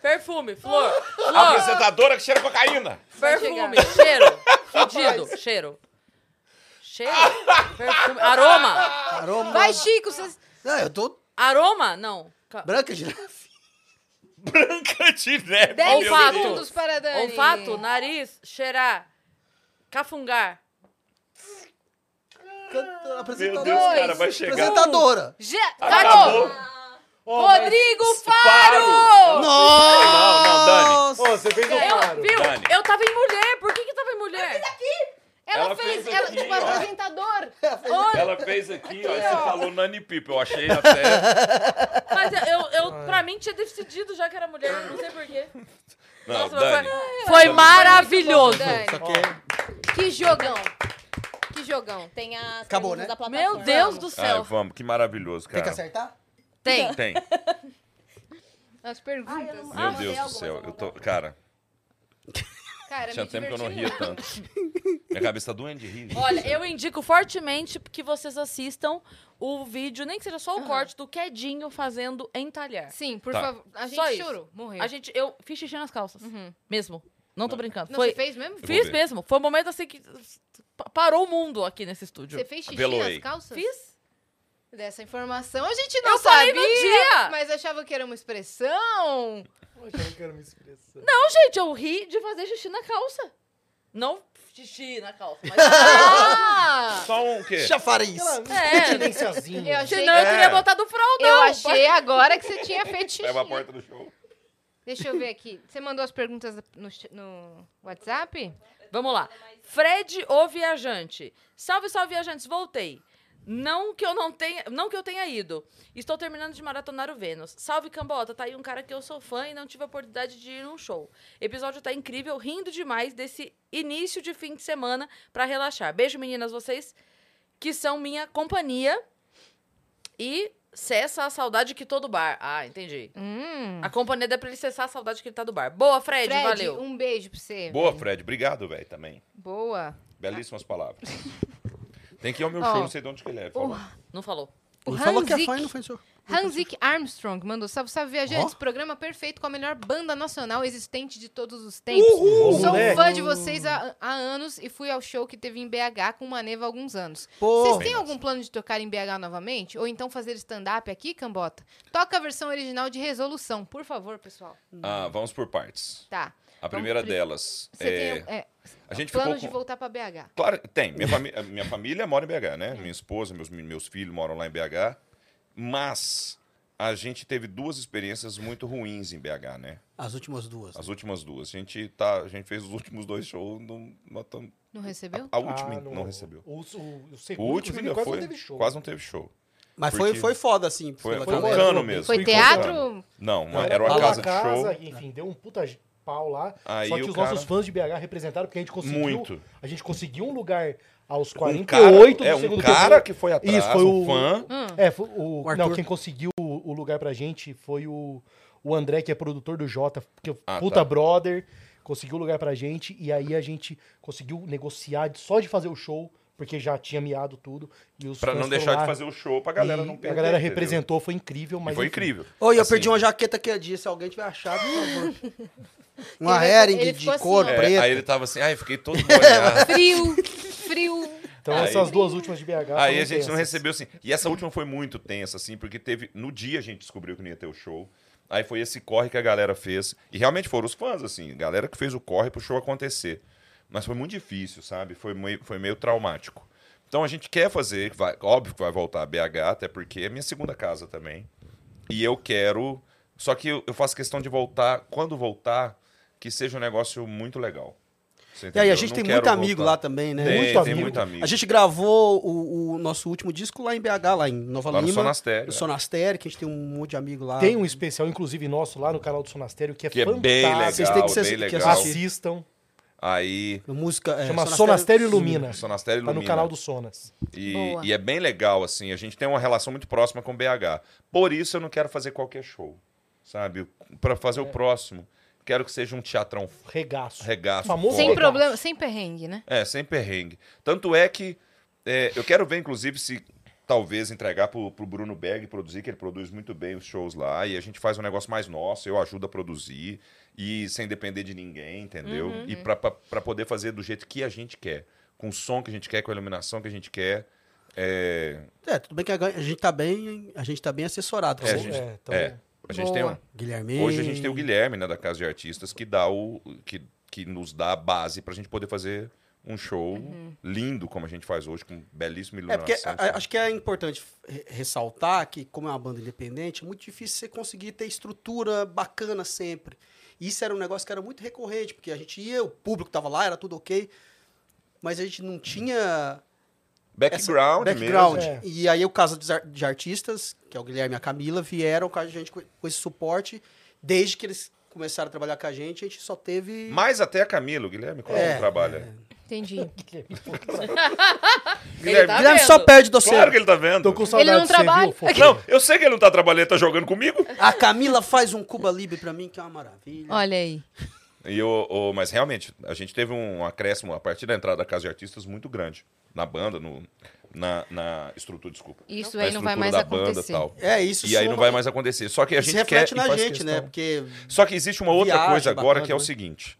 [SPEAKER 3] Perfume, flor, flor,
[SPEAKER 5] Apresentadora que cheira cocaína. [laughs]
[SPEAKER 3] perfume, cheiro, fedido, cheiro. Cheiro, perfume, aroma,
[SPEAKER 2] Aroma.
[SPEAKER 1] Vai, Chico. Vocês...
[SPEAKER 2] Não, eu tô
[SPEAKER 3] aroma, não. Ca-
[SPEAKER 2] branca de neve.
[SPEAKER 5] Branca de neve.
[SPEAKER 1] Dez
[SPEAKER 5] meu
[SPEAKER 3] Olfato.
[SPEAKER 5] Deus.
[SPEAKER 1] segundos para a Dani.
[SPEAKER 3] Olfato, nariz, cheirar, cafungar,
[SPEAKER 2] Cantora,
[SPEAKER 5] Meu
[SPEAKER 2] apresentadora.
[SPEAKER 5] Deus, cara, vai chegar.
[SPEAKER 2] Apresentadora.
[SPEAKER 1] Já...
[SPEAKER 5] Acabou.
[SPEAKER 4] Ó, mas-
[SPEAKER 1] Rodrigo
[SPEAKER 5] Faro!
[SPEAKER 1] Faro!
[SPEAKER 5] Não, não, Dani.
[SPEAKER 4] Ó, você fez o
[SPEAKER 1] Eu,
[SPEAKER 4] claro.
[SPEAKER 1] viu?
[SPEAKER 5] Dani.
[SPEAKER 1] Eu tava em mulher. Por que que eu tava em mulher? Ela,
[SPEAKER 5] Ela
[SPEAKER 1] fez,
[SPEAKER 5] fez
[SPEAKER 1] ela,
[SPEAKER 5] aqui,
[SPEAKER 1] tipo,
[SPEAKER 5] ó.
[SPEAKER 1] apresentador.
[SPEAKER 5] Ela fez aqui, ó,
[SPEAKER 1] Aqui,
[SPEAKER 5] e você
[SPEAKER 1] ó.
[SPEAKER 5] falou Nani Pipe, eu achei até...
[SPEAKER 3] Mas eu, eu, eu, pra mim, tinha decidido já que era mulher, eu não sei porquê.
[SPEAKER 5] Não,
[SPEAKER 3] Nossa, mas
[SPEAKER 5] Dani,
[SPEAKER 3] foi, foi maravilhoso.
[SPEAKER 1] Dani,
[SPEAKER 2] Só que é-
[SPEAKER 1] que jogão. Que jogão.
[SPEAKER 7] Tem as
[SPEAKER 2] Acabou,
[SPEAKER 7] perguntas
[SPEAKER 2] né?
[SPEAKER 7] da plataforma.
[SPEAKER 3] Meu Deus do
[SPEAKER 5] ai,
[SPEAKER 3] céu.
[SPEAKER 5] vamos, que maravilhoso,
[SPEAKER 2] Tem que
[SPEAKER 5] cara.
[SPEAKER 2] acertar?
[SPEAKER 1] Tem.
[SPEAKER 5] Tem,
[SPEAKER 1] As perguntas.
[SPEAKER 7] Ai, eu não-
[SPEAKER 5] meu
[SPEAKER 7] Ah,
[SPEAKER 5] Deus
[SPEAKER 7] tem
[SPEAKER 5] do céu,
[SPEAKER 7] alguma,
[SPEAKER 5] eu tô... Cara,
[SPEAKER 1] Cara,
[SPEAKER 5] tinha
[SPEAKER 1] me
[SPEAKER 5] tempo que eu não
[SPEAKER 1] diverti
[SPEAKER 5] ria tanto. Minha cabeça tá doendo de rir. gente.
[SPEAKER 3] Olha, eu indico fortemente que vocês assistam o vídeo, nem que seja só o corte, do Quedinho fazendo entalhar.
[SPEAKER 1] Sim, por
[SPEAKER 5] Tá.
[SPEAKER 1] favor. A
[SPEAKER 3] Só
[SPEAKER 1] gente
[SPEAKER 3] isso.
[SPEAKER 1] chorou. Morreu.
[SPEAKER 3] A gente, eu fiz xixi nas calças. Mesmo. Não tô brincando.
[SPEAKER 1] Não,
[SPEAKER 3] Foi,
[SPEAKER 1] você fez mesmo?
[SPEAKER 5] Eu vou
[SPEAKER 3] fiz
[SPEAKER 5] ver.
[SPEAKER 3] mesmo. Foi um momento assim que pa- parou o mundo aqui nesse estúdio.
[SPEAKER 1] Você fez xixi
[SPEAKER 5] Veloei.
[SPEAKER 1] nas calças?
[SPEAKER 3] Fiz?
[SPEAKER 1] Dessa informação a gente não
[SPEAKER 3] Eu falei
[SPEAKER 1] sabia.
[SPEAKER 3] no dia.
[SPEAKER 1] Mas achava que era uma expressão.
[SPEAKER 4] Poxa, eu não quero me expressar.
[SPEAKER 3] Não, gente, eu ri de fazer xixi na calça. Não xixi na calça, [laughs] mas...
[SPEAKER 1] Ah!
[SPEAKER 5] Só um quê?
[SPEAKER 2] Chafariz.
[SPEAKER 4] Aquela
[SPEAKER 3] É.
[SPEAKER 4] continenciazinha.
[SPEAKER 1] Eu achei,
[SPEAKER 3] Senão eu
[SPEAKER 5] É.
[SPEAKER 3] teria botado fralda.
[SPEAKER 1] eu achei agora que você tinha feito xixi.
[SPEAKER 5] Leva a porta do show.
[SPEAKER 1] Deixa eu ver aqui. Você mandou as perguntas no, ch- no WhatsApp?
[SPEAKER 3] Vamos lá. Fred ou viajante? Salve, salve, viajantes. Voltei. Não que eu não tenha, não que eu tenha ido. Estou terminando de maratonar o Vênus. Salve Cambota, tá aí um cara que eu sou fã e não tive a oportunidade de ir num show. Episódio tá incrível, rindo demais desse início de fim de semana pra relaxar. Beijo meninas, vocês que são minha companhia e cessa a saudade que todo bar. Ah, entendi.
[SPEAKER 1] Hum.
[SPEAKER 3] A companhia dá pra ele cessar a saudade que ele tá do bar. Boa, Fred,
[SPEAKER 1] Fred,
[SPEAKER 3] valeu.
[SPEAKER 1] um beijo pra você.
[SPEAKER 5] Boa, Fred, obrigado, velho, também.
[SPEAKER 1] Boa.
[SPEAKER 5] Belíssimas palavras. Tem que ir ao meu
[SPEAKER 1] Ah. Ó.
[SPEAKER 5] show, não sei de onde que ele é. por favor.
[SPEAKER 3] Não falou.
[SPEAKER 1] O
[SPEAKER 2] Ele falou que é
[SPEAKER 1] Hanzik-
[SPEAKER 2] fã e não foi seu.
[SPEAKER 1] Hanzik Armstrong mandou salve, salve viajantes.
[SPEAKER 2] Ó.
[SPEAKER 1] Programa perfeito com a melhor banda nacional existente de todos os tempos.
[SPEAKER 4] Ô,
[SPEAKER 1] Sou
[SPEAKER 4] moleque.
[SPEAKER 1] fã de vocês há, há anos e fui ao show que teve em BH com uma neva há alguns anos. Vocês
[SPEAKER 2] Pô,
[SPEAKER 1] têm algum plano de tocar em BH novamente? Ou então fazer stand-up aqui, Cambota? Toca a versão original de Resolução, por favor, pessoal.
[SPEAKER 5] Ah, vamos por partes.
[SPEAKER 1] Tá.
[SPEAKER 5] A primeira
[SPEAKER 1] pri-
[SPEAKER 5] delas.
[SPEAKER 1] Você
[SPEAKER 5] É,
[SPEAKER 1] tem é,
[SPEAKER 5] a gente ficou
[SPEAKER 1] plano de
[SPEAKER 5] com...
[SPEAKER 1] voltar pra BH?
[SPEAKER 5] Claro, tem. Minha, fami- a minha família mora em BH,
[SPEAKER 1] É.
[SPEAKER 5] né? Minha esposa, meus, meus filhos moram lá em BH. Mas a gente teve duas experiências muito ruins em BH, né?
[SPEAKER 2] As últimas duas.
[SPEAKER 5] As últimas duas. A gente, tá, a gente fez os últimos dois shows, não, nós tamo-
[SPEAKER 1] Não recebeu?
[SPEAKER 5] a, a última
[SPEAKER 4] Ah,
[SPEAKER 5] não, recebeu.
[SPEAKER 4] O, o, o
[SPEAKER 5] O
[SPEAKER 4] segundo,
[SPEAKER 5] último
[SPEAKER 4] inclusive,
[SPEAKER 5] ainda
[SPEAKER 4] quase
[SPEAKER 5] foi,
[SPEAKER 4] não teve show.
[SPEAKER 5] quase não teve show.
[SPEAKER 2] Mas foi,
[SPEAKER 5] Porque-
[SPEAKER 2] foi foda, assim.
[SPEAKER 5] Foi,
[SPEAKER 2] pela
[SPEAKER 5] foi um
[SPEAKER 2] galera.
[SPEAKER 5] cano mesmo.
[SPEAKER 1] Foi
[SPEAKER 5] um
[SPEAKER 1] teatro?
[SPEAKER 5] cano. Não, uma-
[SPEAKER 4] Não,
[SPEAKER 5] um era uma
[SPEAKER 4] lá na
[SPEAKER 5] casa de show.
[SPEAKER 4] Enfim, deu um puta pau lá.
[SPEAKER 5] Aí
[SPEAKER 4] Só que
[SPEAKER 5] o
[SPEAKER 4] os
[SPEAKER 5] cara-
[SPEAKER 4] nossos fãs de BH representaram, porque a gente conseguiu.
[SPEAKER 5] Muito.
[SPEAKER 4] A gente conseguiu um lugar aos
[SPEAKER 5] Um
[SPEAKER 4] 48
[SPEAKER 5] cara, é,
[SPEAKER 4] do segundo
[SPEAKER 5] um cara
[SPEAKER 4] tempo.
[SPEAKER 5] que foi atrás,
[SPEAKER 4] Isso, foi
[SPEAKER 5] um
[SPEAKER 4] o-
[SPEAKER 5] fã.
[SPEAKER 1] Hum.
[SPEAKER 4] É, foi o.
[SPEAKER 2] O Arthur.
[SPEAKER 4] não, quem conseguiu o, o lugar pra gente foi o, o André, que é produtor do Jota, que é
[SPEAKER 5] Ah,
[SPEAKER 4] puta
[SPEAKER 5] tá.
[SPEAKER 4] brother. Conseguiu o lugar pra gente. E aí a gente conseguiu negociar de- só de fazer o show, porque já tinha miado tudo. E os
[SPEAKER 5] Pra
[SPEAKER 4] fãs
[SPEAKER 5] não
[SPEAKER 4] foram
[SPEAKER 5] deixar
[SPEAKER 4] lá
[SPEAKER 5] de fazer o show, pra galera
[SPEAKER 4] e
[SPEAKER 5] não
[SPEAKER 4] a
[SPEAKER 5] perder.
[SPEAKER 4] galera
[SPEAKER 5] entendeu?
[SPEAKER 4] representou, foi incrível,
[SPEAKER 5] E
[SPEAKER 4] mas.
[SPEAKER 5] foi
[SPEAKER 4] enfim.
[SPEAKER 5] incrível.
[SPEAKER 2] Oi, eu
[SPEAKER 5] Assim,
[SPEAKER 2] perdi uma jaqueta que é dia, se alguém tiver
[SPEAKER 1] [laughs]
[SPEAKER 2] achado, por favor. Uma
[SPEAKER 1] Ele-
[SPEAKER 2] Hering
[SPEAKER 1] ele
[SPEAKER 2] de,
[SPEAKER 1] ficou assim,
[SPEAKER 2] cor
[SPEAKER 1] ó.
[SPEAKER 5] é,
[SPEAKER 2] preta.
[SPEAKER 5] Aí ele tava assim, ai, fiquei
[SPEAKER 2] [laughs]
[SPEAKER 5] todo molhado.
[SPEAKER 1] Frio, frio.
[SPEAKER 4] Então
[SPEAKER 5] Aí-
[SPEAKER 4] essas duas últimas de BH.
[SPEAKER 5] Aí
[SPEAKER 4] foram
[SPEAKER 5] a gente não
[SPEAKER 4] intensas.
[SPEAKER 5] recebeu assim. E essa última foi muito tensa, assim, porque teve. No dia a gente descobriu que não ia ter o show. Aí foi esse corre que a galera fez. E realmente foram os fãs, assim, galera que fez o corre pro show acontecer. Mas foi muito difícil, sabe? Foi meio, foi meio traumático. Então a gente quer fazer, vai- óbvio que vai voltar a BH, até porque é minha segunda casa também. E eu quero. Só que eu eu faço questão de voltar, quando voltar, que seja um negócio muito legal. Você
[SPEAKER 2] E aí,
[SPEAKER 5] entendeu?
[SPEAKER 2] a
[SPEAKER 5] Eu
[SPEAKER 2] gente
[SPEAKER 5] não
[SPEAKER 2] tem
[SPEAKER 5] quero
[SPEAKER 2] muito amigo
[SPEAKER 5] voltar.
[SPEAKER 2] lá também, né?
[SPEAKER 5] Tem,
[SPEAKER 4] Muito
[SPEAKER 5] tem
[SPEAKER 4] amigo.
[SPEAKER 5] muito amigo.
[SPEAKER 2] A gente gravou o, o nosso último disco lá em BH, lá em Nova
[SPEAKER 5] Lá no
[SPEAKER 2] Lima.
[SPEAKER 5] Sonastério,
[SPEAKER 2] No
[SPEAKER 5] é.
[SPEAKER 2] Sonastério, que a gente tem um monte de amigo lá.
[SPEAKER 4] Tem um especial, inclusive, nosso lá no canal do Sonastério, que é
[SPEAKER 5] Que é
[SPEAKER 4] fantástico.
[SPEAKER 5] bem legal,
[SPEAKER 2] Vocês têm que
[SPEAKER 5] bem
[SPEAKER 2] ser- que
[SPEAKER 5] legal.
[SPEAKER 2] assistir.
[SPEAKER 4] Assistam.
[SPEAKER 5] Aí,
[SPEAKER 2] Música, é,
[SPEAKER 4] Chama Sonastério Ilumina.
[SPEAKER 5] Sonastério
[SPEAKER 4] Tá
[SPEAKER 5] Ilumina.
[SPEAKER 4] no canal do Sonas.
[SPEAKER 5] E,
[SPEAKER 1] Boa.
[SPEAKER 5] e é bem legal, assim. A gente tem uma relação muito próxima com o BH. Por isso eu não quero fazer qualquer show, sabe? Pra fazer
[SPEAKER 2] É.
[SPEAKER 5] o próximo. Quero que seja um teatrão
[SPEAKER 4] Regaço.
[SPEAKER 5] regaço. foda.
[SPEAKER 4] Famoso
[SPEAKER 1] Sem
[SPEAKER 4] Porra.
[SPEAKER 1] problema, sem perrengue, né?
[SPEAKER 5] É, sem perrengue. Tanto é que é, eu quero ver, inclusive, se talvez entregar pro, pro Bruno Berg produzir, que ele produz muito bem os shows lá, e a gente faz um negócio mais nosso, eu ajudo a produzir, e sem depender de ninguém, entendeu? E pra, pra, pra poder fazer do jeito que a gente quer, com o som que a gente quer, com a iluminação que a gente quer. É,
[SPEAKER 2] É, tudo bem que a gente tá bem, a gente tá bem assessorado.
[SPEAKER 5] É,
[SPEAKER 2] tá
[SPEAKER 5] a
[SPEAKER 2] bom?
[SPEAKER 5] gente,
[SPEAKER 4] É, então-
[SPEAKER 5] é, a gente tem
[SPEAKER 1] Boa.
[SPEAKER 5] um-
[SPEAKER 2] Guilherme.
[SPEAKER 5] hoje a gente tem o Guilherme, né, da Casa de Artistas, que dá o que, que nos dá a base pra gente poder fazer um show lindo, como a gente faz hoje, com belíssima
[SPEAKER 2] É porque
[SPEAKER 5] iluminação.
[SPEAKER 2] a- a- acho que é importante re- ressaltar que, como é uma banda independente, é muito difícil você conseguir ter estrutura bacana sempre. E Isso era um negócio que era muito recorrente, porque a gente ia, o público tava lá, era tudo ok, mas a gente não tinha
[SPEAKER 5] background,
[SPEAKER 2] background.
[SPEAKER 5] mesmo.
[SPEAKER 4] É.
[SPEAKER 2] E aí o caso dos ar- de artistas, que é o Guilherme e a Camila, vieram com a gente com com esse suporte. Desde que eles começaram a trabalhar com a gente, a gente só teve.
[SPEAKER 5] Mais até a Camila, o Guilherme, como
[SPEAKER 2] É,
[SPEAKER 5] ele trabalha.
[SPEAKER 1] Entendi.
[SPEAKER 5] Guilherme,
[SPEAKER 3] tá
[SPEAKER 2] Guilherme
[SPEAKER 3] vendo.
[SPEAKER 2] só perde do
[SPEAKER 5] claro que
[SPEAKER 2] você.
[SPEAKER 5] ele tá vendo.
[SPEAKER 4] Tô com saudade
[SPEAKER 1] não
[SPEAKER 4] de você,
[SPEAKER 1] trabalha.
[SPEAKER 4] viu, fofoca?
[SPEAKER 5] Não, eu sei que ele não tá trabalhando, ele tá jogando comigo.
[SPEAKER 2] A Camila faz um Cuba Libre pra mim, que é uma maravilha.
[SPEAKER 1] Olha aí.
[SPEAKER 5] E o, o- mas realmente, a gente teve um acréscimo a partir da entrada da Casa de Artistas muito grande. Na banda, no, na, na estrutura, desculpa.
[SPEAKER 1] Isso
[SPEAKER 5] na
[SPEAKER 1] aí não vai
[SPEAKER 5] estrutura
[SPEAKER 1] mais
[SPEAKER 5] da
[SPEAKER 1] acontecer.
[SPEAKER 5] Banda, tal.
[SPEAKER 2] É isso.
[SPEAKER 5] E aí
[SPEAKER 2] soma-
[SPEAKER 5] não vai mais acontecer. Só que a
[SPEAKER 2] isso
[SPEAKER 5] gente quer.
[SPEAKER 2] reflete
[SPEAKER 5] e
[SPEAKER 2] na
[SPEAKER 5] faz
[SPEAKER 2] gente, né?
[SPEAKER 5] questão.
[SPEAKER 2] Porque
[SPEAKER 5] Só que existe uma outra
[SPEAKER 2] Viagem
[SPEAKER 5] coisa agora
[SPEAKER 2] bacana,
[SPEAKER 5] que é o
[SPEAKER 2] né?
[SPEAKER 5] seguinte.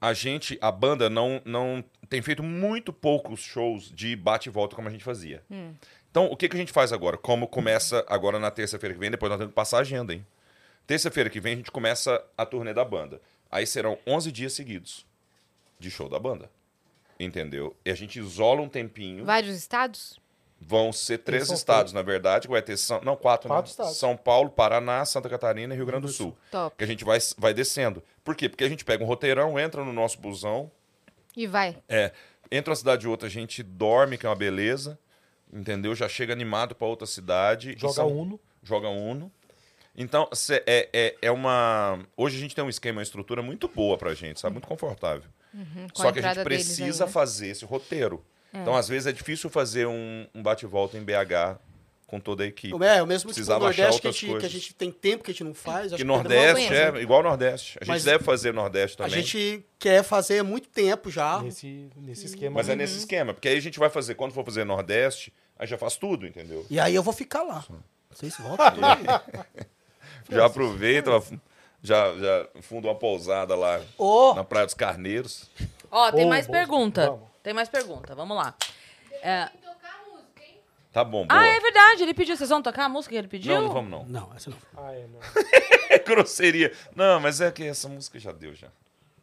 [SPEAKER 5] A gente, a banda não, não tem feito muito poucos shows de bate e volta como a gente fazia. Então, o que, que a gente faz agora? Como começa agora na terça-feira que vem, depois nós temos que passar a agenda, hein? Terça-feira que vem a gente começa a turnê da banda. Aí serão 11 dias seguidos de show da banda. Entendeu? E a gente isola um tempinho.
[SPEAKER 1] Vários estados?
[SPEAKER 5] Vão ser três
[SPEAKER 4] São
[SPEAKER 5] estados, na verdade. Vai ter São... Não, quatro, né?
[SPEAKER 4] Quatro estados.
[SPEAKER 5] São Paulo, Paraná, Santa Catarina e Rio Grande do Sul.
[SPEAKER 1] Top.
[SPEAKER 5] Que a gente vai, vai descendo. Por quê? Porque a gente pega um roteirão, entra no nosso busão,
[SPEAKER 1] E vai.
[SPEAKER 5] é, entre uma cidade e outra, a gente dorme, que é uma beleza, entendeu? Já chega animado pra outra cidade. e
[SPEAKER 4] Joga
[SPEAKER 5] são-
[SPEAKER 4] Uno.
[SPEAKER 5] Joga Uno. Então, cê- é, é, é uma. Hoje a gente tem um esquema, uma estrutura muito boa pra gente, sabe? Muito confortável.
[SPEAKER 1] Hum, com
[SPEAKER 5] Só que a gente
[SPEAKER 1] entrada deles
[SPEAKER 5] precisa
[SPEAKER 1] aí, né?
[SPEAKER 5] fazer esse roteiro. Então, às vezes, é difícil fazer um, um bate-volta em BH com toda a equipe.
[SPEAKER 2] é o mesmo tipo do
[SPEAKER 5] Precisava
[SPEAKER 2] Nordeste
[SPEAKER 5] achar
[SPEAKER 2] que a,
[SPEAKER 5] outras
[SPEAKER 2] gente, que a
[SPEAKER 5] coisas.
[SPEAKER 2] gente tem tempo que a gente não faz. acho
[SPEAKER 5] Que
[SPEAKER 2] que
[SPEAKER 5] Nordeste,
[SPEAKER 2] cada um vai
[SPEAKER 5] é igual ao Nordeste. A gente
[SPEAKER 2] Mas-
[SPEAKER 5] deve fazer Nordeste
[SPEAKER 2] fazendo.
[SPEAKER 5] também.
[SPEAKER 2] A gente quer fazer há muito tempo já.
[SPEAKER 4] Nesse, nesse esquema.
[SPEAKER 2] Uhum.
[SPEAKER 5] Mas é nesse esquema, porque aí a gente vai fazer, quando for fazer Nordeste, aí já faz tudo, entendeu?
[SPEAKER 2] E aí eu vou ficar lá. Não sei se volta.
[SPEAKER 5] Já aproveita, já, já funda uma pousada lá
[SPEAKER 2] Ô,
[SPEAKER 5] na Praia dos Carneiros.
[SPEAKER 3] Ó, tem
[SPEAKER 4] Ô,
[SPEAKER 3] mais
[SPEAKER 4] boa.
[SPEAKER 3] pergunta.
[SPEAKER 4] Vamos.
[SPEAKER 3] Tem mais pergunta, vamos lá. É,
[SPEAKER 5] Tá bom, boa.
[SPEAKER 3] Ah, é verdade, ele pediu. Vocês vão tocar a música que ele pediu?
[SPEAKER 5] Não, não vamos não. [laughs]
[SPEAKER 2] não, essa não.
[SPEAKER 4] Ah, é, não.
[SPEAKER 5] É grosseria. Não, mas é que essa música já deu já.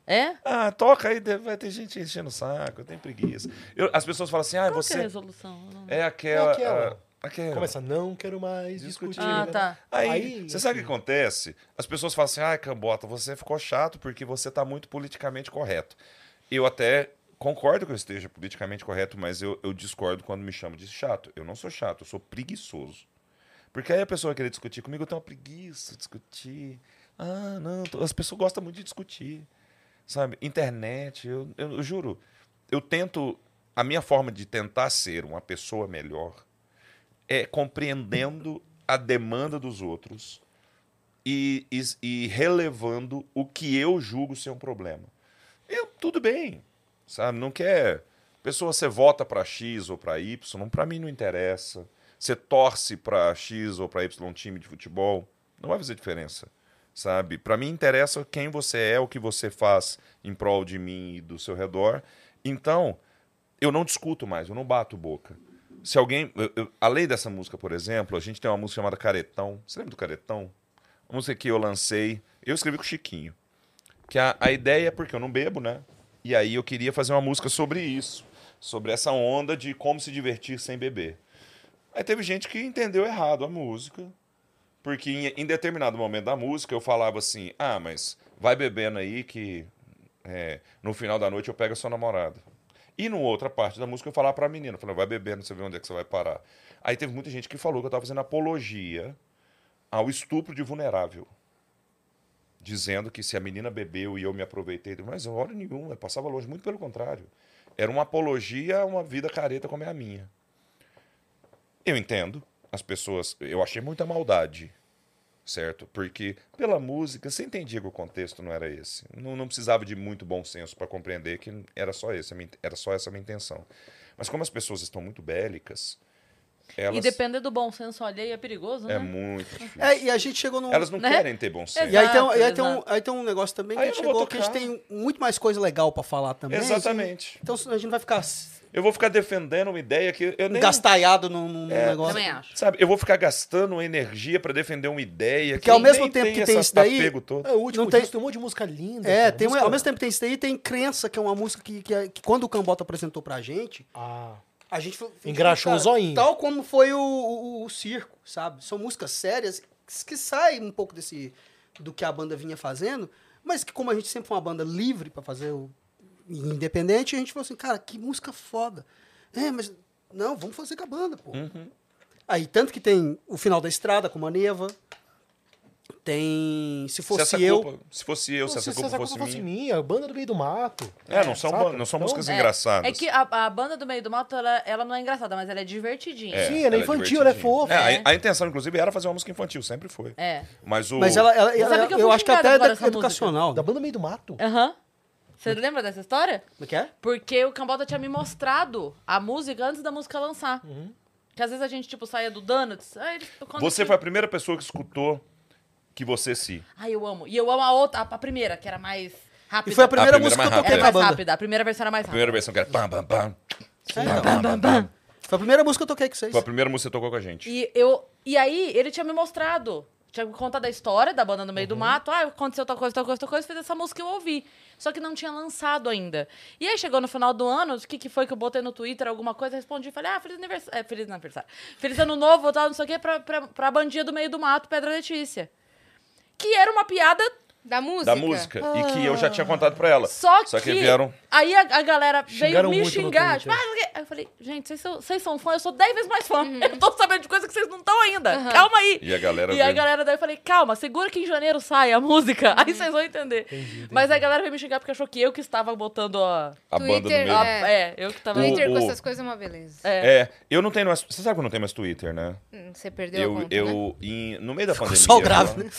[SPEAKER 3] É?
[SPEAKER 5] Ah, toca aí, deve- vai ter gente enchendo o saco, eu tenho preguiça. Eu- as pessoas falam assim,
[SPEAKER 3] Qual
[SPEAKER 5] ah,
[SPEAKER 3] que é a
[SPEAKER 5] você...
[SPEAKER 3] resolução? Eu não-
[SPEAKER 5] É aquela...
[SPEAKER 4] É aquela.
[SPEAKER 5] ah, aquela.
[SPEAKER 4] Começa, não quero mais
[SPEAKER 5] Discutir.
[SPEAKER 4] discutir.
[SPEAKER 3] Ah, tá.
[SPEAKER 5] Aí,
[SPEAKER 4] Aí,
[SPEAKER 5] você sabe o que acontece? As pessoas falam assim, ai, Cambota, você ficou chato porque você tá muito politicamente correto. Eu até concordo que eu esteja politicamente correto, mas eu, eu discordo quando me chamam de chato. Eu não sou chato, eu sou preguiçoso. Porque aí a pessoa querer discutir comigo, eu tenho uma preguiça de discutir. Ah, não, tô- as pessoas gostam muito de discutir. Sabe? Internet, eu, eu- eu juro, eu tento. A minha forma de tentar ser uma pessoa melhor é compreendendo a demanda dos outros e, e, e relevando o que eu julgo ser um problema. Eu, tudo bem, sabe? Não quer. Pessoa, você vota para X ou para Y, para mim não interessa. Você torce para X ou para Y um time de futebol, não vai fazer diferença, sabe? Para mim interessa quem você é, o que você faz em prol de mim e do seu redor. Então, eu não discuto mais, eu não bato boca. Se alguém. eu- eu- além dessa música, por exemplo, a gente tem uma música chamada Caretão. Você lembra do Caretão? Uma música que eu lancei. Eu escrevi com o Chiquinho. Que a, a ideia é porque eu não bebo, né? E aí eu queria fazer uma música sobre isso. Sobre essa onda de como se divertir sem beber. Aí teve gente que entendeu errado a música. Porque em, em determinado momento da música eu falava assim: ah, mas vai bebendo aí que é, no final da noite eu pego a sua namorada. E numa outra parte da música eu falava pra menina, eu falava, vai bebendo, você vê onde é que você vai parar. Aí teve muita gente que falou que eu tava fazendo apologia ao estupro de vulnerável. Dizendo que se a menina bebeu e eu me aproveitei, mas hora nenhuma, eu passava longe, muito pelo contrário. Era uma apologia a uma vida careta como é a minha. Eu entendo, as pessoas, eu achei muita maldade, certo? Porque pela música, você entendia que o contexto não era esse. Não, não precisava de muito bom senso para compreender que era só, esse, a minha- era só essa a minha intenção. Mas como as pessoas estão muito bélicas, Elas
[SPEAKER 3] E depender do bom senso alheio é perigoso, né?
[SPEAKER 5] É muito difícil.
[SPEAKER 2] É, e a gente chegou num.
[SPEAKER 5] Elas não
[SPEAKER 3] Né?
[SPEAKER 5] querem ter bom senso.
[SPEAKER 2] E aí tem, um- e aí,
[SPEAKER 3] Exato,
[SPEAKER 2] tem um,
[SPEAKER 3] exato.
[SPEAKER 2] aí tem um negócio também que
[SPEAKER 5] Aí
[SPEAKER 2] a gente
[SPEAKER 5] eu não vou
[SPEAKER 2] chegou que a gente tem muito mais coisa legal pra falar também.
[SPEAKER 5] Exatamente.
[SPEAKER 2] Então a gente não vai ficar
[SPEAKER 5] Eu vou ficar defendendo uma ideia que eu nem... É.
[SPEAKER 2] gastalhado num, num negócio.
[SPEAKER 3] Também acho.
[SPEAKER 5] Sabe, eu vou ficar gastando energia pra defender uma ideia que
[SPEAKER 2] Porque ao
[SPEAKER 5] eu
[SPEAKER 2] mesmo
[SPEAKER 5] nem
[SPEAKER 2] tempo que tem
[SPEAKER 5] essa-
[SPEAKER 2] isso daí-
[SPEAKER 5] apego todo.
[SPEAKER 4] É, o último
[SPEAKER 2] Não tem-
[SPEAKER 4] disco tem um monte de música linda.
[SPEAKER 2] É,
[SPEAKER 4] cara.
[SPEAKER 2] tem,
[SPEAKER 4] música...
[SPEAKER 2] ao mesmo tempo que tem isso daí, tem Crença, que é uma música que, que, é- que quando o Cambota apresentou pra gente,
[SPEAKER 4] Ah,
[SPEAKER 2] a gente... foi-
[SPEAKER 4] Engraxou
[SPEAKER 2] cara,
[SPEAKER 4] o zoinho.
[SPEAKER 2] Tal como foi o, o, o circo, sabe? São músicas sérias que saem um pouco desse... do que a banda vinha fazendo, mas que como a gente sempre foi uma banda livre pra fazer o independente, a gente falou assim, cara, que música foda. É, mas não, vamos fazer com a banda, pô.
[SPEAKER 4] Uhum.
[SPEAKER 2] Aí, tanto que tem o Final da Estrada com Maneva, tem Se
[SPEAKER 4] é
[SPEAKER 5] Se, essa
[SPEAKER 2] Fosse Eu...
[SPEAKER 5] culpa, se fosse eu, se, essa culpa, fosse, minha.
[SPEAKER 4] minha, banda do meio do mato.
[SPEAKER 5] É, não são,
[SPEAKER 4] saca?
[SPEAKER 5] ban- não são
[SPEAKER 4] Então,
[SPEAKER 5] músicas
[SPEAKER 3] É.
[SPEAKER 5] engraçadas.
[SPEAKER 3] É que a, a banda do meio do mato, ela, ela não é engraçada, mas ela é divertidinha.
[SPEAKER 5] É,
[SPEAKER 4] Sim, ela é infantil, ela é
[SPEAKER 5] divertidinha.
[SPEAKER 4] fofa,
[SPEAKER 5] É,
[SPEAKER 3] né?
[SPEAKER 5] a, a intenção, inclusive, era fazer uma música infantil, sempre foi.
[SPEAKER 3] É.
[SPEAKER 5] Mas o.
[SPEAKER 2] Mas ela, ela,
[SPEAKER 3] Sabe
[SPEAKER 2] ela-
[SPEAKER 3] que eu
[SPEAKER 2] eu,
[SPEAKER 3] fui
[SPEAKER 2] acho que até
[SPEAKER 3] xingada
[SPEAKER 2] é
[SPEAKER 3] por
[SPEAKER 2] edu-
[SPEAKER 3] essa música.
[SPEAKER 2] educacional. né?
[SPEAKER 4] Da banda do meio do mato?
[SPEAKER 3] Aham. Você lembra dessa história?
[SPEAKER 2] Como é que é?
[SPEAKER 3] Porque o Cambota tinha me mostrado a música antes da música lançar. Que às vezes a gente, tipo, saía do Donuts. Aí, ele- quando
[SPEAKER 5] Uhum. Você
[SPEAKER 3] que-
[SPEAKER 5] foi a primeira pessoa que escutou que você se.
[SPEAKER 3] Ai, eu amo. E eu amo a outra, a primeira, que era mais rápida.
[SPEAKER 2] E foi a primeira,
[SPEAKER 5] primeira
[SPEAKER 2] música que eu
[SPEAKER 5] mais
[SPEAKER 2] toquei
[SPEAKER 3] Era
[SPEAKER 2] na
[SPEAKER 3] mais
[SPEAKER 2] banda.
[SPEAKER 3] rápida. A primeira versão era mais
[SPEAKER 5] A
[SPEAKER 3] rápida.
[SPEAKER 5] primeira versão que era. Pam, pam, pam.
[SPEAKER 2] É,
[SPEAKER 5] Pam,
[SPEAKER 2] então.
[SPEAKER 5] pam, pam, pam.
[SPEAKER 2] Foi a primeira música que eu toquei com vocês.
[SPEAKER 5] Foi a primeira música que você tocou com a gente.
[SPEAKER 3] E, eu, e aí, ele tinha me mostrado. Tinha me contado a história da banda no meio do
[SPEAKER 4] Uhum.
[SPEAKER 3] mato. Ah, aconteceu tal coisa, tal coisa, tal coisa. Fez essa música e eu ouvi. Só que não tinha lançado ainda. E aí, chegou no final do ano, o que, que foi que eu botei no Twitter, alguma coisa, respondi. Falei, ah, feliz aniversário. É, feliz aniversário. Feliz ano novo, tal, não sei o quê, pra, pra, pra bandinha do meio do mato, Pedra Letícia. Que era uma piada
[SPEAKER 1] Da música.
[SPEAKER 5] Da música. E que eu já tinha contado pra ela.
[SPEAKER 3] Só que,
[SPEAKER 5] Só que vieram.
[SPEAKER 3] aí a, a galera veio
[SPEAKER 4] Xingaram
[SPEAKER 3] me
[SPEAKER 4] muito no
[SPEAKER 3] xingar. Tipo,
[SPEAKER 4] Twitter.
[SPEAKER 3] ah, não sei o quê." Aí eu falei, gente, vocês são, vocês são fã, eu sou 10 vezes mais fã. [laughs] Eu tô sabendo de coisa que vocês não estão ainda. Calma aí.
[SPEAKER 5] E a galera
[SPEAKER 3] E a
[SPEAKER 5] veio.
[SPEAKER 3] galera daí eu falei, calma, segura que em janeiro sai a [laughs] música. Aí vocês vão entender. Mas a galera veio me xingar porque achou que eu que estava botando a.
[SPEAKER 5] A banda do
[SPEAKER 1] Twitter,
[SPEAKER 5] meio.
[SPEAKER 1] né?
[SPEAKER 3] a- é. eu que tava.
[SPEAKER 1] Twitter
[SPEAKER 5] O-
[SPEAKER 1] com
[SPEAKER 5] o-
[SPEAKER 1] essas coisas é uma beleza.
[SPEAKER 5] É, eu não tenho mais. Você sabe que eu não tenho mais Twitter, né?
[SPEAKER 1] Hum, Você perdeu a
[SPEAKER 5] Eu,
[SPEAKER 1] conta, né?
[SPEAKER 5] eu em- no meio da pandemia.
[SPEAKER 2] Só o grave, né?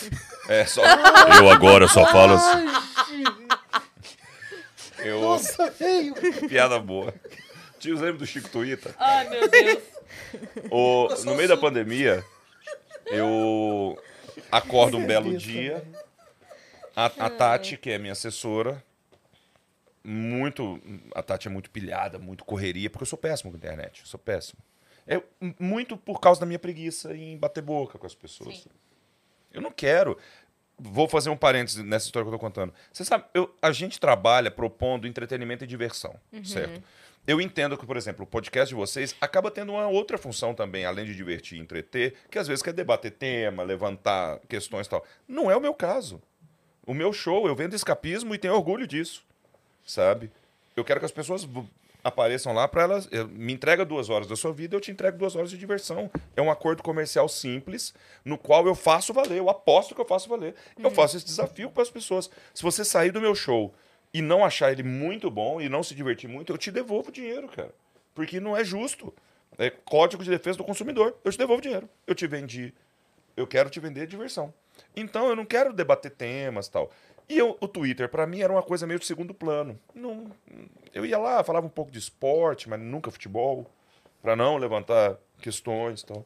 [SPEAKER 5] É, só. [laughs] Eu agora só falo. assim. Eu,
[SPEAKER 4] Nossa, feio.
[SPEAKER 5] [laughs] piada boa. Tio, lembra do Chico Twitter?
[SPEAKER 3] Ai, meu Deus.
[SPEAKER 5] [laughs] O- no meio da pandemia, eu acordo um belo dia. A, a Tati, que é minha assessora, muito. A Tati é muito pilhada, muito correria, porque eu sou péssimo com internet. Eu sou péssimo. É m- muito por causa da minha preguiça em bater boca com as pessoas. Eu não quero. Vou fazer um parênteses nessa história que eu tô contando. Você sabe, eu- a gente trabalha propondo entretenimento e diversão, certo? Eu entendo que, por exemplo, o podcast de vocês acaba tendo uma outra função também, além de divertir e entreter, que às vezes quer debater tema, levantar questões e tal. Não é o meu caso. O meu show, eu vendo escapismo e tenho orgulho disso, sabe? Eu quero que as pessoas v- apareçam lá para elas. eu- me entrega duas horas da sua vida, eu te entrego duas horas de diversão. É um acordo comercial simples, no qual eu faço valer, eu aposto que eu faço valer. Eu faço esse desafio para as pessoas. Se você sair do meu show e não achar ele muito bom e não se divertir muito, eu te devolvo o dinheiro, cara. Porque não é justo. É Código de Defesa do Consumidor. Eu te devolvo o dinheiro. Eu te vendi. Eu quero te vender diversão. Então eu não quero debater temas tal. E eu- o Twitter, pra mim, era uma coisa meio de segundo plano. Não, eu ia lá, falava um pouco de esporte, mas nunca futebol, pra não levantar questões e tal.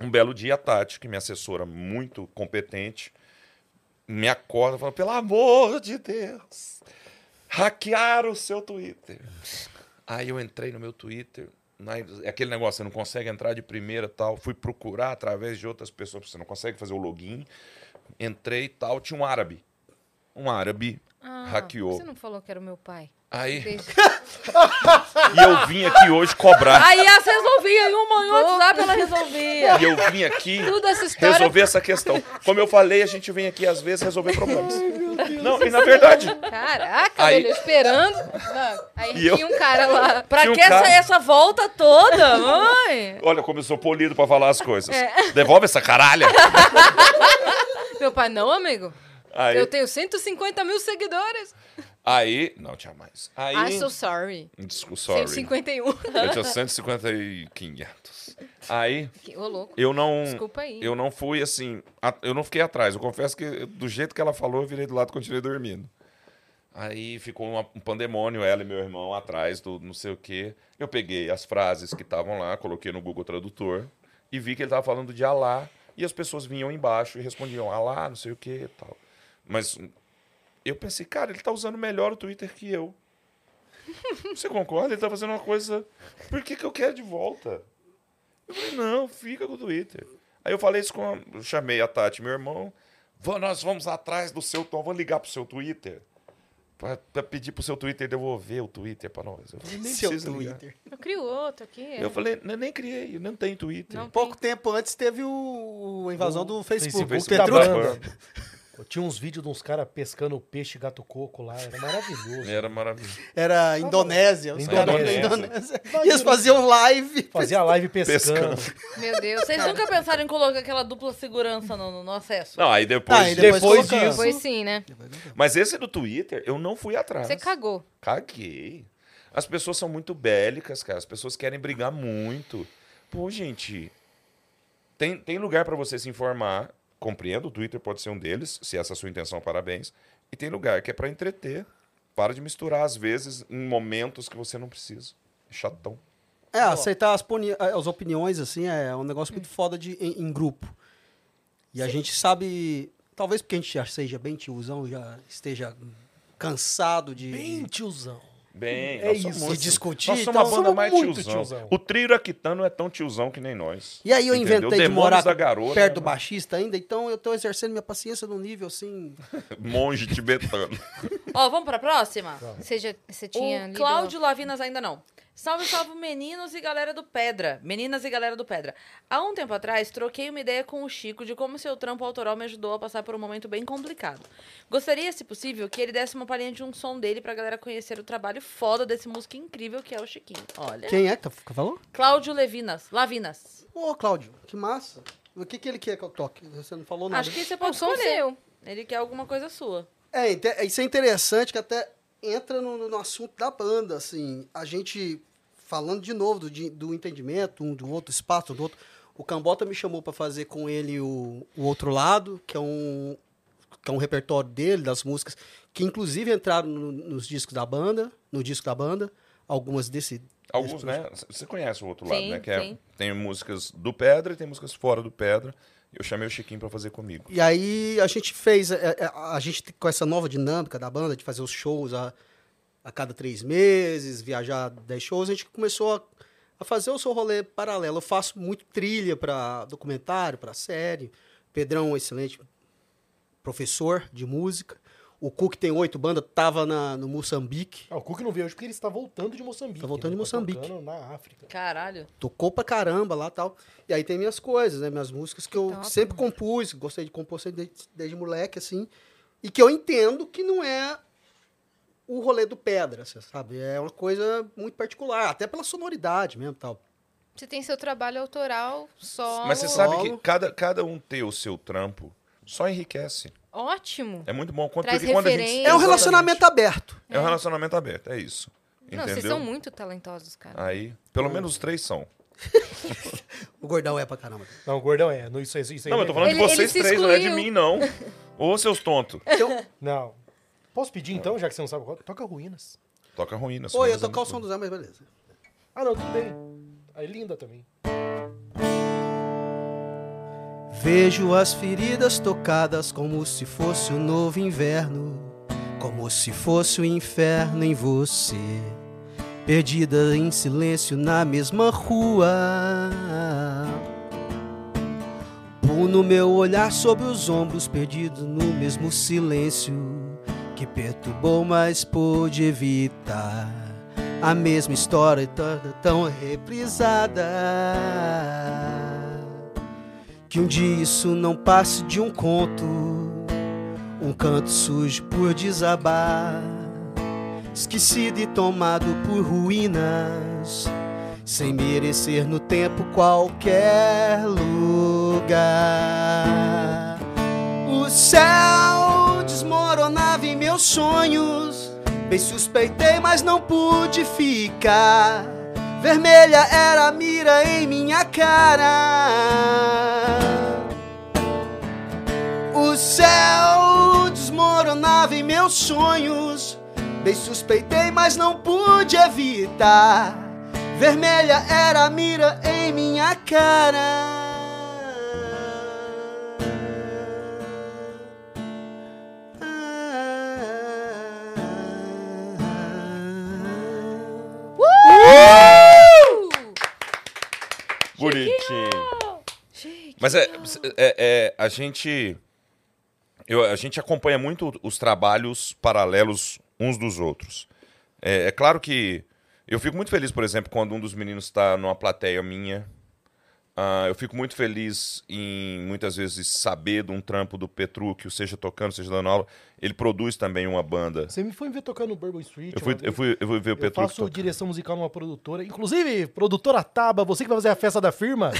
[SPEAKER 5] Um belo dia, a Tati, que minha assessora muito competente, me acorda falando: pelo amor de Deus, hackearam o seu Twitter. Aí eu entrei no meu Twitter. na- é aquele negócio, você não consegue entrar de primeira tal. Fui procurar através de outras pessoas, você não consegue fazer o login. Entrei e tal, tinha um árabe. Um árabe
[SPEAKER 1] Ah,
[SPEAKER 5] hackeou.
[SPEAKER 1] Você não falou que era o meu [laughs] pai.
[SPEAKER 5] Aí,
[SPEAKER 1] Desde-
[SPEAKER 5] [laughs] e eu vim aqui hoje cobrar.
[SPEAKER 3] Aí
[SPEAKER 1] ah,
[SPEAKER 3] essa resolvia, em uma em outro WhatsApp ela resolvia.
[SPEAKER 5] E eu vim aqui
[SPEAKER 1] Tudo essa história.
[SPEAKER 5] resolver essa questão. Como eu falei, a gente vem aqui às vezes resolver problemas. Não, e na verdade,
[SPEAKER 1] Caraca,
[SPEAKER 5] Aí-
[SPEAKER 1] velho, eu esperando. Não, aí
[SPEAKER 5] E eu-
[SPEAKER 1] tinha um cara
[SPEAKER 5] [laughs]
[SPEAKER 1] lá.
[SPEAKER 3] Pra
[SPEAKER 5] Tinha um
[SPEAKER 3] que essa,
[SPEAKER 5] cara-
[SPEAKER 3] essa volta toda, mãe?
[SPEAKER 5] olha como eu sou polido pra falar as coisas.
[SPEAKER 1] É.
[SPEAKER 5] Devolve essa
[SPEAKER 1] [laughs]
[SPEAKER 5] caralha.
[SPEAKER 1] Meu pai, não, amigo.
[SPEAKER 5] Aí,
[SPEAKER 1] Eu tenho 150 mil seguidores.
[SPEAKER 5] aí não tinha mais. Aí, Hum,
[SPEAKER 1] Ah, so sorry.
[SPEAKER 5] Desculpa, sorry.
[SPEAKER 1] 151.
[SPEAKER 5] Eu tinha 150 e 500. Aí,
[SPEAKER 1] Que- Ô, louco.
[SPEAKER 5] eu não...
[SPEAKER 1] Desculpa aí.
[SPEAKER 5] Eu não fui assim. a- Eu não fiquei atrás. Eu confesso que do jeito que ela falou, eu virei do lado e continuei dormindo. Aí ficou uma- um pandemônio, ela e meu irmão atrás do não sei o quê. Eu peguei as frases que estavam lá, coloquei no Google Tradutor e vi que ele estava falando de Alá. E as pessoas vinham embaixo e respondiam Alá, não sei o quê e tal. Mas eu pensei, cara, ele tá usando melhor o Twitter que eu. Você concorda? Ele tá fazendo uma coisa. Por que, que eu quero de volta? Eu falei, não, fica com o Twitter. Aí eu falei isso com. A... eu Chamei a Tati, meu irmão. "Vó, Nós vamos atrás do seu Tom, vamos ligar pro seu Twitter. Pra, pra pedir pro seu Twitter devolver o Twitter pra nós. Eu falei, nem
[SPEAKER 2] Seu
[SPEAKER 5] precisa ligar.
[SPEAKER 2] Twitter.
[SPEAKER 1] Eu crio outro aqui.
[SPEAKER 5] Eu falei, "Não, nem criei, não tem Twitter.
[SPEAKER 1] Não.
[SPEAKER 2] Pouco tempo antes teve o, a invasão do Facebook.
[SPEAKER 5] Facebook
[SPEAKER 2] O
[SPEAKER 5] da
[SPEAKER 2] Petrucci-
[SPEAKER 5] Band.
[SPEAKER 4] Tinha uns vídeos de uns caras pescando peixe gato coco lá, era maravilhoso.
[SPEAKER 5] Era maravilhoso.
[SPEAKER 2] Era Indonésia. Os caras da
[SPEAKER 4] Indonésia.
[SPEAKER 2] Indonésia. E eles faziam live.
[SPEAKER 4] Fazia live pescando.
[SPEAKER 1] Meu Deus.
[SPEAKER 3] Vocês
[SPEAKER 1] cara.
[SPEAKER 3] nunca pensaram em colocar aquela dupla segurança no, no acesso?
[SPEAKER 5] Não, aí depois.
[SPEAKER 2] Tá, e
[SPEAKER 5] depois...
[SPEAKER 4] Depois
[SPEAKER 2] colocando.
[SPEAKER 4] disso-
[SPEAKER 1] Foi sim, né?
[SPEAKER 5] Mas esse do Twitter, eu não fui atrás.
[SPEAKER 1] Você cagou.
[SPEAKER 5] Caguei. As pessoas são muito bélicas, cara. As pessoas querem brigar muito. Pô, gente. Tem, tem lugar pra você se informar. Compreendo, o Twitter pode ser um deles, se essa é a sua intenção, parabéns. E tem lugar que é pra entreter. Para de misturar, às vezes, em momentos que você não precisa. É chatão.
[SPEAKER 2] É, aceitar as, poni- as opiniões, assim, é um negócio muito foda de, em, em grupo. E a gente sabe, talvez porque a gente já seja bem tiozão, já esteja cansado de...
[SPEAKER 4] Bem tiozão.
[SPEAKER 5] Bem,
[SPEAKER 4] É
[SPEAKER 5] nós somos-
[SPEAKER 4] isso.
[SPEAKER 2] se discutir.
[SPEAKER 5] Nós somos
[SPEAKER 2] então-
[SPEAKER 5] uma banda mais
[SPEAKER 4] muito
[SPEAKER 5] tiozão.
[SPEAKER 4] tiozão.
[SPEAKER 5] O trio Aquitano é tão tiozão que nem nós.
[SPEAKER 2] E aí eu
[SPEAKER 5] Entendeu?
[SPEAKER 2] inventei de
[SPEAKER 5] Demônios
[SPEAKER 2] morar
[SPEAKER 5] da garota,
[SPEAKER 2] perto
[SPEAKER 5] né,
[SPEAKER 2] do
[SPEAKER 5] mano?
[SPEAKER 2] baixista ainda, então eu tô exercendo minha paciência num nível, assim...
[SPEAKER 5] Monge tibetano.
[SPEAKER 3] Ó, vamos pra próxima?
[SPEAKER 1] Você, já, você tinha
[SPEAKER 3] o
[SPEAKER 1] lido...
[SPEAKER 3] Cláudio Lavinas ainda não. Salve, salve, meninos e galera do Pedra. Meninas e galera do Pedra. Há um tempo atrás, troquei uma ideia com o Chico de como seu trampo autoral me ajudou a passar por um momento bem complicado. Gostaria, se possível, que ele desse uma palhinha de um som dele pra galera conhecer o trabalho foda desse músico incrível que é o Chiquinho. Olha.
[SPEAKER 2] Quem é que tá- que falou?
[SPEAKER 3] Cláudio Levinas. Lavinas.
[SPEAKER 2] Ô, Cláudio, que massa. O que, que ele quer que eu toque? Você não falou nada.
[SPEAKER 3] Acho que você
[SPEAKER 1] Um
[SPEAKER 3] pode
[SPEAKER 1] som
[SPEAKER 3] É, escolher.
[SPEAKER 1] seu.
[SPEAKER 3] Ele quer alguma coisa sua.
[SPEAKER 2] É, inte- isso é interessante que até entra no, no- no assunto da banda, assim, a gente falando de novo do, de- do entendimento um do outro, espaço do outro. O Cambota me chamou para fazer com ele o, o outro lado, que é um que é um repertório dele das músicas que inclusive entraram no- nos discos da banda, no disco da banda, algumas desse
[SPEAKER 5] Alguns,
[SPEAKER 2] desse-
[SPEAKER 5] né? C- Você conhece o outro
[SPEAKER 3] Sim,
[SPEAKER 5] lado, né? Que é-
[SPEAKER 3] sim.
[SPEAKER 5] tem músicas do Pedra e tem músicas fora do Pedra. Eu chamei o Chiquinho pra fazer comigo.
[SPEAKER 2] E aí a gente fez, é, é, a, gente com essa nova dinâmica da banda, de fazer os shows a, a cada três meses, viajar 10 shows, a gente começou a, a fazer o seu rolê paralelo. Eu faço muito trilha para documentário, para série. Pedrão é um excelente professor de música. O Cook tem oito bandas, tava na- no Moçambique.
[SPEAKER 4] Ah, o Cook não veio hoje porque ele está voltando de Moçambique.
[SPEAKER 2] Tá voltando de
[SPEAKER 4] né?
[SPEAKER 2] Moçambique.
[SPEAKER 4] tocando na África.
[SPEAKER 3] Caralho.
[SPEAKER 2] Tocou pra caramba lá e tal. E aí tem minhas coisas, né? Minhas músicas que eu
[SPEAKER 1] Top.
[SPEAKER 2] sempre compus, gostei de compor sempre desde, desde moleque, assim. E que eu entendo que não é o rolê do pedra, você sabe? É uma coisa muito particular, até pela sonoridade mesmo e tal. É um
[SPEAKER 1] Você tem seu trabalho autoral, solo.
[SPEAKER 5] Mas você sabe
[SPEAKER 2] Solo.
[SPEAKER 5] que cada, cada um ter o seu trampo só enriquece.
[SPEAKER 1] Ótimo.
[SPEAKER 5] É muito bom. Quando,
[SPEAKER 1] Traz
[SPEAKER 5] porque quando a gente-
[SPEAKER 1] referência.
[SPEAKER 2] É um
[SPEAKER 5] Exatamente.
[SPEAKER 2] relacionamento aberto.
[SPEAKER 5] É um relacionamento aberto, é isso. Entendeu? Ah,
[SPEAKER 1] Não, vocês são muito talentosos, cara.
[SPEAKER 5] Aí, pelo menos os três são.
[SPEAKER 2] O gordão é pra caramba.
[SPEAKER 4] Não, o gordão é. Não, isso, isso, isso aí
[SPEAKER 5] Não, eu
[SPEAKER 4] é
[SPEAKER 5] tô falando de
[SPEAKER 1] Ele-
[SPEAKER 5] vocês
[SPEAKER 1] ele se
[SPEAKER 5] três, não é de
[SPEAKER 1] excluiu.
[SPEAKER 5] mim, não. Ô, seus tontos.
[SPEAKER 4] Não. Posso pedir então, já que você não sabe qual? Toca Ruínas.
[SPEAKER 5] Toca ruínas.
[SPEAKER 2] Pô, ia
[SPEAKER 5] ruínas é
[SPEAKER 2] tocar o
[SPEAKER 5] muito
[SPEAKER 2] som do Zé, mas beleza.
[SPEAKER 4] Ah, não, tudo bem. É linda também.
[SPEAKER 2] Vejo as feridas tocadas como se fosse um novo inverno, como se fosse o inferno em você, perdida em silêncio na mesma rua. Puno meu olhar sobre os ombros, perdido no mesmo silêncio que perturbou, mas pude evitar a mesma história tão, tão reprisada que um dia isso não passe de um conto, um canto sujo por desabar, esquecido e tomado por ruínas, sem merecer no tempo qualquer lugar. O céu desmoronava em meus sonhos, bem suspeitei, mas não pude ficar. Vermelha era a mira em minha cara. O céu desmoronava em meus sonhos. Bem suspeitei, mas não pude evitar. Vermelha era a mira em minha cara.
[SPEAKER 5] Bonitinho.
[SPEAKER 1] Gente,
[SPEAKER 5] Mas é, é- é- a gente. eu- a gente acompanha muito os trabalhos paralelos uns dos outros. É, é claro que eu fico muito feliz, por exemplo, quando um dos meninos está numa plateia minha. Ah, eu fico muito feliz em muitas vezes saber de um trampo do Petrúquio, seja tocando, seja dando aula. Ele produz também uma banda.
[SPEAKER 4] Você me foi ver tocando no Bourbon Street.
[SPEAKER 5] Eu fui,
[SPEAKER 4] uma
[SPEAKER 5] eu
[SPEAKER 4] vez.
[SPEAKER 5] fui, eu fui ver o
[SPEAKER 4] Eu
[SPEAKER 5] Petrúquio.
[SPEAKER 4] faço
[SPEAKER 5] tocando.
[SPEAKER 4] direção musical numa produtora. Inclusive, produtora Taba, você que vai fazer a festa da firma,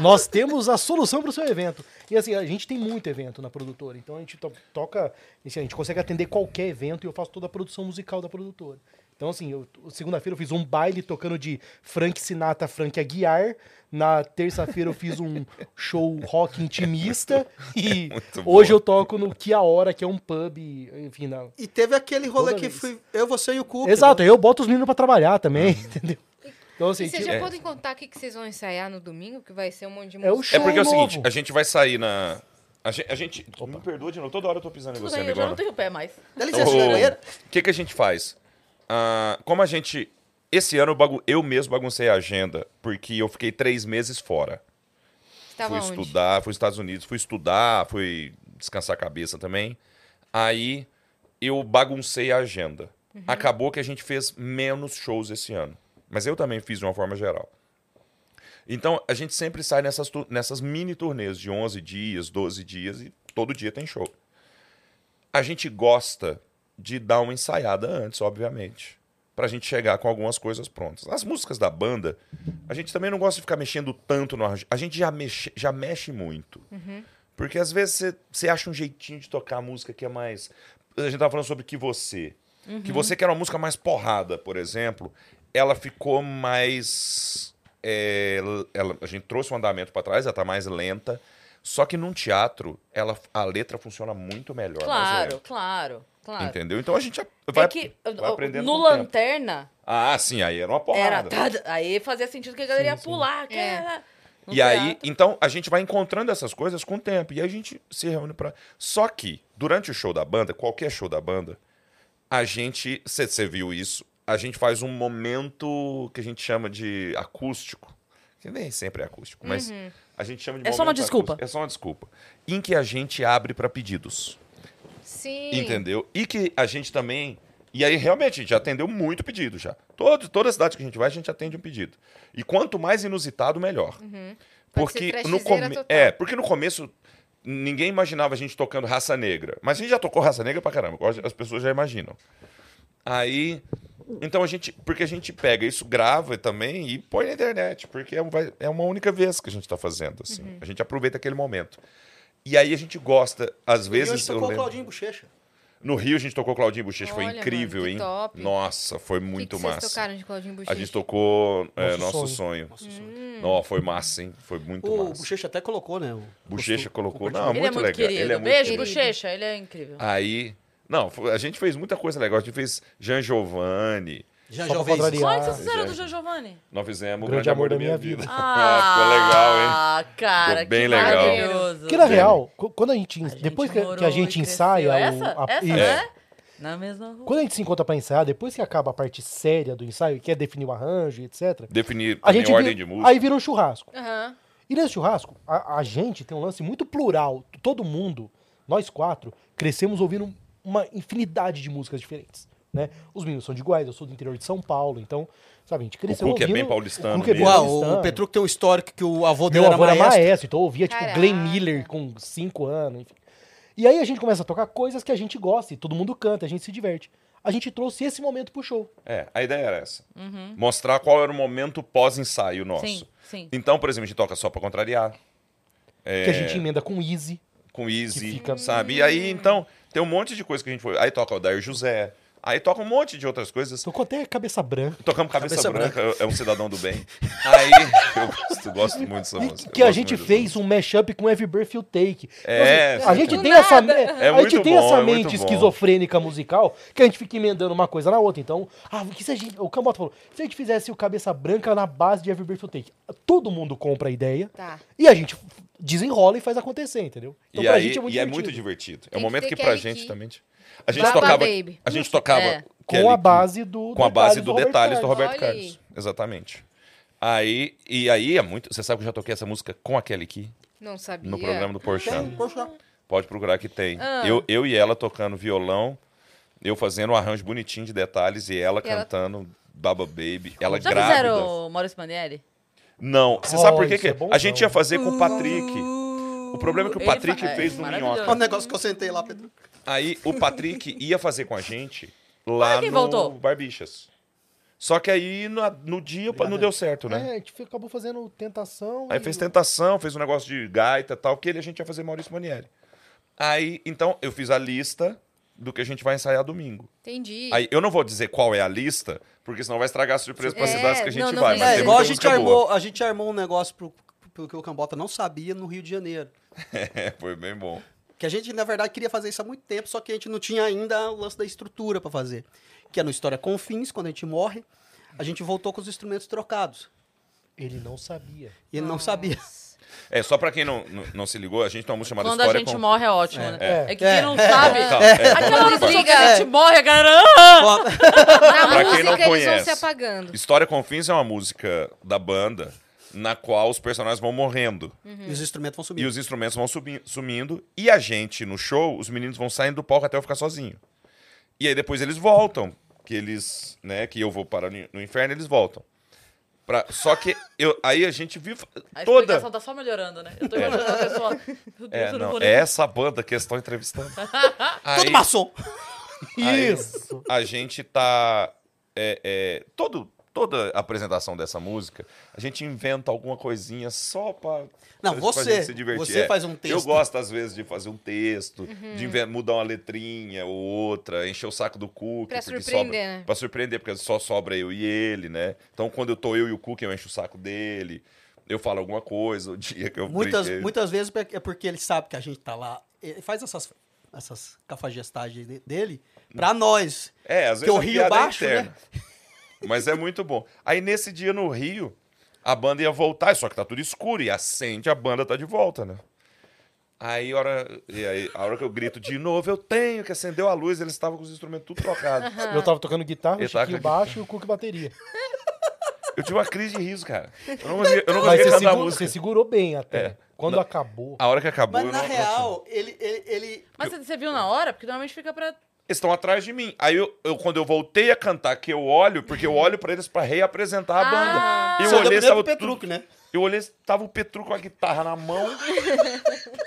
[SPEAKER 4] nós temos a solução para o seu evento. E assim, a gente tem muito evento na produtora. Então a gente to- toca. assim, a gente consegue atender qualquer evento e eu faço toda a produção musical da produtora. Então, assim, eu- segunda-feira eu fiz um baile tocando de Frank Sinatra, Frank Aguiar. Na terça-feira eu
[SPEAKER 5] [laughs]
[SPEAKER 4] fiz um show rock intimista. E
[SPEAKER 5] Muito bom.
[SPEAKER 4] hoje eu toco no Que A Hora, que é um pub, enfim, na,
[SPEAKER 2] E teve aquele rolê
[SPEAKER 4] Toda
[SPEAKER 2] que
[SPEAKER 4] vez.
[SPEAKER 2] fui eu, você e o Cuca.
[SPEAKER 4] Exato,
[SPEAKER 5] né?
[SPEAKER 4] eu boto os meninos pra trabalhar também, [laughs] entendeu? Então, assim,
[SPEAKER 1] e vocês
[SPEAKER 4] tipo,
[SPEAKER 1] já
[SPEAKER 5] é.
[SPEAKER 1] podem contar o que que vocês vão ensaiar no domingo? Que vai ser um monte de
[SPEAKER 4] É o
[SPEAKER 1] música.
[SPEAKER 5] É porque é o
[SPEAKER 4] Show
[SPEAKER 5] seguinte,
[SPEAKER 4] novo.
[SPEAKER 5] a gente vai sair na. A gente. A gente me perdoa de novo, toda hora eu tô pisando em
[SPEAKER 7] Tudo
[SPEAKER 5] você,
[SPEAKER 7] bem, eu já
[SPEAKER 5] amigona.
[SPEAKER 7] não tenho pé mais.
[SPEAKER 2] Dá licença,
[SPEAKER 5] O
[SPEAKER 2] oh.
[SPEAKER 5] que, que a gente faz? Ah, como a gente. Esse ano eu, bagun- eu mesmo baguncei a agenda, porque eu fiquei três meses fora.
[SPEAKER 1] Tava
[SPEAKER 5] fui
[SPEAKER 1] onde?
[SPEAKER 5] estudar, fui aos Estados Unidos, fui estudar, fui descansar a cabeça também. Aí eu baguncei a agenda.
[SPEAKER 1] Uhum.
[SPEAKER 5] Acabou que a gente fez menos shows esse ano. Mas eu também fiz de uma forma geral. Então, a gente sempre sai nessas, tu- nessas mini turnês de 11 dias, 12 dias e todo dia tem show. A gente gosta de dar uma ensaiada antes, obviamente, pra gente chegar com algumas coisas prontas. As músicas da banda, a gente também não gosta de ficar mexendo tanto no arranjo. A gente já mexe, já mexe muito. Porque às vezes você- você acha um jeitinho de tocar a música que é mais. A gente tava falando sobre que você. Que você quer uma música mais porrada, por exemplo, ela ficou mais. é, l- ela- a gente trouxe um andamento pra trás, ela tá mais lenta. Só que num teatro, ela, a letra funciona muito melhor. né, mais
[SPEAKER 3] Claro,
[SPEAKER 5] lenta,
[SPEAKER 3] claro, claro.
[SPEAKER 5] Entendeu? Então a gente já vai,
[SPEAKER 3] Ah, É que
[SPEAKER 5] vai aprendendo
[SPEAKER 3] no
[SPEAKER 5] com o tempo.
[SPEAKER 3] Lanterna
[SPEAKER 5] Ah, sim, aí era uma
[SPEAKER 3] era.
[SPEAKER 5] porrada.
[SPEAKER 3] tá- aí fazia sentido que a galera ia pular.
[SPEAKER 1] É.
[SPEAKER 3] cara. No
[SPEAKER 5] E aí,
[SPEAKER 3] teatro.
[SPEAKER 5] então, a gente vai encontrando essas coisas com o tempo. E aí a gente se reúne pra. Só que, durante o show da banda, qualquer show da banda, a gente. Você viu isso? A gente faz um momento que a gente chama de acústico. Que nem sempre é acústico, mas a gente chama de
[SPEAKER 3] É só uma
[SPEAKER 5] momento
[SPEAKER 3] desculpa.
[SPEAKER 5] acústico. É só uma desculpa. Em que a gente abre pra pedidos.
[SPEAKER 1] Sim.
[SPEAKER 5] Entendeu? E que a gente também. E aí, realmente, a gente já atendeu muito pedido já. Todo, toda cidade que a gente vai, a gente atende um pedido. E quanto mais inusitado, melhor.
[SPEAKER 1] Uhum. Pode ser
[SPEAKER 5] Porque no
[SPEAKER 1] trashzeira
[SPEAKER 5] come...
[SPEAKER 1] total.
[SPEAKER 5] É, porque no começo ninguém imaginava a gente tocando raça negra. Mas a gente já tocou raça negra pra caramba, igual as pessoas já imaginam. Aí. Então a gente. Porque a gente pega isso, grava também e põe na internet. Porque é, um- vai- é uma única vez que a gente tá fazendo, assim.
[SPEAKER 1] Uhum.
[SPEAKER 5] A gente aproveita aquele momento. E aí a gente gosta, às
[SPEAKER 2] E hoje
[SPEAKER 5] vezes. eu
[SPEAKER 2] tocou o
[SPEAKER 5] lembro-
[SPEAKER 2] Claudinho Bochecha.
[SPEAKER 5] no Rio a gente tocou Claudinho Bochecha, foi
[SPEAKER 1] Olha,
[SPEAKER 5] incrível,
[SPEAKER 1] mano, que
[SPEAKER 5] hein?
[SPEAKER 1] top.
[SPEAKER 5] Nossa, foi
[SPEAKER 1] O que
[SPEAKER 5] muito
[SPEAKER 1] que
[SPEAKER 5] massa.
[SPEAKER 1] Vocês tocaram de Claudinho
[SPEAKER 5] A
[SPEAKER 1] Bochecha? Hum.
[SPEAKER 5] gente tocou é,
[SPEAKER 4] Nosso
[SPEAKER 5] Nosso Sonho. Não, foi massa, hein? Foi muito
[SPEAKER 2] O
[SPEAKER 5] massa.
[SPEAKER 2] Bochecha até colocou, né? o-
[SPEAKER 5] Bochecha
[SPEAKER 2] o-
[SPEAKER 5] colocou.
[SPEAKER 2] compartilhou.
[SPEAKER 5] Não,
[SPEAKER 3] Ele é
[SPEAKER 5] muito
[SPEAKER 3] muito
[SPEAKER 5] legal.
[SPEAKER 3] querido.
[SPEAKER 5] Ele é muito
[SPEAKER 3] Beijo,
[SPEAKER 5] querido. Ah,
[SPEAKER 3] Bochecha. Ele é incrível.
[SPEAKER 5] Aí. Não, foi- a gente fez muita coisa legal. A gente fez Jean Giovanni.
[SPEAKER 2] Já
[SPEAKER 4] Só
[SPEAKER 2] já
[SPEAKER 4] pra
[SPEAKER 2] ouvi isso.
[SPEAKER 4] quadrariar.
[SPEAKER 3] Qual é que vocês fizeram
[SPEAKER 5] Gente.
[SPEAKER 3] do João
[SPEAKER 5] [laughs]
[SPEAKER 3] Giovanni?
[SPEAKER 5] Nós fizemos o
[SPEAKER 4] Grande Amor da Minha Vida.
[SPEAKER 5] [laughs] Ah,
[SPEAKER 3] Ah, cara,
[SPEAKER 5] Ficou bem
[SPEAKER 3] que
[SPEAKER 5] legal.
[SPEAKER 3] maravilhoso.
[SPEAKER 4] Porque, na
[SPEAKER 5] Sim.
[SPEAKER 4] real, qu- quando a gente.
[SPEAKER 3] gente
[SPEAKER 4] depois que, que a
[SPEAKER 3] morou
[SPEAKER 4] gente
[SPEAKER 3] e
[SPEAKER 4] ensaia.
[SPEAKER 3] cresceu.
[SPEAKER 4] o- a-
[SPEAKER 3] Essa?
[SPEAKER 4] isso.
[SPEAKER 3] Essa, né?
[SPEAKER 5] É.
[SPEAKER 3] Na mesma rua.
[SPEAKER 4] Quando a gente se encontra pra ensaiar, depois que acaba a parte séria do ensaio, que é definir o arranjo, etc.
[SPEAKER 5] ficou legal, hein? Definir
[SPEAKER 4] A
[SPEAKER 5] também
[SPEAKER 4] gente
[SPEAKER 5] ordem
[SPEAKER 4] vi-
[SPEAKER 5] de música.
[SPEAKER 4] Aí vira um churrasco.
[SPEAKER 1] Aham.
[SPEAKER 4] E nesse churrasco, a, a gente tem um lance muito plural. Todo mundo, nós quatro, crescemos ouvindo uma infinidade de músicas diferentes. Né? Os meninos são de Goiás, eu sou do interior de São Paulo, então, sabe, a gente
[SPEAKER 5] O
[SPEAKER 4] cresceu
[SPEAKER 5] Cook é
[SPEAKER 4] ouvindo...
[SPEAKER 5] bem paulistano.
[SPEAKER 4] Cuca é
[SPEAKER 5] mesmo.
[SPEAKER 4] boa.
[SPEAKER 2] Uau, o- o
[SPEAKER 4] Paulistano.
[SPEAKER 2] Petruco tem um histórico que o avô dele
[SPEAKER 4] Meu
[SPEAKER 2] era
[SPEAKER 4] avô era
[SPEAKER 2] maestro.
[SPEAKER 4] maestro, então eu ouvia, tipo,
[SPEAKER 1] Caraca.
[SPEAKER 4] Glenn Miller com 5 anos, enfim. E aí a gente começa a tocar coisas que a gente gosta, e todo mundo canta, a gente se diverte. A gente trouxe esse momento pro show.
[SPEAKER 5] É, a ideia era essa.
[SPEAKER 1] Uhum.
[SPEAKER 5] Mostrar qual era o momento pós-ensaio nosso.
[SPEAKER 3] Sim, sim.
[SPEAKER 5] Então, por exemplo, a gente toca só pra contrariar. É.
[SPEAKER 4] Que a gente emenda com Easy.
[SPEAKER 5] com Easy,
[SPEAKER 4] fica-
[SPEAKER 5] sabe? E aí, então, tem um monte de coisa que a gente foi. Aí toca o Dair José, Aí toca um monte de outras coisas.
[SPEAKER 4] Tocou até cabeça branca.
[SPEAKER 5] Tocamos Cabeça,
[SPEAKER 2] Cabeça
[SPEAKER 5] branca, é um cidadão do
[SPEAKER 4] [laughs]
[SPEAKER 5] bem. Aí, eu gosto, gosto muito dessa
[SPEAKER 4] E
[SPEAKER 5] música. eu
[SPEAKER 4] que a
[SPEAKER 5] gosto
[SPEAKER 4] gente
[SPEAKER 5] muito dessa
[SPEAKER 4] fez um mashup com Every Breath You Take.
[SPEAKER 5] É,
[SPEAKER 4] Então, assim, a
[SPEAKER 5] sim.
[SPEAKER 4] gente
[SPEAKER 5] Do
[SPEAKER 4] tem essa, a
[SPEAKER 5] muito
[SPEAKER 4] gente tem
[SPEAKER 5] bom,
[SPEAKER 4] essa
[SPEAKER 5] é muito
[SPEAKER 4] mente
[SPEAKER 5] bom.
[SPEAKER 4] esquizofrênica musical que a gente fica emendando uma coisa na outra. Então, ah, o que se a gente, o Cambota falou, se a gente fizesse o Cabeça Branca na base de Every Breath You Take, todo mundo compra a ideia
[SPEAKER 1] Tá.
[SPEAKER 4] e a gente desenrola e faz acontecer, entendeu? Então,
[SPEAKER 5] e
[SPEAKER 4] pra
[SPEAKER 5] aí,
[SPEAKER 4] gente é muito
[SPEAKER 5] e é
[SPEAKER 4] divertido.
[SPEAKER 5] muito divertido. É
[SPEAKER 1] Tem
[SPEAKER 5] um
[SPEAKER 1] que
[SPEAKER 5] momento
[SPEAKER 1] ter
[SPEAKER 5] que,
[SPEAKER 1] Kelly
[SPEAKER 5] pra gente
[SPEAKER 1] Key.
[SPEAKER 5] também. A gente
[SPEAKER 1] Baba
[SPEAKER 5] tocava.
[SPEAKER 1] Baby.
[SPEAKER 5] A gente tocava.
[SPEAKER 3] É.
[SPEAKER 5] Kelly
[SPEAKER 4] com a
[SPEAKER 5] Key,
[SPEAKER 4] base do
[SPEAKER 5] com a base
[SPEAKER 4] Detalhes
[SPEAKER 5] do detalhes do
[SPEAKER 4] Carlos.
[SPEAKER 5] Roberto
[SPEAKER 1] Olha
[SPEAKER 5] Carlos.
[SPEAKER 1] aí.
[SPEAKER 5] Exatamente. Aí, e aí é muito. Você sabe que eu já toquei essa música com a Kelly Key
[SPEAKER 1] Não sabia.
[SPEAKER 4] é.
[SPEAKER 5] no programa do Porchat.
[SPEAKER 2] Tem, poxa.
[SPEAKER 5] Pode procurar que tem.
[SPEAKER 3] Ah.
[SPEAKER 5] Eu, eu e ela tocando violão, eu fazendo um arranjo bonitinho de detalhes e ela
[SPEAKER 1] E ela-
[SPEAKER 5] cantando Baba Baby. Ela é
[SPEAKER 3] Já
[SPEAKER 5] grávida.
[SPEAKER 3] fizeram o Maurício Manieri?
[SPEAKER 5] Não. Você
[SPEAKER 4] Oh,
[SPEAKER 5] sabe por quê
[SPEAKER 4] isso
[SPEAKER 5] que
[SPEAKER 4] é bom
[SPEAKER 5] a gente
[SPEAKER 4] não.
[SPEAKER 5] ia fazer com o Patrick? O problema é que o
[SPEAKER 3] Uh, Ele
[SPEAKER 5] Patrick
[SPEAKER 3] fa- é,
[SPEAKER 5] fez no
[SPEAKER 3] maravilhoso.
[SPEAKER 5] Minhoca.
[SPEAKER 2] Olha o um negócio que eu sentei lá, Pedro.
[SPEAKER 5] Aí o Patrick ia fazer com a gente lá
[SPEAKER 3] Olha quem
[SPEAKER 5] no
[SPEAKER 3] voltou.
[SPEAKER 5] Barbixas. Só que aí no, no dia não deu certo, né?
[SPEAKER 4] É, a gente fica- acabou fazendo tentação.
[SPEAKER 5] Aí
[SPEAKER 4] e-
[SPEAKER 5] fez tentação, fez um negócio de gaita e tal, que ele a gente ia fazer Maurício Manieri. Aí, então, eu fiz a lista do que a gente vai ensaiar domingo.
[SPEAKER 1] Entendi.
[SPEAKER 5] Aí eu não vou dizer qual é a lista, porque senão vai estragar a surpresa para
[SPEAKER 1] É,
[SPEAKER 5] cidades que a gente
[SPEAKER 3] não, não
[SPEAKER 5] vai.
[SPEAKER 3] fiz.
[SPEAKER 5] mas um
[SPEAKER 3] É,
[SPEAKER 5] tem
[SPEAKER 2] igual a
[SPEAKER 5] muita
[SPEAKER 2] gente,
[SPEAKER 5] música boa.
[SPEAKER 2] armou, a gente armou um negócio pro, pro que o Cambota não sabia no Rio de Janeiro.
[SPEAKER 5] [laughs] É, foi bem bom.
[SPEAKER 2] Que a gente, na verdade, queria fazer isso há muito tempo, só que a gente não tinha ainda o lance da estrutura pra fazer. Que é no História com Fins, quando a gente morre, a gente voltou com os instrumentos trocados.
[SPEAKER 4] Ele não sabia.
[SPEAKER 2] E ele não sabia.
[SPEAKER 5] É, só para quem não, não, não se ligou, a gente tem uma música chamada
[SPEAKER 3] Quando a
[SPEAKER 5] História
[SPEAKER 3] gente
[SPEAKER 5] com...
[SPEAKER 3] morre é ótimo, né?
[SPEAKER 4] é.
[SPEAKER 3] É, que quem não sabe.
[SPEAKER 5] Tá, é,
[SPEAKER 3] Aquela hora que
[SPEAKER 5] vamos lá.
[SPEAKER 3] a gente morre, a galera. "Ah!"
[SPEAKER 1] Na
[SPEAKER 5] Pra
[SPEAKER 1] música
[SPEAKER 5] quem não
[SPEAKER 1] eles vão
[SPEAKER 5] conhece.
[SPEAKER 1] se apagando.
[SPEAKER 5] História com Fins é uma música da banda na qual os personagens vão morrendo.
[SPEAKER 2] E os instrumentos
[SPEAKER 5] E
[SPEAKER 2] vão
[SPEAKER 3] Uhum.
[SPEAKER 2] subir.
[SPEAKER 5] os instrumentos vão subi- sumindo. E a gente, no show, os meninos vão saindo do palco até eu ficar sozinho. E aí depois eles voltam. Que eles, né, que eu vou parar no no inferno, eles voltam. Pra, só que eu, aí a gente vive
[SPEAKER 3] A
[SPEAKER 5] toda.
[SPEAKER 3] explicação tá só melhorando, né? Eu tô imaginando a pessoa. Meu Deus,
[SPEAKER 5] É,
[SPEAKER 3] eu não,
[SPEAKER 5] não,
[SPEAKER 3] vou
[SPEAKER 5] é
[SPEAKER 3] nem.
[SPEAKER 5] essa banda que eu estou entrevistando. Aí,
[SPEAKER 2] Todo maçom!
[SPEAKER 5] aí
[SPEAKER 4] Isso.
[SPEAKER 5] a gente tá. É, é, todo, toda a apresentação dessa música, a gente inventa alguma coisinha só pra.
[SPEAKER 2] Não,
[SPEAKER 5] pra
[SPEAKER 2] você.
[SPEAKER 5] gente se divertir.
[SPEAKER 2] Você
[SPEAKER 5] É,
[SPEAKER 2] faz um texto.
[SPEAKER 5] Eu gosto, às vezes, de fazer um texto, de inven- mudar uma letrinha ou outra, encher o saco do Cook.
[SPEAKER 1] Pra
[SPEAKER 5] porque
[SPEAKER 1] surpreender,
[SPEAKER 5] sobra-
[SPEAKER 1] né?
[SPEAKER 5] Pra surpreender, porque só sobra eu e ele, né? Então, quando eu tô eu e o Cook, eu encho o saco dele. Eu falo alguma coisa, o dia que eu
[SPEAKER 2] Muitas,
[SPEAKER 5] brinquei.
[SPEAKER 2] muitas vezes é porque ele sabe que a gente tá lá. Ele faz essas, essas cafagestagens de- dele pra nós.
[SPEAKER 5] É, às
[SPEAKER 2] Porque
[SPEAKER 5] vezes
[SPEAKER 2] o
[SPEAKER 5] a
[SPEAKER 2] Rio
[SPEAKER 5] piada é
[SPEAKER 2] baixo, né?
[SPEAKER 5] interna. Mas é muito bom. Aí nesse dia no Rio, a banda ia voltar, só que tá tudo escuro e acende, a banda tá de volta, né? Aí, a hora, e aí, a hora que eu grito de novo, eu tenho que acendeu a luz, eles estavam com os instrumentos tudo trocados.
[SPEAKER 4] Eu tava tocando guitarra, o
[SPEAKER 5] Ele tava
[SPEAKER 4] Chiquinho
[SPEAKER 5] com a
[SPEAKER 4] baixo e o Cook bateria.
[SPEAKER 5] Eu tive uma crise de riso, cara. Eu não conseguia, [laughs] eu não
[SPEAKER 4] Mas
[SPEAKER 5] conseguia
[SPEAKER 4] você,
[SPEAKER 5] cantar a
[SPEAKER 4] segurou-
[SPEAKER 5] música.
[SPEAKER 4] você segurou bem até.
[SPEAKER 5] É.
[SPEAKER 4] Quando
[SPEAKER 5] Não.
[SPEAKER 4] acabou.
[SPEAKER 5] A hora que acabou, né?
[SPEAKER 2] Mas
[SPEAKER 5] eu
[SPEAKER 2] na
[SPEAKER 5] não, não
[SPEAKER 2] real, ele, ele, ele-
[SPEAKER 3] Mas você- você viu na hora? Porque normalmente fica pra.
[SPEAKER 5] Eles estão atrás de mim. Aí, eu, eu- quando eu voltei a cantar, que eu olho, porque eu olho pra eles pra reapresentar a
[SPEAKER 3] Ah!
[SPEAKER 5] banda. Eu
[SPEAKER 2] Você olhou
[SPEAKER 5] olhei,
[SPEAKER 2] primeiro pro
[SPEAKER 5] estava
[SPEAKER 2] Petruc,
[SPEAKER 5] tudo,
[SPEAKER 2] né?
[SPEAKER 5] Eu olhei, tava o Petru com a guitarra
[SPEAKER 1] [laughs]
[SPEAKER 5] na mão,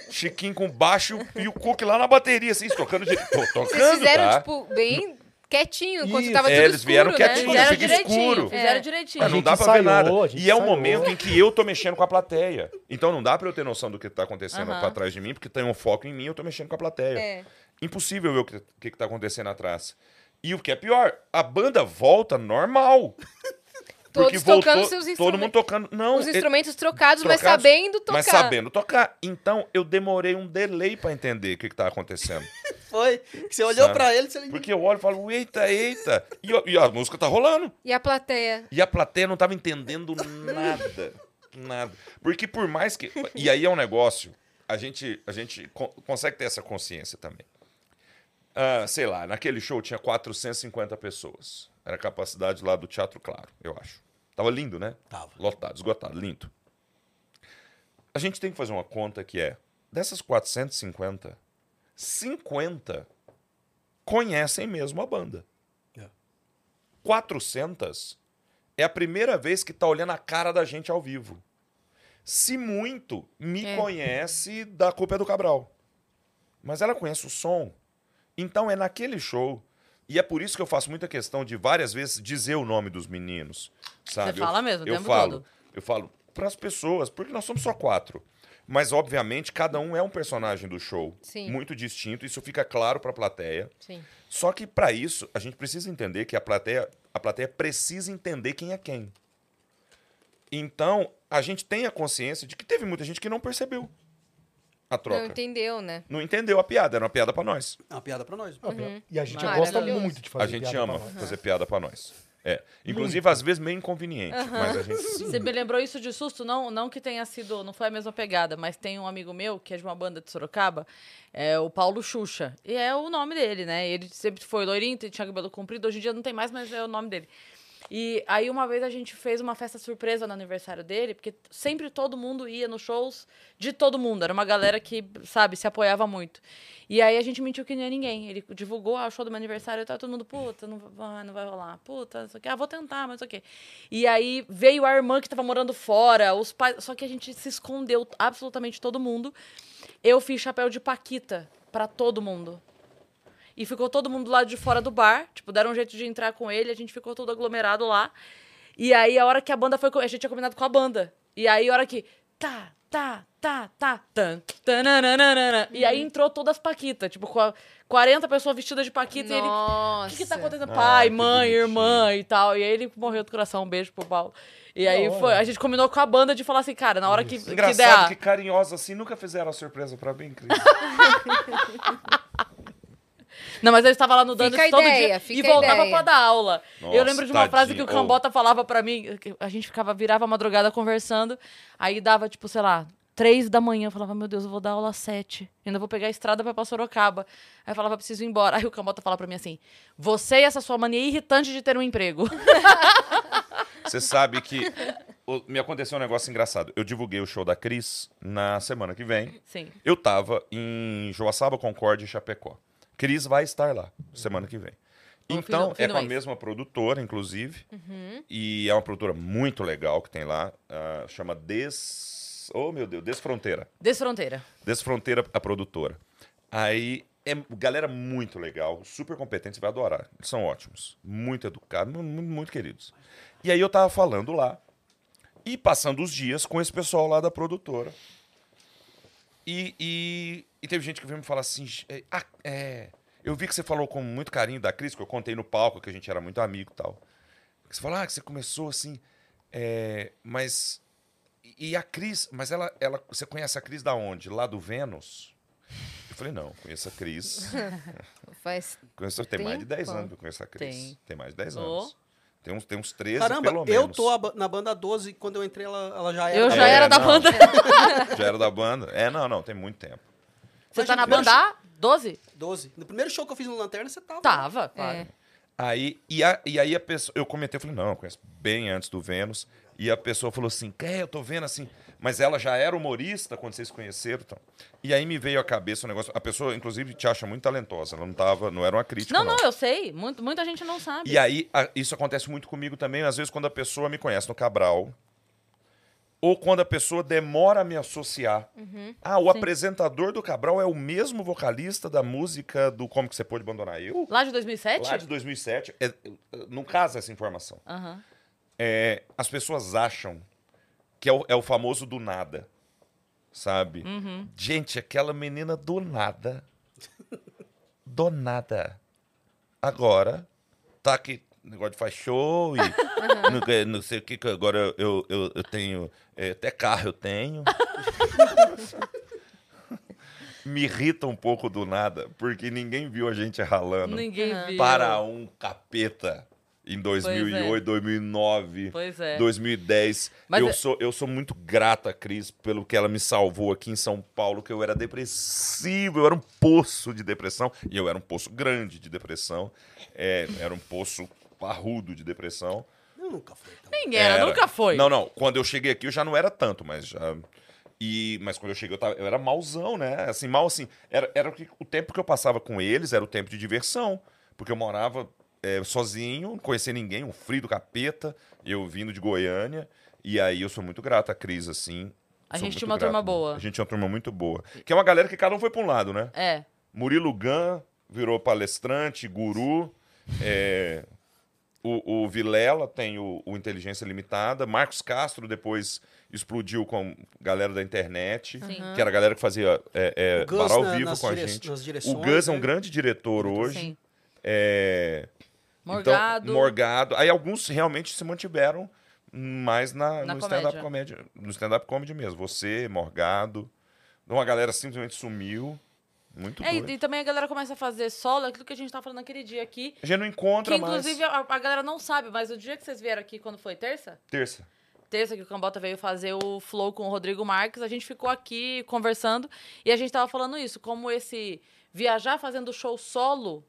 [SPEAKER 5] Chiquinho com baixo e o Cook lá na bateria, assim, tocando direito. Tô
[SPEAKER 1] Vocês
[SPEAKER 5] tocando,
[SPEAKER 1] fizeram,
[SPEAKER 5] tá?
[SPEAKER 1] tipo, bem quietinho, enquanto
[SPEAKER 4] Isso.
[SPEAKER 1] tava
[SPEAKER 5] É,
[SPEAKER 1] tudo
[SPEAKER 5] eles vieram
[SPEAKER 1] escuro, né?
[SPEAKER 5] quietinho,
[SPEAKER 1] Fizeram
[SPEAKER 3] Fizeram
[SPEAKER 5] fica
[SPEAKER 1] direito.
[SPEAKER 3] direitinho.
[SPEAKER 5] escuro.
[SPEAKER 3] Fizeram
[SPEAKER 1] É.
[SPEAKER 3] direitinho.
[SPEAKER 5] Mas
[SPEAKER 4] A
[SPEAKER 5] não
[SPEAKER 4] gente
[SPEAKER 5] dá pra ver
[SPEAKER 4] ensaiou,
[SPEAKER 5] nada.
[SPEAKER 4] a gente
[SPEAKER 5] E é um
[SPEAKER 4] ensaiou.
[SPEAKER 5] momento em que eu tô mexendo com a plateia. Então não dá pra eu ter noção do que tá acontecendo
[SPEAKER 3] Aham.
[SPEAKER 5] pra trás de mim, porque tem um foco em mim, eu tô mexendo com a plateia.
[SPEAKER 1] É.
[SPEAKER 5] Impossível ver o que, o que que tá acontecendo atrás. E o que é pior, a banda volta normal. porque
[SPEAKER 1] Todos
[SPEAKER 5] voltou,
[SPEAKER 1] tocando seus
[SPEAKER 5] Todo mundo
[SPEAKER 1] instrumentos.
[SPEAKER 5] tocando. Não,
[SPEAKER 1] Os
[SPEAKER 5] ele-
[SPEAKER 1] instrumentos trocados, mas
[SPEAKER 5] Então, é, trocados,
[SPEAKER 1] sabendo tocar.
[SPEAKER 5] Mas sabendo tocar. Então, eu demorei um delay pra entender o que, que tá acontecendo.
[SPEAKER 2] foi. que Você olhou
[SPEAKER 5] Sabe?
[SPEAKER 2] pra ele, você
[SPEAKER 5] Porque eu olho e falo, eita, eita. E, eu- e a música tá rolando.
[SPEAKER 1] E a plateia.
[SPEAKER 5] E a plateia não tava entendendo nada. Nada. Porque por mais que. E aí é um negócio. A gente, a gente con- consegue ter essa consciência também. Ah, sei lá, naquele show tinha 450 pessoas. Era a capacidade lá do Teatro Claro, eu acho. Tava lindo, né?
[SPEAKER 2] Tava.
[SPEAKER 5] Lotado, esgotado, lindo. A gente tem que fazer uma conta que é: dessas 450, 50 conhecem mesmo a banda.
[SPEAKER 2] É.
[SPEAKER 5] 400 é a primeira vez que tá olhando a cara da gente ao vivo. Se muito, me
[SPEAKER 1] É.
[SPEAKER 5] conhece da culpa é do Cabral. Mas ela conhece o som. Então é naquele show. E é por isso que eu faço muita questão de várias vezes dizer o nome dos meninos. Sabe?
[SPEAKER 3] Você fala
[SPEAKER 5] Eu-
[SPEAKER 3] mesmo, o
[SPEAKER 5] eu
[SPEAKER 3] tempo
[SPEAKER 5] falo,
[SPEAKER 3] todo.
[SPEAKER 5] Eu falo para as pessoas, porque nós somos só quatro. Mas, obviamente, cada um é um personagem do show.
[SPEAKER 1] Sim.
[SPEAKER 5] Muito distinto. Isso fica claro para a plateia.
[SPEAKER 1] Sim.
[SPEAKER 5] Só que, para isso, a gente precisa entender que a plateia, a plateia precisa entender quem é quem. Então, a gente tem a consciência de que teve muita gente que não percebeu a
[SPEAKER 1] Não
[SPEAKER 5] troca.
[SPEAKER 1] entendeu, né?
[SPEAKER 5] Não entendeu a piada. Era uma piada para nós.
[SPEAKER 2] É uma piada pra nós.
[SPEAKER 4] Ah, E a gente gosta
[SPEAKER 1] Maravilhoso.
[SPEAKER 4] muito de fazer
[SPEAKER 5] A gente
[SPEAKER 4] piada
[SPEAKER 5] ama
[SPEAKER 4] pra nós.
[SPEAKER 5] fazer piada pra nós. É. Inclusive, às vezes, meio inconveniente. Mas a gente.
[SPEAKER 3] Você me lembrou isso de susto? Não, não que tenha sido, não foi a mesma pegada, mas tem um amigo meu que é de uma banda de Sorocaba, é o Paulo Xuxa. E é o nome dele, né? Ele sempre foi loirinho, tinha cabelo comprido, hoje em dia não tem mais, mas é o nome dele. E aí uma vez a gente fez uma festa surpresa no aniversário dele, porque sempre todo mundo ia nos shows de todo mundo. Era uma galera que, sabe, se apoiava muito. E aí a gente mentiu que nem ninguém. Ele divulgou ah, o show do meu aniversário e tal, todo mundo, puta, não, vai- ah, não vai rolar. Puta, não sei o quê. Ah, vou tentar, mas não sei o quê. E aí veio a irmã que tava morando fora, os pais. Só que a gente se escondeu absolutamente todo mundo. Eu fiz chapéu de Paquita pra todo mundo. E ficou todo mundo do lado de fora do bar. Tipo, deram um jeito de entrar com ele, a gente ficou todo aglomerado lá. E aí, a hora que a banda foi. co- A gente tinha combinado com a banda. E aí, a hora que. Tá, tá, tá, tá, tan, tananana, E
[SPEAKER 5] Uhum.
[SPEAKER 3] aí entrou todas as Paquitas, tipo, com a- 40 pessoas vestidas de Paquita e ele. O
[SPEAKER 1] Nossa.
[SPEAKER 3] que, que tá acontecendo?
[SPEAKER 5] Ah,
[SPEAKER 3] Pai,
[SPEAKER 5] que
[SPEAKER 3] mãe,
[SPEAKER 5] bonitinho.
[SPEAKER 3] irmã e tal. E aí ele morreu do coração, um beijo pro Paulo. E aí
[SPEAKER 4] hora.
[SPEAKER 3] foi, a gente combinou com a banda de falar assim, cara, na hora que, que der.
[SPEAKER 5] Engraçado
[SPEAKER 3] a-
[SPEAKER 5] que, carinhosa assim nunca fizeram a surpresa pra mim, Cris.
[SPEAKER 3] Não, mas eu estava lá no Dando
[SPEAKER 1] Fica a
[SPEAKER 3] todo
[SPEAKER 1] ideia,
[SPEAKER 3] dia
[SPEAKER 1] fica
[SPEAKER 3] e
[SPEAKER 1] a
[SPEAKER 3] voltava
[SPEAKER 1] ideia.
[SPEAKER 3] pra dar aula.
[SPEAKER 5] Nossa,
[SPEAKER 3] eu lembro de uma frase que
[SPEAKER 5] tadinho.
[SPEAKER 3] o Cambota falava pra mim, que a gente ficava, virava a madrugada conversando, aí dava, tipo, sei lá, três da manhã, eu falava, meu Deus, eu vou dar aula às sete, ainda vou pegar a estrada pra ir pra Sorocaba. Aí eu falava, preciso ir embora. Aí o Cambota falava pra mim assim, você e essa sua mania irritante de ter
[SPEAKER 1] [laughs]
[SPEAKER 3] um emprego.
[SPEAKER 5] Você sabe que o- me aconteceu um negócio engraçado. Eu divulguei o show da Cris na semana que vem.
[SPEAKER 3] Sim.
[SPEAKER 5] Eu tava em Joaçaba, Concórdia e Chapecó. Cris vai estar lá semana que vem.
[SPEAKER 3] No
[SPEAKER 5] Então,
[SPEAKER 3] fim do- fim
[SPEAKER 5] é
[SPEAKER 3] do
[SPEAKER 5] com a
[SPEAKER 3] mês.
[SPEAKER 5] mesma produtora, inclusive. E é uma produtora muito legal que tem lá. ah, chama Des... Oh, meu Deus. Desfronteira.
[SPEAKER 3] Desfronteira.
[SPEAKER 5] Desfronteira, a produtora. Aí, é galera muito legal, super competente, você vai adorar. Eles são ótimos, muito educados, mu- mu- muito, queridos. E aí eu tava falando lá e passando os dias com esse pessoal lá da produtora. E, e, e teve gente que veio me falar assim: "Gi- é, ah, é, eu vi que você falou com muito carinho da Cris, que eu contei no palco, que a gente era muito amigo e tal. Você falou, ah, que você começou assim, é, mas e a Cris, mas ela, ela. Você conhece a Cris da onde? Lá do Vênus? Eu falei, não, conheço a Cris.
[SPEAKER 1] Faz...
[SPEAKER 5] Conheço, tem mais de 10
[SPEAKER 1] Tempão.
[SPEAKER 5] anos que eu conheço a Cris.
[SPEAKER 3] Tem.
[SPEAKER 5] Tem, mais de 10
[SPEAKER 3] Ô.
[SPEAKER 5] anos. Tem uns, tem uns 13,
[SPEAKER 2] Caramba,
[SPEAKER 5] pelo menos.
[SPEAKER 2] eu tô a- na banda 12 quando eu entrei ela, ela já era.
[SPEAKER 3] Eu
[SPEAKER 2] da
[SPEAKER 3] já
[SPEAKER 5] É,
[SPEAKER 3] era da
[SPEAKER 5] não.
[SPEAKER 3] banda.
[SPEAKER 5] [laughs]
[SPEAKER 1] tá
[SPEAKER 5] Já era da banda? É, não, não, tem muito tempo.
[SPEAKER 3] [laughs] Você tá na
[SPEAKER 2] Imagina,
[SPEAKER 3] banda A? 12?
[SPEAKER 2] 12. No primeiro show que eu fiz no Lanterna, você tava.
[SPEAKER 3] Tava, claro.
[SPEAKER 1] É.
[SPEAKER 5] Aí, e, a- e aí a pessoa. Eu comentei, eu falei, não, eu conheço bem antes do Vênus. E a pessoa falou assim, é, eu tô vendo assim. Mas ela já era humorista quando vocês se conheceram. Então. E aí me veio à cabeça o negócio. A pessoa, inclusive, te acha muito talentosa. Ela não tava, não era uma crítica.
[SPEAKER 3] Não, não, eu sei. Muito- muita gente não sabe.
[SPEAKER 5] E aí, a- isso acontece muito comigo também, às vezes, quando a pessoa me conhece no Cabral. Ou quando a pessoa demora a me associar. Ah, o apresentador do Cabral é o mesmo vocalista da música do Como Que Você Pôde Abandonar Eu?
[SPEAKER 3] Lá de 2007?
[SPEAKER 5] Lá de 2007. É, não casa essa informação.
[SPEAKER 3] Aham.
[SPEAKER 5] É, as pessoas acham que é o, é o famoso do nada. Sabe?
[SPEAKER 3] Uhum.
[SPEAKER 5] Gente, aquela menina do nada. Do nada. Agora, tá aqui. Negócio de faz show e
[SPEAKER 3] Uhum.
[SPEAKER 5] não, que- não sei o que. que Agora eu, eu, eu tenho. é, até carro
[SPEAKER 3] [laughs]
[SPEAKER 5] eu tenho. Me irrita um pouco do nada, porque ninguém viu a gente ralando
[SPEAKER 3] Ninguém viu. é.
[SPEAKER 5] para um capeta em 2008, 2009,
[SPEAKER 3] Pois é.
[SPEAKER 5] 2010.
[SPEAKER 3] Mas
[SPEAKER 5] eu,
[SPEAKER 3] é-
[SPEAKER 5] sou, eu sou muito grato à Cris pelo que ela me salvou aqui em São Paulo, que eu era depressivo, eu era um poço de depressão, e eu era um poço grande de depressão, é, era um poço parrudo de depressão.
[SPEAKER 2] Eu nunca fui. Então.
[SPEAKER 3] Ninguém era, nunca foi.
[SPEAKER 5] Não, não. Quando eu cheguei aqui, eu já não era tanto, mas já. E, mas quando eu cheguei, eu, tava- eu era malzão, né? Assim, mal assim. Era, era o que- o tempo que eu passava com eles era o tempo de diversão. Porque eu morava eh, sozinho, não conhecia ninguém, um frio do capeta, eu vindo de Goiânia. E aí eu sou muito grato à Cris, assim.
[SPEAKER 3] A
[SPEAKER 5] Sou
[SPEAKER 3] gente tinha
[SPEAKER 5] muito
[SPEAKER 3] uma turma
[SPEAKER 5] grato.
[SPEAKER 3] boa.
[SPEAKER 5] A gente tinha uma turma muito boa. Que é uma galera que cada um foi pra um lado, né?
[SPEAKER 3] É.
[SPEAKER 5] Murilo Gun virou palestrante, guru. eh, o, o Vilela tem o, o Inteligência Limitada. Marcos Castro depois explodiu com galera da internet, que era a galera que fazia é, é,
[SPEAKER 2] O Gus
[SPEAKER 5] Bará ao
[SPEAKER 2] na-
[SPEAKER 5] vivo
[SPEAKER 2] nas
[SPEAKER 5] com a
[SPEAKER 2] dire-
[SPEAKER 5] gente.
[SPEAKER 2] nas direções,
[SPEAKER 5] O Gus é um
[SPEAKER 2] né?
[SPEAKER 5] grande diretor hoje.
[SPEAKER 3] Sim.
[SPEAKER 5] É, então,
[SPEAKER 3] Morgado.
[SPEAKER 5] Morgado. Aí alguns realmente se mantiveram mais na,
[SPEAKER 3] Na
[SPEAKER 5] no stand-up comédia. No stand-up comedy mesmo. Você, Morgado. Uma galera simplesmente sumiu. Muito
[SPEAKER 3] É,
[SPEAKER 5] doido.
[SPEAKER 3] e, e também a galera começa a fazer solo, aquilo que a gente tava falando naquele dia aqui.
[SPEAKER 5] A gente não encontra
[SPEAKER 3] Que
[SPEAKER 5] mais.
[SPEAKER 3] inclusive a, a galera não sabe, mas o dia que vocês vieram aqui, quando foi? Terça?
[SPEAKER 5] Terça.
[SPEAKER 3] Terça que o Cambota veio fazer o flow com o Rodrigo Marques, a gente ficou aqui conversando e a gente tava falando isso, como esse viajar fazendo show solo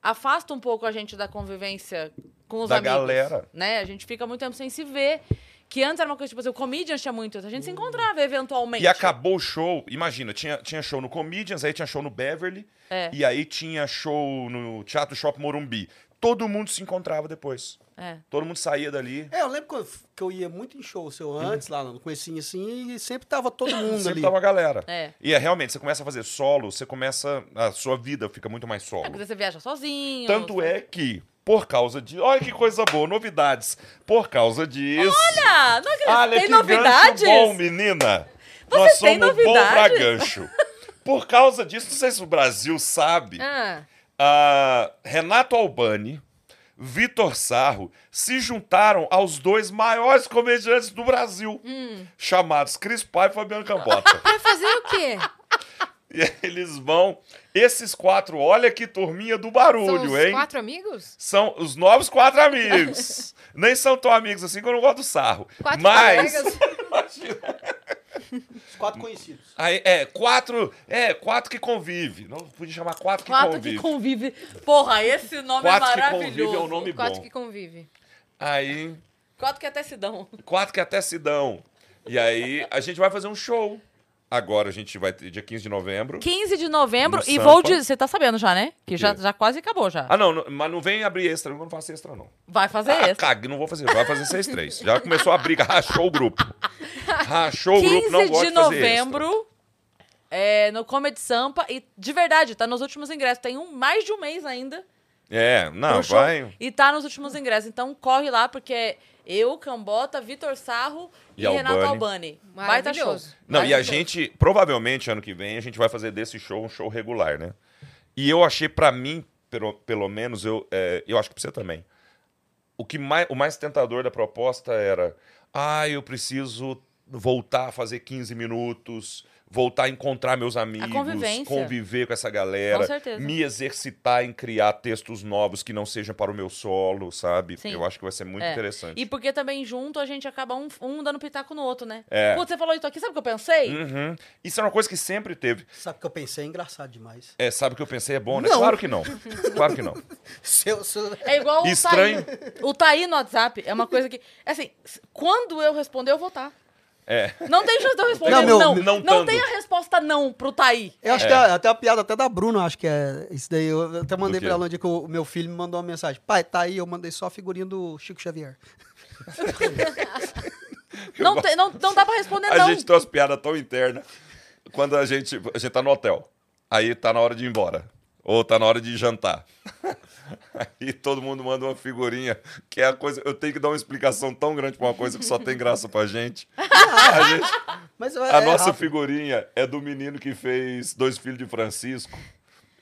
[SPEAKER 3] afasta um pouco a gente da convivência com os
[SPEAKER 5] Da
[SPEAKER 3] amigos.
[SPEAKER 5] galera.
[SPEAKER 3] Né? A gente fica muito tempo sem se ver. Que antes era uma coisa, tipo assim, o Comedians tinha muito isso. A gente se encontrava eventualmente.
[SPEAKER 5] Hum. E acabou o show. Imagina, tinha, tinha show no Comedians, aí tinha show no Beverly.
[SPEAKER 3] É.
[SPEAKER 5] E aí tinha show no Teatro Shopping Morumbi. Todo mundo se encontrava depois.
[SPEAKER 3] É.
[SPEAKER 5] Todo mundo saía dali.
[SPEAKER 2] É, eu lembro que eu, que eu ia muito em show seu antes, lá no comecinho assim, e sempre
[SPEAKER 5] [coughs]
[SPEAKER 2] tava todo mundo
[SPEAKER 5] Hum. Sempre
[SPEAKER 2] ali.
[SPEAKER 5] tava a galera.
[SPEAKER 3] É.
[SPEAKER 5] E é realmente, você começa a fazer solo, você começa. A sua vida fica muito mais
[SPEAKER 3] É, né?
[SPEAKER 5] solo.
[SPEAKER 3] porque você viaja sozinho.
[SPEAKER 5] Tanto é que, por causa de. Olha que coisa boa, novidades. Por causa disso.
[SPEAKER 3] Ah, não acredito.
[SPEAKER 5] Olha
[SPEAKER 3] tem
[SPEAKER 5] que
[SPEAKER 3] novidades?
[SPEAKER 5] gancho bom, menina.
[SPEAKER 3] Você
[SPEAKER 5] Nós
[SPEAKER 3] tem
[SPEAKER 5] somos um bom pra
[SPEAKER 3] novidades?
[SPEAKER 5] gancho. Por causa disso, não sei se o Brasil sabe.
[SPEAKER 3] Ah,
[SPEAKER 5] ah, Renato Albani, Vitor Sarro se juntaram aos dois maiores comediantes do Brasil, chamados Cris Pai e Fabiano Cambota.
[SPEAKER 1] Hum. Pra fazer o quê?
[SPEAKER 5] e aí eles vão, esses quatro, olha que turminha do
[SPEAKER 1] São
[SPEAKER 5] barulho,
[SPEAKER 1] os
[SPEAKER 5] hein?
[SPEAKER 1] quatro amigos?
[SPEAKER 5] São os
[SPEAKER 1] [laughs]
[SPEAKER 5] novos quatro amigos. Nem são tão amigos assim que eu não gosto do Sarro.
[SPEAKER 1] Quatro
[SPEAKER 5] Mas,
[SPEAKER 1] colegas?
[SPEAKER 2] Os quatro conhecidos.
[SPEAKER 5] aí, é, quatro, é, quatro que convive. Não podia chamar quatro que
[SPEAKER 3] quatro
[SPEAKER 5] convive.
[SPEAKER 3] que convive. Porra, esse nome
[SPEAKER 5] Quatro
[SPEAKER 3] é
[SPEAKER 5] que
[SPEAKER 3] maravilhoso.
[SPEAKER 5] convive é um nome
[SPEAKER 1] Quatro
[SPEAKER 5] bom.
[SPEAKER 1] que convivem.
[SPEAKER 5] Aí...
[SPEAKER 3] Quatro que é até se dão.
[SPEAKER 5] quatro que até se dão. E aí a gente vai fazer um show. Agora a gente vai ter dia 15 de novembro.
[SPEAKER 3] 15 de novembro
[SPEAKER 5] No
[SPEAKER 3] e
[SPEAKER 5] Sampa.
[SPEAKER 3] vou dizer. Você tá sabendo já, né? Que já,
[SPEAKER 5] quê?
[SPEAKER 3] já quase acabou já.
[SPEAKER 5] Ah, não, não- mas não vem abrir extra, eu não faço extra, não.
[SPEAKER 3] Vai fazer
[SPEAKER 5] Ah,
[SPEAKER 3] esse.
[SPEAKER 5] cague, não vou fazer, vai fazer 6 três. Já começou a briga, rachou
[SPEAKER 3] [laughs]
[SPEAKER 5] o grupo. Rachou o
[SPEAKER 3] 15
[SPEAKER 5] grupo, não gosta
[SPEAKER 3] de
[SPEAKER 5] de fazer extra.
[SPEAKER 3] novembro. É, no Comedy Sampa. E de verdade, tá nos últimos ingressos. Tem um, mais de um mês ainda.
[SPEAKER 5] É, não,
[SPEAKER 3] pro show.
[SPEAKER 5] vai.
[SPEAKER 3] E tá nos últimos ingressos. Então corre lá, porque é eu, Cambota, Vitor Sarro e,
[SPEAKER 5] E
[SPEAKER 3] Renato Albani.
[SPEAKER 5] Albani.
[SPEAKER 3] Baita show.
[SPEAKER 1] Maravilhoso.
[SPEAKER 5] Não, e a
[SPEAKER 3] Maravilhoso.
[SPEAKER 5] gente, provavelmente ano que vem, a gente vai fazer desse show um show regular, né? E eu achei, pra mim, pelo, pelo menos, eu, é, eu acho que pra você também, o, que mais, o mais tentador da proposta era: ah, eu preciso voltar a fazer 15 minutos, voltar a encontrar meus amigos,
[SPEAKER 3] convivência.
[SPEAKER 5] conviver com essa galera,
[SPEAKER 3] Com certeza.
[SPEAKER 5] me exercitar em criar textos novos que não sejam para o meu solo, sabe?
[SPEAKER 3] Sim.
[SPEAKER 5] Eu acho que vai ser muito
[SPEAKER 3] É.
[SPEAKER 5] interessante.
[SPEAKER 3] E porque também junto a gente acaba um, um dando pitaco no outro, né?
[SPEAKER 5] É.
[SPEAKER 3] Putz, você falou isso aqui, sabe o que eu pensei?
[SPEAKER 5] Uhum. Isso é uma coisa que sempre teve.
[SPEAKER 2] Sabe o que eu pensei? É engraçado demais. [laughs]
[SPEAKER 5] É, sabe o que eu pensei? É bom, né?
[SPEAKER 2] Não.
[SPEAKER 5] Claro que não. Claro que não.
[SPEAKER 2] Seu, seu...
[SPEAKER 3] É igual o
[SPEAKER 5] Estranho.
[SPEAKER 3] Taí. O Taí no WhatsApp é uma coisa que. Assim, s- quando eu responder, eu vou estar.
[SPEAKER 5] É.
[SPEAKER 3] Não tem chance de eu responder.
[SPEAKER 2] Não,
[SPEAKER 3] Não,
[SPEAKER 2] meu,
[SPEAKER 3] não,
[SPEAKER 5] não
[SPEAKER 3] não,
[SPEAKER 5] tanto.
[SPEAKER 3] tem a resposta não pro Taí.
[SPEAKER 2] Eu acho que é até a piada até da Bruna, eu acho que é isso daí. Eu até mandei
[SPEAKER 5] quê?
[SPEAKER 2] pra ela um dia que o meu filho me mandou uma mensagem. Pai, tá aí, eu mandei só a figurinha do Chico Xavier.
[SPEAKER 3] Não, tem- não, não dá pra responder,
[SPEAKER 5] A
[SPEAKER 3] não.
[SPEAKER 5] gente tá tem umas piadas tão internas. Quando a gente, a gente tá no hotel, aí tá na hora de ir embora. Ou tá na hora de jantar. [laughs] Aí todo mundo manda uma figurinha, que é a coisa. Eu tenho que dar uma explicação tão grande pra uma coisa que só tem graça pra
[SPEAKER 3] [laughs]
[SPEAKER 5] gente. A, gente-
[SPEAKER 2] Mas é,
[SPEAKER 1] É,
[SPEAKER 5] a nossa figurinha é do menino que fez Dois Filhos de Francisco,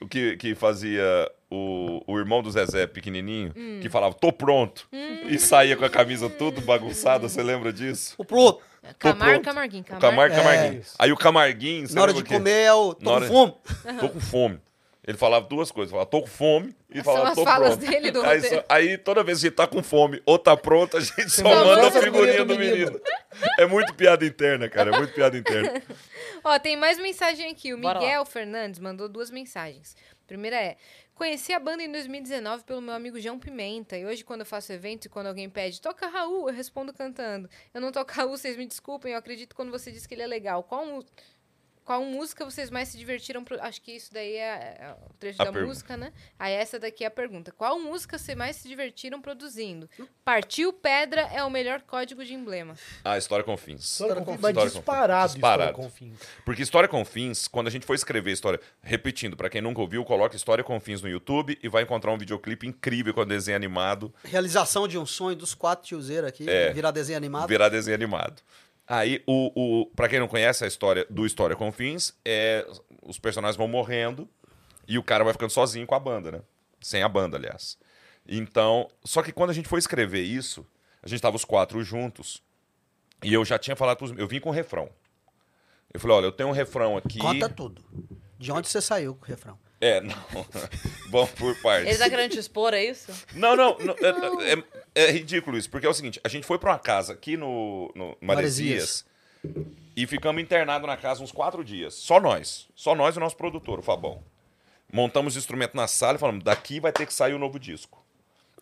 [SPEAKER 5] o que, que fazia o, o irmão do Zezé pequenininho,
[SPEAKER 1] Hum.
[SPEAKER 5] que falava, tô pronto. E saía com a camisa tudo bagunçada, você lembra disso?
[SPEAKER 2] O pro outro,
[SPEAKER 1] Camargo,
[SPEAKER 5] pronto.
[SPEAKER 1] Camarguinho.
[SPEAKER 5] O
[SPEAKER 1] Camargo.
[SPEAKER 5] Camargo,
[SPEAKER 2] É,
[SPEAKER 5] Camarguinho.
[SPEAKER 4] isso.
[SPEAKER 5] Aí o Camarguinho, você
[SPEAKER 2] na hora de
[SPEAKER 5] lembra o quê?
[SPEAKER 2] comer é o
[SPEAKER 5] Na
[SPEAKER 2] Tom
[SPEAKER 5] hora-
[SPEAKER 2] Fumo.
[SPEAKER 5] Tô com fome. Ele falava duas coisas. Falava, tô com fome e
[SPEAKER 1] São
[SPEAKER 5] falava,
[SPEAKER 1] as
[SPEAKER 5] tô
[SPEAKER 1] falas
[SPEAKER 5] pronto.
[SPEAKER 1] dele do
[SPEAKER 5] aí,
[SPEAKER 1] roteiro.
[SPEAKER 5] só- aí toda vez que a gente tá com fome ou tá pronto, a gente só
[SPEAKER 1] manda
[SPEAKER 5] manda a
[SPEAKER 1] essa
[SPEAKER 5] figurinha
[SPEAKER 4] figurinha
[SPEAKER 5] do
[SPEAKER 4] do
[SPEAKER 5] menino. É muito piada interna, cara. É muito
[SPEAKER 1] [laughs]
[SPEAKER 5] piada interna.
[SPEAKER 1] Ó, tem mais mensagem aqui. O
[SPEAKER 3] Bora lá.
[SPEAKER 1] Miguel Fernandes mandou duas mensagens. A primeira é: Conheci a banda em 2019 pelo meu amigo João Pimenta. E hoje, quando eu faço evento e quando alguém pede, toca Raul, eu respondo cantando. Eu não toco Raul, vocês me desculpem, eu acredito quando você diz que ele é legal. Qual mu- Qual música vocês mais se divertiram? pro- Acho que isso daí é é o trecho
[SPEAKER 5] A
[SPEAKER 1] da
[SPEAKER 5] pergunta.
[SPEAKER 1] música, né? Aí essa daqui é a pergunta. Qual música vocês mais se divertiram produzindo? Partiu Pedra é o melhor código de emblema.
[SPEAKER 5] Ah, História com Fins.
[SPEAKER 4] História com
[SPEAKER 2] Confins.
[SPEAKER 4] Confins. Mas
[SPEAKER 5] História com
[SPEAKER 4] disparado,
[SPEAKER 5] Confins.
[SPEAKER 4] História
[SPEAKER 5] Disparado.
[SPEAKER 4] com Confins.
[SPEAKER 5] Porque História com Fins, quando a gente for escrever História... Repetindo, pra quem nunca ouviu, coloca História com Fins no YouTube e vai encontrar um videoclipe incrível com desenho animado.
[SPEAKER 2] Realização de um sonho dos quatro tiozeiros aqui,
[SPEAKER 5] É.
[SPEAKER 2] virar desenho animado.
[SPEAKER 5] Virar desenho animado. Aí, o, o, pra quem não conhece a história do História com Fins, é, os personagens vão morrendo e o cara vai ficando sozinho com a banda, né? Sem a banda, aliás. Então, só que quando a gente foi escrever isso, a gente tava os quatro juntos e eu já tinha falado pros... Eu vim com o refrão. Eu falei, olha, eu tenho um refrão aqui...
[SPEAKER 2] Conta tudo. De onde você saiu com o refrão?
[SPEAKER 5] É, não. [laughs] Vamos por partes.
[SPEAKER 3] Eles tá querendo
[SPEAKER 1] [laughs]
[SPEAKER 3] te expor, é isso?
[SPEAKER 5] Não, não. não, é- É, é ridículo isso, porque é o seguinte: a gente foi pra uma casa aqui no, no Maresias e ficamos internados na casa uns quatro dias. Só nós. Só nós e o nosso produtor, o Fabão. Montamos o instrumento na sala e falamos: daqui vai ter que sair o novo disco.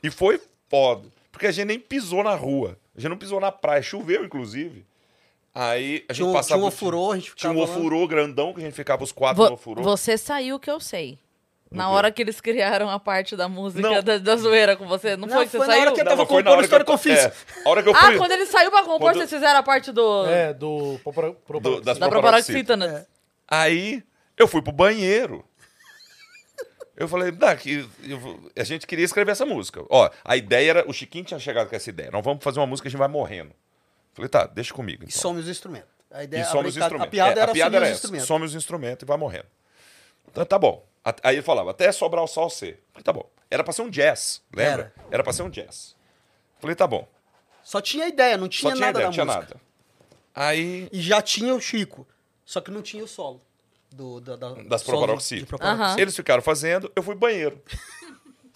[SPEAKER 5] E foi foda, porque a gente nem pisou na rua. A gente não pisou na praia. Choveu, inclusive. Aí a gente
[SPEAKER 2] Tinha um,
[SPEAKER 5] passava.
[SPEAKER 2] tinha um
[SPEAKER 5] o-
[SPEAKER 2] ofurô, a gente
[SPEAKER 5] Tinha
[SPEAKER 2] ficava
[SPEAKER 5] um
[SPEAKER 2] lá.
[SPEAKER 5] ofurô grandão que a gente ficava os quatro no
[SPEAKER 3] Vo-
[SPEAKER 5] ofurô.
[SPEAKER 3] Você saiu que eu sei. Na
[SPEAKER 5] quê?
[SPEAKER 3] hora que eles criaram a parte da música
[SPEAKER 5] Não.
[SPEAKER 3] da, da zoeira com você, não,
[SPEAKER 2] Não,
[SPEAKER 3] foi que você
[SPEAKER 2] foi na
[SPEAKER 3] saiu?
[SPEAKER 2] hora que eu
[SPEAKER 5] Não,
[SPEAKER 2] tava
[SPEAKER 5] mas foi na
[SPEAKER 2] compondo
[SPEAKER 5] hora que eu
[SPEAKER 2] História com Fins.
[SPEAKER 5] é, a hora que eu
[SPEAKER 3] Ah,
[SPEAKER 5] fui...
[SPEAKER 3] quando ele saiu pra compor,
[SPEAKER 5] Quando-
[SPEAKER 3] vocês fizeram a parte do.
[SPEAKER 4] É, do... Pro, pro,
[SPEAKER 5] Do- das-
[SPEAKER 3] da
[SPEAKER 5] da
[SPEAKER 3] Proparoxítona.
[SPEAKER 2] paroxítona.
[SPEAKER 5] Aí eu fui pro banheiro. Eu falei, daqui, eu vou- a gente queria escrever essa música. Ó, a ideia era, o Chiquinho tinha chegado com essa ideia. Nós vamos fazer uma música, a gente vai morrendo. Falei, tá, deixa comigo.
[SPEAKER 2] E
[SPEAKER 5] então.
[SPEAKER 2] some os instrumentos. A ideia
[SPEAKER 5] E
[SPEAKER 2] a
[SPEAKER 5] some os
[SPEAKER 2] brinca-
[SPEAKER 5] instrumentos.
[SPEAKER 2] A piada
[SPEAKER 5] É,
[SPEAKER 2] era
[SPEAKER 5] a piada
[SPEAKER 2] sumir
[SPEAKER 5] era
[SPEAKER 2] os
[SPEAKER 5] essa.
[SPEAKER 2] instrumentos.
[SPEAKER 5] Some os instrumentos e vai morrendo. Então, tá bom. A- Aí ele falava, até sobrar o sol C. Falei, tá bom. Era pra ser um jazz, lembra? Era, pra ser um jazz. Falei, tá bom.
[SPEAKER 2] Só tinha ideia, não
[SPEAKER 5] Só
[SPEAKER 2] tinha
[SPEAKER 5] tinha
[SPEAKER 2] nada
[SPEAKER 5] ideia,
[SPEAKER 2] da
[SPEAKER 5] não tinha
[SPEAKER 2] música.
[SPEAKER 5] nada. Aí,
[SPEAKER 2] E já tinha o Chico, só que não tinha o solo. Do, da, da-
[SPEAKER 5] das
[SPEAKER 2] solo de-
[SPEAKER 5] proparoxítonas.
[SPEAKER 2] de proparoxítona.
[SPEAKER 3] Aham.
[SPEAKER 5] Eles ficaram fazendo, eu fui banheiro. [laughs]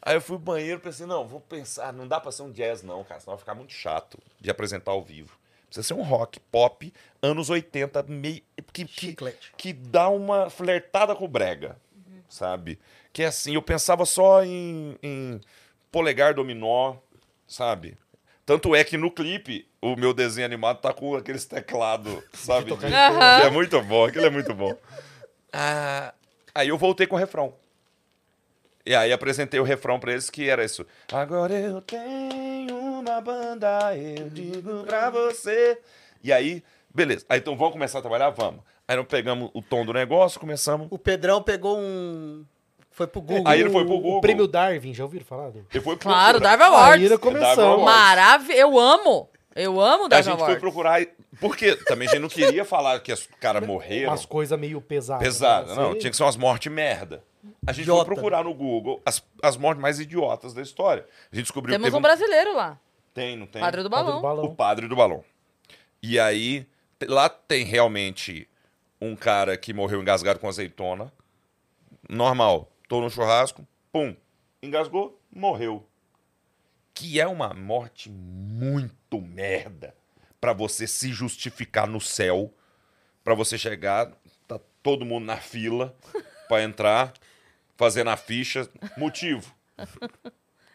[SPEAKER 5] Aí eu fui ao banheiro, pensei, não, vou pensar, não dá pra ser um jazz não, cara, senão vai ficar muito chato de apresentar ao vivo. Precisa ser um rock, pop, anos 80, meio, que, que,
[SPEAKER 2] Chiclete.
[SPEAKER 5] que dá uma flertada com o brega, sabe? Que é assim, eu pensava só em, em polegar dominó, sabe? Tanto é que no clipe, o meu desenho animado tá com aqueles teclados, sabe? De-
[SPEAKER 3] Aham.
[SPEAKER 5] que É muito bom, aquilo é muito bom. Ah, aí eu voltei com o refrão. E aí apresentei o refrão pra eles que era isso. Agora eu tenho uma banda, eu digo pra você. E aí, beleza. Aí então vamos começar a trabalhar? Vamos. Aí nós pegamos o tom do negócio, começamos.
[SPEAKER 2] O Pedrão pegou um. Foi pro Google.
[SPEAKER 5] Aí ele foi pro
[SPEAKER 4] O-
[SPEAKER 5] Googo.
[SPEAKER 4] O prêmio Darwin, já ouviram falar? do-
[SPEAKER 5] E foi pro-
[SPEAKER 3] Claro, Darwin
[SPEAKER 4] Aí
[SPEAKER 5] É
[SPEAKER 3] Awards.
[SPEAKER 4] ele começou.
[SPEAKER 5] Awards.
[SPEAKER 3] Maravilha. Eu amo. Eu amo
[SPEAKER 5] A
[SPEAKER 3] Darwin
[SPEAKER 5] gente foi
[SPEAKER 3] Awards.
[SPEAKER 5] procurar. e- Porque também a gente não queria falar que os caras morreram.
[SPEAKER 4] Umas coisas meio pesadas.
[SPEAKER 5] Pesada,
[SPEAKER 4] né?
[SPEAKER 5] não.
[SPEAKER 4] Você-
[SPEAKER 5] Tinha que ser umas mortes merda. A gente
[SPEAKER 2] Idiota.
[SPEAKER 5] foi procurar no Google as, as mortes mais idiotas da história. A gente descobriu que
[SPEAKER 3] Temos
[SPEAKER 5] teve
[SPEAKER 3] um brasileiro lá.
[SPEAKER 5] Tem, não tem?
[SPEAKER 3] Padre do
[SPEAKER 4] Padre
[SPEAKER 3] Balão.
[SPEAKER 4] do Balão.
[SPEAKER 5] O padre do balão. E aí, te- lá tem realmente um cara que morreu engasgado com azeitona. Normal. Tô no churrasco, pum. Engasgou, morreu. Que é uma morte muito merda pra você se justificar no céu, pra você chegar, tá todo mundo na fila pra entrar, fazendo a ficha, motivo.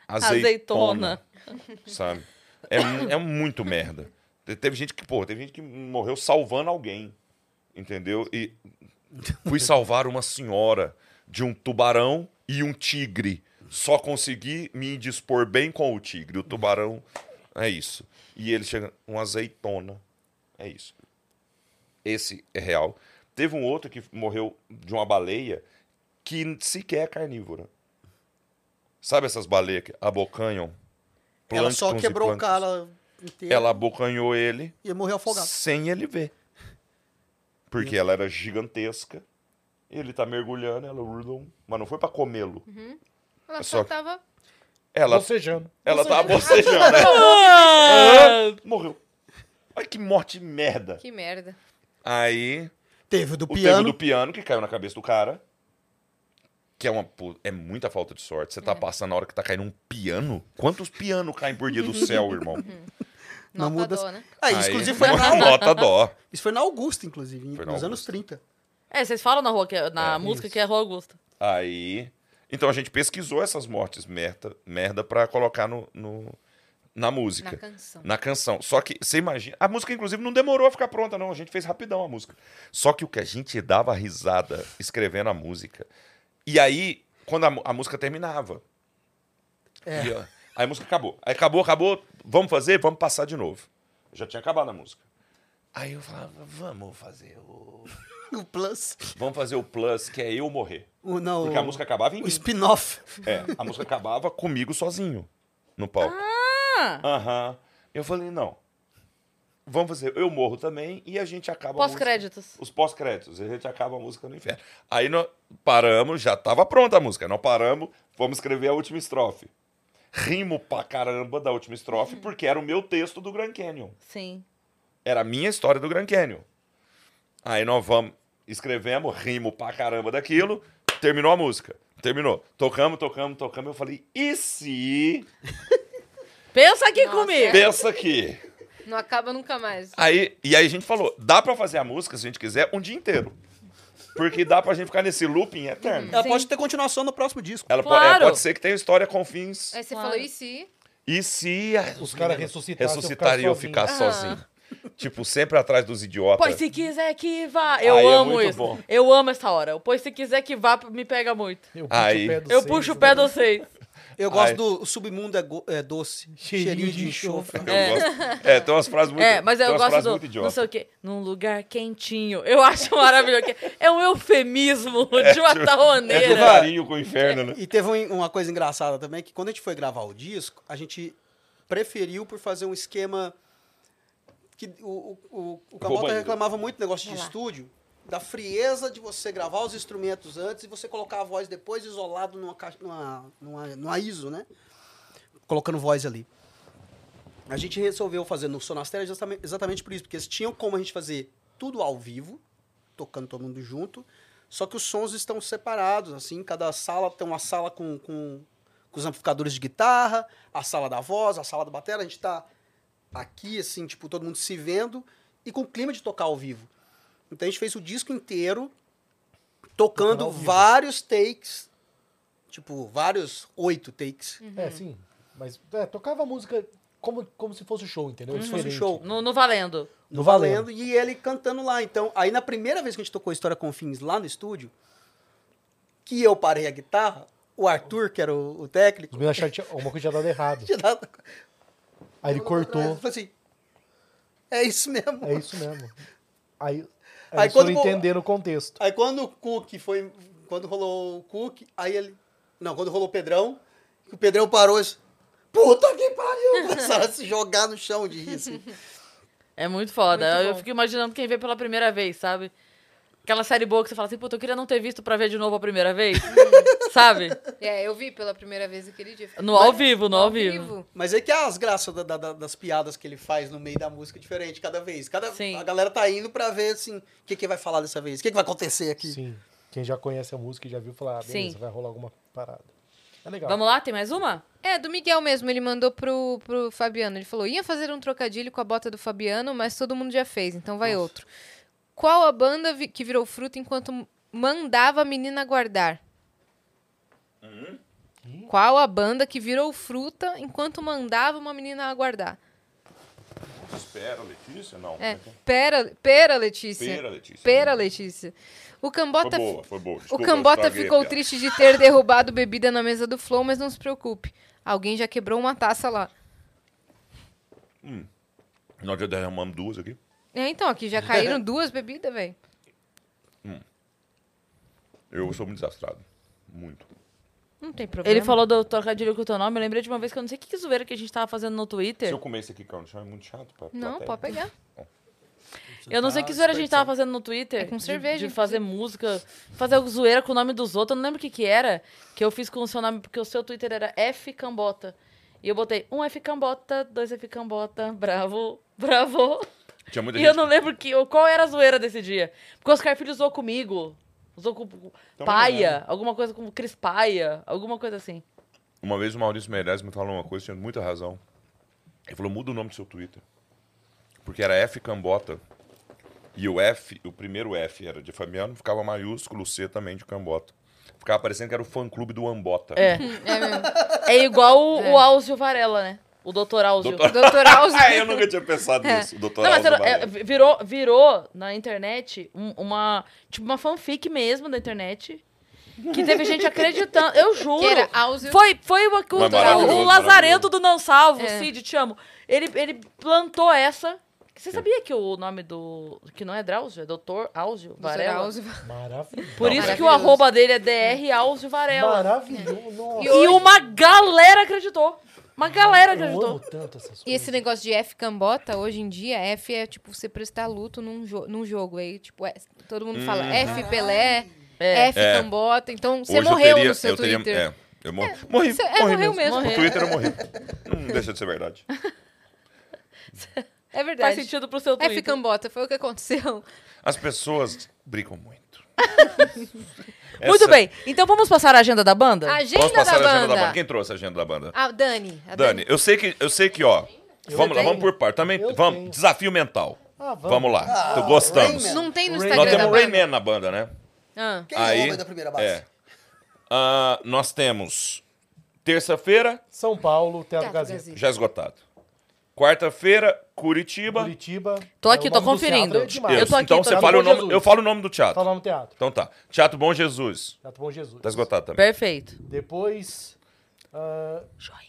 [SPEAKER 3] Azeitona.
[SPEAKER 5] sabe? É, mu- é muito merda. Te- Teve gente que, pô, teve gente que morreu salvando alguém, entendeu? E fui salvar uma senhora de um tubarão e um tigre. Só consegui me indispor bem com o tigre. O tubarão é isso. E ele chega, uma azeitona. É isso. Esse é real. Teve um outro que morreu de uma baleia que sequer é carnívora. Sabe essas baleias que abocanham?
[SPEAKER 2] Ela só
[SPEAKER 5] plânctons e
[SPEAKER 2] quebrou o
[SPEAKER 5] plânctons?
[SPEAKER 2] cara inteiro
[SPEAKER 5] Ela abocanhou ele
[SPEAKER 2] e morreu afogado.
[SPEAKER 5] sem ele ver. Porque ela era gigantesca. Ele tá mergulhando, ela. Mas não foi pra comê-lo.
[SPEAKER 2] Uhum.
[SPEAKER 1] Ela só,
[SPEAKER 5] Só-
[SPEAKER 1] tava.
[SPEAKER 5] Ela,
[SPEAKER 4] Bocejando.
[SPEAKER 5] ela tava bocejando.
[SPEAKER 2] [laughs]
[SPEAKER 5] né? Ah, Morreu. Olha que morte merda.
[SPEAKER 1] Que merda.
[SPEAKER 5] Aí,
[SPEAKER 2] Teve o do
[SPEAKER 5] o
[SPEAKER 2] piano.
[SPEAKER 5] tempo do piano que caiu na cabeça do cara. Que é uma. pu- É muita falta de sorte. Você
[SPEAKER 2] É.
[SPEAKER 5] tá passando na hora que tá caindo um piano? Quantos pianos caem por dia do céu, irmão?
[SPEAKER 2] Não
[SPEAKER 1] Nota
[SPEAKER 2] muda-
[SPEAKER 1] dó, né?
[SPEAKER 2] [laughs] Ah, isso,
[SPEAKER 5] [laughs]
[SPEAKER 2] inclusive, foi na,
[SPEAKER 5] Nota dó.
[SPEAKER 2] isso foi na Augusta, inclusive, nos
[SPEAKER 5] é Foi na
[SPEAKER 2] anos
[SPEAKER 5] Augusta.
[SPEAKER 2] [laughs] 30.
[SPEAKER 3] É, vocês falam na rua que é- na música que é Rua Augusta.
[SPEAKER 5] Aí. Então a gente pesquisou essas mortes merda, merda pra colocar no, no, na
[SPEAKER 1] Na
[SPEAKER 5] música.
[SPEAKER 1] canção.
[SPEAKER 5] Na canção. Só que, você imagina. A música, inclusive, não demorou a ficar pronta, não. A gente fez rapidão a música. Só que o que a gente dava risada escrevendo a música. E aí, quando a, mu- a música terminava. E, ó, aí a música acabou. Aí acabou, acabou. Vamos fazer? Vamos passar de novo. Já tinha acabado a música. Aí eu falava, vamos fazer o.
[SPEAKER 2] O plus.
[SPEAKER 5] Vamos fazer o plus, que é eu morrer.
[SPEAKER 2] O, não,
[SPEAKER 5] Porque a
[SPEAKER 2] o-
[SPEAKER 5] música é acabava em
[SPEAKER 2] o
[SPEAKER 5] mim.
[SPEAKER 2] spin-off.
[SPEAKER 5] É, a música acabava comigo sozinho no palco. Aham. Eu falei, não. Vamos fazer, eu morro também e a gente acaba a música-
[SPEAKER 3] Pós-créditos.
[SPEAKER 5] Os pós-créditos, a gente acaba a música no inferno. Aí nós paramos, já estava pronta a música, nós paramos, vamos escrever a última estrofe. Rimo pra caramba da última estrofe, porque era o meu texto do Grand Canyon.
[SPEAKER 1] Sim.
[SPEAKER 5] Era a minha história do Grand Canyon. Aí nós vamos, escrevemos, rimo pra caramba daquilo, terminou a música. Terminou. Tocamos, tocamos, tocamos. Eu falei, e se.
[SPEAKER 3] Pensa aqui
[SPEAKER 1] Nossa,
[SPEAKER 3] comigo.
[SPEAKER 5] Pensa aqui.
[SPEAKER 1] Não acaba nunca mais.
[SPEAKER 5] Aí, e aí a gente falou, dá pra fazer a música, se a gente quiser, um dia inteiro. Porque dá pra gente ficar nesse looping eterno.
[SPEAKER 2] Ela pode ter continuação no próximo disco.
[SPEAKER 5] Ela po-
[SPEAKER 3] Claro. É.
[SPEAKER 5] é, pode ser que tenha história com fins.
[SPEAKER 1] Aí você
[SPEAKER 3] Claro.
[SPEAKER 1] falou, e se?
[SPEAKER 5] E se. ah,
[SPEAKER 4] Os caras ressuscitassem, eu
[SPEAKER 5] ressuscitar e eu ficar
[SPEAKER 1] sozinho.
[SPEAKER 5] sozinho. Tipo, sempre atrás dos idiotas.
[SPEAKER 3] Pois se quiser que vá. Eu
[SPEAKER 5] Aí é
[SPEAKER 3] amo
[SPEAKER 5] muito
[SPEAKER 3] isso.
[SPEAKER 5] bom.
[SPEAKER 3] Eu amo essa hora. O Pois se quiser que vá, me pega muito.
[SPEAKER 4] Eu puxo
[SPEAKER 5] Aí.
[SPEAKER 4] o pé do
[SPEAKER 3] Eu
[SPEAKER 4] seis,
[SPEAKER 3] puxo o
[SPEAKER 4] né?
[SPEAKER 3] pé de vocês.
[SPEAKER 2] Eu gosto
[SPEAKER 5] Ai.
[SPEAKER 2] do o submundo é, go- é doce, [laughs] cheirinho, de enxofre.
[SPEAKER 5] Eu
[SPEAKER 3] [laughs]
[SPEAKER 5] gosto. É, tem umas frases muito.
[SPEAKER 3] É, mas
[SPEAKER 5] tem
[SPEAKER 3] eu
[SPEAKER 5] umas
[SPEAKER 3] gosto
[SPEAKER 5] frases
[SPEAKER 3] do
[SPEAKER 5] muito
[SPEAKER 3] não
[SPEAKER 5] idiotas.
[SPEAKER 3] sei o quê. Num lugar quentinho. Eu acho maravilhoso. que É um eufemismo de uma
[SPEAKER 5] [laughs] É do
[SPEAKER 3] tarroneira.
[SPEAKER 5] carinho com o inferno, né?
[SPEAKER 2] E teve um- uma coisa engraçada também, que quando a gente foi gravar o disco, a gente preferiu por fazer um esquema que o, o, o, o Camota
[SPEAKER 5] banheiro.
[SPEAKER 2] reclamava muito do negócio de
[SPEAKER 7] Vai lá.
[SPEAKER 2] estúdio, da frieza de você gravar os instrumentos antes e você colocar a voz depois isolado numa, caixa, numa, numa, numa ISO, né? Colocando voz ali. A gente resolveu fazer no Sonastera justamente- exatamente por isso, porque eles tinham como a gente fazer tudo ao vivo, tocando todo mundo junto, só que os sons estão separados, assim, cada sala tem uma sala com, com, com os amplificadores de guitarra, a sala da voz, a sala da bateria, a gente tá aqui, assim, tipo, todo mundo se vendo e com o clima de tocar ao vivo. Então a gente fez o disco inteiro
[SPEAKER 4] Tocando
[SPEAKER 2] tocando
[SPEAKER 4] ao vivo.
[SPEAKER 2] vários takes, tipo, vários oito takes.
[SPEAKER 4] É, sim. Mas é, tocava a música como, como se fosse show, entendeu?
[SPEAKER 2] Como se fosse um
[SPEAKER 4] Diferente.
[SPEAKER 2] show.
[SPEAKER 3] No, no valendo.
[SPEAKER 4] No
[SPEAKER 2] no
[SPEAKER 4] valendo.
[SPEAKER 2] valendo e ele cantando lá. Então, aí na primeira vez que a gente tocou História com Fins lá no estúdio, que eu parei a guitarra, o Arthur, que era o, o técnico,
[SPEAKER 4] Os
[SPEAKER 2] [laughs]
[SPEAKER 4] meninos acharam que tinha- alguma coisa tinha dado errado.
[SPEAKER 2] tinha dado-
[SPEAKER 4] Aí ele cortou.
[SPEAKER 2] falou assim, é isso mesmo.
[SPEAKER 4] É isso mesmo. Aí, aí,
[SPEAKER 2] Aí
[SPEAKER 4] eles foram
[SPEAKER 2] quando-
[SPEAKER 4] entender o contexto.
[SPEAKER 2] Aí quando o Cook foi, quando rolou o Cook, aí ele, não, quando rolou o Pedrão, que o Pedrão parou, isso, puta que pariu, começaram a se jogar no chão de rir, assim.
[SPEAKER 3] É muito foda.
[SPEAKER 1] Muito
[SPEAKER 3] eu, eu
[SPEAKER 1] bom.
[SPEAKER 3] fico imaginando quem vê pela primeira vez, sabe? Aquela série boa que você fala assim, puta, eu queria não ter visto pra ver de novo a
[SPEAKER 1] [laughs]
[SPEAKER 3] primeira vez. sabe?
[SPEAKER 5] Tá.
[SPEAKER 1] É, eu vi pela primeira vez aquele dia.
[SPEAKER 3] No ao vivo, no ao vivo.
[SPEAKER 2] Mas é que as graças da- da- da- das piadas que ele faz no meio da música é diferente cada vez. Cada,
[SPEAKER 3] Sim.
[SPEAKER 2] A galera tá indo pra ver, assim, o que, que vai falar dessa vez, o que, que vai acontecer aqui.
[SPEAKER 4] Sim. Quem já conhece a música e já viu, falar, ah, beleza,
[SPEAKER 3] Sim.
[SPEAKER 4] vai rolar alguma parada. É legal.
[SPEAKER 3] Vamos lá, tem mais uma?
[SPEAKER 1] É, do Miguel mesmo, ele mandou pro, pro Fabiano. Ele falou: ia fazer um trocadilho com a bota do Fabiano, mas todo mundo já fez, então vai outro. Qual a banda vi- que virou fruta enquanto mandava a menina guardar?
[SPEAKER 5] Hum?
[SPEAKER 1] Qual a banda que virou fruta enquanto mandava uma menina aguardar?
[SPEAKER 5] Espera, Letícia? Não.
[SPEAKER 1] É, pera, pera Letícia.
[SPEAKER 5] Uhum. Pera, Letícia.
[SPEAKER 1] Pera, Letícia. O Cambota.
[SPEAKER 5] Foi boa, foi boa.
[SPEAKER 1] O
[SPEAKER 5] Desculpa, eu
[SPEAKER 1] Cambota
[SPEAKER 5] estraguei a
[SPEAKER 1] ficou
[SPEAKER 5] piada.
[SPEAKER 1] triste de ter derrubado bebida na mesa do Flow, mas não se preocupe. Alguém já quebrou uma taça lá.
[SPEAKER 5] Nós já derramamos duas aqui.
[SPEAKER 1] É, então, aqui já
[SPEAKER 5] [laughs]
[SPEAKER 1] caíram duas bebidas, velho.
[SPEAKER 5] Eu sou muito desastrado. Muito.
[SPEAKER 1] Não tem problema.
[SPEAKER 3] Ele falou do trocadilho com o teu nome. Eu lembrei de uma vez que eu não sei que, que zoeira que a gente tava fazendo no Twitter.
[SPEAKER 5] Se eu
[SPEAKER 3] Eu,
[SPEAKER 5] comer isso aqui caiu no chão, é muito chato. Pra,
[SPEAKER 1] Não,
[SPEAKER 5] plateia.
[SPEAKER 1] pode pegar.
[SPEAKER 3] não sei que zoeira a gente tava fazendo no Twitter.
[SPEAKER 1] É com
[SPEAKER 3] de-
[SPEAKER 1] cerveja,
[SPEAKER 3] De,
[SPEAKER 1] inclusive.
[SPEAKER 3] fazer música, fazer zoeira com o nome dos outros. Eu não lembro o que que era, que eu fiz com o seu nome, porque o seu Twitter era F Cambota. E eu botei um F Cambota, dois F Cambota, bravo, [laughs] bravo.
[SPEAKER 5] Tinha muita
[SPEAKER 3] E
[SPEAKER 5] gente.
[SPEAKER 3] eu não lembro que, qual era a zoeira desse dia. Porque o Oscar Filho usou comigo. Usou com
[SPEAKER 5] Então, não
[SPEAKER 3] Paia,
[SPEAKER 5] lembro.
[SPEAKER 3] alguma coisa como Cris Paia, alguma coisa assim.
[SPEAKER 5] Uma vez o Maurício Meirelles me falou uma coisa, tinha muita razão. Ele falou, muda o nome do seu Twitter. Porque era F Cambota. E o F, o primeiro F era de Fabiano, ficava maiúsculo, o C também de Cambota. Ficava parecendo que era o fã-clube do Ambota.
[SPEAKER 3] É.
[SPEAKER 1] É mesmo.
[SPEAKER 3] É igual o,
[SPEAKER 1] É.
[SPEAKER 3] o Áuzio Varela, né? O doutor Alzio.
[SPEAKER 5] Doutor...
[SPEAKER 1] Doutor É. Alzio.
[SPEAKER 5] [laughs] Ah, eu nunca tinha pensado nisso. Doutor
[SPEAKER 3] Não, mas
[SPEAKER 5] Alzio
[SPEAKER 3] era- é,
[SPEAKER 5] Valério.
[SPEAKER 3] virou, virou na internet um- uma. Tipo, uma fanfic mesmo da internet. Que teve gente acreditando. Eu juro.
[SPEAKER 1] Que era Alzio.
[SPEAKER 3] Foi, foi o, o,
[SPEAKER 5] Mas maravilhoso,
[SPEAKER 3] o Lazarento
[SPEAKER 5] maravilhoso.
[SPEAKER 3] do Não Salvo,
[SPEAKER 1] É.
[SPEAKER 3] Cid, te amo. Ele, ele plantou essa. Você sabia que o nome do. Que não é Drauzio, é Doutor Áuzio
[SPEAKER 1] Doutor
[SPEAKER 3] Varela?
[SPEAKER 1] Alzio.
[SPEAKER 4] Maravilhoso.
[SPEAKER 3] Por isso que o
[SPEAKER 1] Maravilhoso.
[SPEAKER 3] arroba dele é DR Áuzio Varela.
[SPEAKER 4] Maravilhoso. Nossa,
[SPEAKER 1] E
[SPEAKER 3] E uma galera acreditou. Uma galera
[SPEAKER 4] eu amo
[SPEAKER 3] acreditou.
[SPEAKER 4] tanto essas coisas.
[SPEAKER 1] E esse negócio de F cambota, hoje em dia, F é tipo você prestar luto num, jo- num jogo. Aí, tipo, é- todo mundo fala F Pelé, F
[SPEAKER 5] Uhum. É.
[SPEAKER 1] cambota. Então você
[SPEAKER 5] Hoje eu
[SPEAKER 1] morreu
[SPEAKER 5] teria-
[SPEAKER 1] no seu
[SPEAKER 5] eu teria-
[SPEAKER 1] Twitter.
[SPEAKER 5] é, eu mor- morri.
[SPEAKER 1] Você- é,
[SPEAKER 5] morri
[SPEAKER 1] morreu mesmo.
[SPEAKER 5] No Twitter eu
[SPEAKER 1] [laughs]
[SPEAKER 5] morri. Não deixa de ser verdade.
[SPEAKER 1] É
[SPEAKER 3] Faz
[SPEAKER 1] verdade.
[SPEAKER 3] sentido pro seu
[SPEAKER 1] F
[SPEAKER 3] Twitter.
[SPEAKER 1] cambota, foi o que aconteceu.
[SPEAKER 5] As pessoas brigam
[SPEAKER 1] [laughs]
[SPEAKER 5] muito.
[SPEAKER 3] Muito
[SPEAKER 5] Essa-
[SPEAKER 3] bem, então vamos passar a agenda da banda?
[SPEAKER 1] Agenda
[SPEAKER 5] Posso passar
[SPEAKER 1] da
[SPEAKER 5] a agenda da
[SPEAKER 1] banda.
[SPEAKER 5] banda? Quem trouxe a agenda da banda?
[SPEAKER 1] A Ah, Dani. A
[SPEAKER 5] Dani, eu sei que, eu sei que ó. vamos lá,
[SPEAKER 4] tenho.
[SPEAKER 5] vamos por parte. Também,
[SPEAKER 4] Eu
[SPEAKER 5] vamos,
[SPEAKER 4] tenho.
[SPEAKER 5] desafio mental.
[SPEAKER 4] Ah, vamos.
[SPEAKER 5] vamos. lá. Então, gostamos.
[SPEAKER 2] Rayman.
[SPEAKER 1] Não tem no
[SPEAKER 4] Nós
[SPEAKER 1] Instagram
[SPEAKER 5] Nós temos
[SPEAKER 1] da
[SPEAKER 5] o
[SPEAKER 1] banda.
[SPEAKER 5] Rayman na banda, né?
[SPEAKER 1] Ah,
[SPEAKER 2] Quem é o homem da primeira base?
[SPEAKER 5] é. Ah, nós temos terça-feira,
[SPEAKER 4] São Paulo, Teatro
[SPEAKER 1] Teatro
[SPEAKER 4] Gazeta.
[SPEAKER 1] Gazeta.
[SPEAKER 5] já esgotado. Quarta-feira, Curitiba.
[SPEAKER 4] Curitiba.
[SPEAKER 3] Tô aqui,
[SPEAKER 4] É, o
[SPEAKER 3] tô
[SPEAKER 4] nome do
[SPEAKER 3] conferindo.
[SPEAKER 4] teatro é demais.
[SPEAKER 3] Eu tô aqui,
[SPEAKER 5] então
[SPEAKER 3] tô
[SPEAKER 5] você
[SPEAKER 3] aqui.
[SPEAKER 5] fala o
[SPEAKER 4] Bom
[SPEAKER 5] nome,
[SPEAKER 4] Jesus.
[SPEAKER 5] eu falo o nome do
[SPEAKER 4] Tá
[SPEAKER 5] teatro.
[SPEAKER 4] lá no teatro.
[SPEAKER 5] Então tá. Teatro Bom Jesus.
[SPEAKER 4] Teatro Bom Jesus.
[SPEAKER 5] Tá esgotado também.
[SPEAKER 3] Perfeito.
[SPEAKER 4] Depois. ah,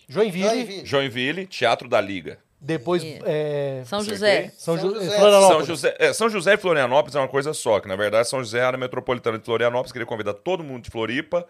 [SPEAKER 4] Joinville.
[SPEAKER 2] Joinville.
[SPEAKER 5] Joinville, Teatro da Liga.
[SPEAKER 4] Depois. é,
[SPEAKER 3] São
[SPEAKER 5] Você
[SPEAKER 3] José.
[SPEAKER 5] quer?
[SPEAKER 4] São,
[SPEAKER 2] São
[SPEAKER 4] José.
[SPEAKER 2] José.
[SPEAKER 5] São
[SPEAKER 4] Florianópolis.
[SPEAKER 5] José, é, São José e Florianópolis é uma coisa só, que na verdade São José é a área metropolitana de Florianópolis. Queria convidar todo mundo de Floripa,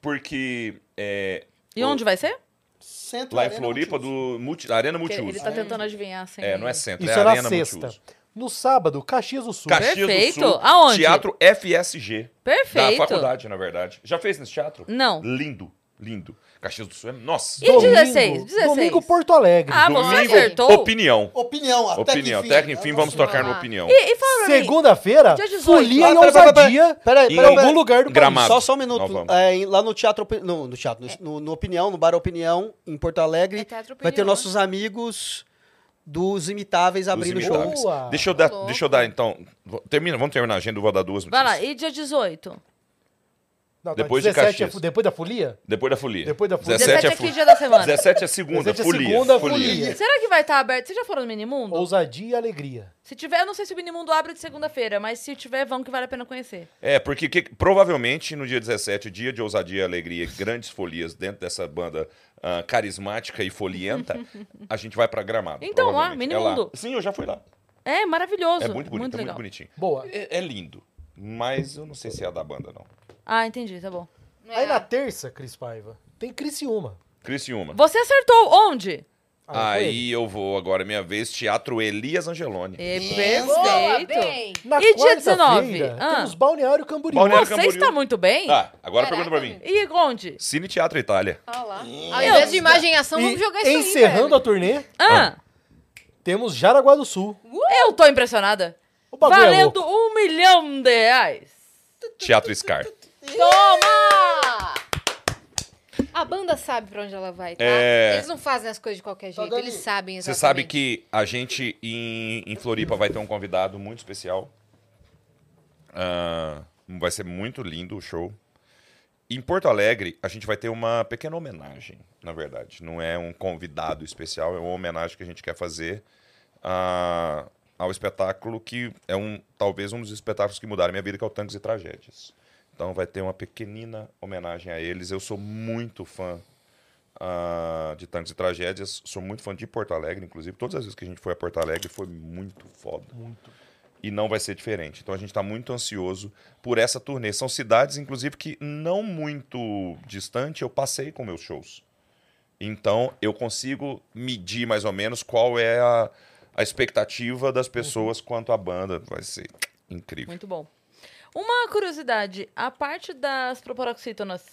[SPEAKER 5] porque é,
[SPEAKER 3] E onde vai ser?
[SPEAKER 2] Centro
[SPEAKER 5] lá em
[SPEAKER 2] Arena
[SPEAKER 5] Floripa,
[SPEAKER 2] Multiuso.
[SPEAKER 5] do multi, Arena
[SPEAKER 3] Que Ele
[SPEAKER 5] Multiuso.
[SPEAKER 3] tá tentando adivinhar sem.
[SPEAKER 5] É, não é centro,
[SPEAKER 4] Isso
[SPEAKER 5] é
[SPEAKER 4] é na
[SPEAKER 5] Arena
[SPEAKER 4] sexta.
[SPEAKER 5] Multiuso.
[SPEAKER 4] No sábado, Caxias do Sul.
[SPEAKER 5] Caxias
[SPEAKER 3] Perfeito.
[SPEAKER 5] do Sul,
[SPEAKER 3] Aonde?
[SPEAKER 5] Teatro FSG.
[SPEAKER 3] Perfeito.
[SPEAKER 5] Da faculdade, na verdade. Já fez nesse teatro?
[SPEAKER 3] Não.
[SPEAKER 5] Lindo, lindo. Caxias do Sul é. Nossa.
[SPEAKER 3] E 16, 16.
[SPEAKER 4] Domingo, Porto Alegre.
[SPEAKER 3] Ah, você
[SPEAKER 5] Domingo,
[SPEAKER 3] acertou?
[SPEAKER 5] opinião.
[SPEAKER 2] Opinião, até
[SPEAKER 5] Opinião.
[SPEAKER 2] que né? enfim.
[SPEAKER 5] Até que enfim, vamos tocar
[SPEAKER 1] Vamos
[SPEAKER 5] na
[SPEAKER 1] lá.
[SPEAKER 5] opinião.
[SPEAKER 3] E, e fala pra mim.
[SPEAKER 4] Segunda-feira,
[SPEAKER 3] Dia 18.
[SPEAKER 4] folia
[SPEAKER 2] Ah,
[SPEAKER 4] e
[SPEAKER 2] pera, pera, pera,
[SPEAKER 4] ousadia
[SPEAKER 2] peraí,
[SPEAKER 4] em
[SPEAKER 2] peraí,
[SPEAKER 4] algum
[SPEAKER 2] peraí.
[SPEAKER 4] lugar do
[SPEAKER 5] Gramado.
[SPEAKER 4] país.
[SPEAKER 5] Amado,
[SPEAKER 2] Só, só um
[SPEAKER 5] nós
[SPEAKER 2] minuto.
[SPEAKER 5] vamos.
[SPEAKER 2] É, em- lá no Teatro, Opi- no, no teatro, no, no- no Opinião, no Bar Opinião, em Porto Alegre,
[SPEAKER 1] É Teatro
[SPEAKER 2] vai ter
[SPEAKER 1] Opinião.
[SPEAKER 2] nossos amigos dos Imitáveis
[SPEAKER 5] Dos
[SPEAKER 2] abrindo o show.
[SPEAKER 5] imitáveis.
[SPEAKER 4] Boa.
[SPEAKER 5] Deixa eu dar,
[SPEAKER 1] Tá louco.
[SPEAKER 5] deixa eu dar então. Termina, vamos terminar a agenda, eu vou dar duas
[SPEAKER 3] Vai
[SPEAKER 5] notícias.
[SPEAKER 3] lá, e dia 18?
[SPEAKER 4] Não, tá,
[SPEAKER 5] Depois de
[SPEAKER 4] 17 é
[SPEAKER 5] Caxias.
[SPEAKER 4] fu- depois da folia?
[SPEAKER 5] Depois da folia.
[SPEAKER 4] Depois da folia.
[SPEAKER 5] 17
[SPEAKER 3] 17
[SPEAKER 5] é,
[SPEAKER 3] aqui,
[SPEAKER 5] folia.
[SPEAKER 3] dia da semana.
[SPEAKER 5] 17 é segunda,
[SPEAKER 4] 17 é
[SPEAKER 5] folia.
[SPEAKER 4] segunda,
[SPEAKER 5] folia.
[SPEAKER 4] folia.
[SPEAKER 3] Será que vai estar aberto? Vocês já foram no Minimundo?
[SPEAKER 4] Ousadia e alegria.
[SPEAKER 3] Se tiver, eu não sei se o Minimundo abre de segunda-feira, mas se tiver, vão que vale a pena conhecer.
[SPEAKER 5] É, porque que- provavelmente no dia 17, dia de ousadia e alegria, grandes folias dentro dessa banda ah, carismática
[SPEAKER 3] [laughs]
[SPEAKER 5] e folienta, a gente vai pra Gramado.
[SPEAKER 3] Então, lá,
[SPEAKER 5] provavelmente. É
[SPEAKER 3] Minimundo.
[SPEAKER 5] Sim, eu já fui lá.
[SPEAKER 3] É maravilhoso.
[SPEAKER 5] É muito bonito, é muito
[SPEAKER 3] legal.
[SPEAKER 5] bonitinho.
[SPEAKER 4] Boa.
[SPEAKER 5] É, é lindo, mas eu não sei se é a da banda, não.
[SPEAKER 3] Ah, entendi, tá bom.
[SPEAKER 1] É.
[SPEAKER 4] Aí na terça, Cris Paiva, tem Criciúma.
[SPEAKER 5] Criciúma.
[SPEAKER 3] Você acertou onde?
[SPEAKER 4] Ah, foi ele.
[SPEAKER 5] Aí eu vou agora, é minha vez, Teatro Elias Angeloni.
[SPEAKER 3] É
[SPEAKER 1] Boa,
[SPEAKER 3] perfeito.
[SPEAKER 1] bem.
[SPEAKER 4] Na
[SPEAKER 3] E dia
[SPEAKER 4] quarta-feira,
[SPEAKER 3] 19? Ah.
[SPEAKER 4] temos Balneário Camboriú.
[SPEAKER 5] Balneário-
[SPEAKER 3] Você
[SPEAKER 5] Camboriú.
[SPEAKER 3] está muito bem?
[SPEAKER 5] Ah, agora
[SPEAKER 1] Caraca,
[SPEAKER 5] pergunta pra mim.
[SPEAKER 3] E onde?
[SPEAKER 5] Cine Teatro Itália.
[SPEAKER 1] Olha lá. Ao invés de imagem e ação,
[SPEAKER 4] E
[SPEAKER 1] vamos jogar isso aí,
[SPEAKER 4] encerrando
[SPEAKER 1] velho.
[SPEAKER 4] a turnê,
[SPEAKER 3] Ah,
[SPEAKER 4] temos Jaraguá do Sul.
[SPEAKER 3] eu tô impressionada.
[SPEAKER 4] O bagulho é
[SPEAKER 3] Valendo
[SPEAKER 4] louco.
[SPEAKER 3] um milhão de reais.
[SPEAKER 5] Teatro Scar.
[SPEAKER 1] Toma! A banda sabe pra onde ela vai, tá?
[SPEAKER 5] É.
[SPEAKER 1] Eles não fazem as coisas de qualquer jeito,
[SPEAKER 2] Dani,
[SPEAKER 1] eles sabem
[SPEAKER 5] Você
[SPEAKER 1] exatamente.
[SPEAKER 5] sabe que a gente em, em Floripa vai ter um convidado muito especial. Ah, vai ser muito lindo o show. Em Porto Alegre, a gente vai ter uma pequena homenagem, na verdade. Não é um convidado especial, é uma homenagem que a gente quer fazer ah, ao espetáculo que é um talvez um dos espetáculos que mudaram a minha vida, que é o Tangos e Tragédias. Então vai ter uma pequenina homenagem a eles. Eu sou muito fã ah, de Tanques e Tragédias. Sou muito fã de Porto Alegre, inclusive. Todas as vezes que a gente foi a Porto Alegre foi muito foda. Muito. E não vai ser diferente. Então a gente está muito ansioso por essa turnê. São cidades, inclusive, que não muito distante eu passei com meus shows. Então eu consigo medir mais ou menos qual é a, a expectativa das pessoas quanto à banda. Vai ser incrível.
[SPEAKER 3] Muito bom. Uma curiosidade, a parte das proparoxítonas,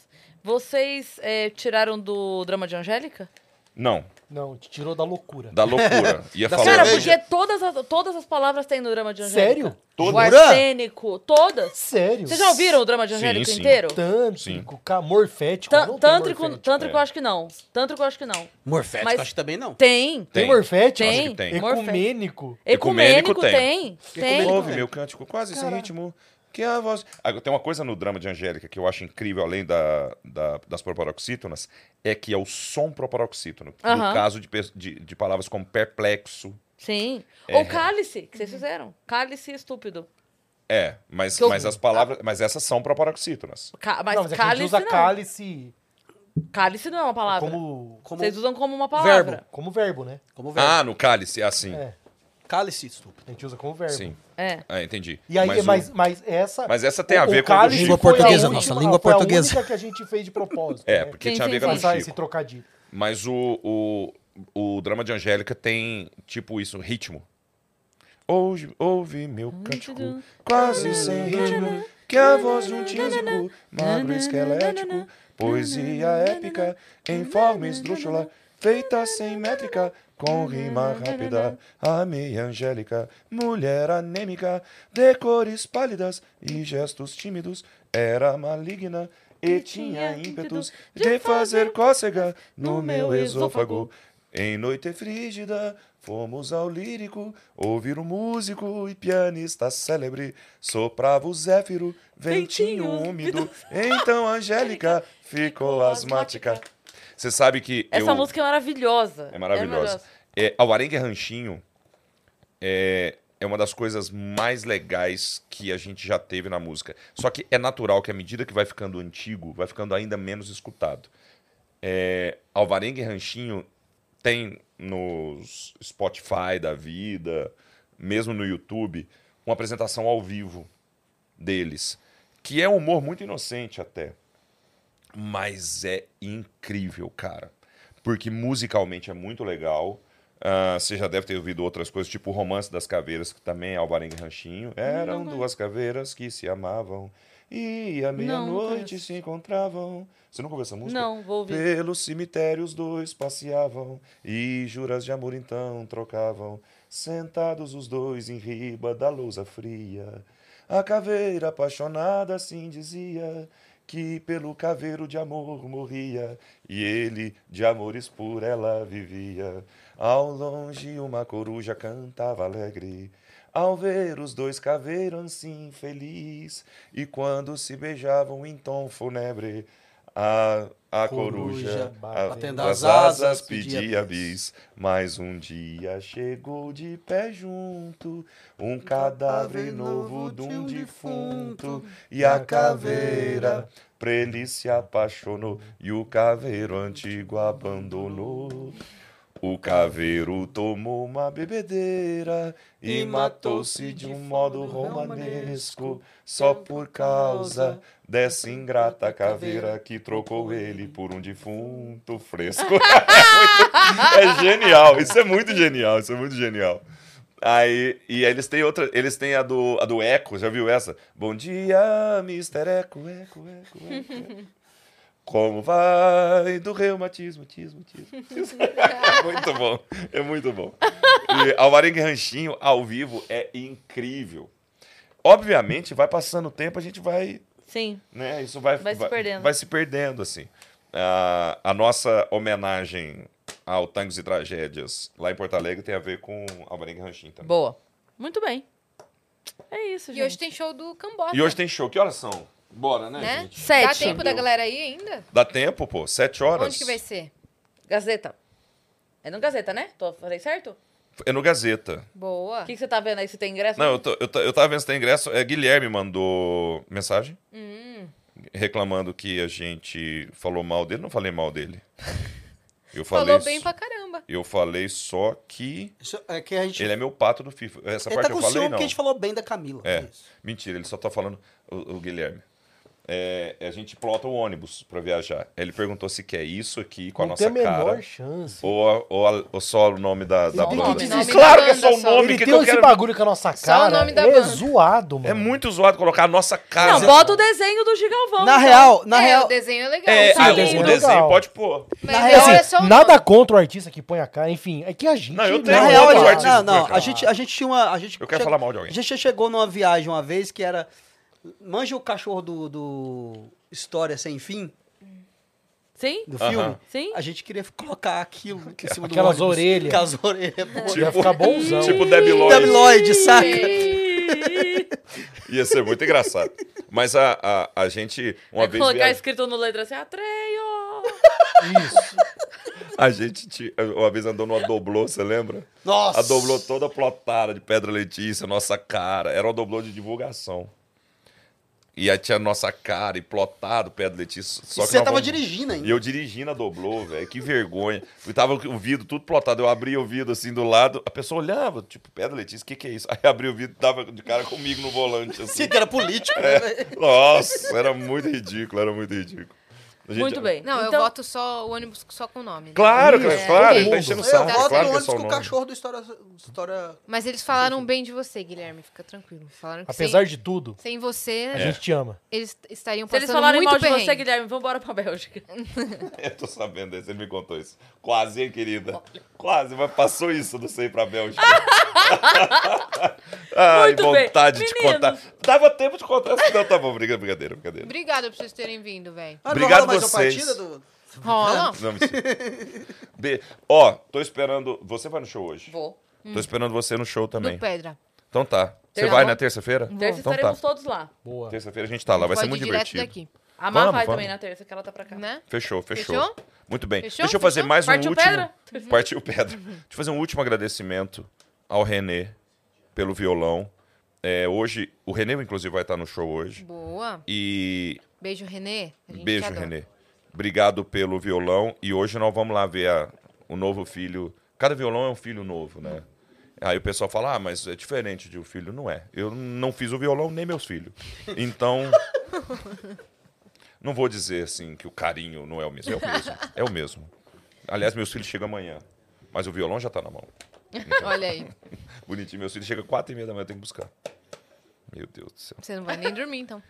[SPEAKER 3] vocês é, tiraram do drama de Angélica?
[SPEAKER 5] Não,
[SPEAKER 4] Não, te tirou da loucura.
[SPEAKER 5] da [laughs] loucura. Ia
[SPEAKER 2] Da
[SPEAKER 5] falar.
[SPEAKER 3] Cara,
[SPEAKER 2] cerveja.
[SPEAKER 3] porque todas as, todas as palavras têm no drama de Angélica.
[SPEAKER 4] Sério?
[SPEAKER 5] Todas?
[SPEAKER 3] O arsênico, todas.
[SPEAKER 4] Sério?
[SPEAKER 3] Vocês já ouviram o drama de
[SPEAKER 5] Sim,
[SPEAKER 3] Angélica
[SPEAKER 5] sim.
[SPEAKER 3] inteiro?
[SPEAKER 4] Tântrico, ca- morfético.
[SPEAKER 3] Tan-
[SPEAKER 4] não tem
[SPEAKER 3] Tântrico,
[SPEAKER 4] morfético.
[SPEAKER 3] tântrico
[SPEAKER 5] É.
[SPEAKER 3] eu acho que não. Tântrico eu acho que não.
[SPEAKER 2] Morfético,
[SPEAKER 3] Mas-
[SPEAKER 2] acho que também não.
[SPEAKER 3] Tem.
[SPEAKER 4] Tem
[SPEAKER 5] Tem.
[SPEAKER 4] morfético? É
[SPEAKER 5] Acho
[SPEAKER 3] Tem.
[SPEAKER 5] que tem.
[SPEAKER 3] Morfético.
[SPEAKER 4] Ecumênico.
[SPEAKER 5] Ecumênico
[SPEAKER 3] Ecumênico tem.
[SPEAKER 5] tem.
[SPEAKER 3] Tem.
[SPEAKER 5] Ouve meu cântico quase sem ritmo. Que é a voz. Ah, Tem uma coisa no drama de Angélica que eu acho incrível, além da, da- das proparoxítonas, é que é o som proparoxítono. No
[SPEAKER 3] Aham.
[SPEAKER 5] caso de, pe- de, de palavras como perplexo.
[SPEAKER 3] Sim.
[SPEAKER 5] É.
[SPEAKER 3] Ou cálice, que vocês fizeram. Cálice estúpido.
[SPEAKER 5] É, mas,
[SPEAKER 3] Que eu-
[SPEAKER 5] mas as palavras. Mas essas são proparoxítonas.
[SPEAKER 3] Ca- mas
[SPEAKER 4] não, mas é que a gente
[SPEAKER 3] cálice
[SPEAKER 4] usa
[SPEAKER 3] não.
[SPEAKER 4] cálice
[SPEAKER 3] Cálice não é uma palavra.
[SPEAKER 4] como,
[SPEAKER 2] Como
[SPEAKER 3] Vocês usam como uma palavra.
[SPEAKER 4] verbo, como verbo, né?
[SPEAKER 2] Como verbo.
[SPEAKER 5] Ah, no cálice, é assim.
[SPEAKER 4] É.
[SPEAKER 2] Cálice, estúpido.
[SPEAKER 4] A gente usa como verbo.
[SPEAKER 5] Sim.
[SPEAKER 3] É.
[SPEAKER 5] Ah, entendi.
[SPEAKER 4] E aí,
[SPEAKER 5] mas,
[SPEAKER 4] mas,
[SPEAKER 5] o-
[SPEAKER 4] mas, essa.
[SPEAKER 5] mas essa tem a ver com o
[SPEAKER 4] cálice
[SPEAKER 5] do
[SPEAKER 2] Língua
[SPEAKER 4] foi a
[SPEAKER 2] portuguesa
[SPEAKER 4] última-
[SPEAKER 2] nossa, língua
[SPEAKER 4] foi
[SPEAKER 2] portuguesa.
[SPEAKER 4] A única que a gente fez de propósito.
[SPEAKER 5] É,
[SPEAKER 4] né?
[SPEAKER 5] porque
[SPEAKER 3] Sim,
[SPEAKER 5] tinha a ver
[SPEAKER 3] sim,
[SPEAKER 5] com
[SPEAKER 3] sim.
[SPEAKER 5] o
[SPEAKER 4] Usar
[SPEAKER 5] Chico.
[SPEAKER 4] esse trocadilho.
[SPEAKER 5] Mas o, o, o drama de Angélica tem, tipo isso, ritmo. Hoje ouve meu cântico, quase sem ritmo, que a voz de um tísico, magro esquelético, poesia épica, em forma esdrúxula, feita sem métrica, com rima rápida, amei Angélica, mulher anêmica, de cores pálidas e gestos tímidos, era maligna e tinha ímpetos de fazer cócega no meu esôfago. Em noite frígida, fomos ao lírico, ouvir o músico e pianista célebre. Soprava o zéfiro, ventinho
[SPEAKER 3] Ventinho
[SPEAKER 5] úmido. Então
[SPEAKER 3] [laughs]
[SPEAKER 5] Angélica ficou asmática. Você sabe que
[SPEAKER 3] Essa
[SPEAKER 5] eu-
[SPEAKER 3] música é maravilhosa.
[SPEAKER 5] é maravilhosa. É, a Warengue Ranchinho é, é uma das coisas mais legais que a gente já teve na música. Só que é natural que à medida que vai ficando antigo, vai ficando ainda menos escutado. É, Alvarengue Ranchinho tem nos Spotify da vida, mesmo no YouTube, uma apresentação ao vivo deles, que é um humor muito inocente até. Mas é incrível, cara. Porque musicalmente é muito legal. Ah, você já deve ter ouvido outras coisas, tipo o Romance das Caveiras, que também é Alvarenga e Ranchinho. Eram duas caveiras que se amavam e à meia-noite
[SPEAKER 3] conheço.
[SPEAKER 5] se encontravam. Você não ouviu essa música? é
[SPEAKER 3] Não, vou ouvir.
[SPEAKER 5] Pelos cemitérios dois passeavam e juras de amor então trocavam, sentados os dois em riba da lousa fria. A caveira apaixonada assim dizia que pelo caveiro de amor morria e ele de amores por ela vivia. Ao longe uma coruja cantava alegre. Ao ver os dois caveiros assim feliz, e quando se beijavam em tom fúnebre, a, a coruja,
[SPEAKER 2] Coruja, batendo
[SPEAKER 5] as
[SPEAKER 2] as
[SPEAKER 5] asas,
[SPEAKER 2] asas,
[SPEAKER 5] pedia
[SPEAKER 2] pedia
[SPEAKER 5] bis. Mas um dia chegou de pé junto um cadáver novo de um defunto, e a caveira pra ele se apaixonou, e o caveiro antigo abandonou. O caveiro tomou uma bebedeira e matou-se de um modo romanesco, só por causa dessa ingrata caveira que trocou ele por um defunto fresco. [laughs] É, muito- é genial, isso é muito genial, isso é muito genial. Aí, e eles têm outra, eles têm a do, a do Eco, já viu essa? Bom dia, Mr. Eco, Eco, Eco, Eco. eco. Como vai do reumatismo, tismo, tismo. tismo. [laughs] É muito bom, é muito bom. E Alvarengue Ranchinho ao vivo é incrível. Obviamente, vai passando o tempo, a gente vai
[SPEAKER 3] Sim.
[SPEAKER 5] né? Isso vai,
[SPEAKER 3] Vai se perdendo.
[SPEAKER 5] Vai se perdendo, assim. A, a nossa homenagem ao Tangos e Tragédias lá em Porto Alegre tem a ver com Alvarenga Ranchinho também.
[SPEAKER 3] Boa. Muito bem. É isso, gente.
[SPEAKER 1] E hoje tem show do Cambota.
[SPEAKER 5] E hoje tem show. Que horas são? Bora, né,
[SPEAKER 1] né?
[SPEAKER 5] gente?
[SPEAKER 1] Dá
[SPEAKER 3] Sete.
[SPEAKER 1] tempo da galera aí ainda?
[SPEAKER 5] Dá tempo, pô. Sete horas.
[SPEAKER 1] Onde que vai ser?
[SPEAKER 3] Gazeta. É no Gazeta, né? Tô, falei certo?
[SPEAKER 5] É no Gazeta.
[SPEAKER 1] Boa.
[SPEAKER 3] O que, que você tá vendo aí? Se tem ingresso?
[SPEAKER 5] Não, eu, tô- eu, tô- eu tava vendo se tem ingresso. É, Guilherme mandou mensagem
[SPEAKER 1] Hum.
[SPEAKER 5] reclamando que a gente falou mal dele. Não falei
[SPEAKER 1] [laughs]
[SPEAKER 5] mal dele. Eu falei,
[SPEAKER 1] Falou bem
[SPEAKER 5] s-
[SPEAKER 1] pra caramba.
[SPEAKER 5] eu falei só que
[SPEAKER 2] Isso é que a gente.
[SPEAKER 5] ele é meu pato do FIFA. Essa
[SPEAKER 2] Ele
[SPEAKER 5] parte
[SPEAKER 2] tá
[SPEAKER 5] eu
[SPEAKER 2] com
[SPEAKER 5] falei,
[SPEAKER 2] ciúme
[SPEAKER 5] não.
[SPEAKER 2] porque a gente falou bem da Camila.
[SPEAKER 5] É.
[SPEAKER 2] Isso.
[SPEAKER 5] Mentira, ele só tá falando, o, o Guilherme. É, a gente plota o ônibus pra viajar. Ele perguntou se quer isso aqui com a
[SPEAKER 4] não
[SPEAKER 5] nossa
[SPEAKER 4] tem a menor
[SPEAKER 5] cara.
[SPEAKER 4] chance.
[SPEAKER 5] ou, a- ou, a- ou só o nome da, da
[SPEAKER 4] tem
[SPEAKER 5] banda.
[SPEAKER 4] que
[SPEAKER 1] dizer-
[SPEAKER 5] claro que é
[SPEAKER 1] Nome da
[SPEAKER 5] só o
[SPEAKER 1] banda, só.
[SPEAKER 5] nome
[SPEAKER 4] Ele
[SPEAKER 5] que
[SPEAKER 4] tem
[SPEAKER 5] eu
[SPEAKER 4] esse
[SPEAKER 5] quero.
[SPEAKER 4] bagulho com a nossa
[SPEAKER 1] Só o
[SPEAKER 4] cara.
[SPEAKER 1] nome da
[SPEAKER 4] é
[SPEAKER 1] banda.
[SPEAKER 4] zoado, mano.
[SPEAKER 5] É muito zoado colocar a nossa cara.
[SPEAKER 3] Não, bota o desenho do Gigalvão.
[SPEAKER 2] Na
[SPEAKER 3] então.
[SPEAKER 2] real, na
[SPEAKER 1] é,
[SPEAKER 2] real.
[SPEAKER 1] o desenho é legal.
[SPEAKER 5] É,
[SPEAKER 1] tá
[SPEAKER 5] ah, o
[SPEAKER 1] lindo.
[SPEAKER 5] desenho,
[SPEAKER 4] é legal.
[SPEAKER 5] pode pôr.
[SPEAKER 1] Mas
[SPEAKER 2] Na
[SPEAKER 1] na
[SPEAKER 2] real,
[SPEAKER 1] real, é
[SPEAKER 4] Assim,
[SPEAKER 1] só o
[SPEAKER 4] nada
[SPEAKER 1] nome.
[SPEAKER 4] contra o artista que põe a cara. Enfim, é que a gente...
[SPEAKER 5] Não, eu tenho
[SPEAKER 2] Na
[SPEAKER 5] Não,
[SPEAKER 2] real,
[SPEAKER 5] não,
[SPEAKER 2] a
[SPEAKER 5] não,
[SPEAKER 2] gente,
[SPEAKER 5] artista,
[SPEAKER 2] não, não,
[SPEAKER 5] cara.
[SPEAKER 2] a gente, a gente tinha uma. A gente
[SPEAKER 5] Eu quero
[SPEAKER 2] che-
[SPEAKER 5] falar mal de alguém.
[SPEAKER 2] A gente chegou numa viagem uma vez que era. Manja o cachorro do, do História Sem Fim,
[SPEAKER 3] Sim?
[SPEAKER 2] do
[SPEAKER 5] Aham.
[SPEAKER 2] filme.
[SPEAKER 3] Sim?
[SPEAKER 2] A gente queria colocar aquilo em cima do
[SPEAKER 4] Aquelas
[SPEAKER 2] ônibus.
[SPEAKER 4] orelhas.
[SPEAKER 2] Aquelas orelhas.
[SPEAKER 4] Ia ficar bonzão.
[SPEAKER 5] Tipo Debi Lloyd.
[SPEAKER 2] Debiloid, saca?
[SPEAKER 1] Sei.
[SPEAKER 5] Ia ser muito engraçado. Mas a, a, a gente, uma
[SPEAKER 3] Vai
[SPEAKER 5] vez.
[SPEAKER 3] colocar
[SPEAKER 5] via-
[SPEAKER 3] escrito no letra assim, Atreio!
[SPEAKER 4] Isso.
[SPEAKER 5] A gente ti- uma vez andou numa doblô, você lembra?
[SPEAKER 2] Nossa!
[SPEAKER 5] A doblô toda plotada de Pedra Letícia, nossa cara. Era uma doblô de divulgação. E aí tinha nossa cara e plotado Pedra Letícia. Só
[SPEAKER 2] E
[SPEAKER 5] que
[SPEAKER 2] você
[SPEAKER 5] nós
[SPEAKER 2] tava
[SPEAKER 5] vamos-
[SPEAKER 2] dirigindo ainda.
[SPEAKER 5] E eu dirigindo a doblô, velho. Que vergonha. Eu tava o vidro tudo plotado. Eu abria o vidro assim do lado. A pessoa olhava, tipo, Pedra Letícia, o que, que é isso? Aí abria o vidro e tava de cara comigo no volante, assim.
[SPEAKER 2] [laughs] Você que era político, né? velho?
[SPEAKER 5] Nossa, era muito ridículo, era muito ridículo. A gente-
[SPEAKER 3] Muito bem.
[SPEAKER 1] Não, eu
[SPEAKER 3] Então-
[SPEAKER 1] voto só o ônibus só com o nome. né?
[SPEAKER 5] Claro,
[SPEAKER 4] Isso,
[SPEAKER 5] cara, claro,
[SPEAKER 4] todo
[SPEAKER 5] ele tá
[SPEAKER 4] mundo.
[SPEAKER 5] enchendo o
[SPEAKER 2] Eu
[SPEAKER 5] saco.
[SPEAKER 2] voto
[SPEAKER 5] claro
[SPEAKER 2] no
[SPEAKER 5] que é
[SPEAKER 2] ônibus
[SPEAKER 5] só o
[SPEAKER 2] com o
[SPEAKER 5] nome.
[SPEAKER 2] cachorro do História... história...
[SPEAKER 1] Mas eles falaram bem de você, Guilherme. Fica tranquilo. Falaram que
[SPEAKER 4] Apesar
[SPEAKER 1] sem,
[SPEAKER 4] de tudo,
[SPEAKER 1] sem você,
[SPEAKER 5] É.
[SPEAKER 4] a gente te ama.
[SPEAKER 1] eles estariam
[SPEAKER 3] Se
[SPEAKER 1] passando
[SPEAKER 3] eles falarem
[SPEAKER 1] muito
[SPEAKER 3] mal de
[SPEAKER 1] perrengue.
[SPEAKER 3] você, Guilherme, vambora pra Bélgica.
[SPEAKER 5] [laughs] Eu tô sabendo desse, ele me contou isso. Quase, hein, querida? Quase, mas passou isso, não sei, pra Bélgica. Ai,
[SPEAKER 3] Muito bem.
[SPEAKER 5] vontade de te
[SPEAKER 3] Meninos.
[SPEAKER 5] contar. Dava tempo de contar, assim, não, tá bom, brincadeira, brincadeira, brincadeira.
[SPEAKER 1] Obrigada por vocês terem vindo, velho.
[SPEAKER 2] Ah, não
[SPEAKER 5] Obrigado
[SPEAKER 2] rola mais uma
[SPEAKER 5] vocês.
[SPEAKER 2] partida do...
[SPEAKER 1] Rola.
[SPEAKER 5] Não, mentira. Be- Ó, tô esperando. Você vai no show hoje?
[SPEAKER 3] Vou.
[SPEAKER 5] Tô esperando você no show também.
[SPEAKER 1] Do Pedra.
[SPEAKER 5] Então tá. Você
[SPEAKER 3] Terça-
[SPEAKER 5] vai na terça-feira?
[SPEAKER 3] Terça
[SPEAKER 5] Então tá.
[SPEAKER 3] estaremos todos lá.
[SPEAKER 4] Boa.
[SPEAKER 5] Terça-feira a gente tá lá, vai
[SPEAKER 1] Pode
[SPEAKER 5] ser muito
[SPEAKER 1] ir direto
[SPEAKER 5] divertido.
[SPEAKER 1] daqui,
[SPEAKER 3] A Má
[SPEAKER 5] Vamos,
[SPEAKER 3] vai
[SPEAKER 5] vamos.
[SPEAKER 3] também na terça, que ela tá pra cá.
[SPEAKER 1] né?
[SPEAKER 5] Fechou, fechou.
[SPEAKER 1] Fechou?
[SPEAKER 5] Muito bem.
[SPEAKER 1] Fechou?
[SPEAKER 5] Deixa eu fazer
[SPEAKER 1] Fechou?
[SPEAKER 5] mais um
[SPEAKER 3] Partiu
[SPEAKER 5] último.
[SPEAKER 3] pedra?
[SPEAKER 5] [laughs] Partiu pedra. Deixa eu fazer um último agradecimento ao Renê pelo violão. É, hoje, o Renê, inclusive, vai estar no show hoje.
[SPEAKER 1] Boa.
[SPEAKER 5] E
[SPEAKER 1] Beijo, Renê. A gente te
[SPEAKER 5] beijo,
[SPEAKER 1] adora.
[SPEAKER 5] Renê. Obrigado pelo violão. E hoje nós vamos lá ver a- o novo filho. Cada violão é um filho novo, né? Aí o pessoal fala, ah, mas é diferente de um filho. Não é. Eu não fiz o violão nem meus filhos. Então. não vou dizer assim que o carinho não é o mesmo. É o mesmo. É o mesmo. Aliás, meus filhos chegam amanhã. Mas o violão já tá na mão.
[SPEAKER 1] Olha aí.
[SPEAKER 5] Bonitinho. Meus filhos chegam quatro e meia da manhã, eu tenho que buscar. Meu Deus do céu.
[SPEAKER 1] Você não vai nem dormir, então.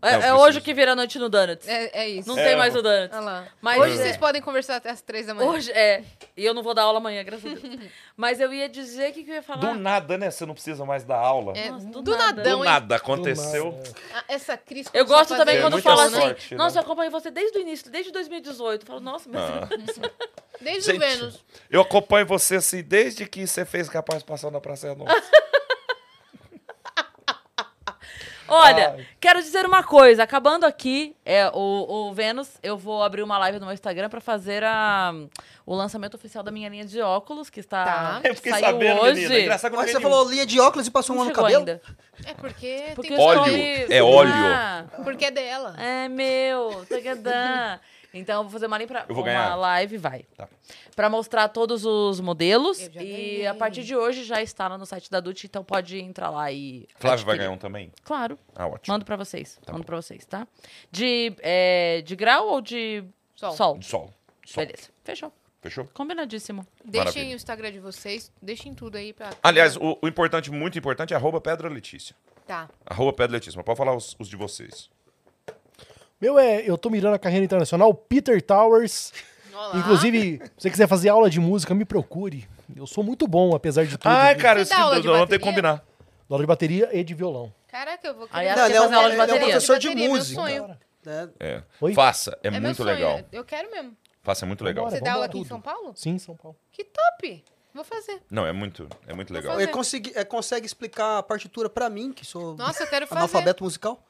[SPEAKER 3] É,
[SPEAKER 5] Não,
[SPEAKER 3] é
[SPEAKER 5] preciso.
[SPEAKER 3] hoje que vira noite no Donuts.
[SPEAKER 1] É, é isso.
[SPEAKER 3] Não
[SPEAKER 1] É.
[SPEAKER 3] tem mais o Donuts.
[SPEAKER 1] Olha lá.
[SPEAKER 3] Mas
[SPEAKER 1] Hoje
[SPEAKER 3] é-
[SPEAKER 1] vocês podem conversar até as três da manhã.
[SPEAKER 3] Hoje, é. E eu não vou dar aula amanhã, graças a
[SPEAKER 1] [laughs]
[SPEAKER 3] Deus. Mas eu ia dizer o que, que eu ia falar.
[SPEAKER 5] Do nada, né? Você não precisa mais dar aula.
[SPEAKER 1] É,
[SPEAKER 3] Nossa,
[SPEAKER 1] do,
[SPEAKER 3] do
[SPEAKER 1] nada.
[SPEAKER 3] nada.
[SPEAKER 5] Do
[SPEAKER 1] nadão, hein?
[SPEAKER 5] nada aconteceu.
[SPEAKER 1] Ah, Essa tá Cris
[SPEAKER 3] Eu
[SPEAKER 1] começou a
[SPEAKER 3] gosto também
[SPEAKER 1] fazer-
[SPEAKER 3] quando
[SPEAKER 5] muita
[SPEAKER 3] fala assim,
[SPEAKER 5] sorte, né?
[SPEAKER 3] nossa, eu acompanho você desde o início, desde 2018. Eu falo, nossa, mas...
[SPEAKER 5] Ah.
[SPEAKER 1] Desde o
[SPEAKER 5] Gente,
[SPEAKER 1] Vênus.
[SPEAKER 5] eu acompanho você assim desde que você fez Capaz Passando na Praça Nossa.
[SPEAKER 3] [laughs]
[SPEAKER 1] Ah,
[SPEAKER 3] Olha,
[SPEAKER 5] Ai.
[SPEAKER 3] quero dizer uma coisa. Acabando aqui, é, o, o Vênus, eu vou abrir uma live no meu Instagram pra fazer a, o lançamento oficial da minha linha de óculos, que está
[SPEAKER 1] Tá.
[SPEAKER 5] Eu fiquei
[SPEAKER 3] saiu
[SPEAKER 5] sabendo,
[SPEAKER 3] hoje.
[SPEAKER 5] menina. Engraçado que eu não
[SPEAKER 2] Mas você
[SPEAKER 5] ganhei
[SPEAKER 2] falou linha de óculos e passou
[SPEAKER 3] Não
[SPEAKER 2] um ano no
[SPEAKER 3] chegou
[SPEAKER 2] cabelo?
[SPEAKER 3] ainda.
[SPEAKER 1] É porque,
[SPEAKER 3] Porque
[SPEAKER 1] tem
[SPEAKER 3] eu
[SPEAKER 5] Óleo.
[SPEAKER 3] escolhi-
[SPEAKER 5] É óleo.
[SPEAKER 3] Ah,
[SPEAKER 1] Porque é dela.
[SPEAKER 3] É meu, tagadã. Então eu vou fazer uma, limpra,
[SPEAKER 5] Eu vou
[SPEAKER 3] uma
[SPEAKER 5] ganhar.
[SPEAKER 3] live, vai.
[SPEAKER 5] Tá.
[SPEAKER 3] Pra mostrar todos os modelos.
[SPEAKER 1] Eu já ganhei.
[SPEAKER 3] E a partir de hoje já está lá no site da Dutch, então pode entrar lá e.
[SPEAKER 5] nenhum. Flávio vai
[SPEAKER 3] adquirir.
[SPEAKER 5] ganhar um também?
[SPEAKER 3] Claro,
[SPEAKER 5] Ah, ótimo.
[SPEAKER 3] mando pra vocês. mando pra vocês, tá? De, é, de grau ou de
[SPEAKER 1] Sol.
[SPEAKER 5] De um Sol. Sol.
[SPEAKER 3] Beleza. Fechou.
[SPEAKER 5] Fechou?
[SPEAKER 3] Combinadíssimo.
[SPEAKER 1] Deixem
[SPEAKER 5] Maravilha.
[SPEAKER 1] o Instagram de vocês, deixem tudo aí pra.
[SPEAKER 5] Aliás, o, o importante, muito importante, é arroba Pedra Letícia.
[SPEAKER 1] Tá.
[SPEAKER 5] Arroba Pedra Letícia. Mas pode falar os, os de vocês.
[SPEAKER 4] Meu, é, eu tô mirando a carreira internacional, Peter Towers.
[SPEAKER 1] Olá.
[SPEAKER 4] Inclusive, se você quiser fazer aula de música, me procure. Eu sou muito bom, apesar de tudo.
[SPEAKER 5] Ai, cara,
[SPEAKER 1] Você
[SPEAKER 5] isso
[SPEAKER 1] dá aula
[SPEAKER 5] não,
[SPEAKER 1] de
[SPEAKER 5] não tem
[SPEAKER 1] bateria?
[SPEAKER 5] que combinar.
[SPEAKER 4] Na aula de bateria e de violão.
[SPEAKER 1] Caraca, eu vou.
[SPEAKER 3] Aí
[SPEAKER 1] querer-
[SPEAKER 3] ela Você quer fazer aula de
[SPEAKER 2] ele é um
[SPEAKER 3] bateria?
[SPEAKER 2] professor de
[SPEAKER 1] Bateria, meu
[SPEAKER 2] música.
[SPEAKER 1] sonho.
[SPEAKER 2] né?
[SPEAKER 5] É.
[SPEAKER 4] Oi?
[SPEAKER 5] Faça, é
[SPEAKER 1] É meu
[SPEAKER 5] muito
[SPEAKER 1] sonho,
[SPEAKER 5] legal.
[SPEAKER 1] Eu quero mesmo.
[SPEAKER 5] Faça, é muito legal.
[SPEAKER 4] Bora,
[SPEAKER 1] Você
[SPEAKER 4] vamos
[SPEAKER 1] dá aula
[SPEAKER 4] dar
[SPEAKER 1] aqui em
[SPEAKER 4] tudo.
[SPEAKER 1] São Paulo?
[SPEAKER 4] Sim, São Paulo.
[SPEAKER 1] Que top! Vou fazer.
[SPEAKER 5] Não, é muito, é muito legal.
[SPEAKER 1] fazer.
[SPEAKER 2] Ele consegui- é, consegue explicar a partitura pra mim, que sou
[SPEAKER 1] Nossa, eu quero fazer.
[SPEAKER 2] analfabeto musical?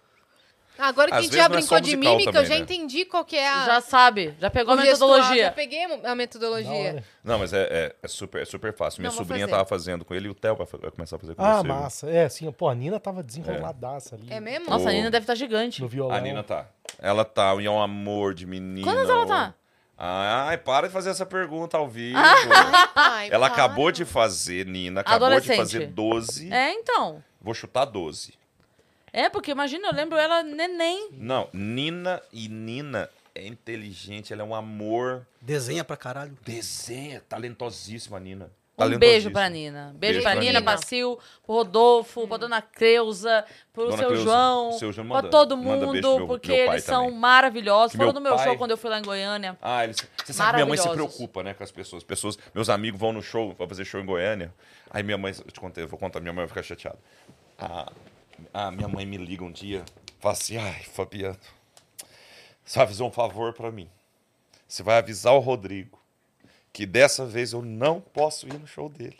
[SPEAKER 1] Agora que
[SPEAKER 5] Às
[SPEAKER 1] a gente
[SPEAKER 5] vezes
[SPEAKER 1] já
[SPEAKER 5] não é só
[SPEAKER 1] brincou de
[SPEAKER 5] musical
[SPEAKER 1] mímica, eu
[SPEAKER 5] também,
[SPEAKER 1] já
[SPEAKER 5] né?
[SPEAKER 1] entendi qual que é a.
[SPEAKER 3] Já sabe, já pegou a
[SPEAKER 1] o gestual,
[SPEAKER 3] metodologia.
[SPEAKER 1] Já peguei a
[SPEAKER 4] Da
[SPEAKER 1] metodologia.
[SPEAKER 4] hora.
[SPEAKER 5] Não, mas é, é- é super, é super fácil. Minha
[SPEAKER 1] Não, vou
[SPEAKER 5] sobrinha
[SPEAKER 1] fazer.
[SPEAKER 5] tava fazendo com ele e o Theo vai, fa- vai começar a fazer com
[SPEAKER 4] Ah,
[SPEAKER 5] você.
[SPEAKER 4] massa. É, sim. Pô, a Nina tava desenroladaça ali.
[SPEAKER 1] É mesmo?
[SPEAKER 3] Nossa, a
[SPEAKER 5] Ô.
[SPEAKER 3] Nina deve estar gigante.
[SPEAKER 4] No violão.
[SPEAKER 5] A Nina tá. Ela tá, e é um amor de menina.
[SPEAKER 3] Quantas ela tá?
[SPEAKER 5] Ai, para de fazer essa pergunta ao vivo.
[SPEAKER 3] [laughs]
[SPEAKER 1] Ai,
[SPEAKER 5] Ela
[SPEAKER 1] para.
[SPEAKER 5] acabou de fazer, Nina, acabou de
[SPEAKER 3] Adolescente.
[SPEAKER 5] fazer 12.
[SPEAKER 3] É, então.
[SPEAKER 5] Vou chutar 12.
[SPEAKER 3] É, porque imagina, eu lembro ela neném.
[SPEAKER 5] Não, Nina e Nina é inteligente, ela é um amor.
[SPEAKER 2] Desenha pra caralho.
[SPEAKER 5] Desenha, talentosíssima a Nina.
[SPEAKER 3] Um beijo pra Nina. Beijo,
[SPEAKER 5] Beijo
[SPEAKER 3] pra,
[SPEAKER 5] pra
[SPEAKER 3] Nina,
[SPEAKER 5] Nina.
[SPEAKER 3] Basil, pro Rodolfo, pra Dona Creuza, pro
[SPEAKER 5] Dona
[SPEAKER 3] seu,
[SPEAKER 5] Cleusa,
[SPEAKER 3] João,
[SPEAKER 5] seu João
[SPEAKER 3] pra
[SPEAKER 5] manda-
[SPEAKER 3] todo
[SPEAKER 5] manda
[SPEAKER 3] mundo,
[SPEAKER 5] beijo pro meu-
[SPEAKER 3] porque
[SPEAKER 5] meu pai
[SPEAKER 3] eles são
[SPEAKER 5] também.
[SPEAKER 3] maravilhosos.
[SPEAKER 5] Meu
[SPEAKER 3] Foram no meu
[SPEAKER 5] pai-
[SPEAKER 3] show quando eu fui lá em Goiânia.
[SPEAKER 5] Ah, eles, você sabe que minha mãe se
[SPEAKER 3] Maravilhosos.
[SPEAKER 5] preocupa, né, com as pessoas. Pessoas, meus amigos vão no show, vão fazer show em Goiânia. Aí minha mãe, eu te contei, eu vou contar, minha mãe vai ficar chateada. Ah, ah, minha mãe me liga um dia, fala assim, ai, Fabiano, você vai fazer um favor pra mim. Você vai avisar o Rodrigo que dessa vez eu não posso ir no show dele.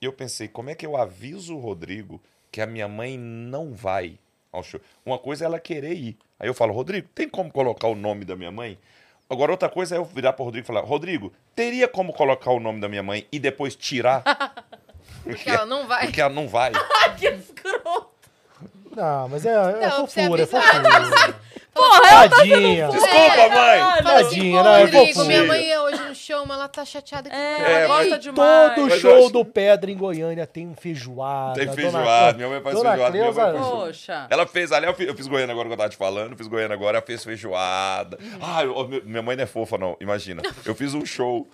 [SPEAKER 5] eu pensei, como é que eu aviso o Rodrigo que a minha mãe não vai ao show? Uma coisa é ela querer ir. Aí eu falo, Rodrigo, tem como colocar o nome da minha mãe? Agora, outra coisa é eu virar pro Rodrigo e falar, Rodrigo, teria como colocar o nome da minha mãe e depois tirar?
[SPEAKER 1] Porque ela não vai.
[SPEAKER 5] Porque ela não vai.
[SPEAKER 3] Que escroto.
[SPEAKER 4] Não, mas é, é
[SPEAKER 1] Não, você
[SPEAKER 4] fofura, é
[SPEAKER 1] avisa-
[SPEAKER 4] fofura.
[SPEAKER 1] [laughs]
[SPEAKER 3] Porra,
[SPEAKER 4] Tadinha.
[SPEAKER 5] Desculpa, mãe!
[SPEAKER 1] Fala assim,
[SPEAKER 4] Tadinha,
[SPEAKER 1] "Pô,
[SPEAKER 5] um
[SPEAKER 4] ela é
[SPEAKER 1] Rodrigo,
[SPEAKER 4] fofinha.
[SPEAKER 1] minha mãe é hoje no show, mas ela tá chateada que
[SPEAKER 3] é,
[SPEAKER 1] ela
[SPEAKER 3] ela
[SPEAKER 1] vai
[SPEAKER 3] gosta
[SPEAKER 1] ir."
[SPEAKER 3] demais.
[SPEAKER 4] Todo
[SPEAKER 5] Mas eu
[SPEAKER 4] show
[SPEAKER 5] acho-
[SPEAKER 4] do Pedra em Goiânia tem um feijoada.
[SPEAKER 5] Tem
[SPEAKER 4] Dona-
[SPEAKER 5] feijoada, minha mãe faz
[SPEAKER 4] Dona
[SPEAKER 5] feijoada, minha mãe
[SPEAKER 4] Cleusa-
[SPEAKER 5] faz
[SPEAKER 3] Poxa.
[SPEAKER 5] Ela fez, aliás, eu fi- eu fiz Goiânia agora que eu tava te falando, fiz Goiânia agora, ela fez feijoada. Ah, eu- meu- minha mãe não é fofa, não, imagina. Eu fiz um show,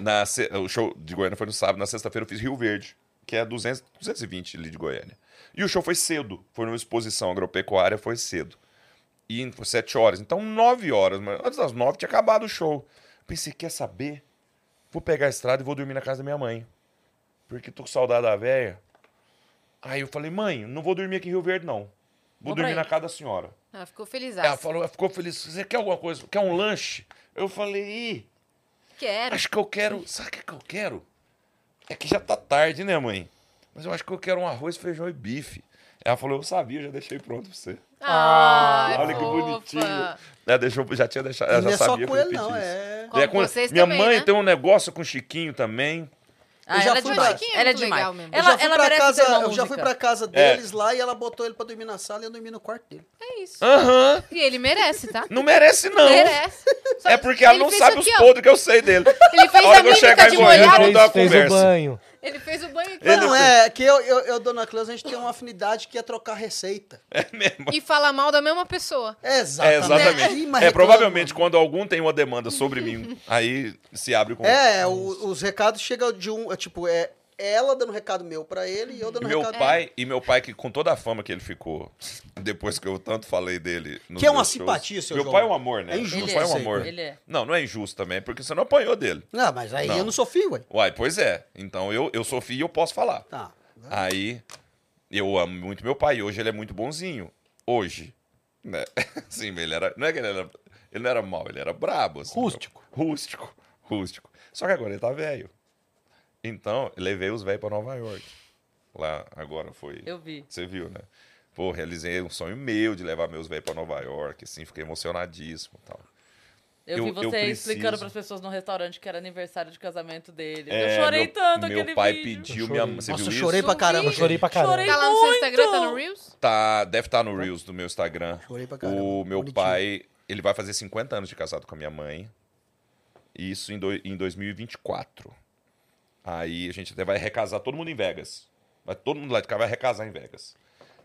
[SPEAKER 5] na, se- o show de Goiânia foi no sábado, na sexta-feira eu fiz Rio Verde, que é 200, 220 ali de Goiânia. E o show foi cedo, foi numa exposição agropecuária, foi cedo. E foi sete horas, então nove horas, mas antes das nove tinha acabado o show. Pensei, quer saber? Vou pegar a estrada e vou dormir na casa da minha mãe. Porque tô com saudade da velha. Aí eu falei, mãe, não vou dormir aqui em Rio Verde, não. Vou,
[SPEAKER 3] Vou pra
[SPEAKER 5] dormir
[SPEAKER 3] aí.
[SPEAKER 5] na casa da senhora.
[SPEAKER 1] Ela ficou feliz.
[SPEAKER 5] É, Ela falou, ela ficou feliz. Você quer alguma coisa? Quer um lanche? Eu falei, Ih,
[SPEAKER 1] Quero.
[SPEAKER 5] acho que eu quero. Sabe o que que eu quero? É que já tá tarde, né, mãe? Mas eu acho que eu quero um arroz, feijão e bife. Ela falou, eu sabia, eu já deixei pronto pra você.
[SPEAKER 1] Ah,
[SPEAKER 5] Olha que
[SPEAKER 1] fofa.
[SPEAKER 5] bonitinho. Ela deixou, já tinha deixado, ela
[SPEAKER 2] Não
[SPEAKER 5] já
[SPEAKER 2] é só
[SPEAKER 5] sabia
[SPEAKER 2] com
[SPEAKER 5] que eu ia
[SPEAKER 2] ele,
[SPEAKER 5] pedir
[SPEAKER 2] não.
[SPEAKER 5] isso.
[SPEAKER 2] É...
[SPEAKER 1] Com
[SPEAKER 5] É, quando-
[SPEAKER 1] vocês
[SPEAKER 5] minha
[SPEAKER 1] também,
[SPEAKER 5] mãe
[SPEAKER 1] né?
[SPEAKER 5] tem um negócio com o Chiquinho também.
[SPEAKER 3] Ah,
[SPEAKER 2] Eu já
[SPEAKER 3] ela é
[SPEAKER 2] fui
[SPEAKER 3] demais.
[SPEAKER 1] pra-
[SPEAKER 3] Ela é
[SPEAKER 1] Muito
[SPEAKER 3] demais.
[SPEAKER 1] legal mesmo.
[SPEAKER 2] Eu
[SPEAKER 3] Ela,
[SPEAKER 2] já fui
[SPEAKER 3] ela
[SPEAKER 2] pra
[SPEAKER 3] merece
[SPEAKER 2] casa,
[SPEAKER 3] ter uma
[SPEAKER 2] Eu já
[SPEAKER 3] música.
[SPEAKER 2] fui pra
[SPEAKER 5] É.
[SPEAKER 2] casa deles lá e ela botou ele pra dormir na sala e eu dormi no quarto dele.
[SPEAKER 1] É isso.
[SPEAKER 5] Aham,
[SPEAKER 1] E ele merece, tá?
[SPEAKER 5] não merece não.
[SPEAKER 1] Merece. Só-
[SPEAKER 5] É porque ela
[SPEAKER 1] ele
[SPEAKER 5] não
[SPEAKER 1] fez
[SPEAKER 5] sabe
[SPEAKER 1] aqui,
[SPEAKER 5] os
[SPEAKER 1] ó.
[SPEAKER 5] podres que eu sei dele.
[SPEAKER 1] Ele fez
[SPEAKER 5] A hora
[SPEAKER 1] a
[SPEAKER 5] que eu
[SPEAKER 1] mímica
[SPEAKER 5] chegar
[SPEAKER 1] de
[SPEAKER 5] em Goiânia,
[SPEAKER 1] molhado.
[SPEAKER 5] eu vou dar uma
[SPEAKER 4] Fez- fez o
[SPEAKER 5] conversa.
[SPEAKER 4] banho.
[SPEAKER 1] Ele fez o banho aqui.
[SPEAKER 5] Ele-
[SPEAKER 1] ó.
[SPEAKER 2] Não, é que eu, eu, eu, Dona Cleusa, a gente tem uma afinidade que é trocar receita.
[SPEAKER 5] É mesmo.
[SPEAKER 1] E fala mal da mesma pessoa.
[SPEAKER 2] É
[SPEAKER 5] É,
[SPEAKER 2] exatamente. Ih, mas
[SPEAKER 5] exatamente. É,
[SPEAKER 2] reclama.
[SPEAKER 5] provavelmente quando algum tem uma demanda
[SPEAKER 3] [laughs]
[SPEAKER 5] sobre mim, aí se abre com
[SPEAKER 2] É, o- os recados chegam de um. é, Tipo, é ela dando recado meu pra ele e eu dando
[SPEAKER 5] meu
[SPEAKER 2] recado
[SPEAKER 5] pai e meu pai que com toda a fama que ele ficou depois que eu tanto falei dele nos
[SPEAKER 2] Que é uma
[SPEAKER 5] meus shows.
[SPEAKER 2] simpatia, seu
[SPEAKER 5] meu
[SPEAKER 2] João.
[SPEAKER 5] pai é um amor né
[SPEAKER 2] É injusto
[SPEAKER 5] meu pai é um
[SPEAKER 2] isso aí,
[SPEAKER 5] amor
[SPEAKER 2] né?
[SPEAKER 3] Ele é.
[SPEAKER 5] não não é injusto também porque você não apanhou dele
[SPEAKER 2] Não, Ah, mas aí
[SPEAKER 5] Não.
[SPEAKER 2] eu não sou fio, ué.
[SPEAKER 5] uai pois é então eu eu sou filho e eu posso falar
[SPEAKER 2] Tá.
[SPEAKER 5] Aí eu amo muito meu pai. Hoje ele é muito bonzinho. Hoje. Né? [laughs] Sim, ele era. Não é que ele era. Ele não era mau, ele era brabo. assim,
[SPEAKER 4] Rústico.
[SPEAKER 5] meu- Rústico. Rústico. Só que agora ele tá velho. Então, eu levei os velhos pra Nova York. Lá agora foi.
[SPEAKER 3] Eu vi.
[SPEAKER 5] Você viu, né? Pô, realizei um sonho meu de levar meus velhos pra Nova York, assim, fiquei emocionadíssimo e tal.
[SPEAKER 3] Eu,
[SPEAKER 5] Eu-
[SPEAKER 3] vi você
[SPEAKER 5] eu preciso.
[SPEAKER 3] explicando pras pessoas no restaurante que era aniversário de casamento dele.
[SPEAKER 5] É,
[SPEAKER 3] eu chorei
[SPEAKER 5] meu,
[SPEAKER 3] tanto
[SPEAKER 5] meu
[SPEAKER 3] aquele
[SPEAKER 5] pai
[SPEAKER 3] vídeo.
[SPEAKER 5] pediu
[SPEAKER 4] Eu
[SPEAKER 5] minha
[SPEAKER 4] chorei.
[SPEAKER 5] Você
[SPEAKER 2] Nossa,
[SPEAKER 5] viu
[SPEAKER 2] eu
[SPEAKER 5] isso?
[SPEAKER 2] chorei pra caramba.
[SPEAKER 4] Eu chorei pra caramba.
[SPEAKER 3] Chorei
[SPEAKER 1] Tá lá no seu
[SPEAKER 3] muito.
[SPEAKER 1] Instagram, tá no Reels?
[SPEAKER 5] Tá, deve estar no Reels do meu Instagram.
[SPEAKER 2] Chorei pra caramba.
[SPEAKER 5] O meu
[SPEAKER 2] Bonitinho.
[SPEAKER 5] pai, ele vai fazer 50 anos de casado com a minha mãe. E Isso em, doi- em 2024. Aí a gente até vai recasar todo mundo em Vegas. Vai todo mundo lá de cá vai recasar em Vegas.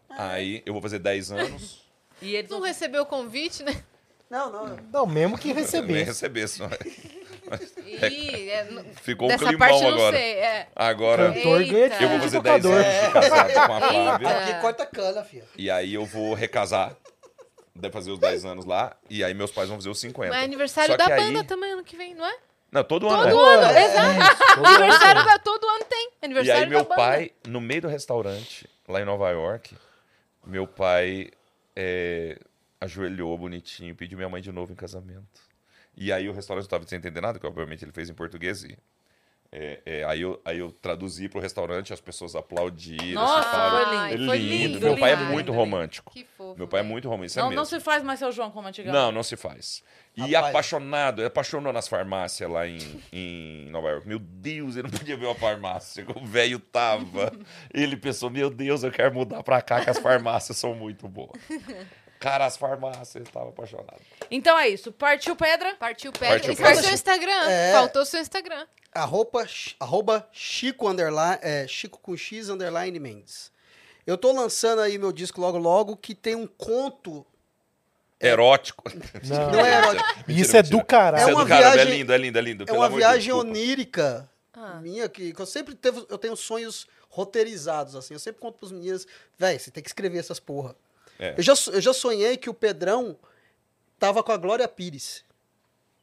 [SPEAKER 2] Ah, é?
[SPEAKER 5] Aí eu vou fazer 10
[SPEAKER 2] [laughs]
[SPEAKER 5] anos.
[SPEAKER 3] E eles
[SPEAKER 1] Não
[SPEAKER 3] não
[SPEAKER 1] recebeu o convite, né?
[SPEAKER 2] Não, não.
[SPEAKER 4] Não, mesmo que
[SPEAKER 5] Nem
[SPEAKER 4] receber.
[SPEAKER 5] receber,
[SPEAKER 2] [laughs]
[SPEAKER 5] senão
[SPEAKER 1] Ih, é, n-
[SPEAKER 5] ficou um
[SPEAKER 1] dessa
[SPEAKER 5] climão
[SPEAKER 1] parte eu não
[SPEAKER 5] agora.
[SPEAKER 1] sei. É.
[SPEAKER 5] Agora
[SPEAKER 4] Cantor ganha
[SPEAKER 1] Eita.
[SPEAKER 2] É.
[SPEAKER 5] eu
[SPEAKER 4] dinheiro
[SPEAKER 5] vou
[SPEAKER 4] de
[SPEAKER 2] tipo
[SPEAKER 5] fazer 10
[SPEAKER 4] tocador.
[SPEAKER 5] anos de casado com a
[SPEAKER 2] [laughs]
[SPEAKER 5] Flávia.
[SPEAKER 1] Eita.
[SPEAKER 2] Aqui corta cana, filho.
[SPEAKER 5] E aí eu vou recasar. Deve fazer os 10 anos lá. E aí meus pais vão fazer os 50.
[SPEAKER 1] Mas é aniversário
[SPEAKER 5] Só
[SPEAKER 1] da
[SPEAKER 5] que aí-
[SPEAKER 1] banda também ano que vem, não é?
[SPEAKER 5] Não, todo,
[SPEAKER 1] Todo
[SPEAKER 5] ano. é.
[SPEAKER 1] ano,
[SPEAKER 4] É,
[SPEAKER 1] exato.
[SPEAKER 4] Todo ano.
[SPEAKER 5] [laughs]
[SPEAKER 1] Aniversário da todo ano tem.
[SPEAKER 5] E
[SPEAKER 1] Aniversário tá né?
[SPEAKER 5] aí meu
[SPEAKER 1] da banda.
[SPEAKER 5] pai, no meio do restaurante, lá em Nova York, meu pai é, ajoelhou bonitinho, pediu minha mãe de novo em casamento. E aí o restaurante não tava sem entender nada, que obviamente ele fez em português. E, é, é, aí, eu, aí eu traduzi pro restaurante, as pessoas aplaudiram.
[SPEAKER 3] Nossa,
[SPEAKER 5] assim, falaram,
[SPEAKER 3] foi
[SPEAKER 1] Ai,
[SPEAKER 5] "É
[SPEAKER 3] lindo,
[SPEAKER 5] lindo.
[SPEAKER 3] foi lindo,
[SPEAKER 5] Meu pai é
[SPEAKER 3] lindo,
[SPEAKER 5] muito
[SPEAKER 3] lindo.
[SPEAKER 5] romântico.
[SPEAKER 1] Que fofo. né?
[SPEAKER 5] Meu pai é
[SPEAKER 1] velho.
[SPEAKER 5] muito romântico,
[SPEAKER 3] Não,
[SPEAKER 5] é
[SPEAKER 3] não
[SPEAKER 5] mesmo.
[SPEAKER 3] se faz mais seu João como antigamente.
[SPEAKER 5] Não, não se faz. E
[SPEAKER 2] Rapaz.
[SPEAKER 5] apaixonado, apaixonou nas farmácias lá em, em Nova York. Meu Deus, ele não podia ver uma farmácia, [laughs] como o velho tava. Ele pensou, meu Deus, eu quero mudar pra cá, que as farmácias são muito boas. Cara, as farmácias, ele tava apaixonado.
[SPEAKER 3] Então é isso. Partiu pedra.
[SPEAKER 1] Partiu pedra.
[SPEAKER 5] Partiu
[SPEAKER 1] Esse é o
[SPEAKER 5] pedra.
[SPEAKER 1] seu Instagram.
[SPEAKER 2] É.
[SPEAKER 1] Faltou o seu Instagram.
[SPEAKER 2] Arroba, chi- arroba Chico, underline, é, Chico com X, underline Mendes. Eu tô lançando aí meu disco logo logo, que tem um conto.
[SPEAKER 5] Erótico. [laughs]
[SPEAKER 4] Não.
[SPEAKER 2] Não é erótico.
[SPEAKER 4] Isso é do caralho.
[SPEAKER 5] Isso é,
[SPEAKER 2] uma
[SPEAKER 5] do caralho,
[SPEAKER 2] viagem-
[SPEAKER 5] é lindo, é lindo, é lindo.
[SPEAKER 2] É
[SPEAKER 5] pelo
[SPEAKER 2] uma
[SPEAKER 5] amor de
[SPEAKER 2] viagem
[SPEAKER 5] Deus, desculpa.
[SPEAKER 2] onírica
[SPEAKER 1] Ah.
[SPEAKER 2] minha, que, que eu sempre teve, eu tenho sonhos roteirizados, assim. Eu sempre conto pros meninos, véi, você tem que escrever essas porra.
[SPEAKER 5] É.
[SPEAKER 2] Eu, já, so- eu já sonhei que o Pedrão tava com a Glória Pires.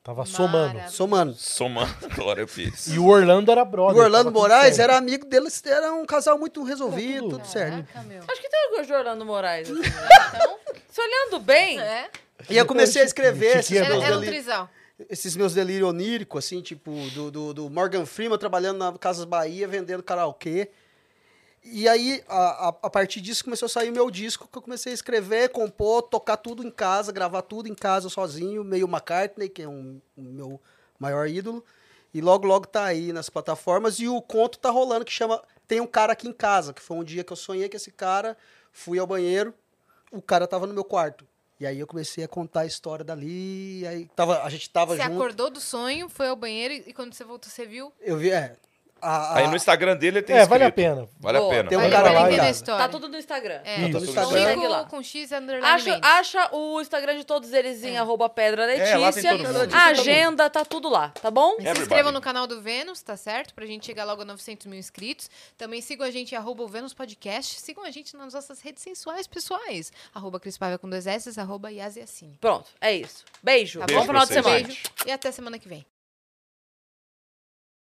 [SPEAKER 4] Tava somando.
[SPEAKER 1] Mara.
[SPEAKER 2] Somando.
[SPEAKER 5] Somando, [laughs] Glória Pires.
[SPEAKER 4] E o Orlando era brother.
[SPEAKER 2] o Orlando
[SPEAKER 4] tava tudo
[SPEAKER 2] Moraes
[SPEAKER 4] certo.
[SPEAKER 2] era amigo deles, era um casal muito resolvido, tudo, certo.
[SPEAKER 1] Caraca, meu.
[SPEAKER 3] Acho que tem orgulho de Orlando Moraes. assim.
[SPEAKER 1] [laughs] Então,
[SPEAKER 3] se olhando bem,
[SPEAKER 1] é.
[SPEAKER 2] E eu comecei a escrever
[SPEAKER 4] Chiquinho
[SPEAKER 2] esses
[SPEAKER 4] é
[SPEAKER 1] Era,
[SPEAKER 2] meus
[SPEAKER 4] bom.
[SPEAKER 1] era um
[SPEAKER 2] deli-
[SPEAKER 1] trisal.
[SPEAKER 2] esses meus delírios oníricos, assim, tipo, do, do, do Morgan Freeman trabalhando na Casas Bahia, vendendo karaokê. E aí, a, a, a partir disso, começou a sair meu disco, que eu comecei a escrever, compor, tocar tudo em casa, gravar tudo em casa sozinho, meio McCartney, que é um, um meu maior ídolo. E logo, logo tá aí nas plataformas. E o conto tá rolando, que chama Tem um Cara Aqui em Casa, que foi um dia que eu sonhei que esse cara, fui ao banheiro, o cara tava no meu quarto. E aí eu comecei a contar a história dali, e aí tava, a gente tava
[SPEAKER 1] Você
[SPEAKER 2] junto.
[SPEAKER 1] acordou do sonho, foi ao banheiro e e quando você voltou, você viu.
[SPEAKER 2] Eu vi, é. A, a,
[SPEAKER 5] Aí no Instagram dele ele tem
[SPEAKER 4] É, vale a
[SPEAKER 5] escrito.
[SPEAKER 4] pena.
[SPEAKER 5] Ah, Vale a
[SPEAKER 3] Boa.
[SPEAKER 5] pena.
[SPEAKER 2] Tem um
[SPEAKER 1] aí
[SPEAKER 2] cara
[SPEAKER 1] vai
[SPEAKER 2] lá
[SPEAKER 1] entender
[SPEAKER 2] em
[SPEAKER 1] a
[SPEAKER 2] casa.
[SPEAKER 1] história.
[SPEAKER 3] Tá tudo no Instagram.
[SPEAKER 1] É.
[SPEAKER 5] Tá tudo
[SPEAKER 2] no
[SPEAKER 1] Com
[SPEAKER 2] Instagram.
[SPEAKER 1] X,
[SPEAKER 3] Segue lá.
[SPEAKER 1] com X é underline
[SPEAKER 3] Acha,
[SPEAKER 1] Mendes.
[SPEAKER 3] acha o Instagram de todos eles em arroba Pedra
[SPEAKER 5] É, lá tem
[SPEAKER 3] Letícia.
[SPEAKER 5] todo mundo. É.
[SPEAKER 3] a agenda tá tudo lá, tá bom?
[SPEAKER 1] Se
[SPEAKER 5] Everybody.
[SPEAKER 1] inscrevam no canal do Vênus, tá certo? Pra gente chegar logo a 900 mil inscritos. Também sigam a gente em arroba o Vênus Podcast. Sigam a gente nas nossas redes sensuais pessoais. Arroba Cris Paiva com dois S, arroba Yasiacine.
[SPEAKER 3] Pronto, é isso. Beijo.
[SPEAKER 1] Tá
[SPEAKER 5] Beijo
[SPEAKER 3] bom final de
[SPEAKER 5] pra vocês,
[SPEAKER 3] semana.
[SPEAKER 5] gente.
[SPEAKER 1] E até semana que vem.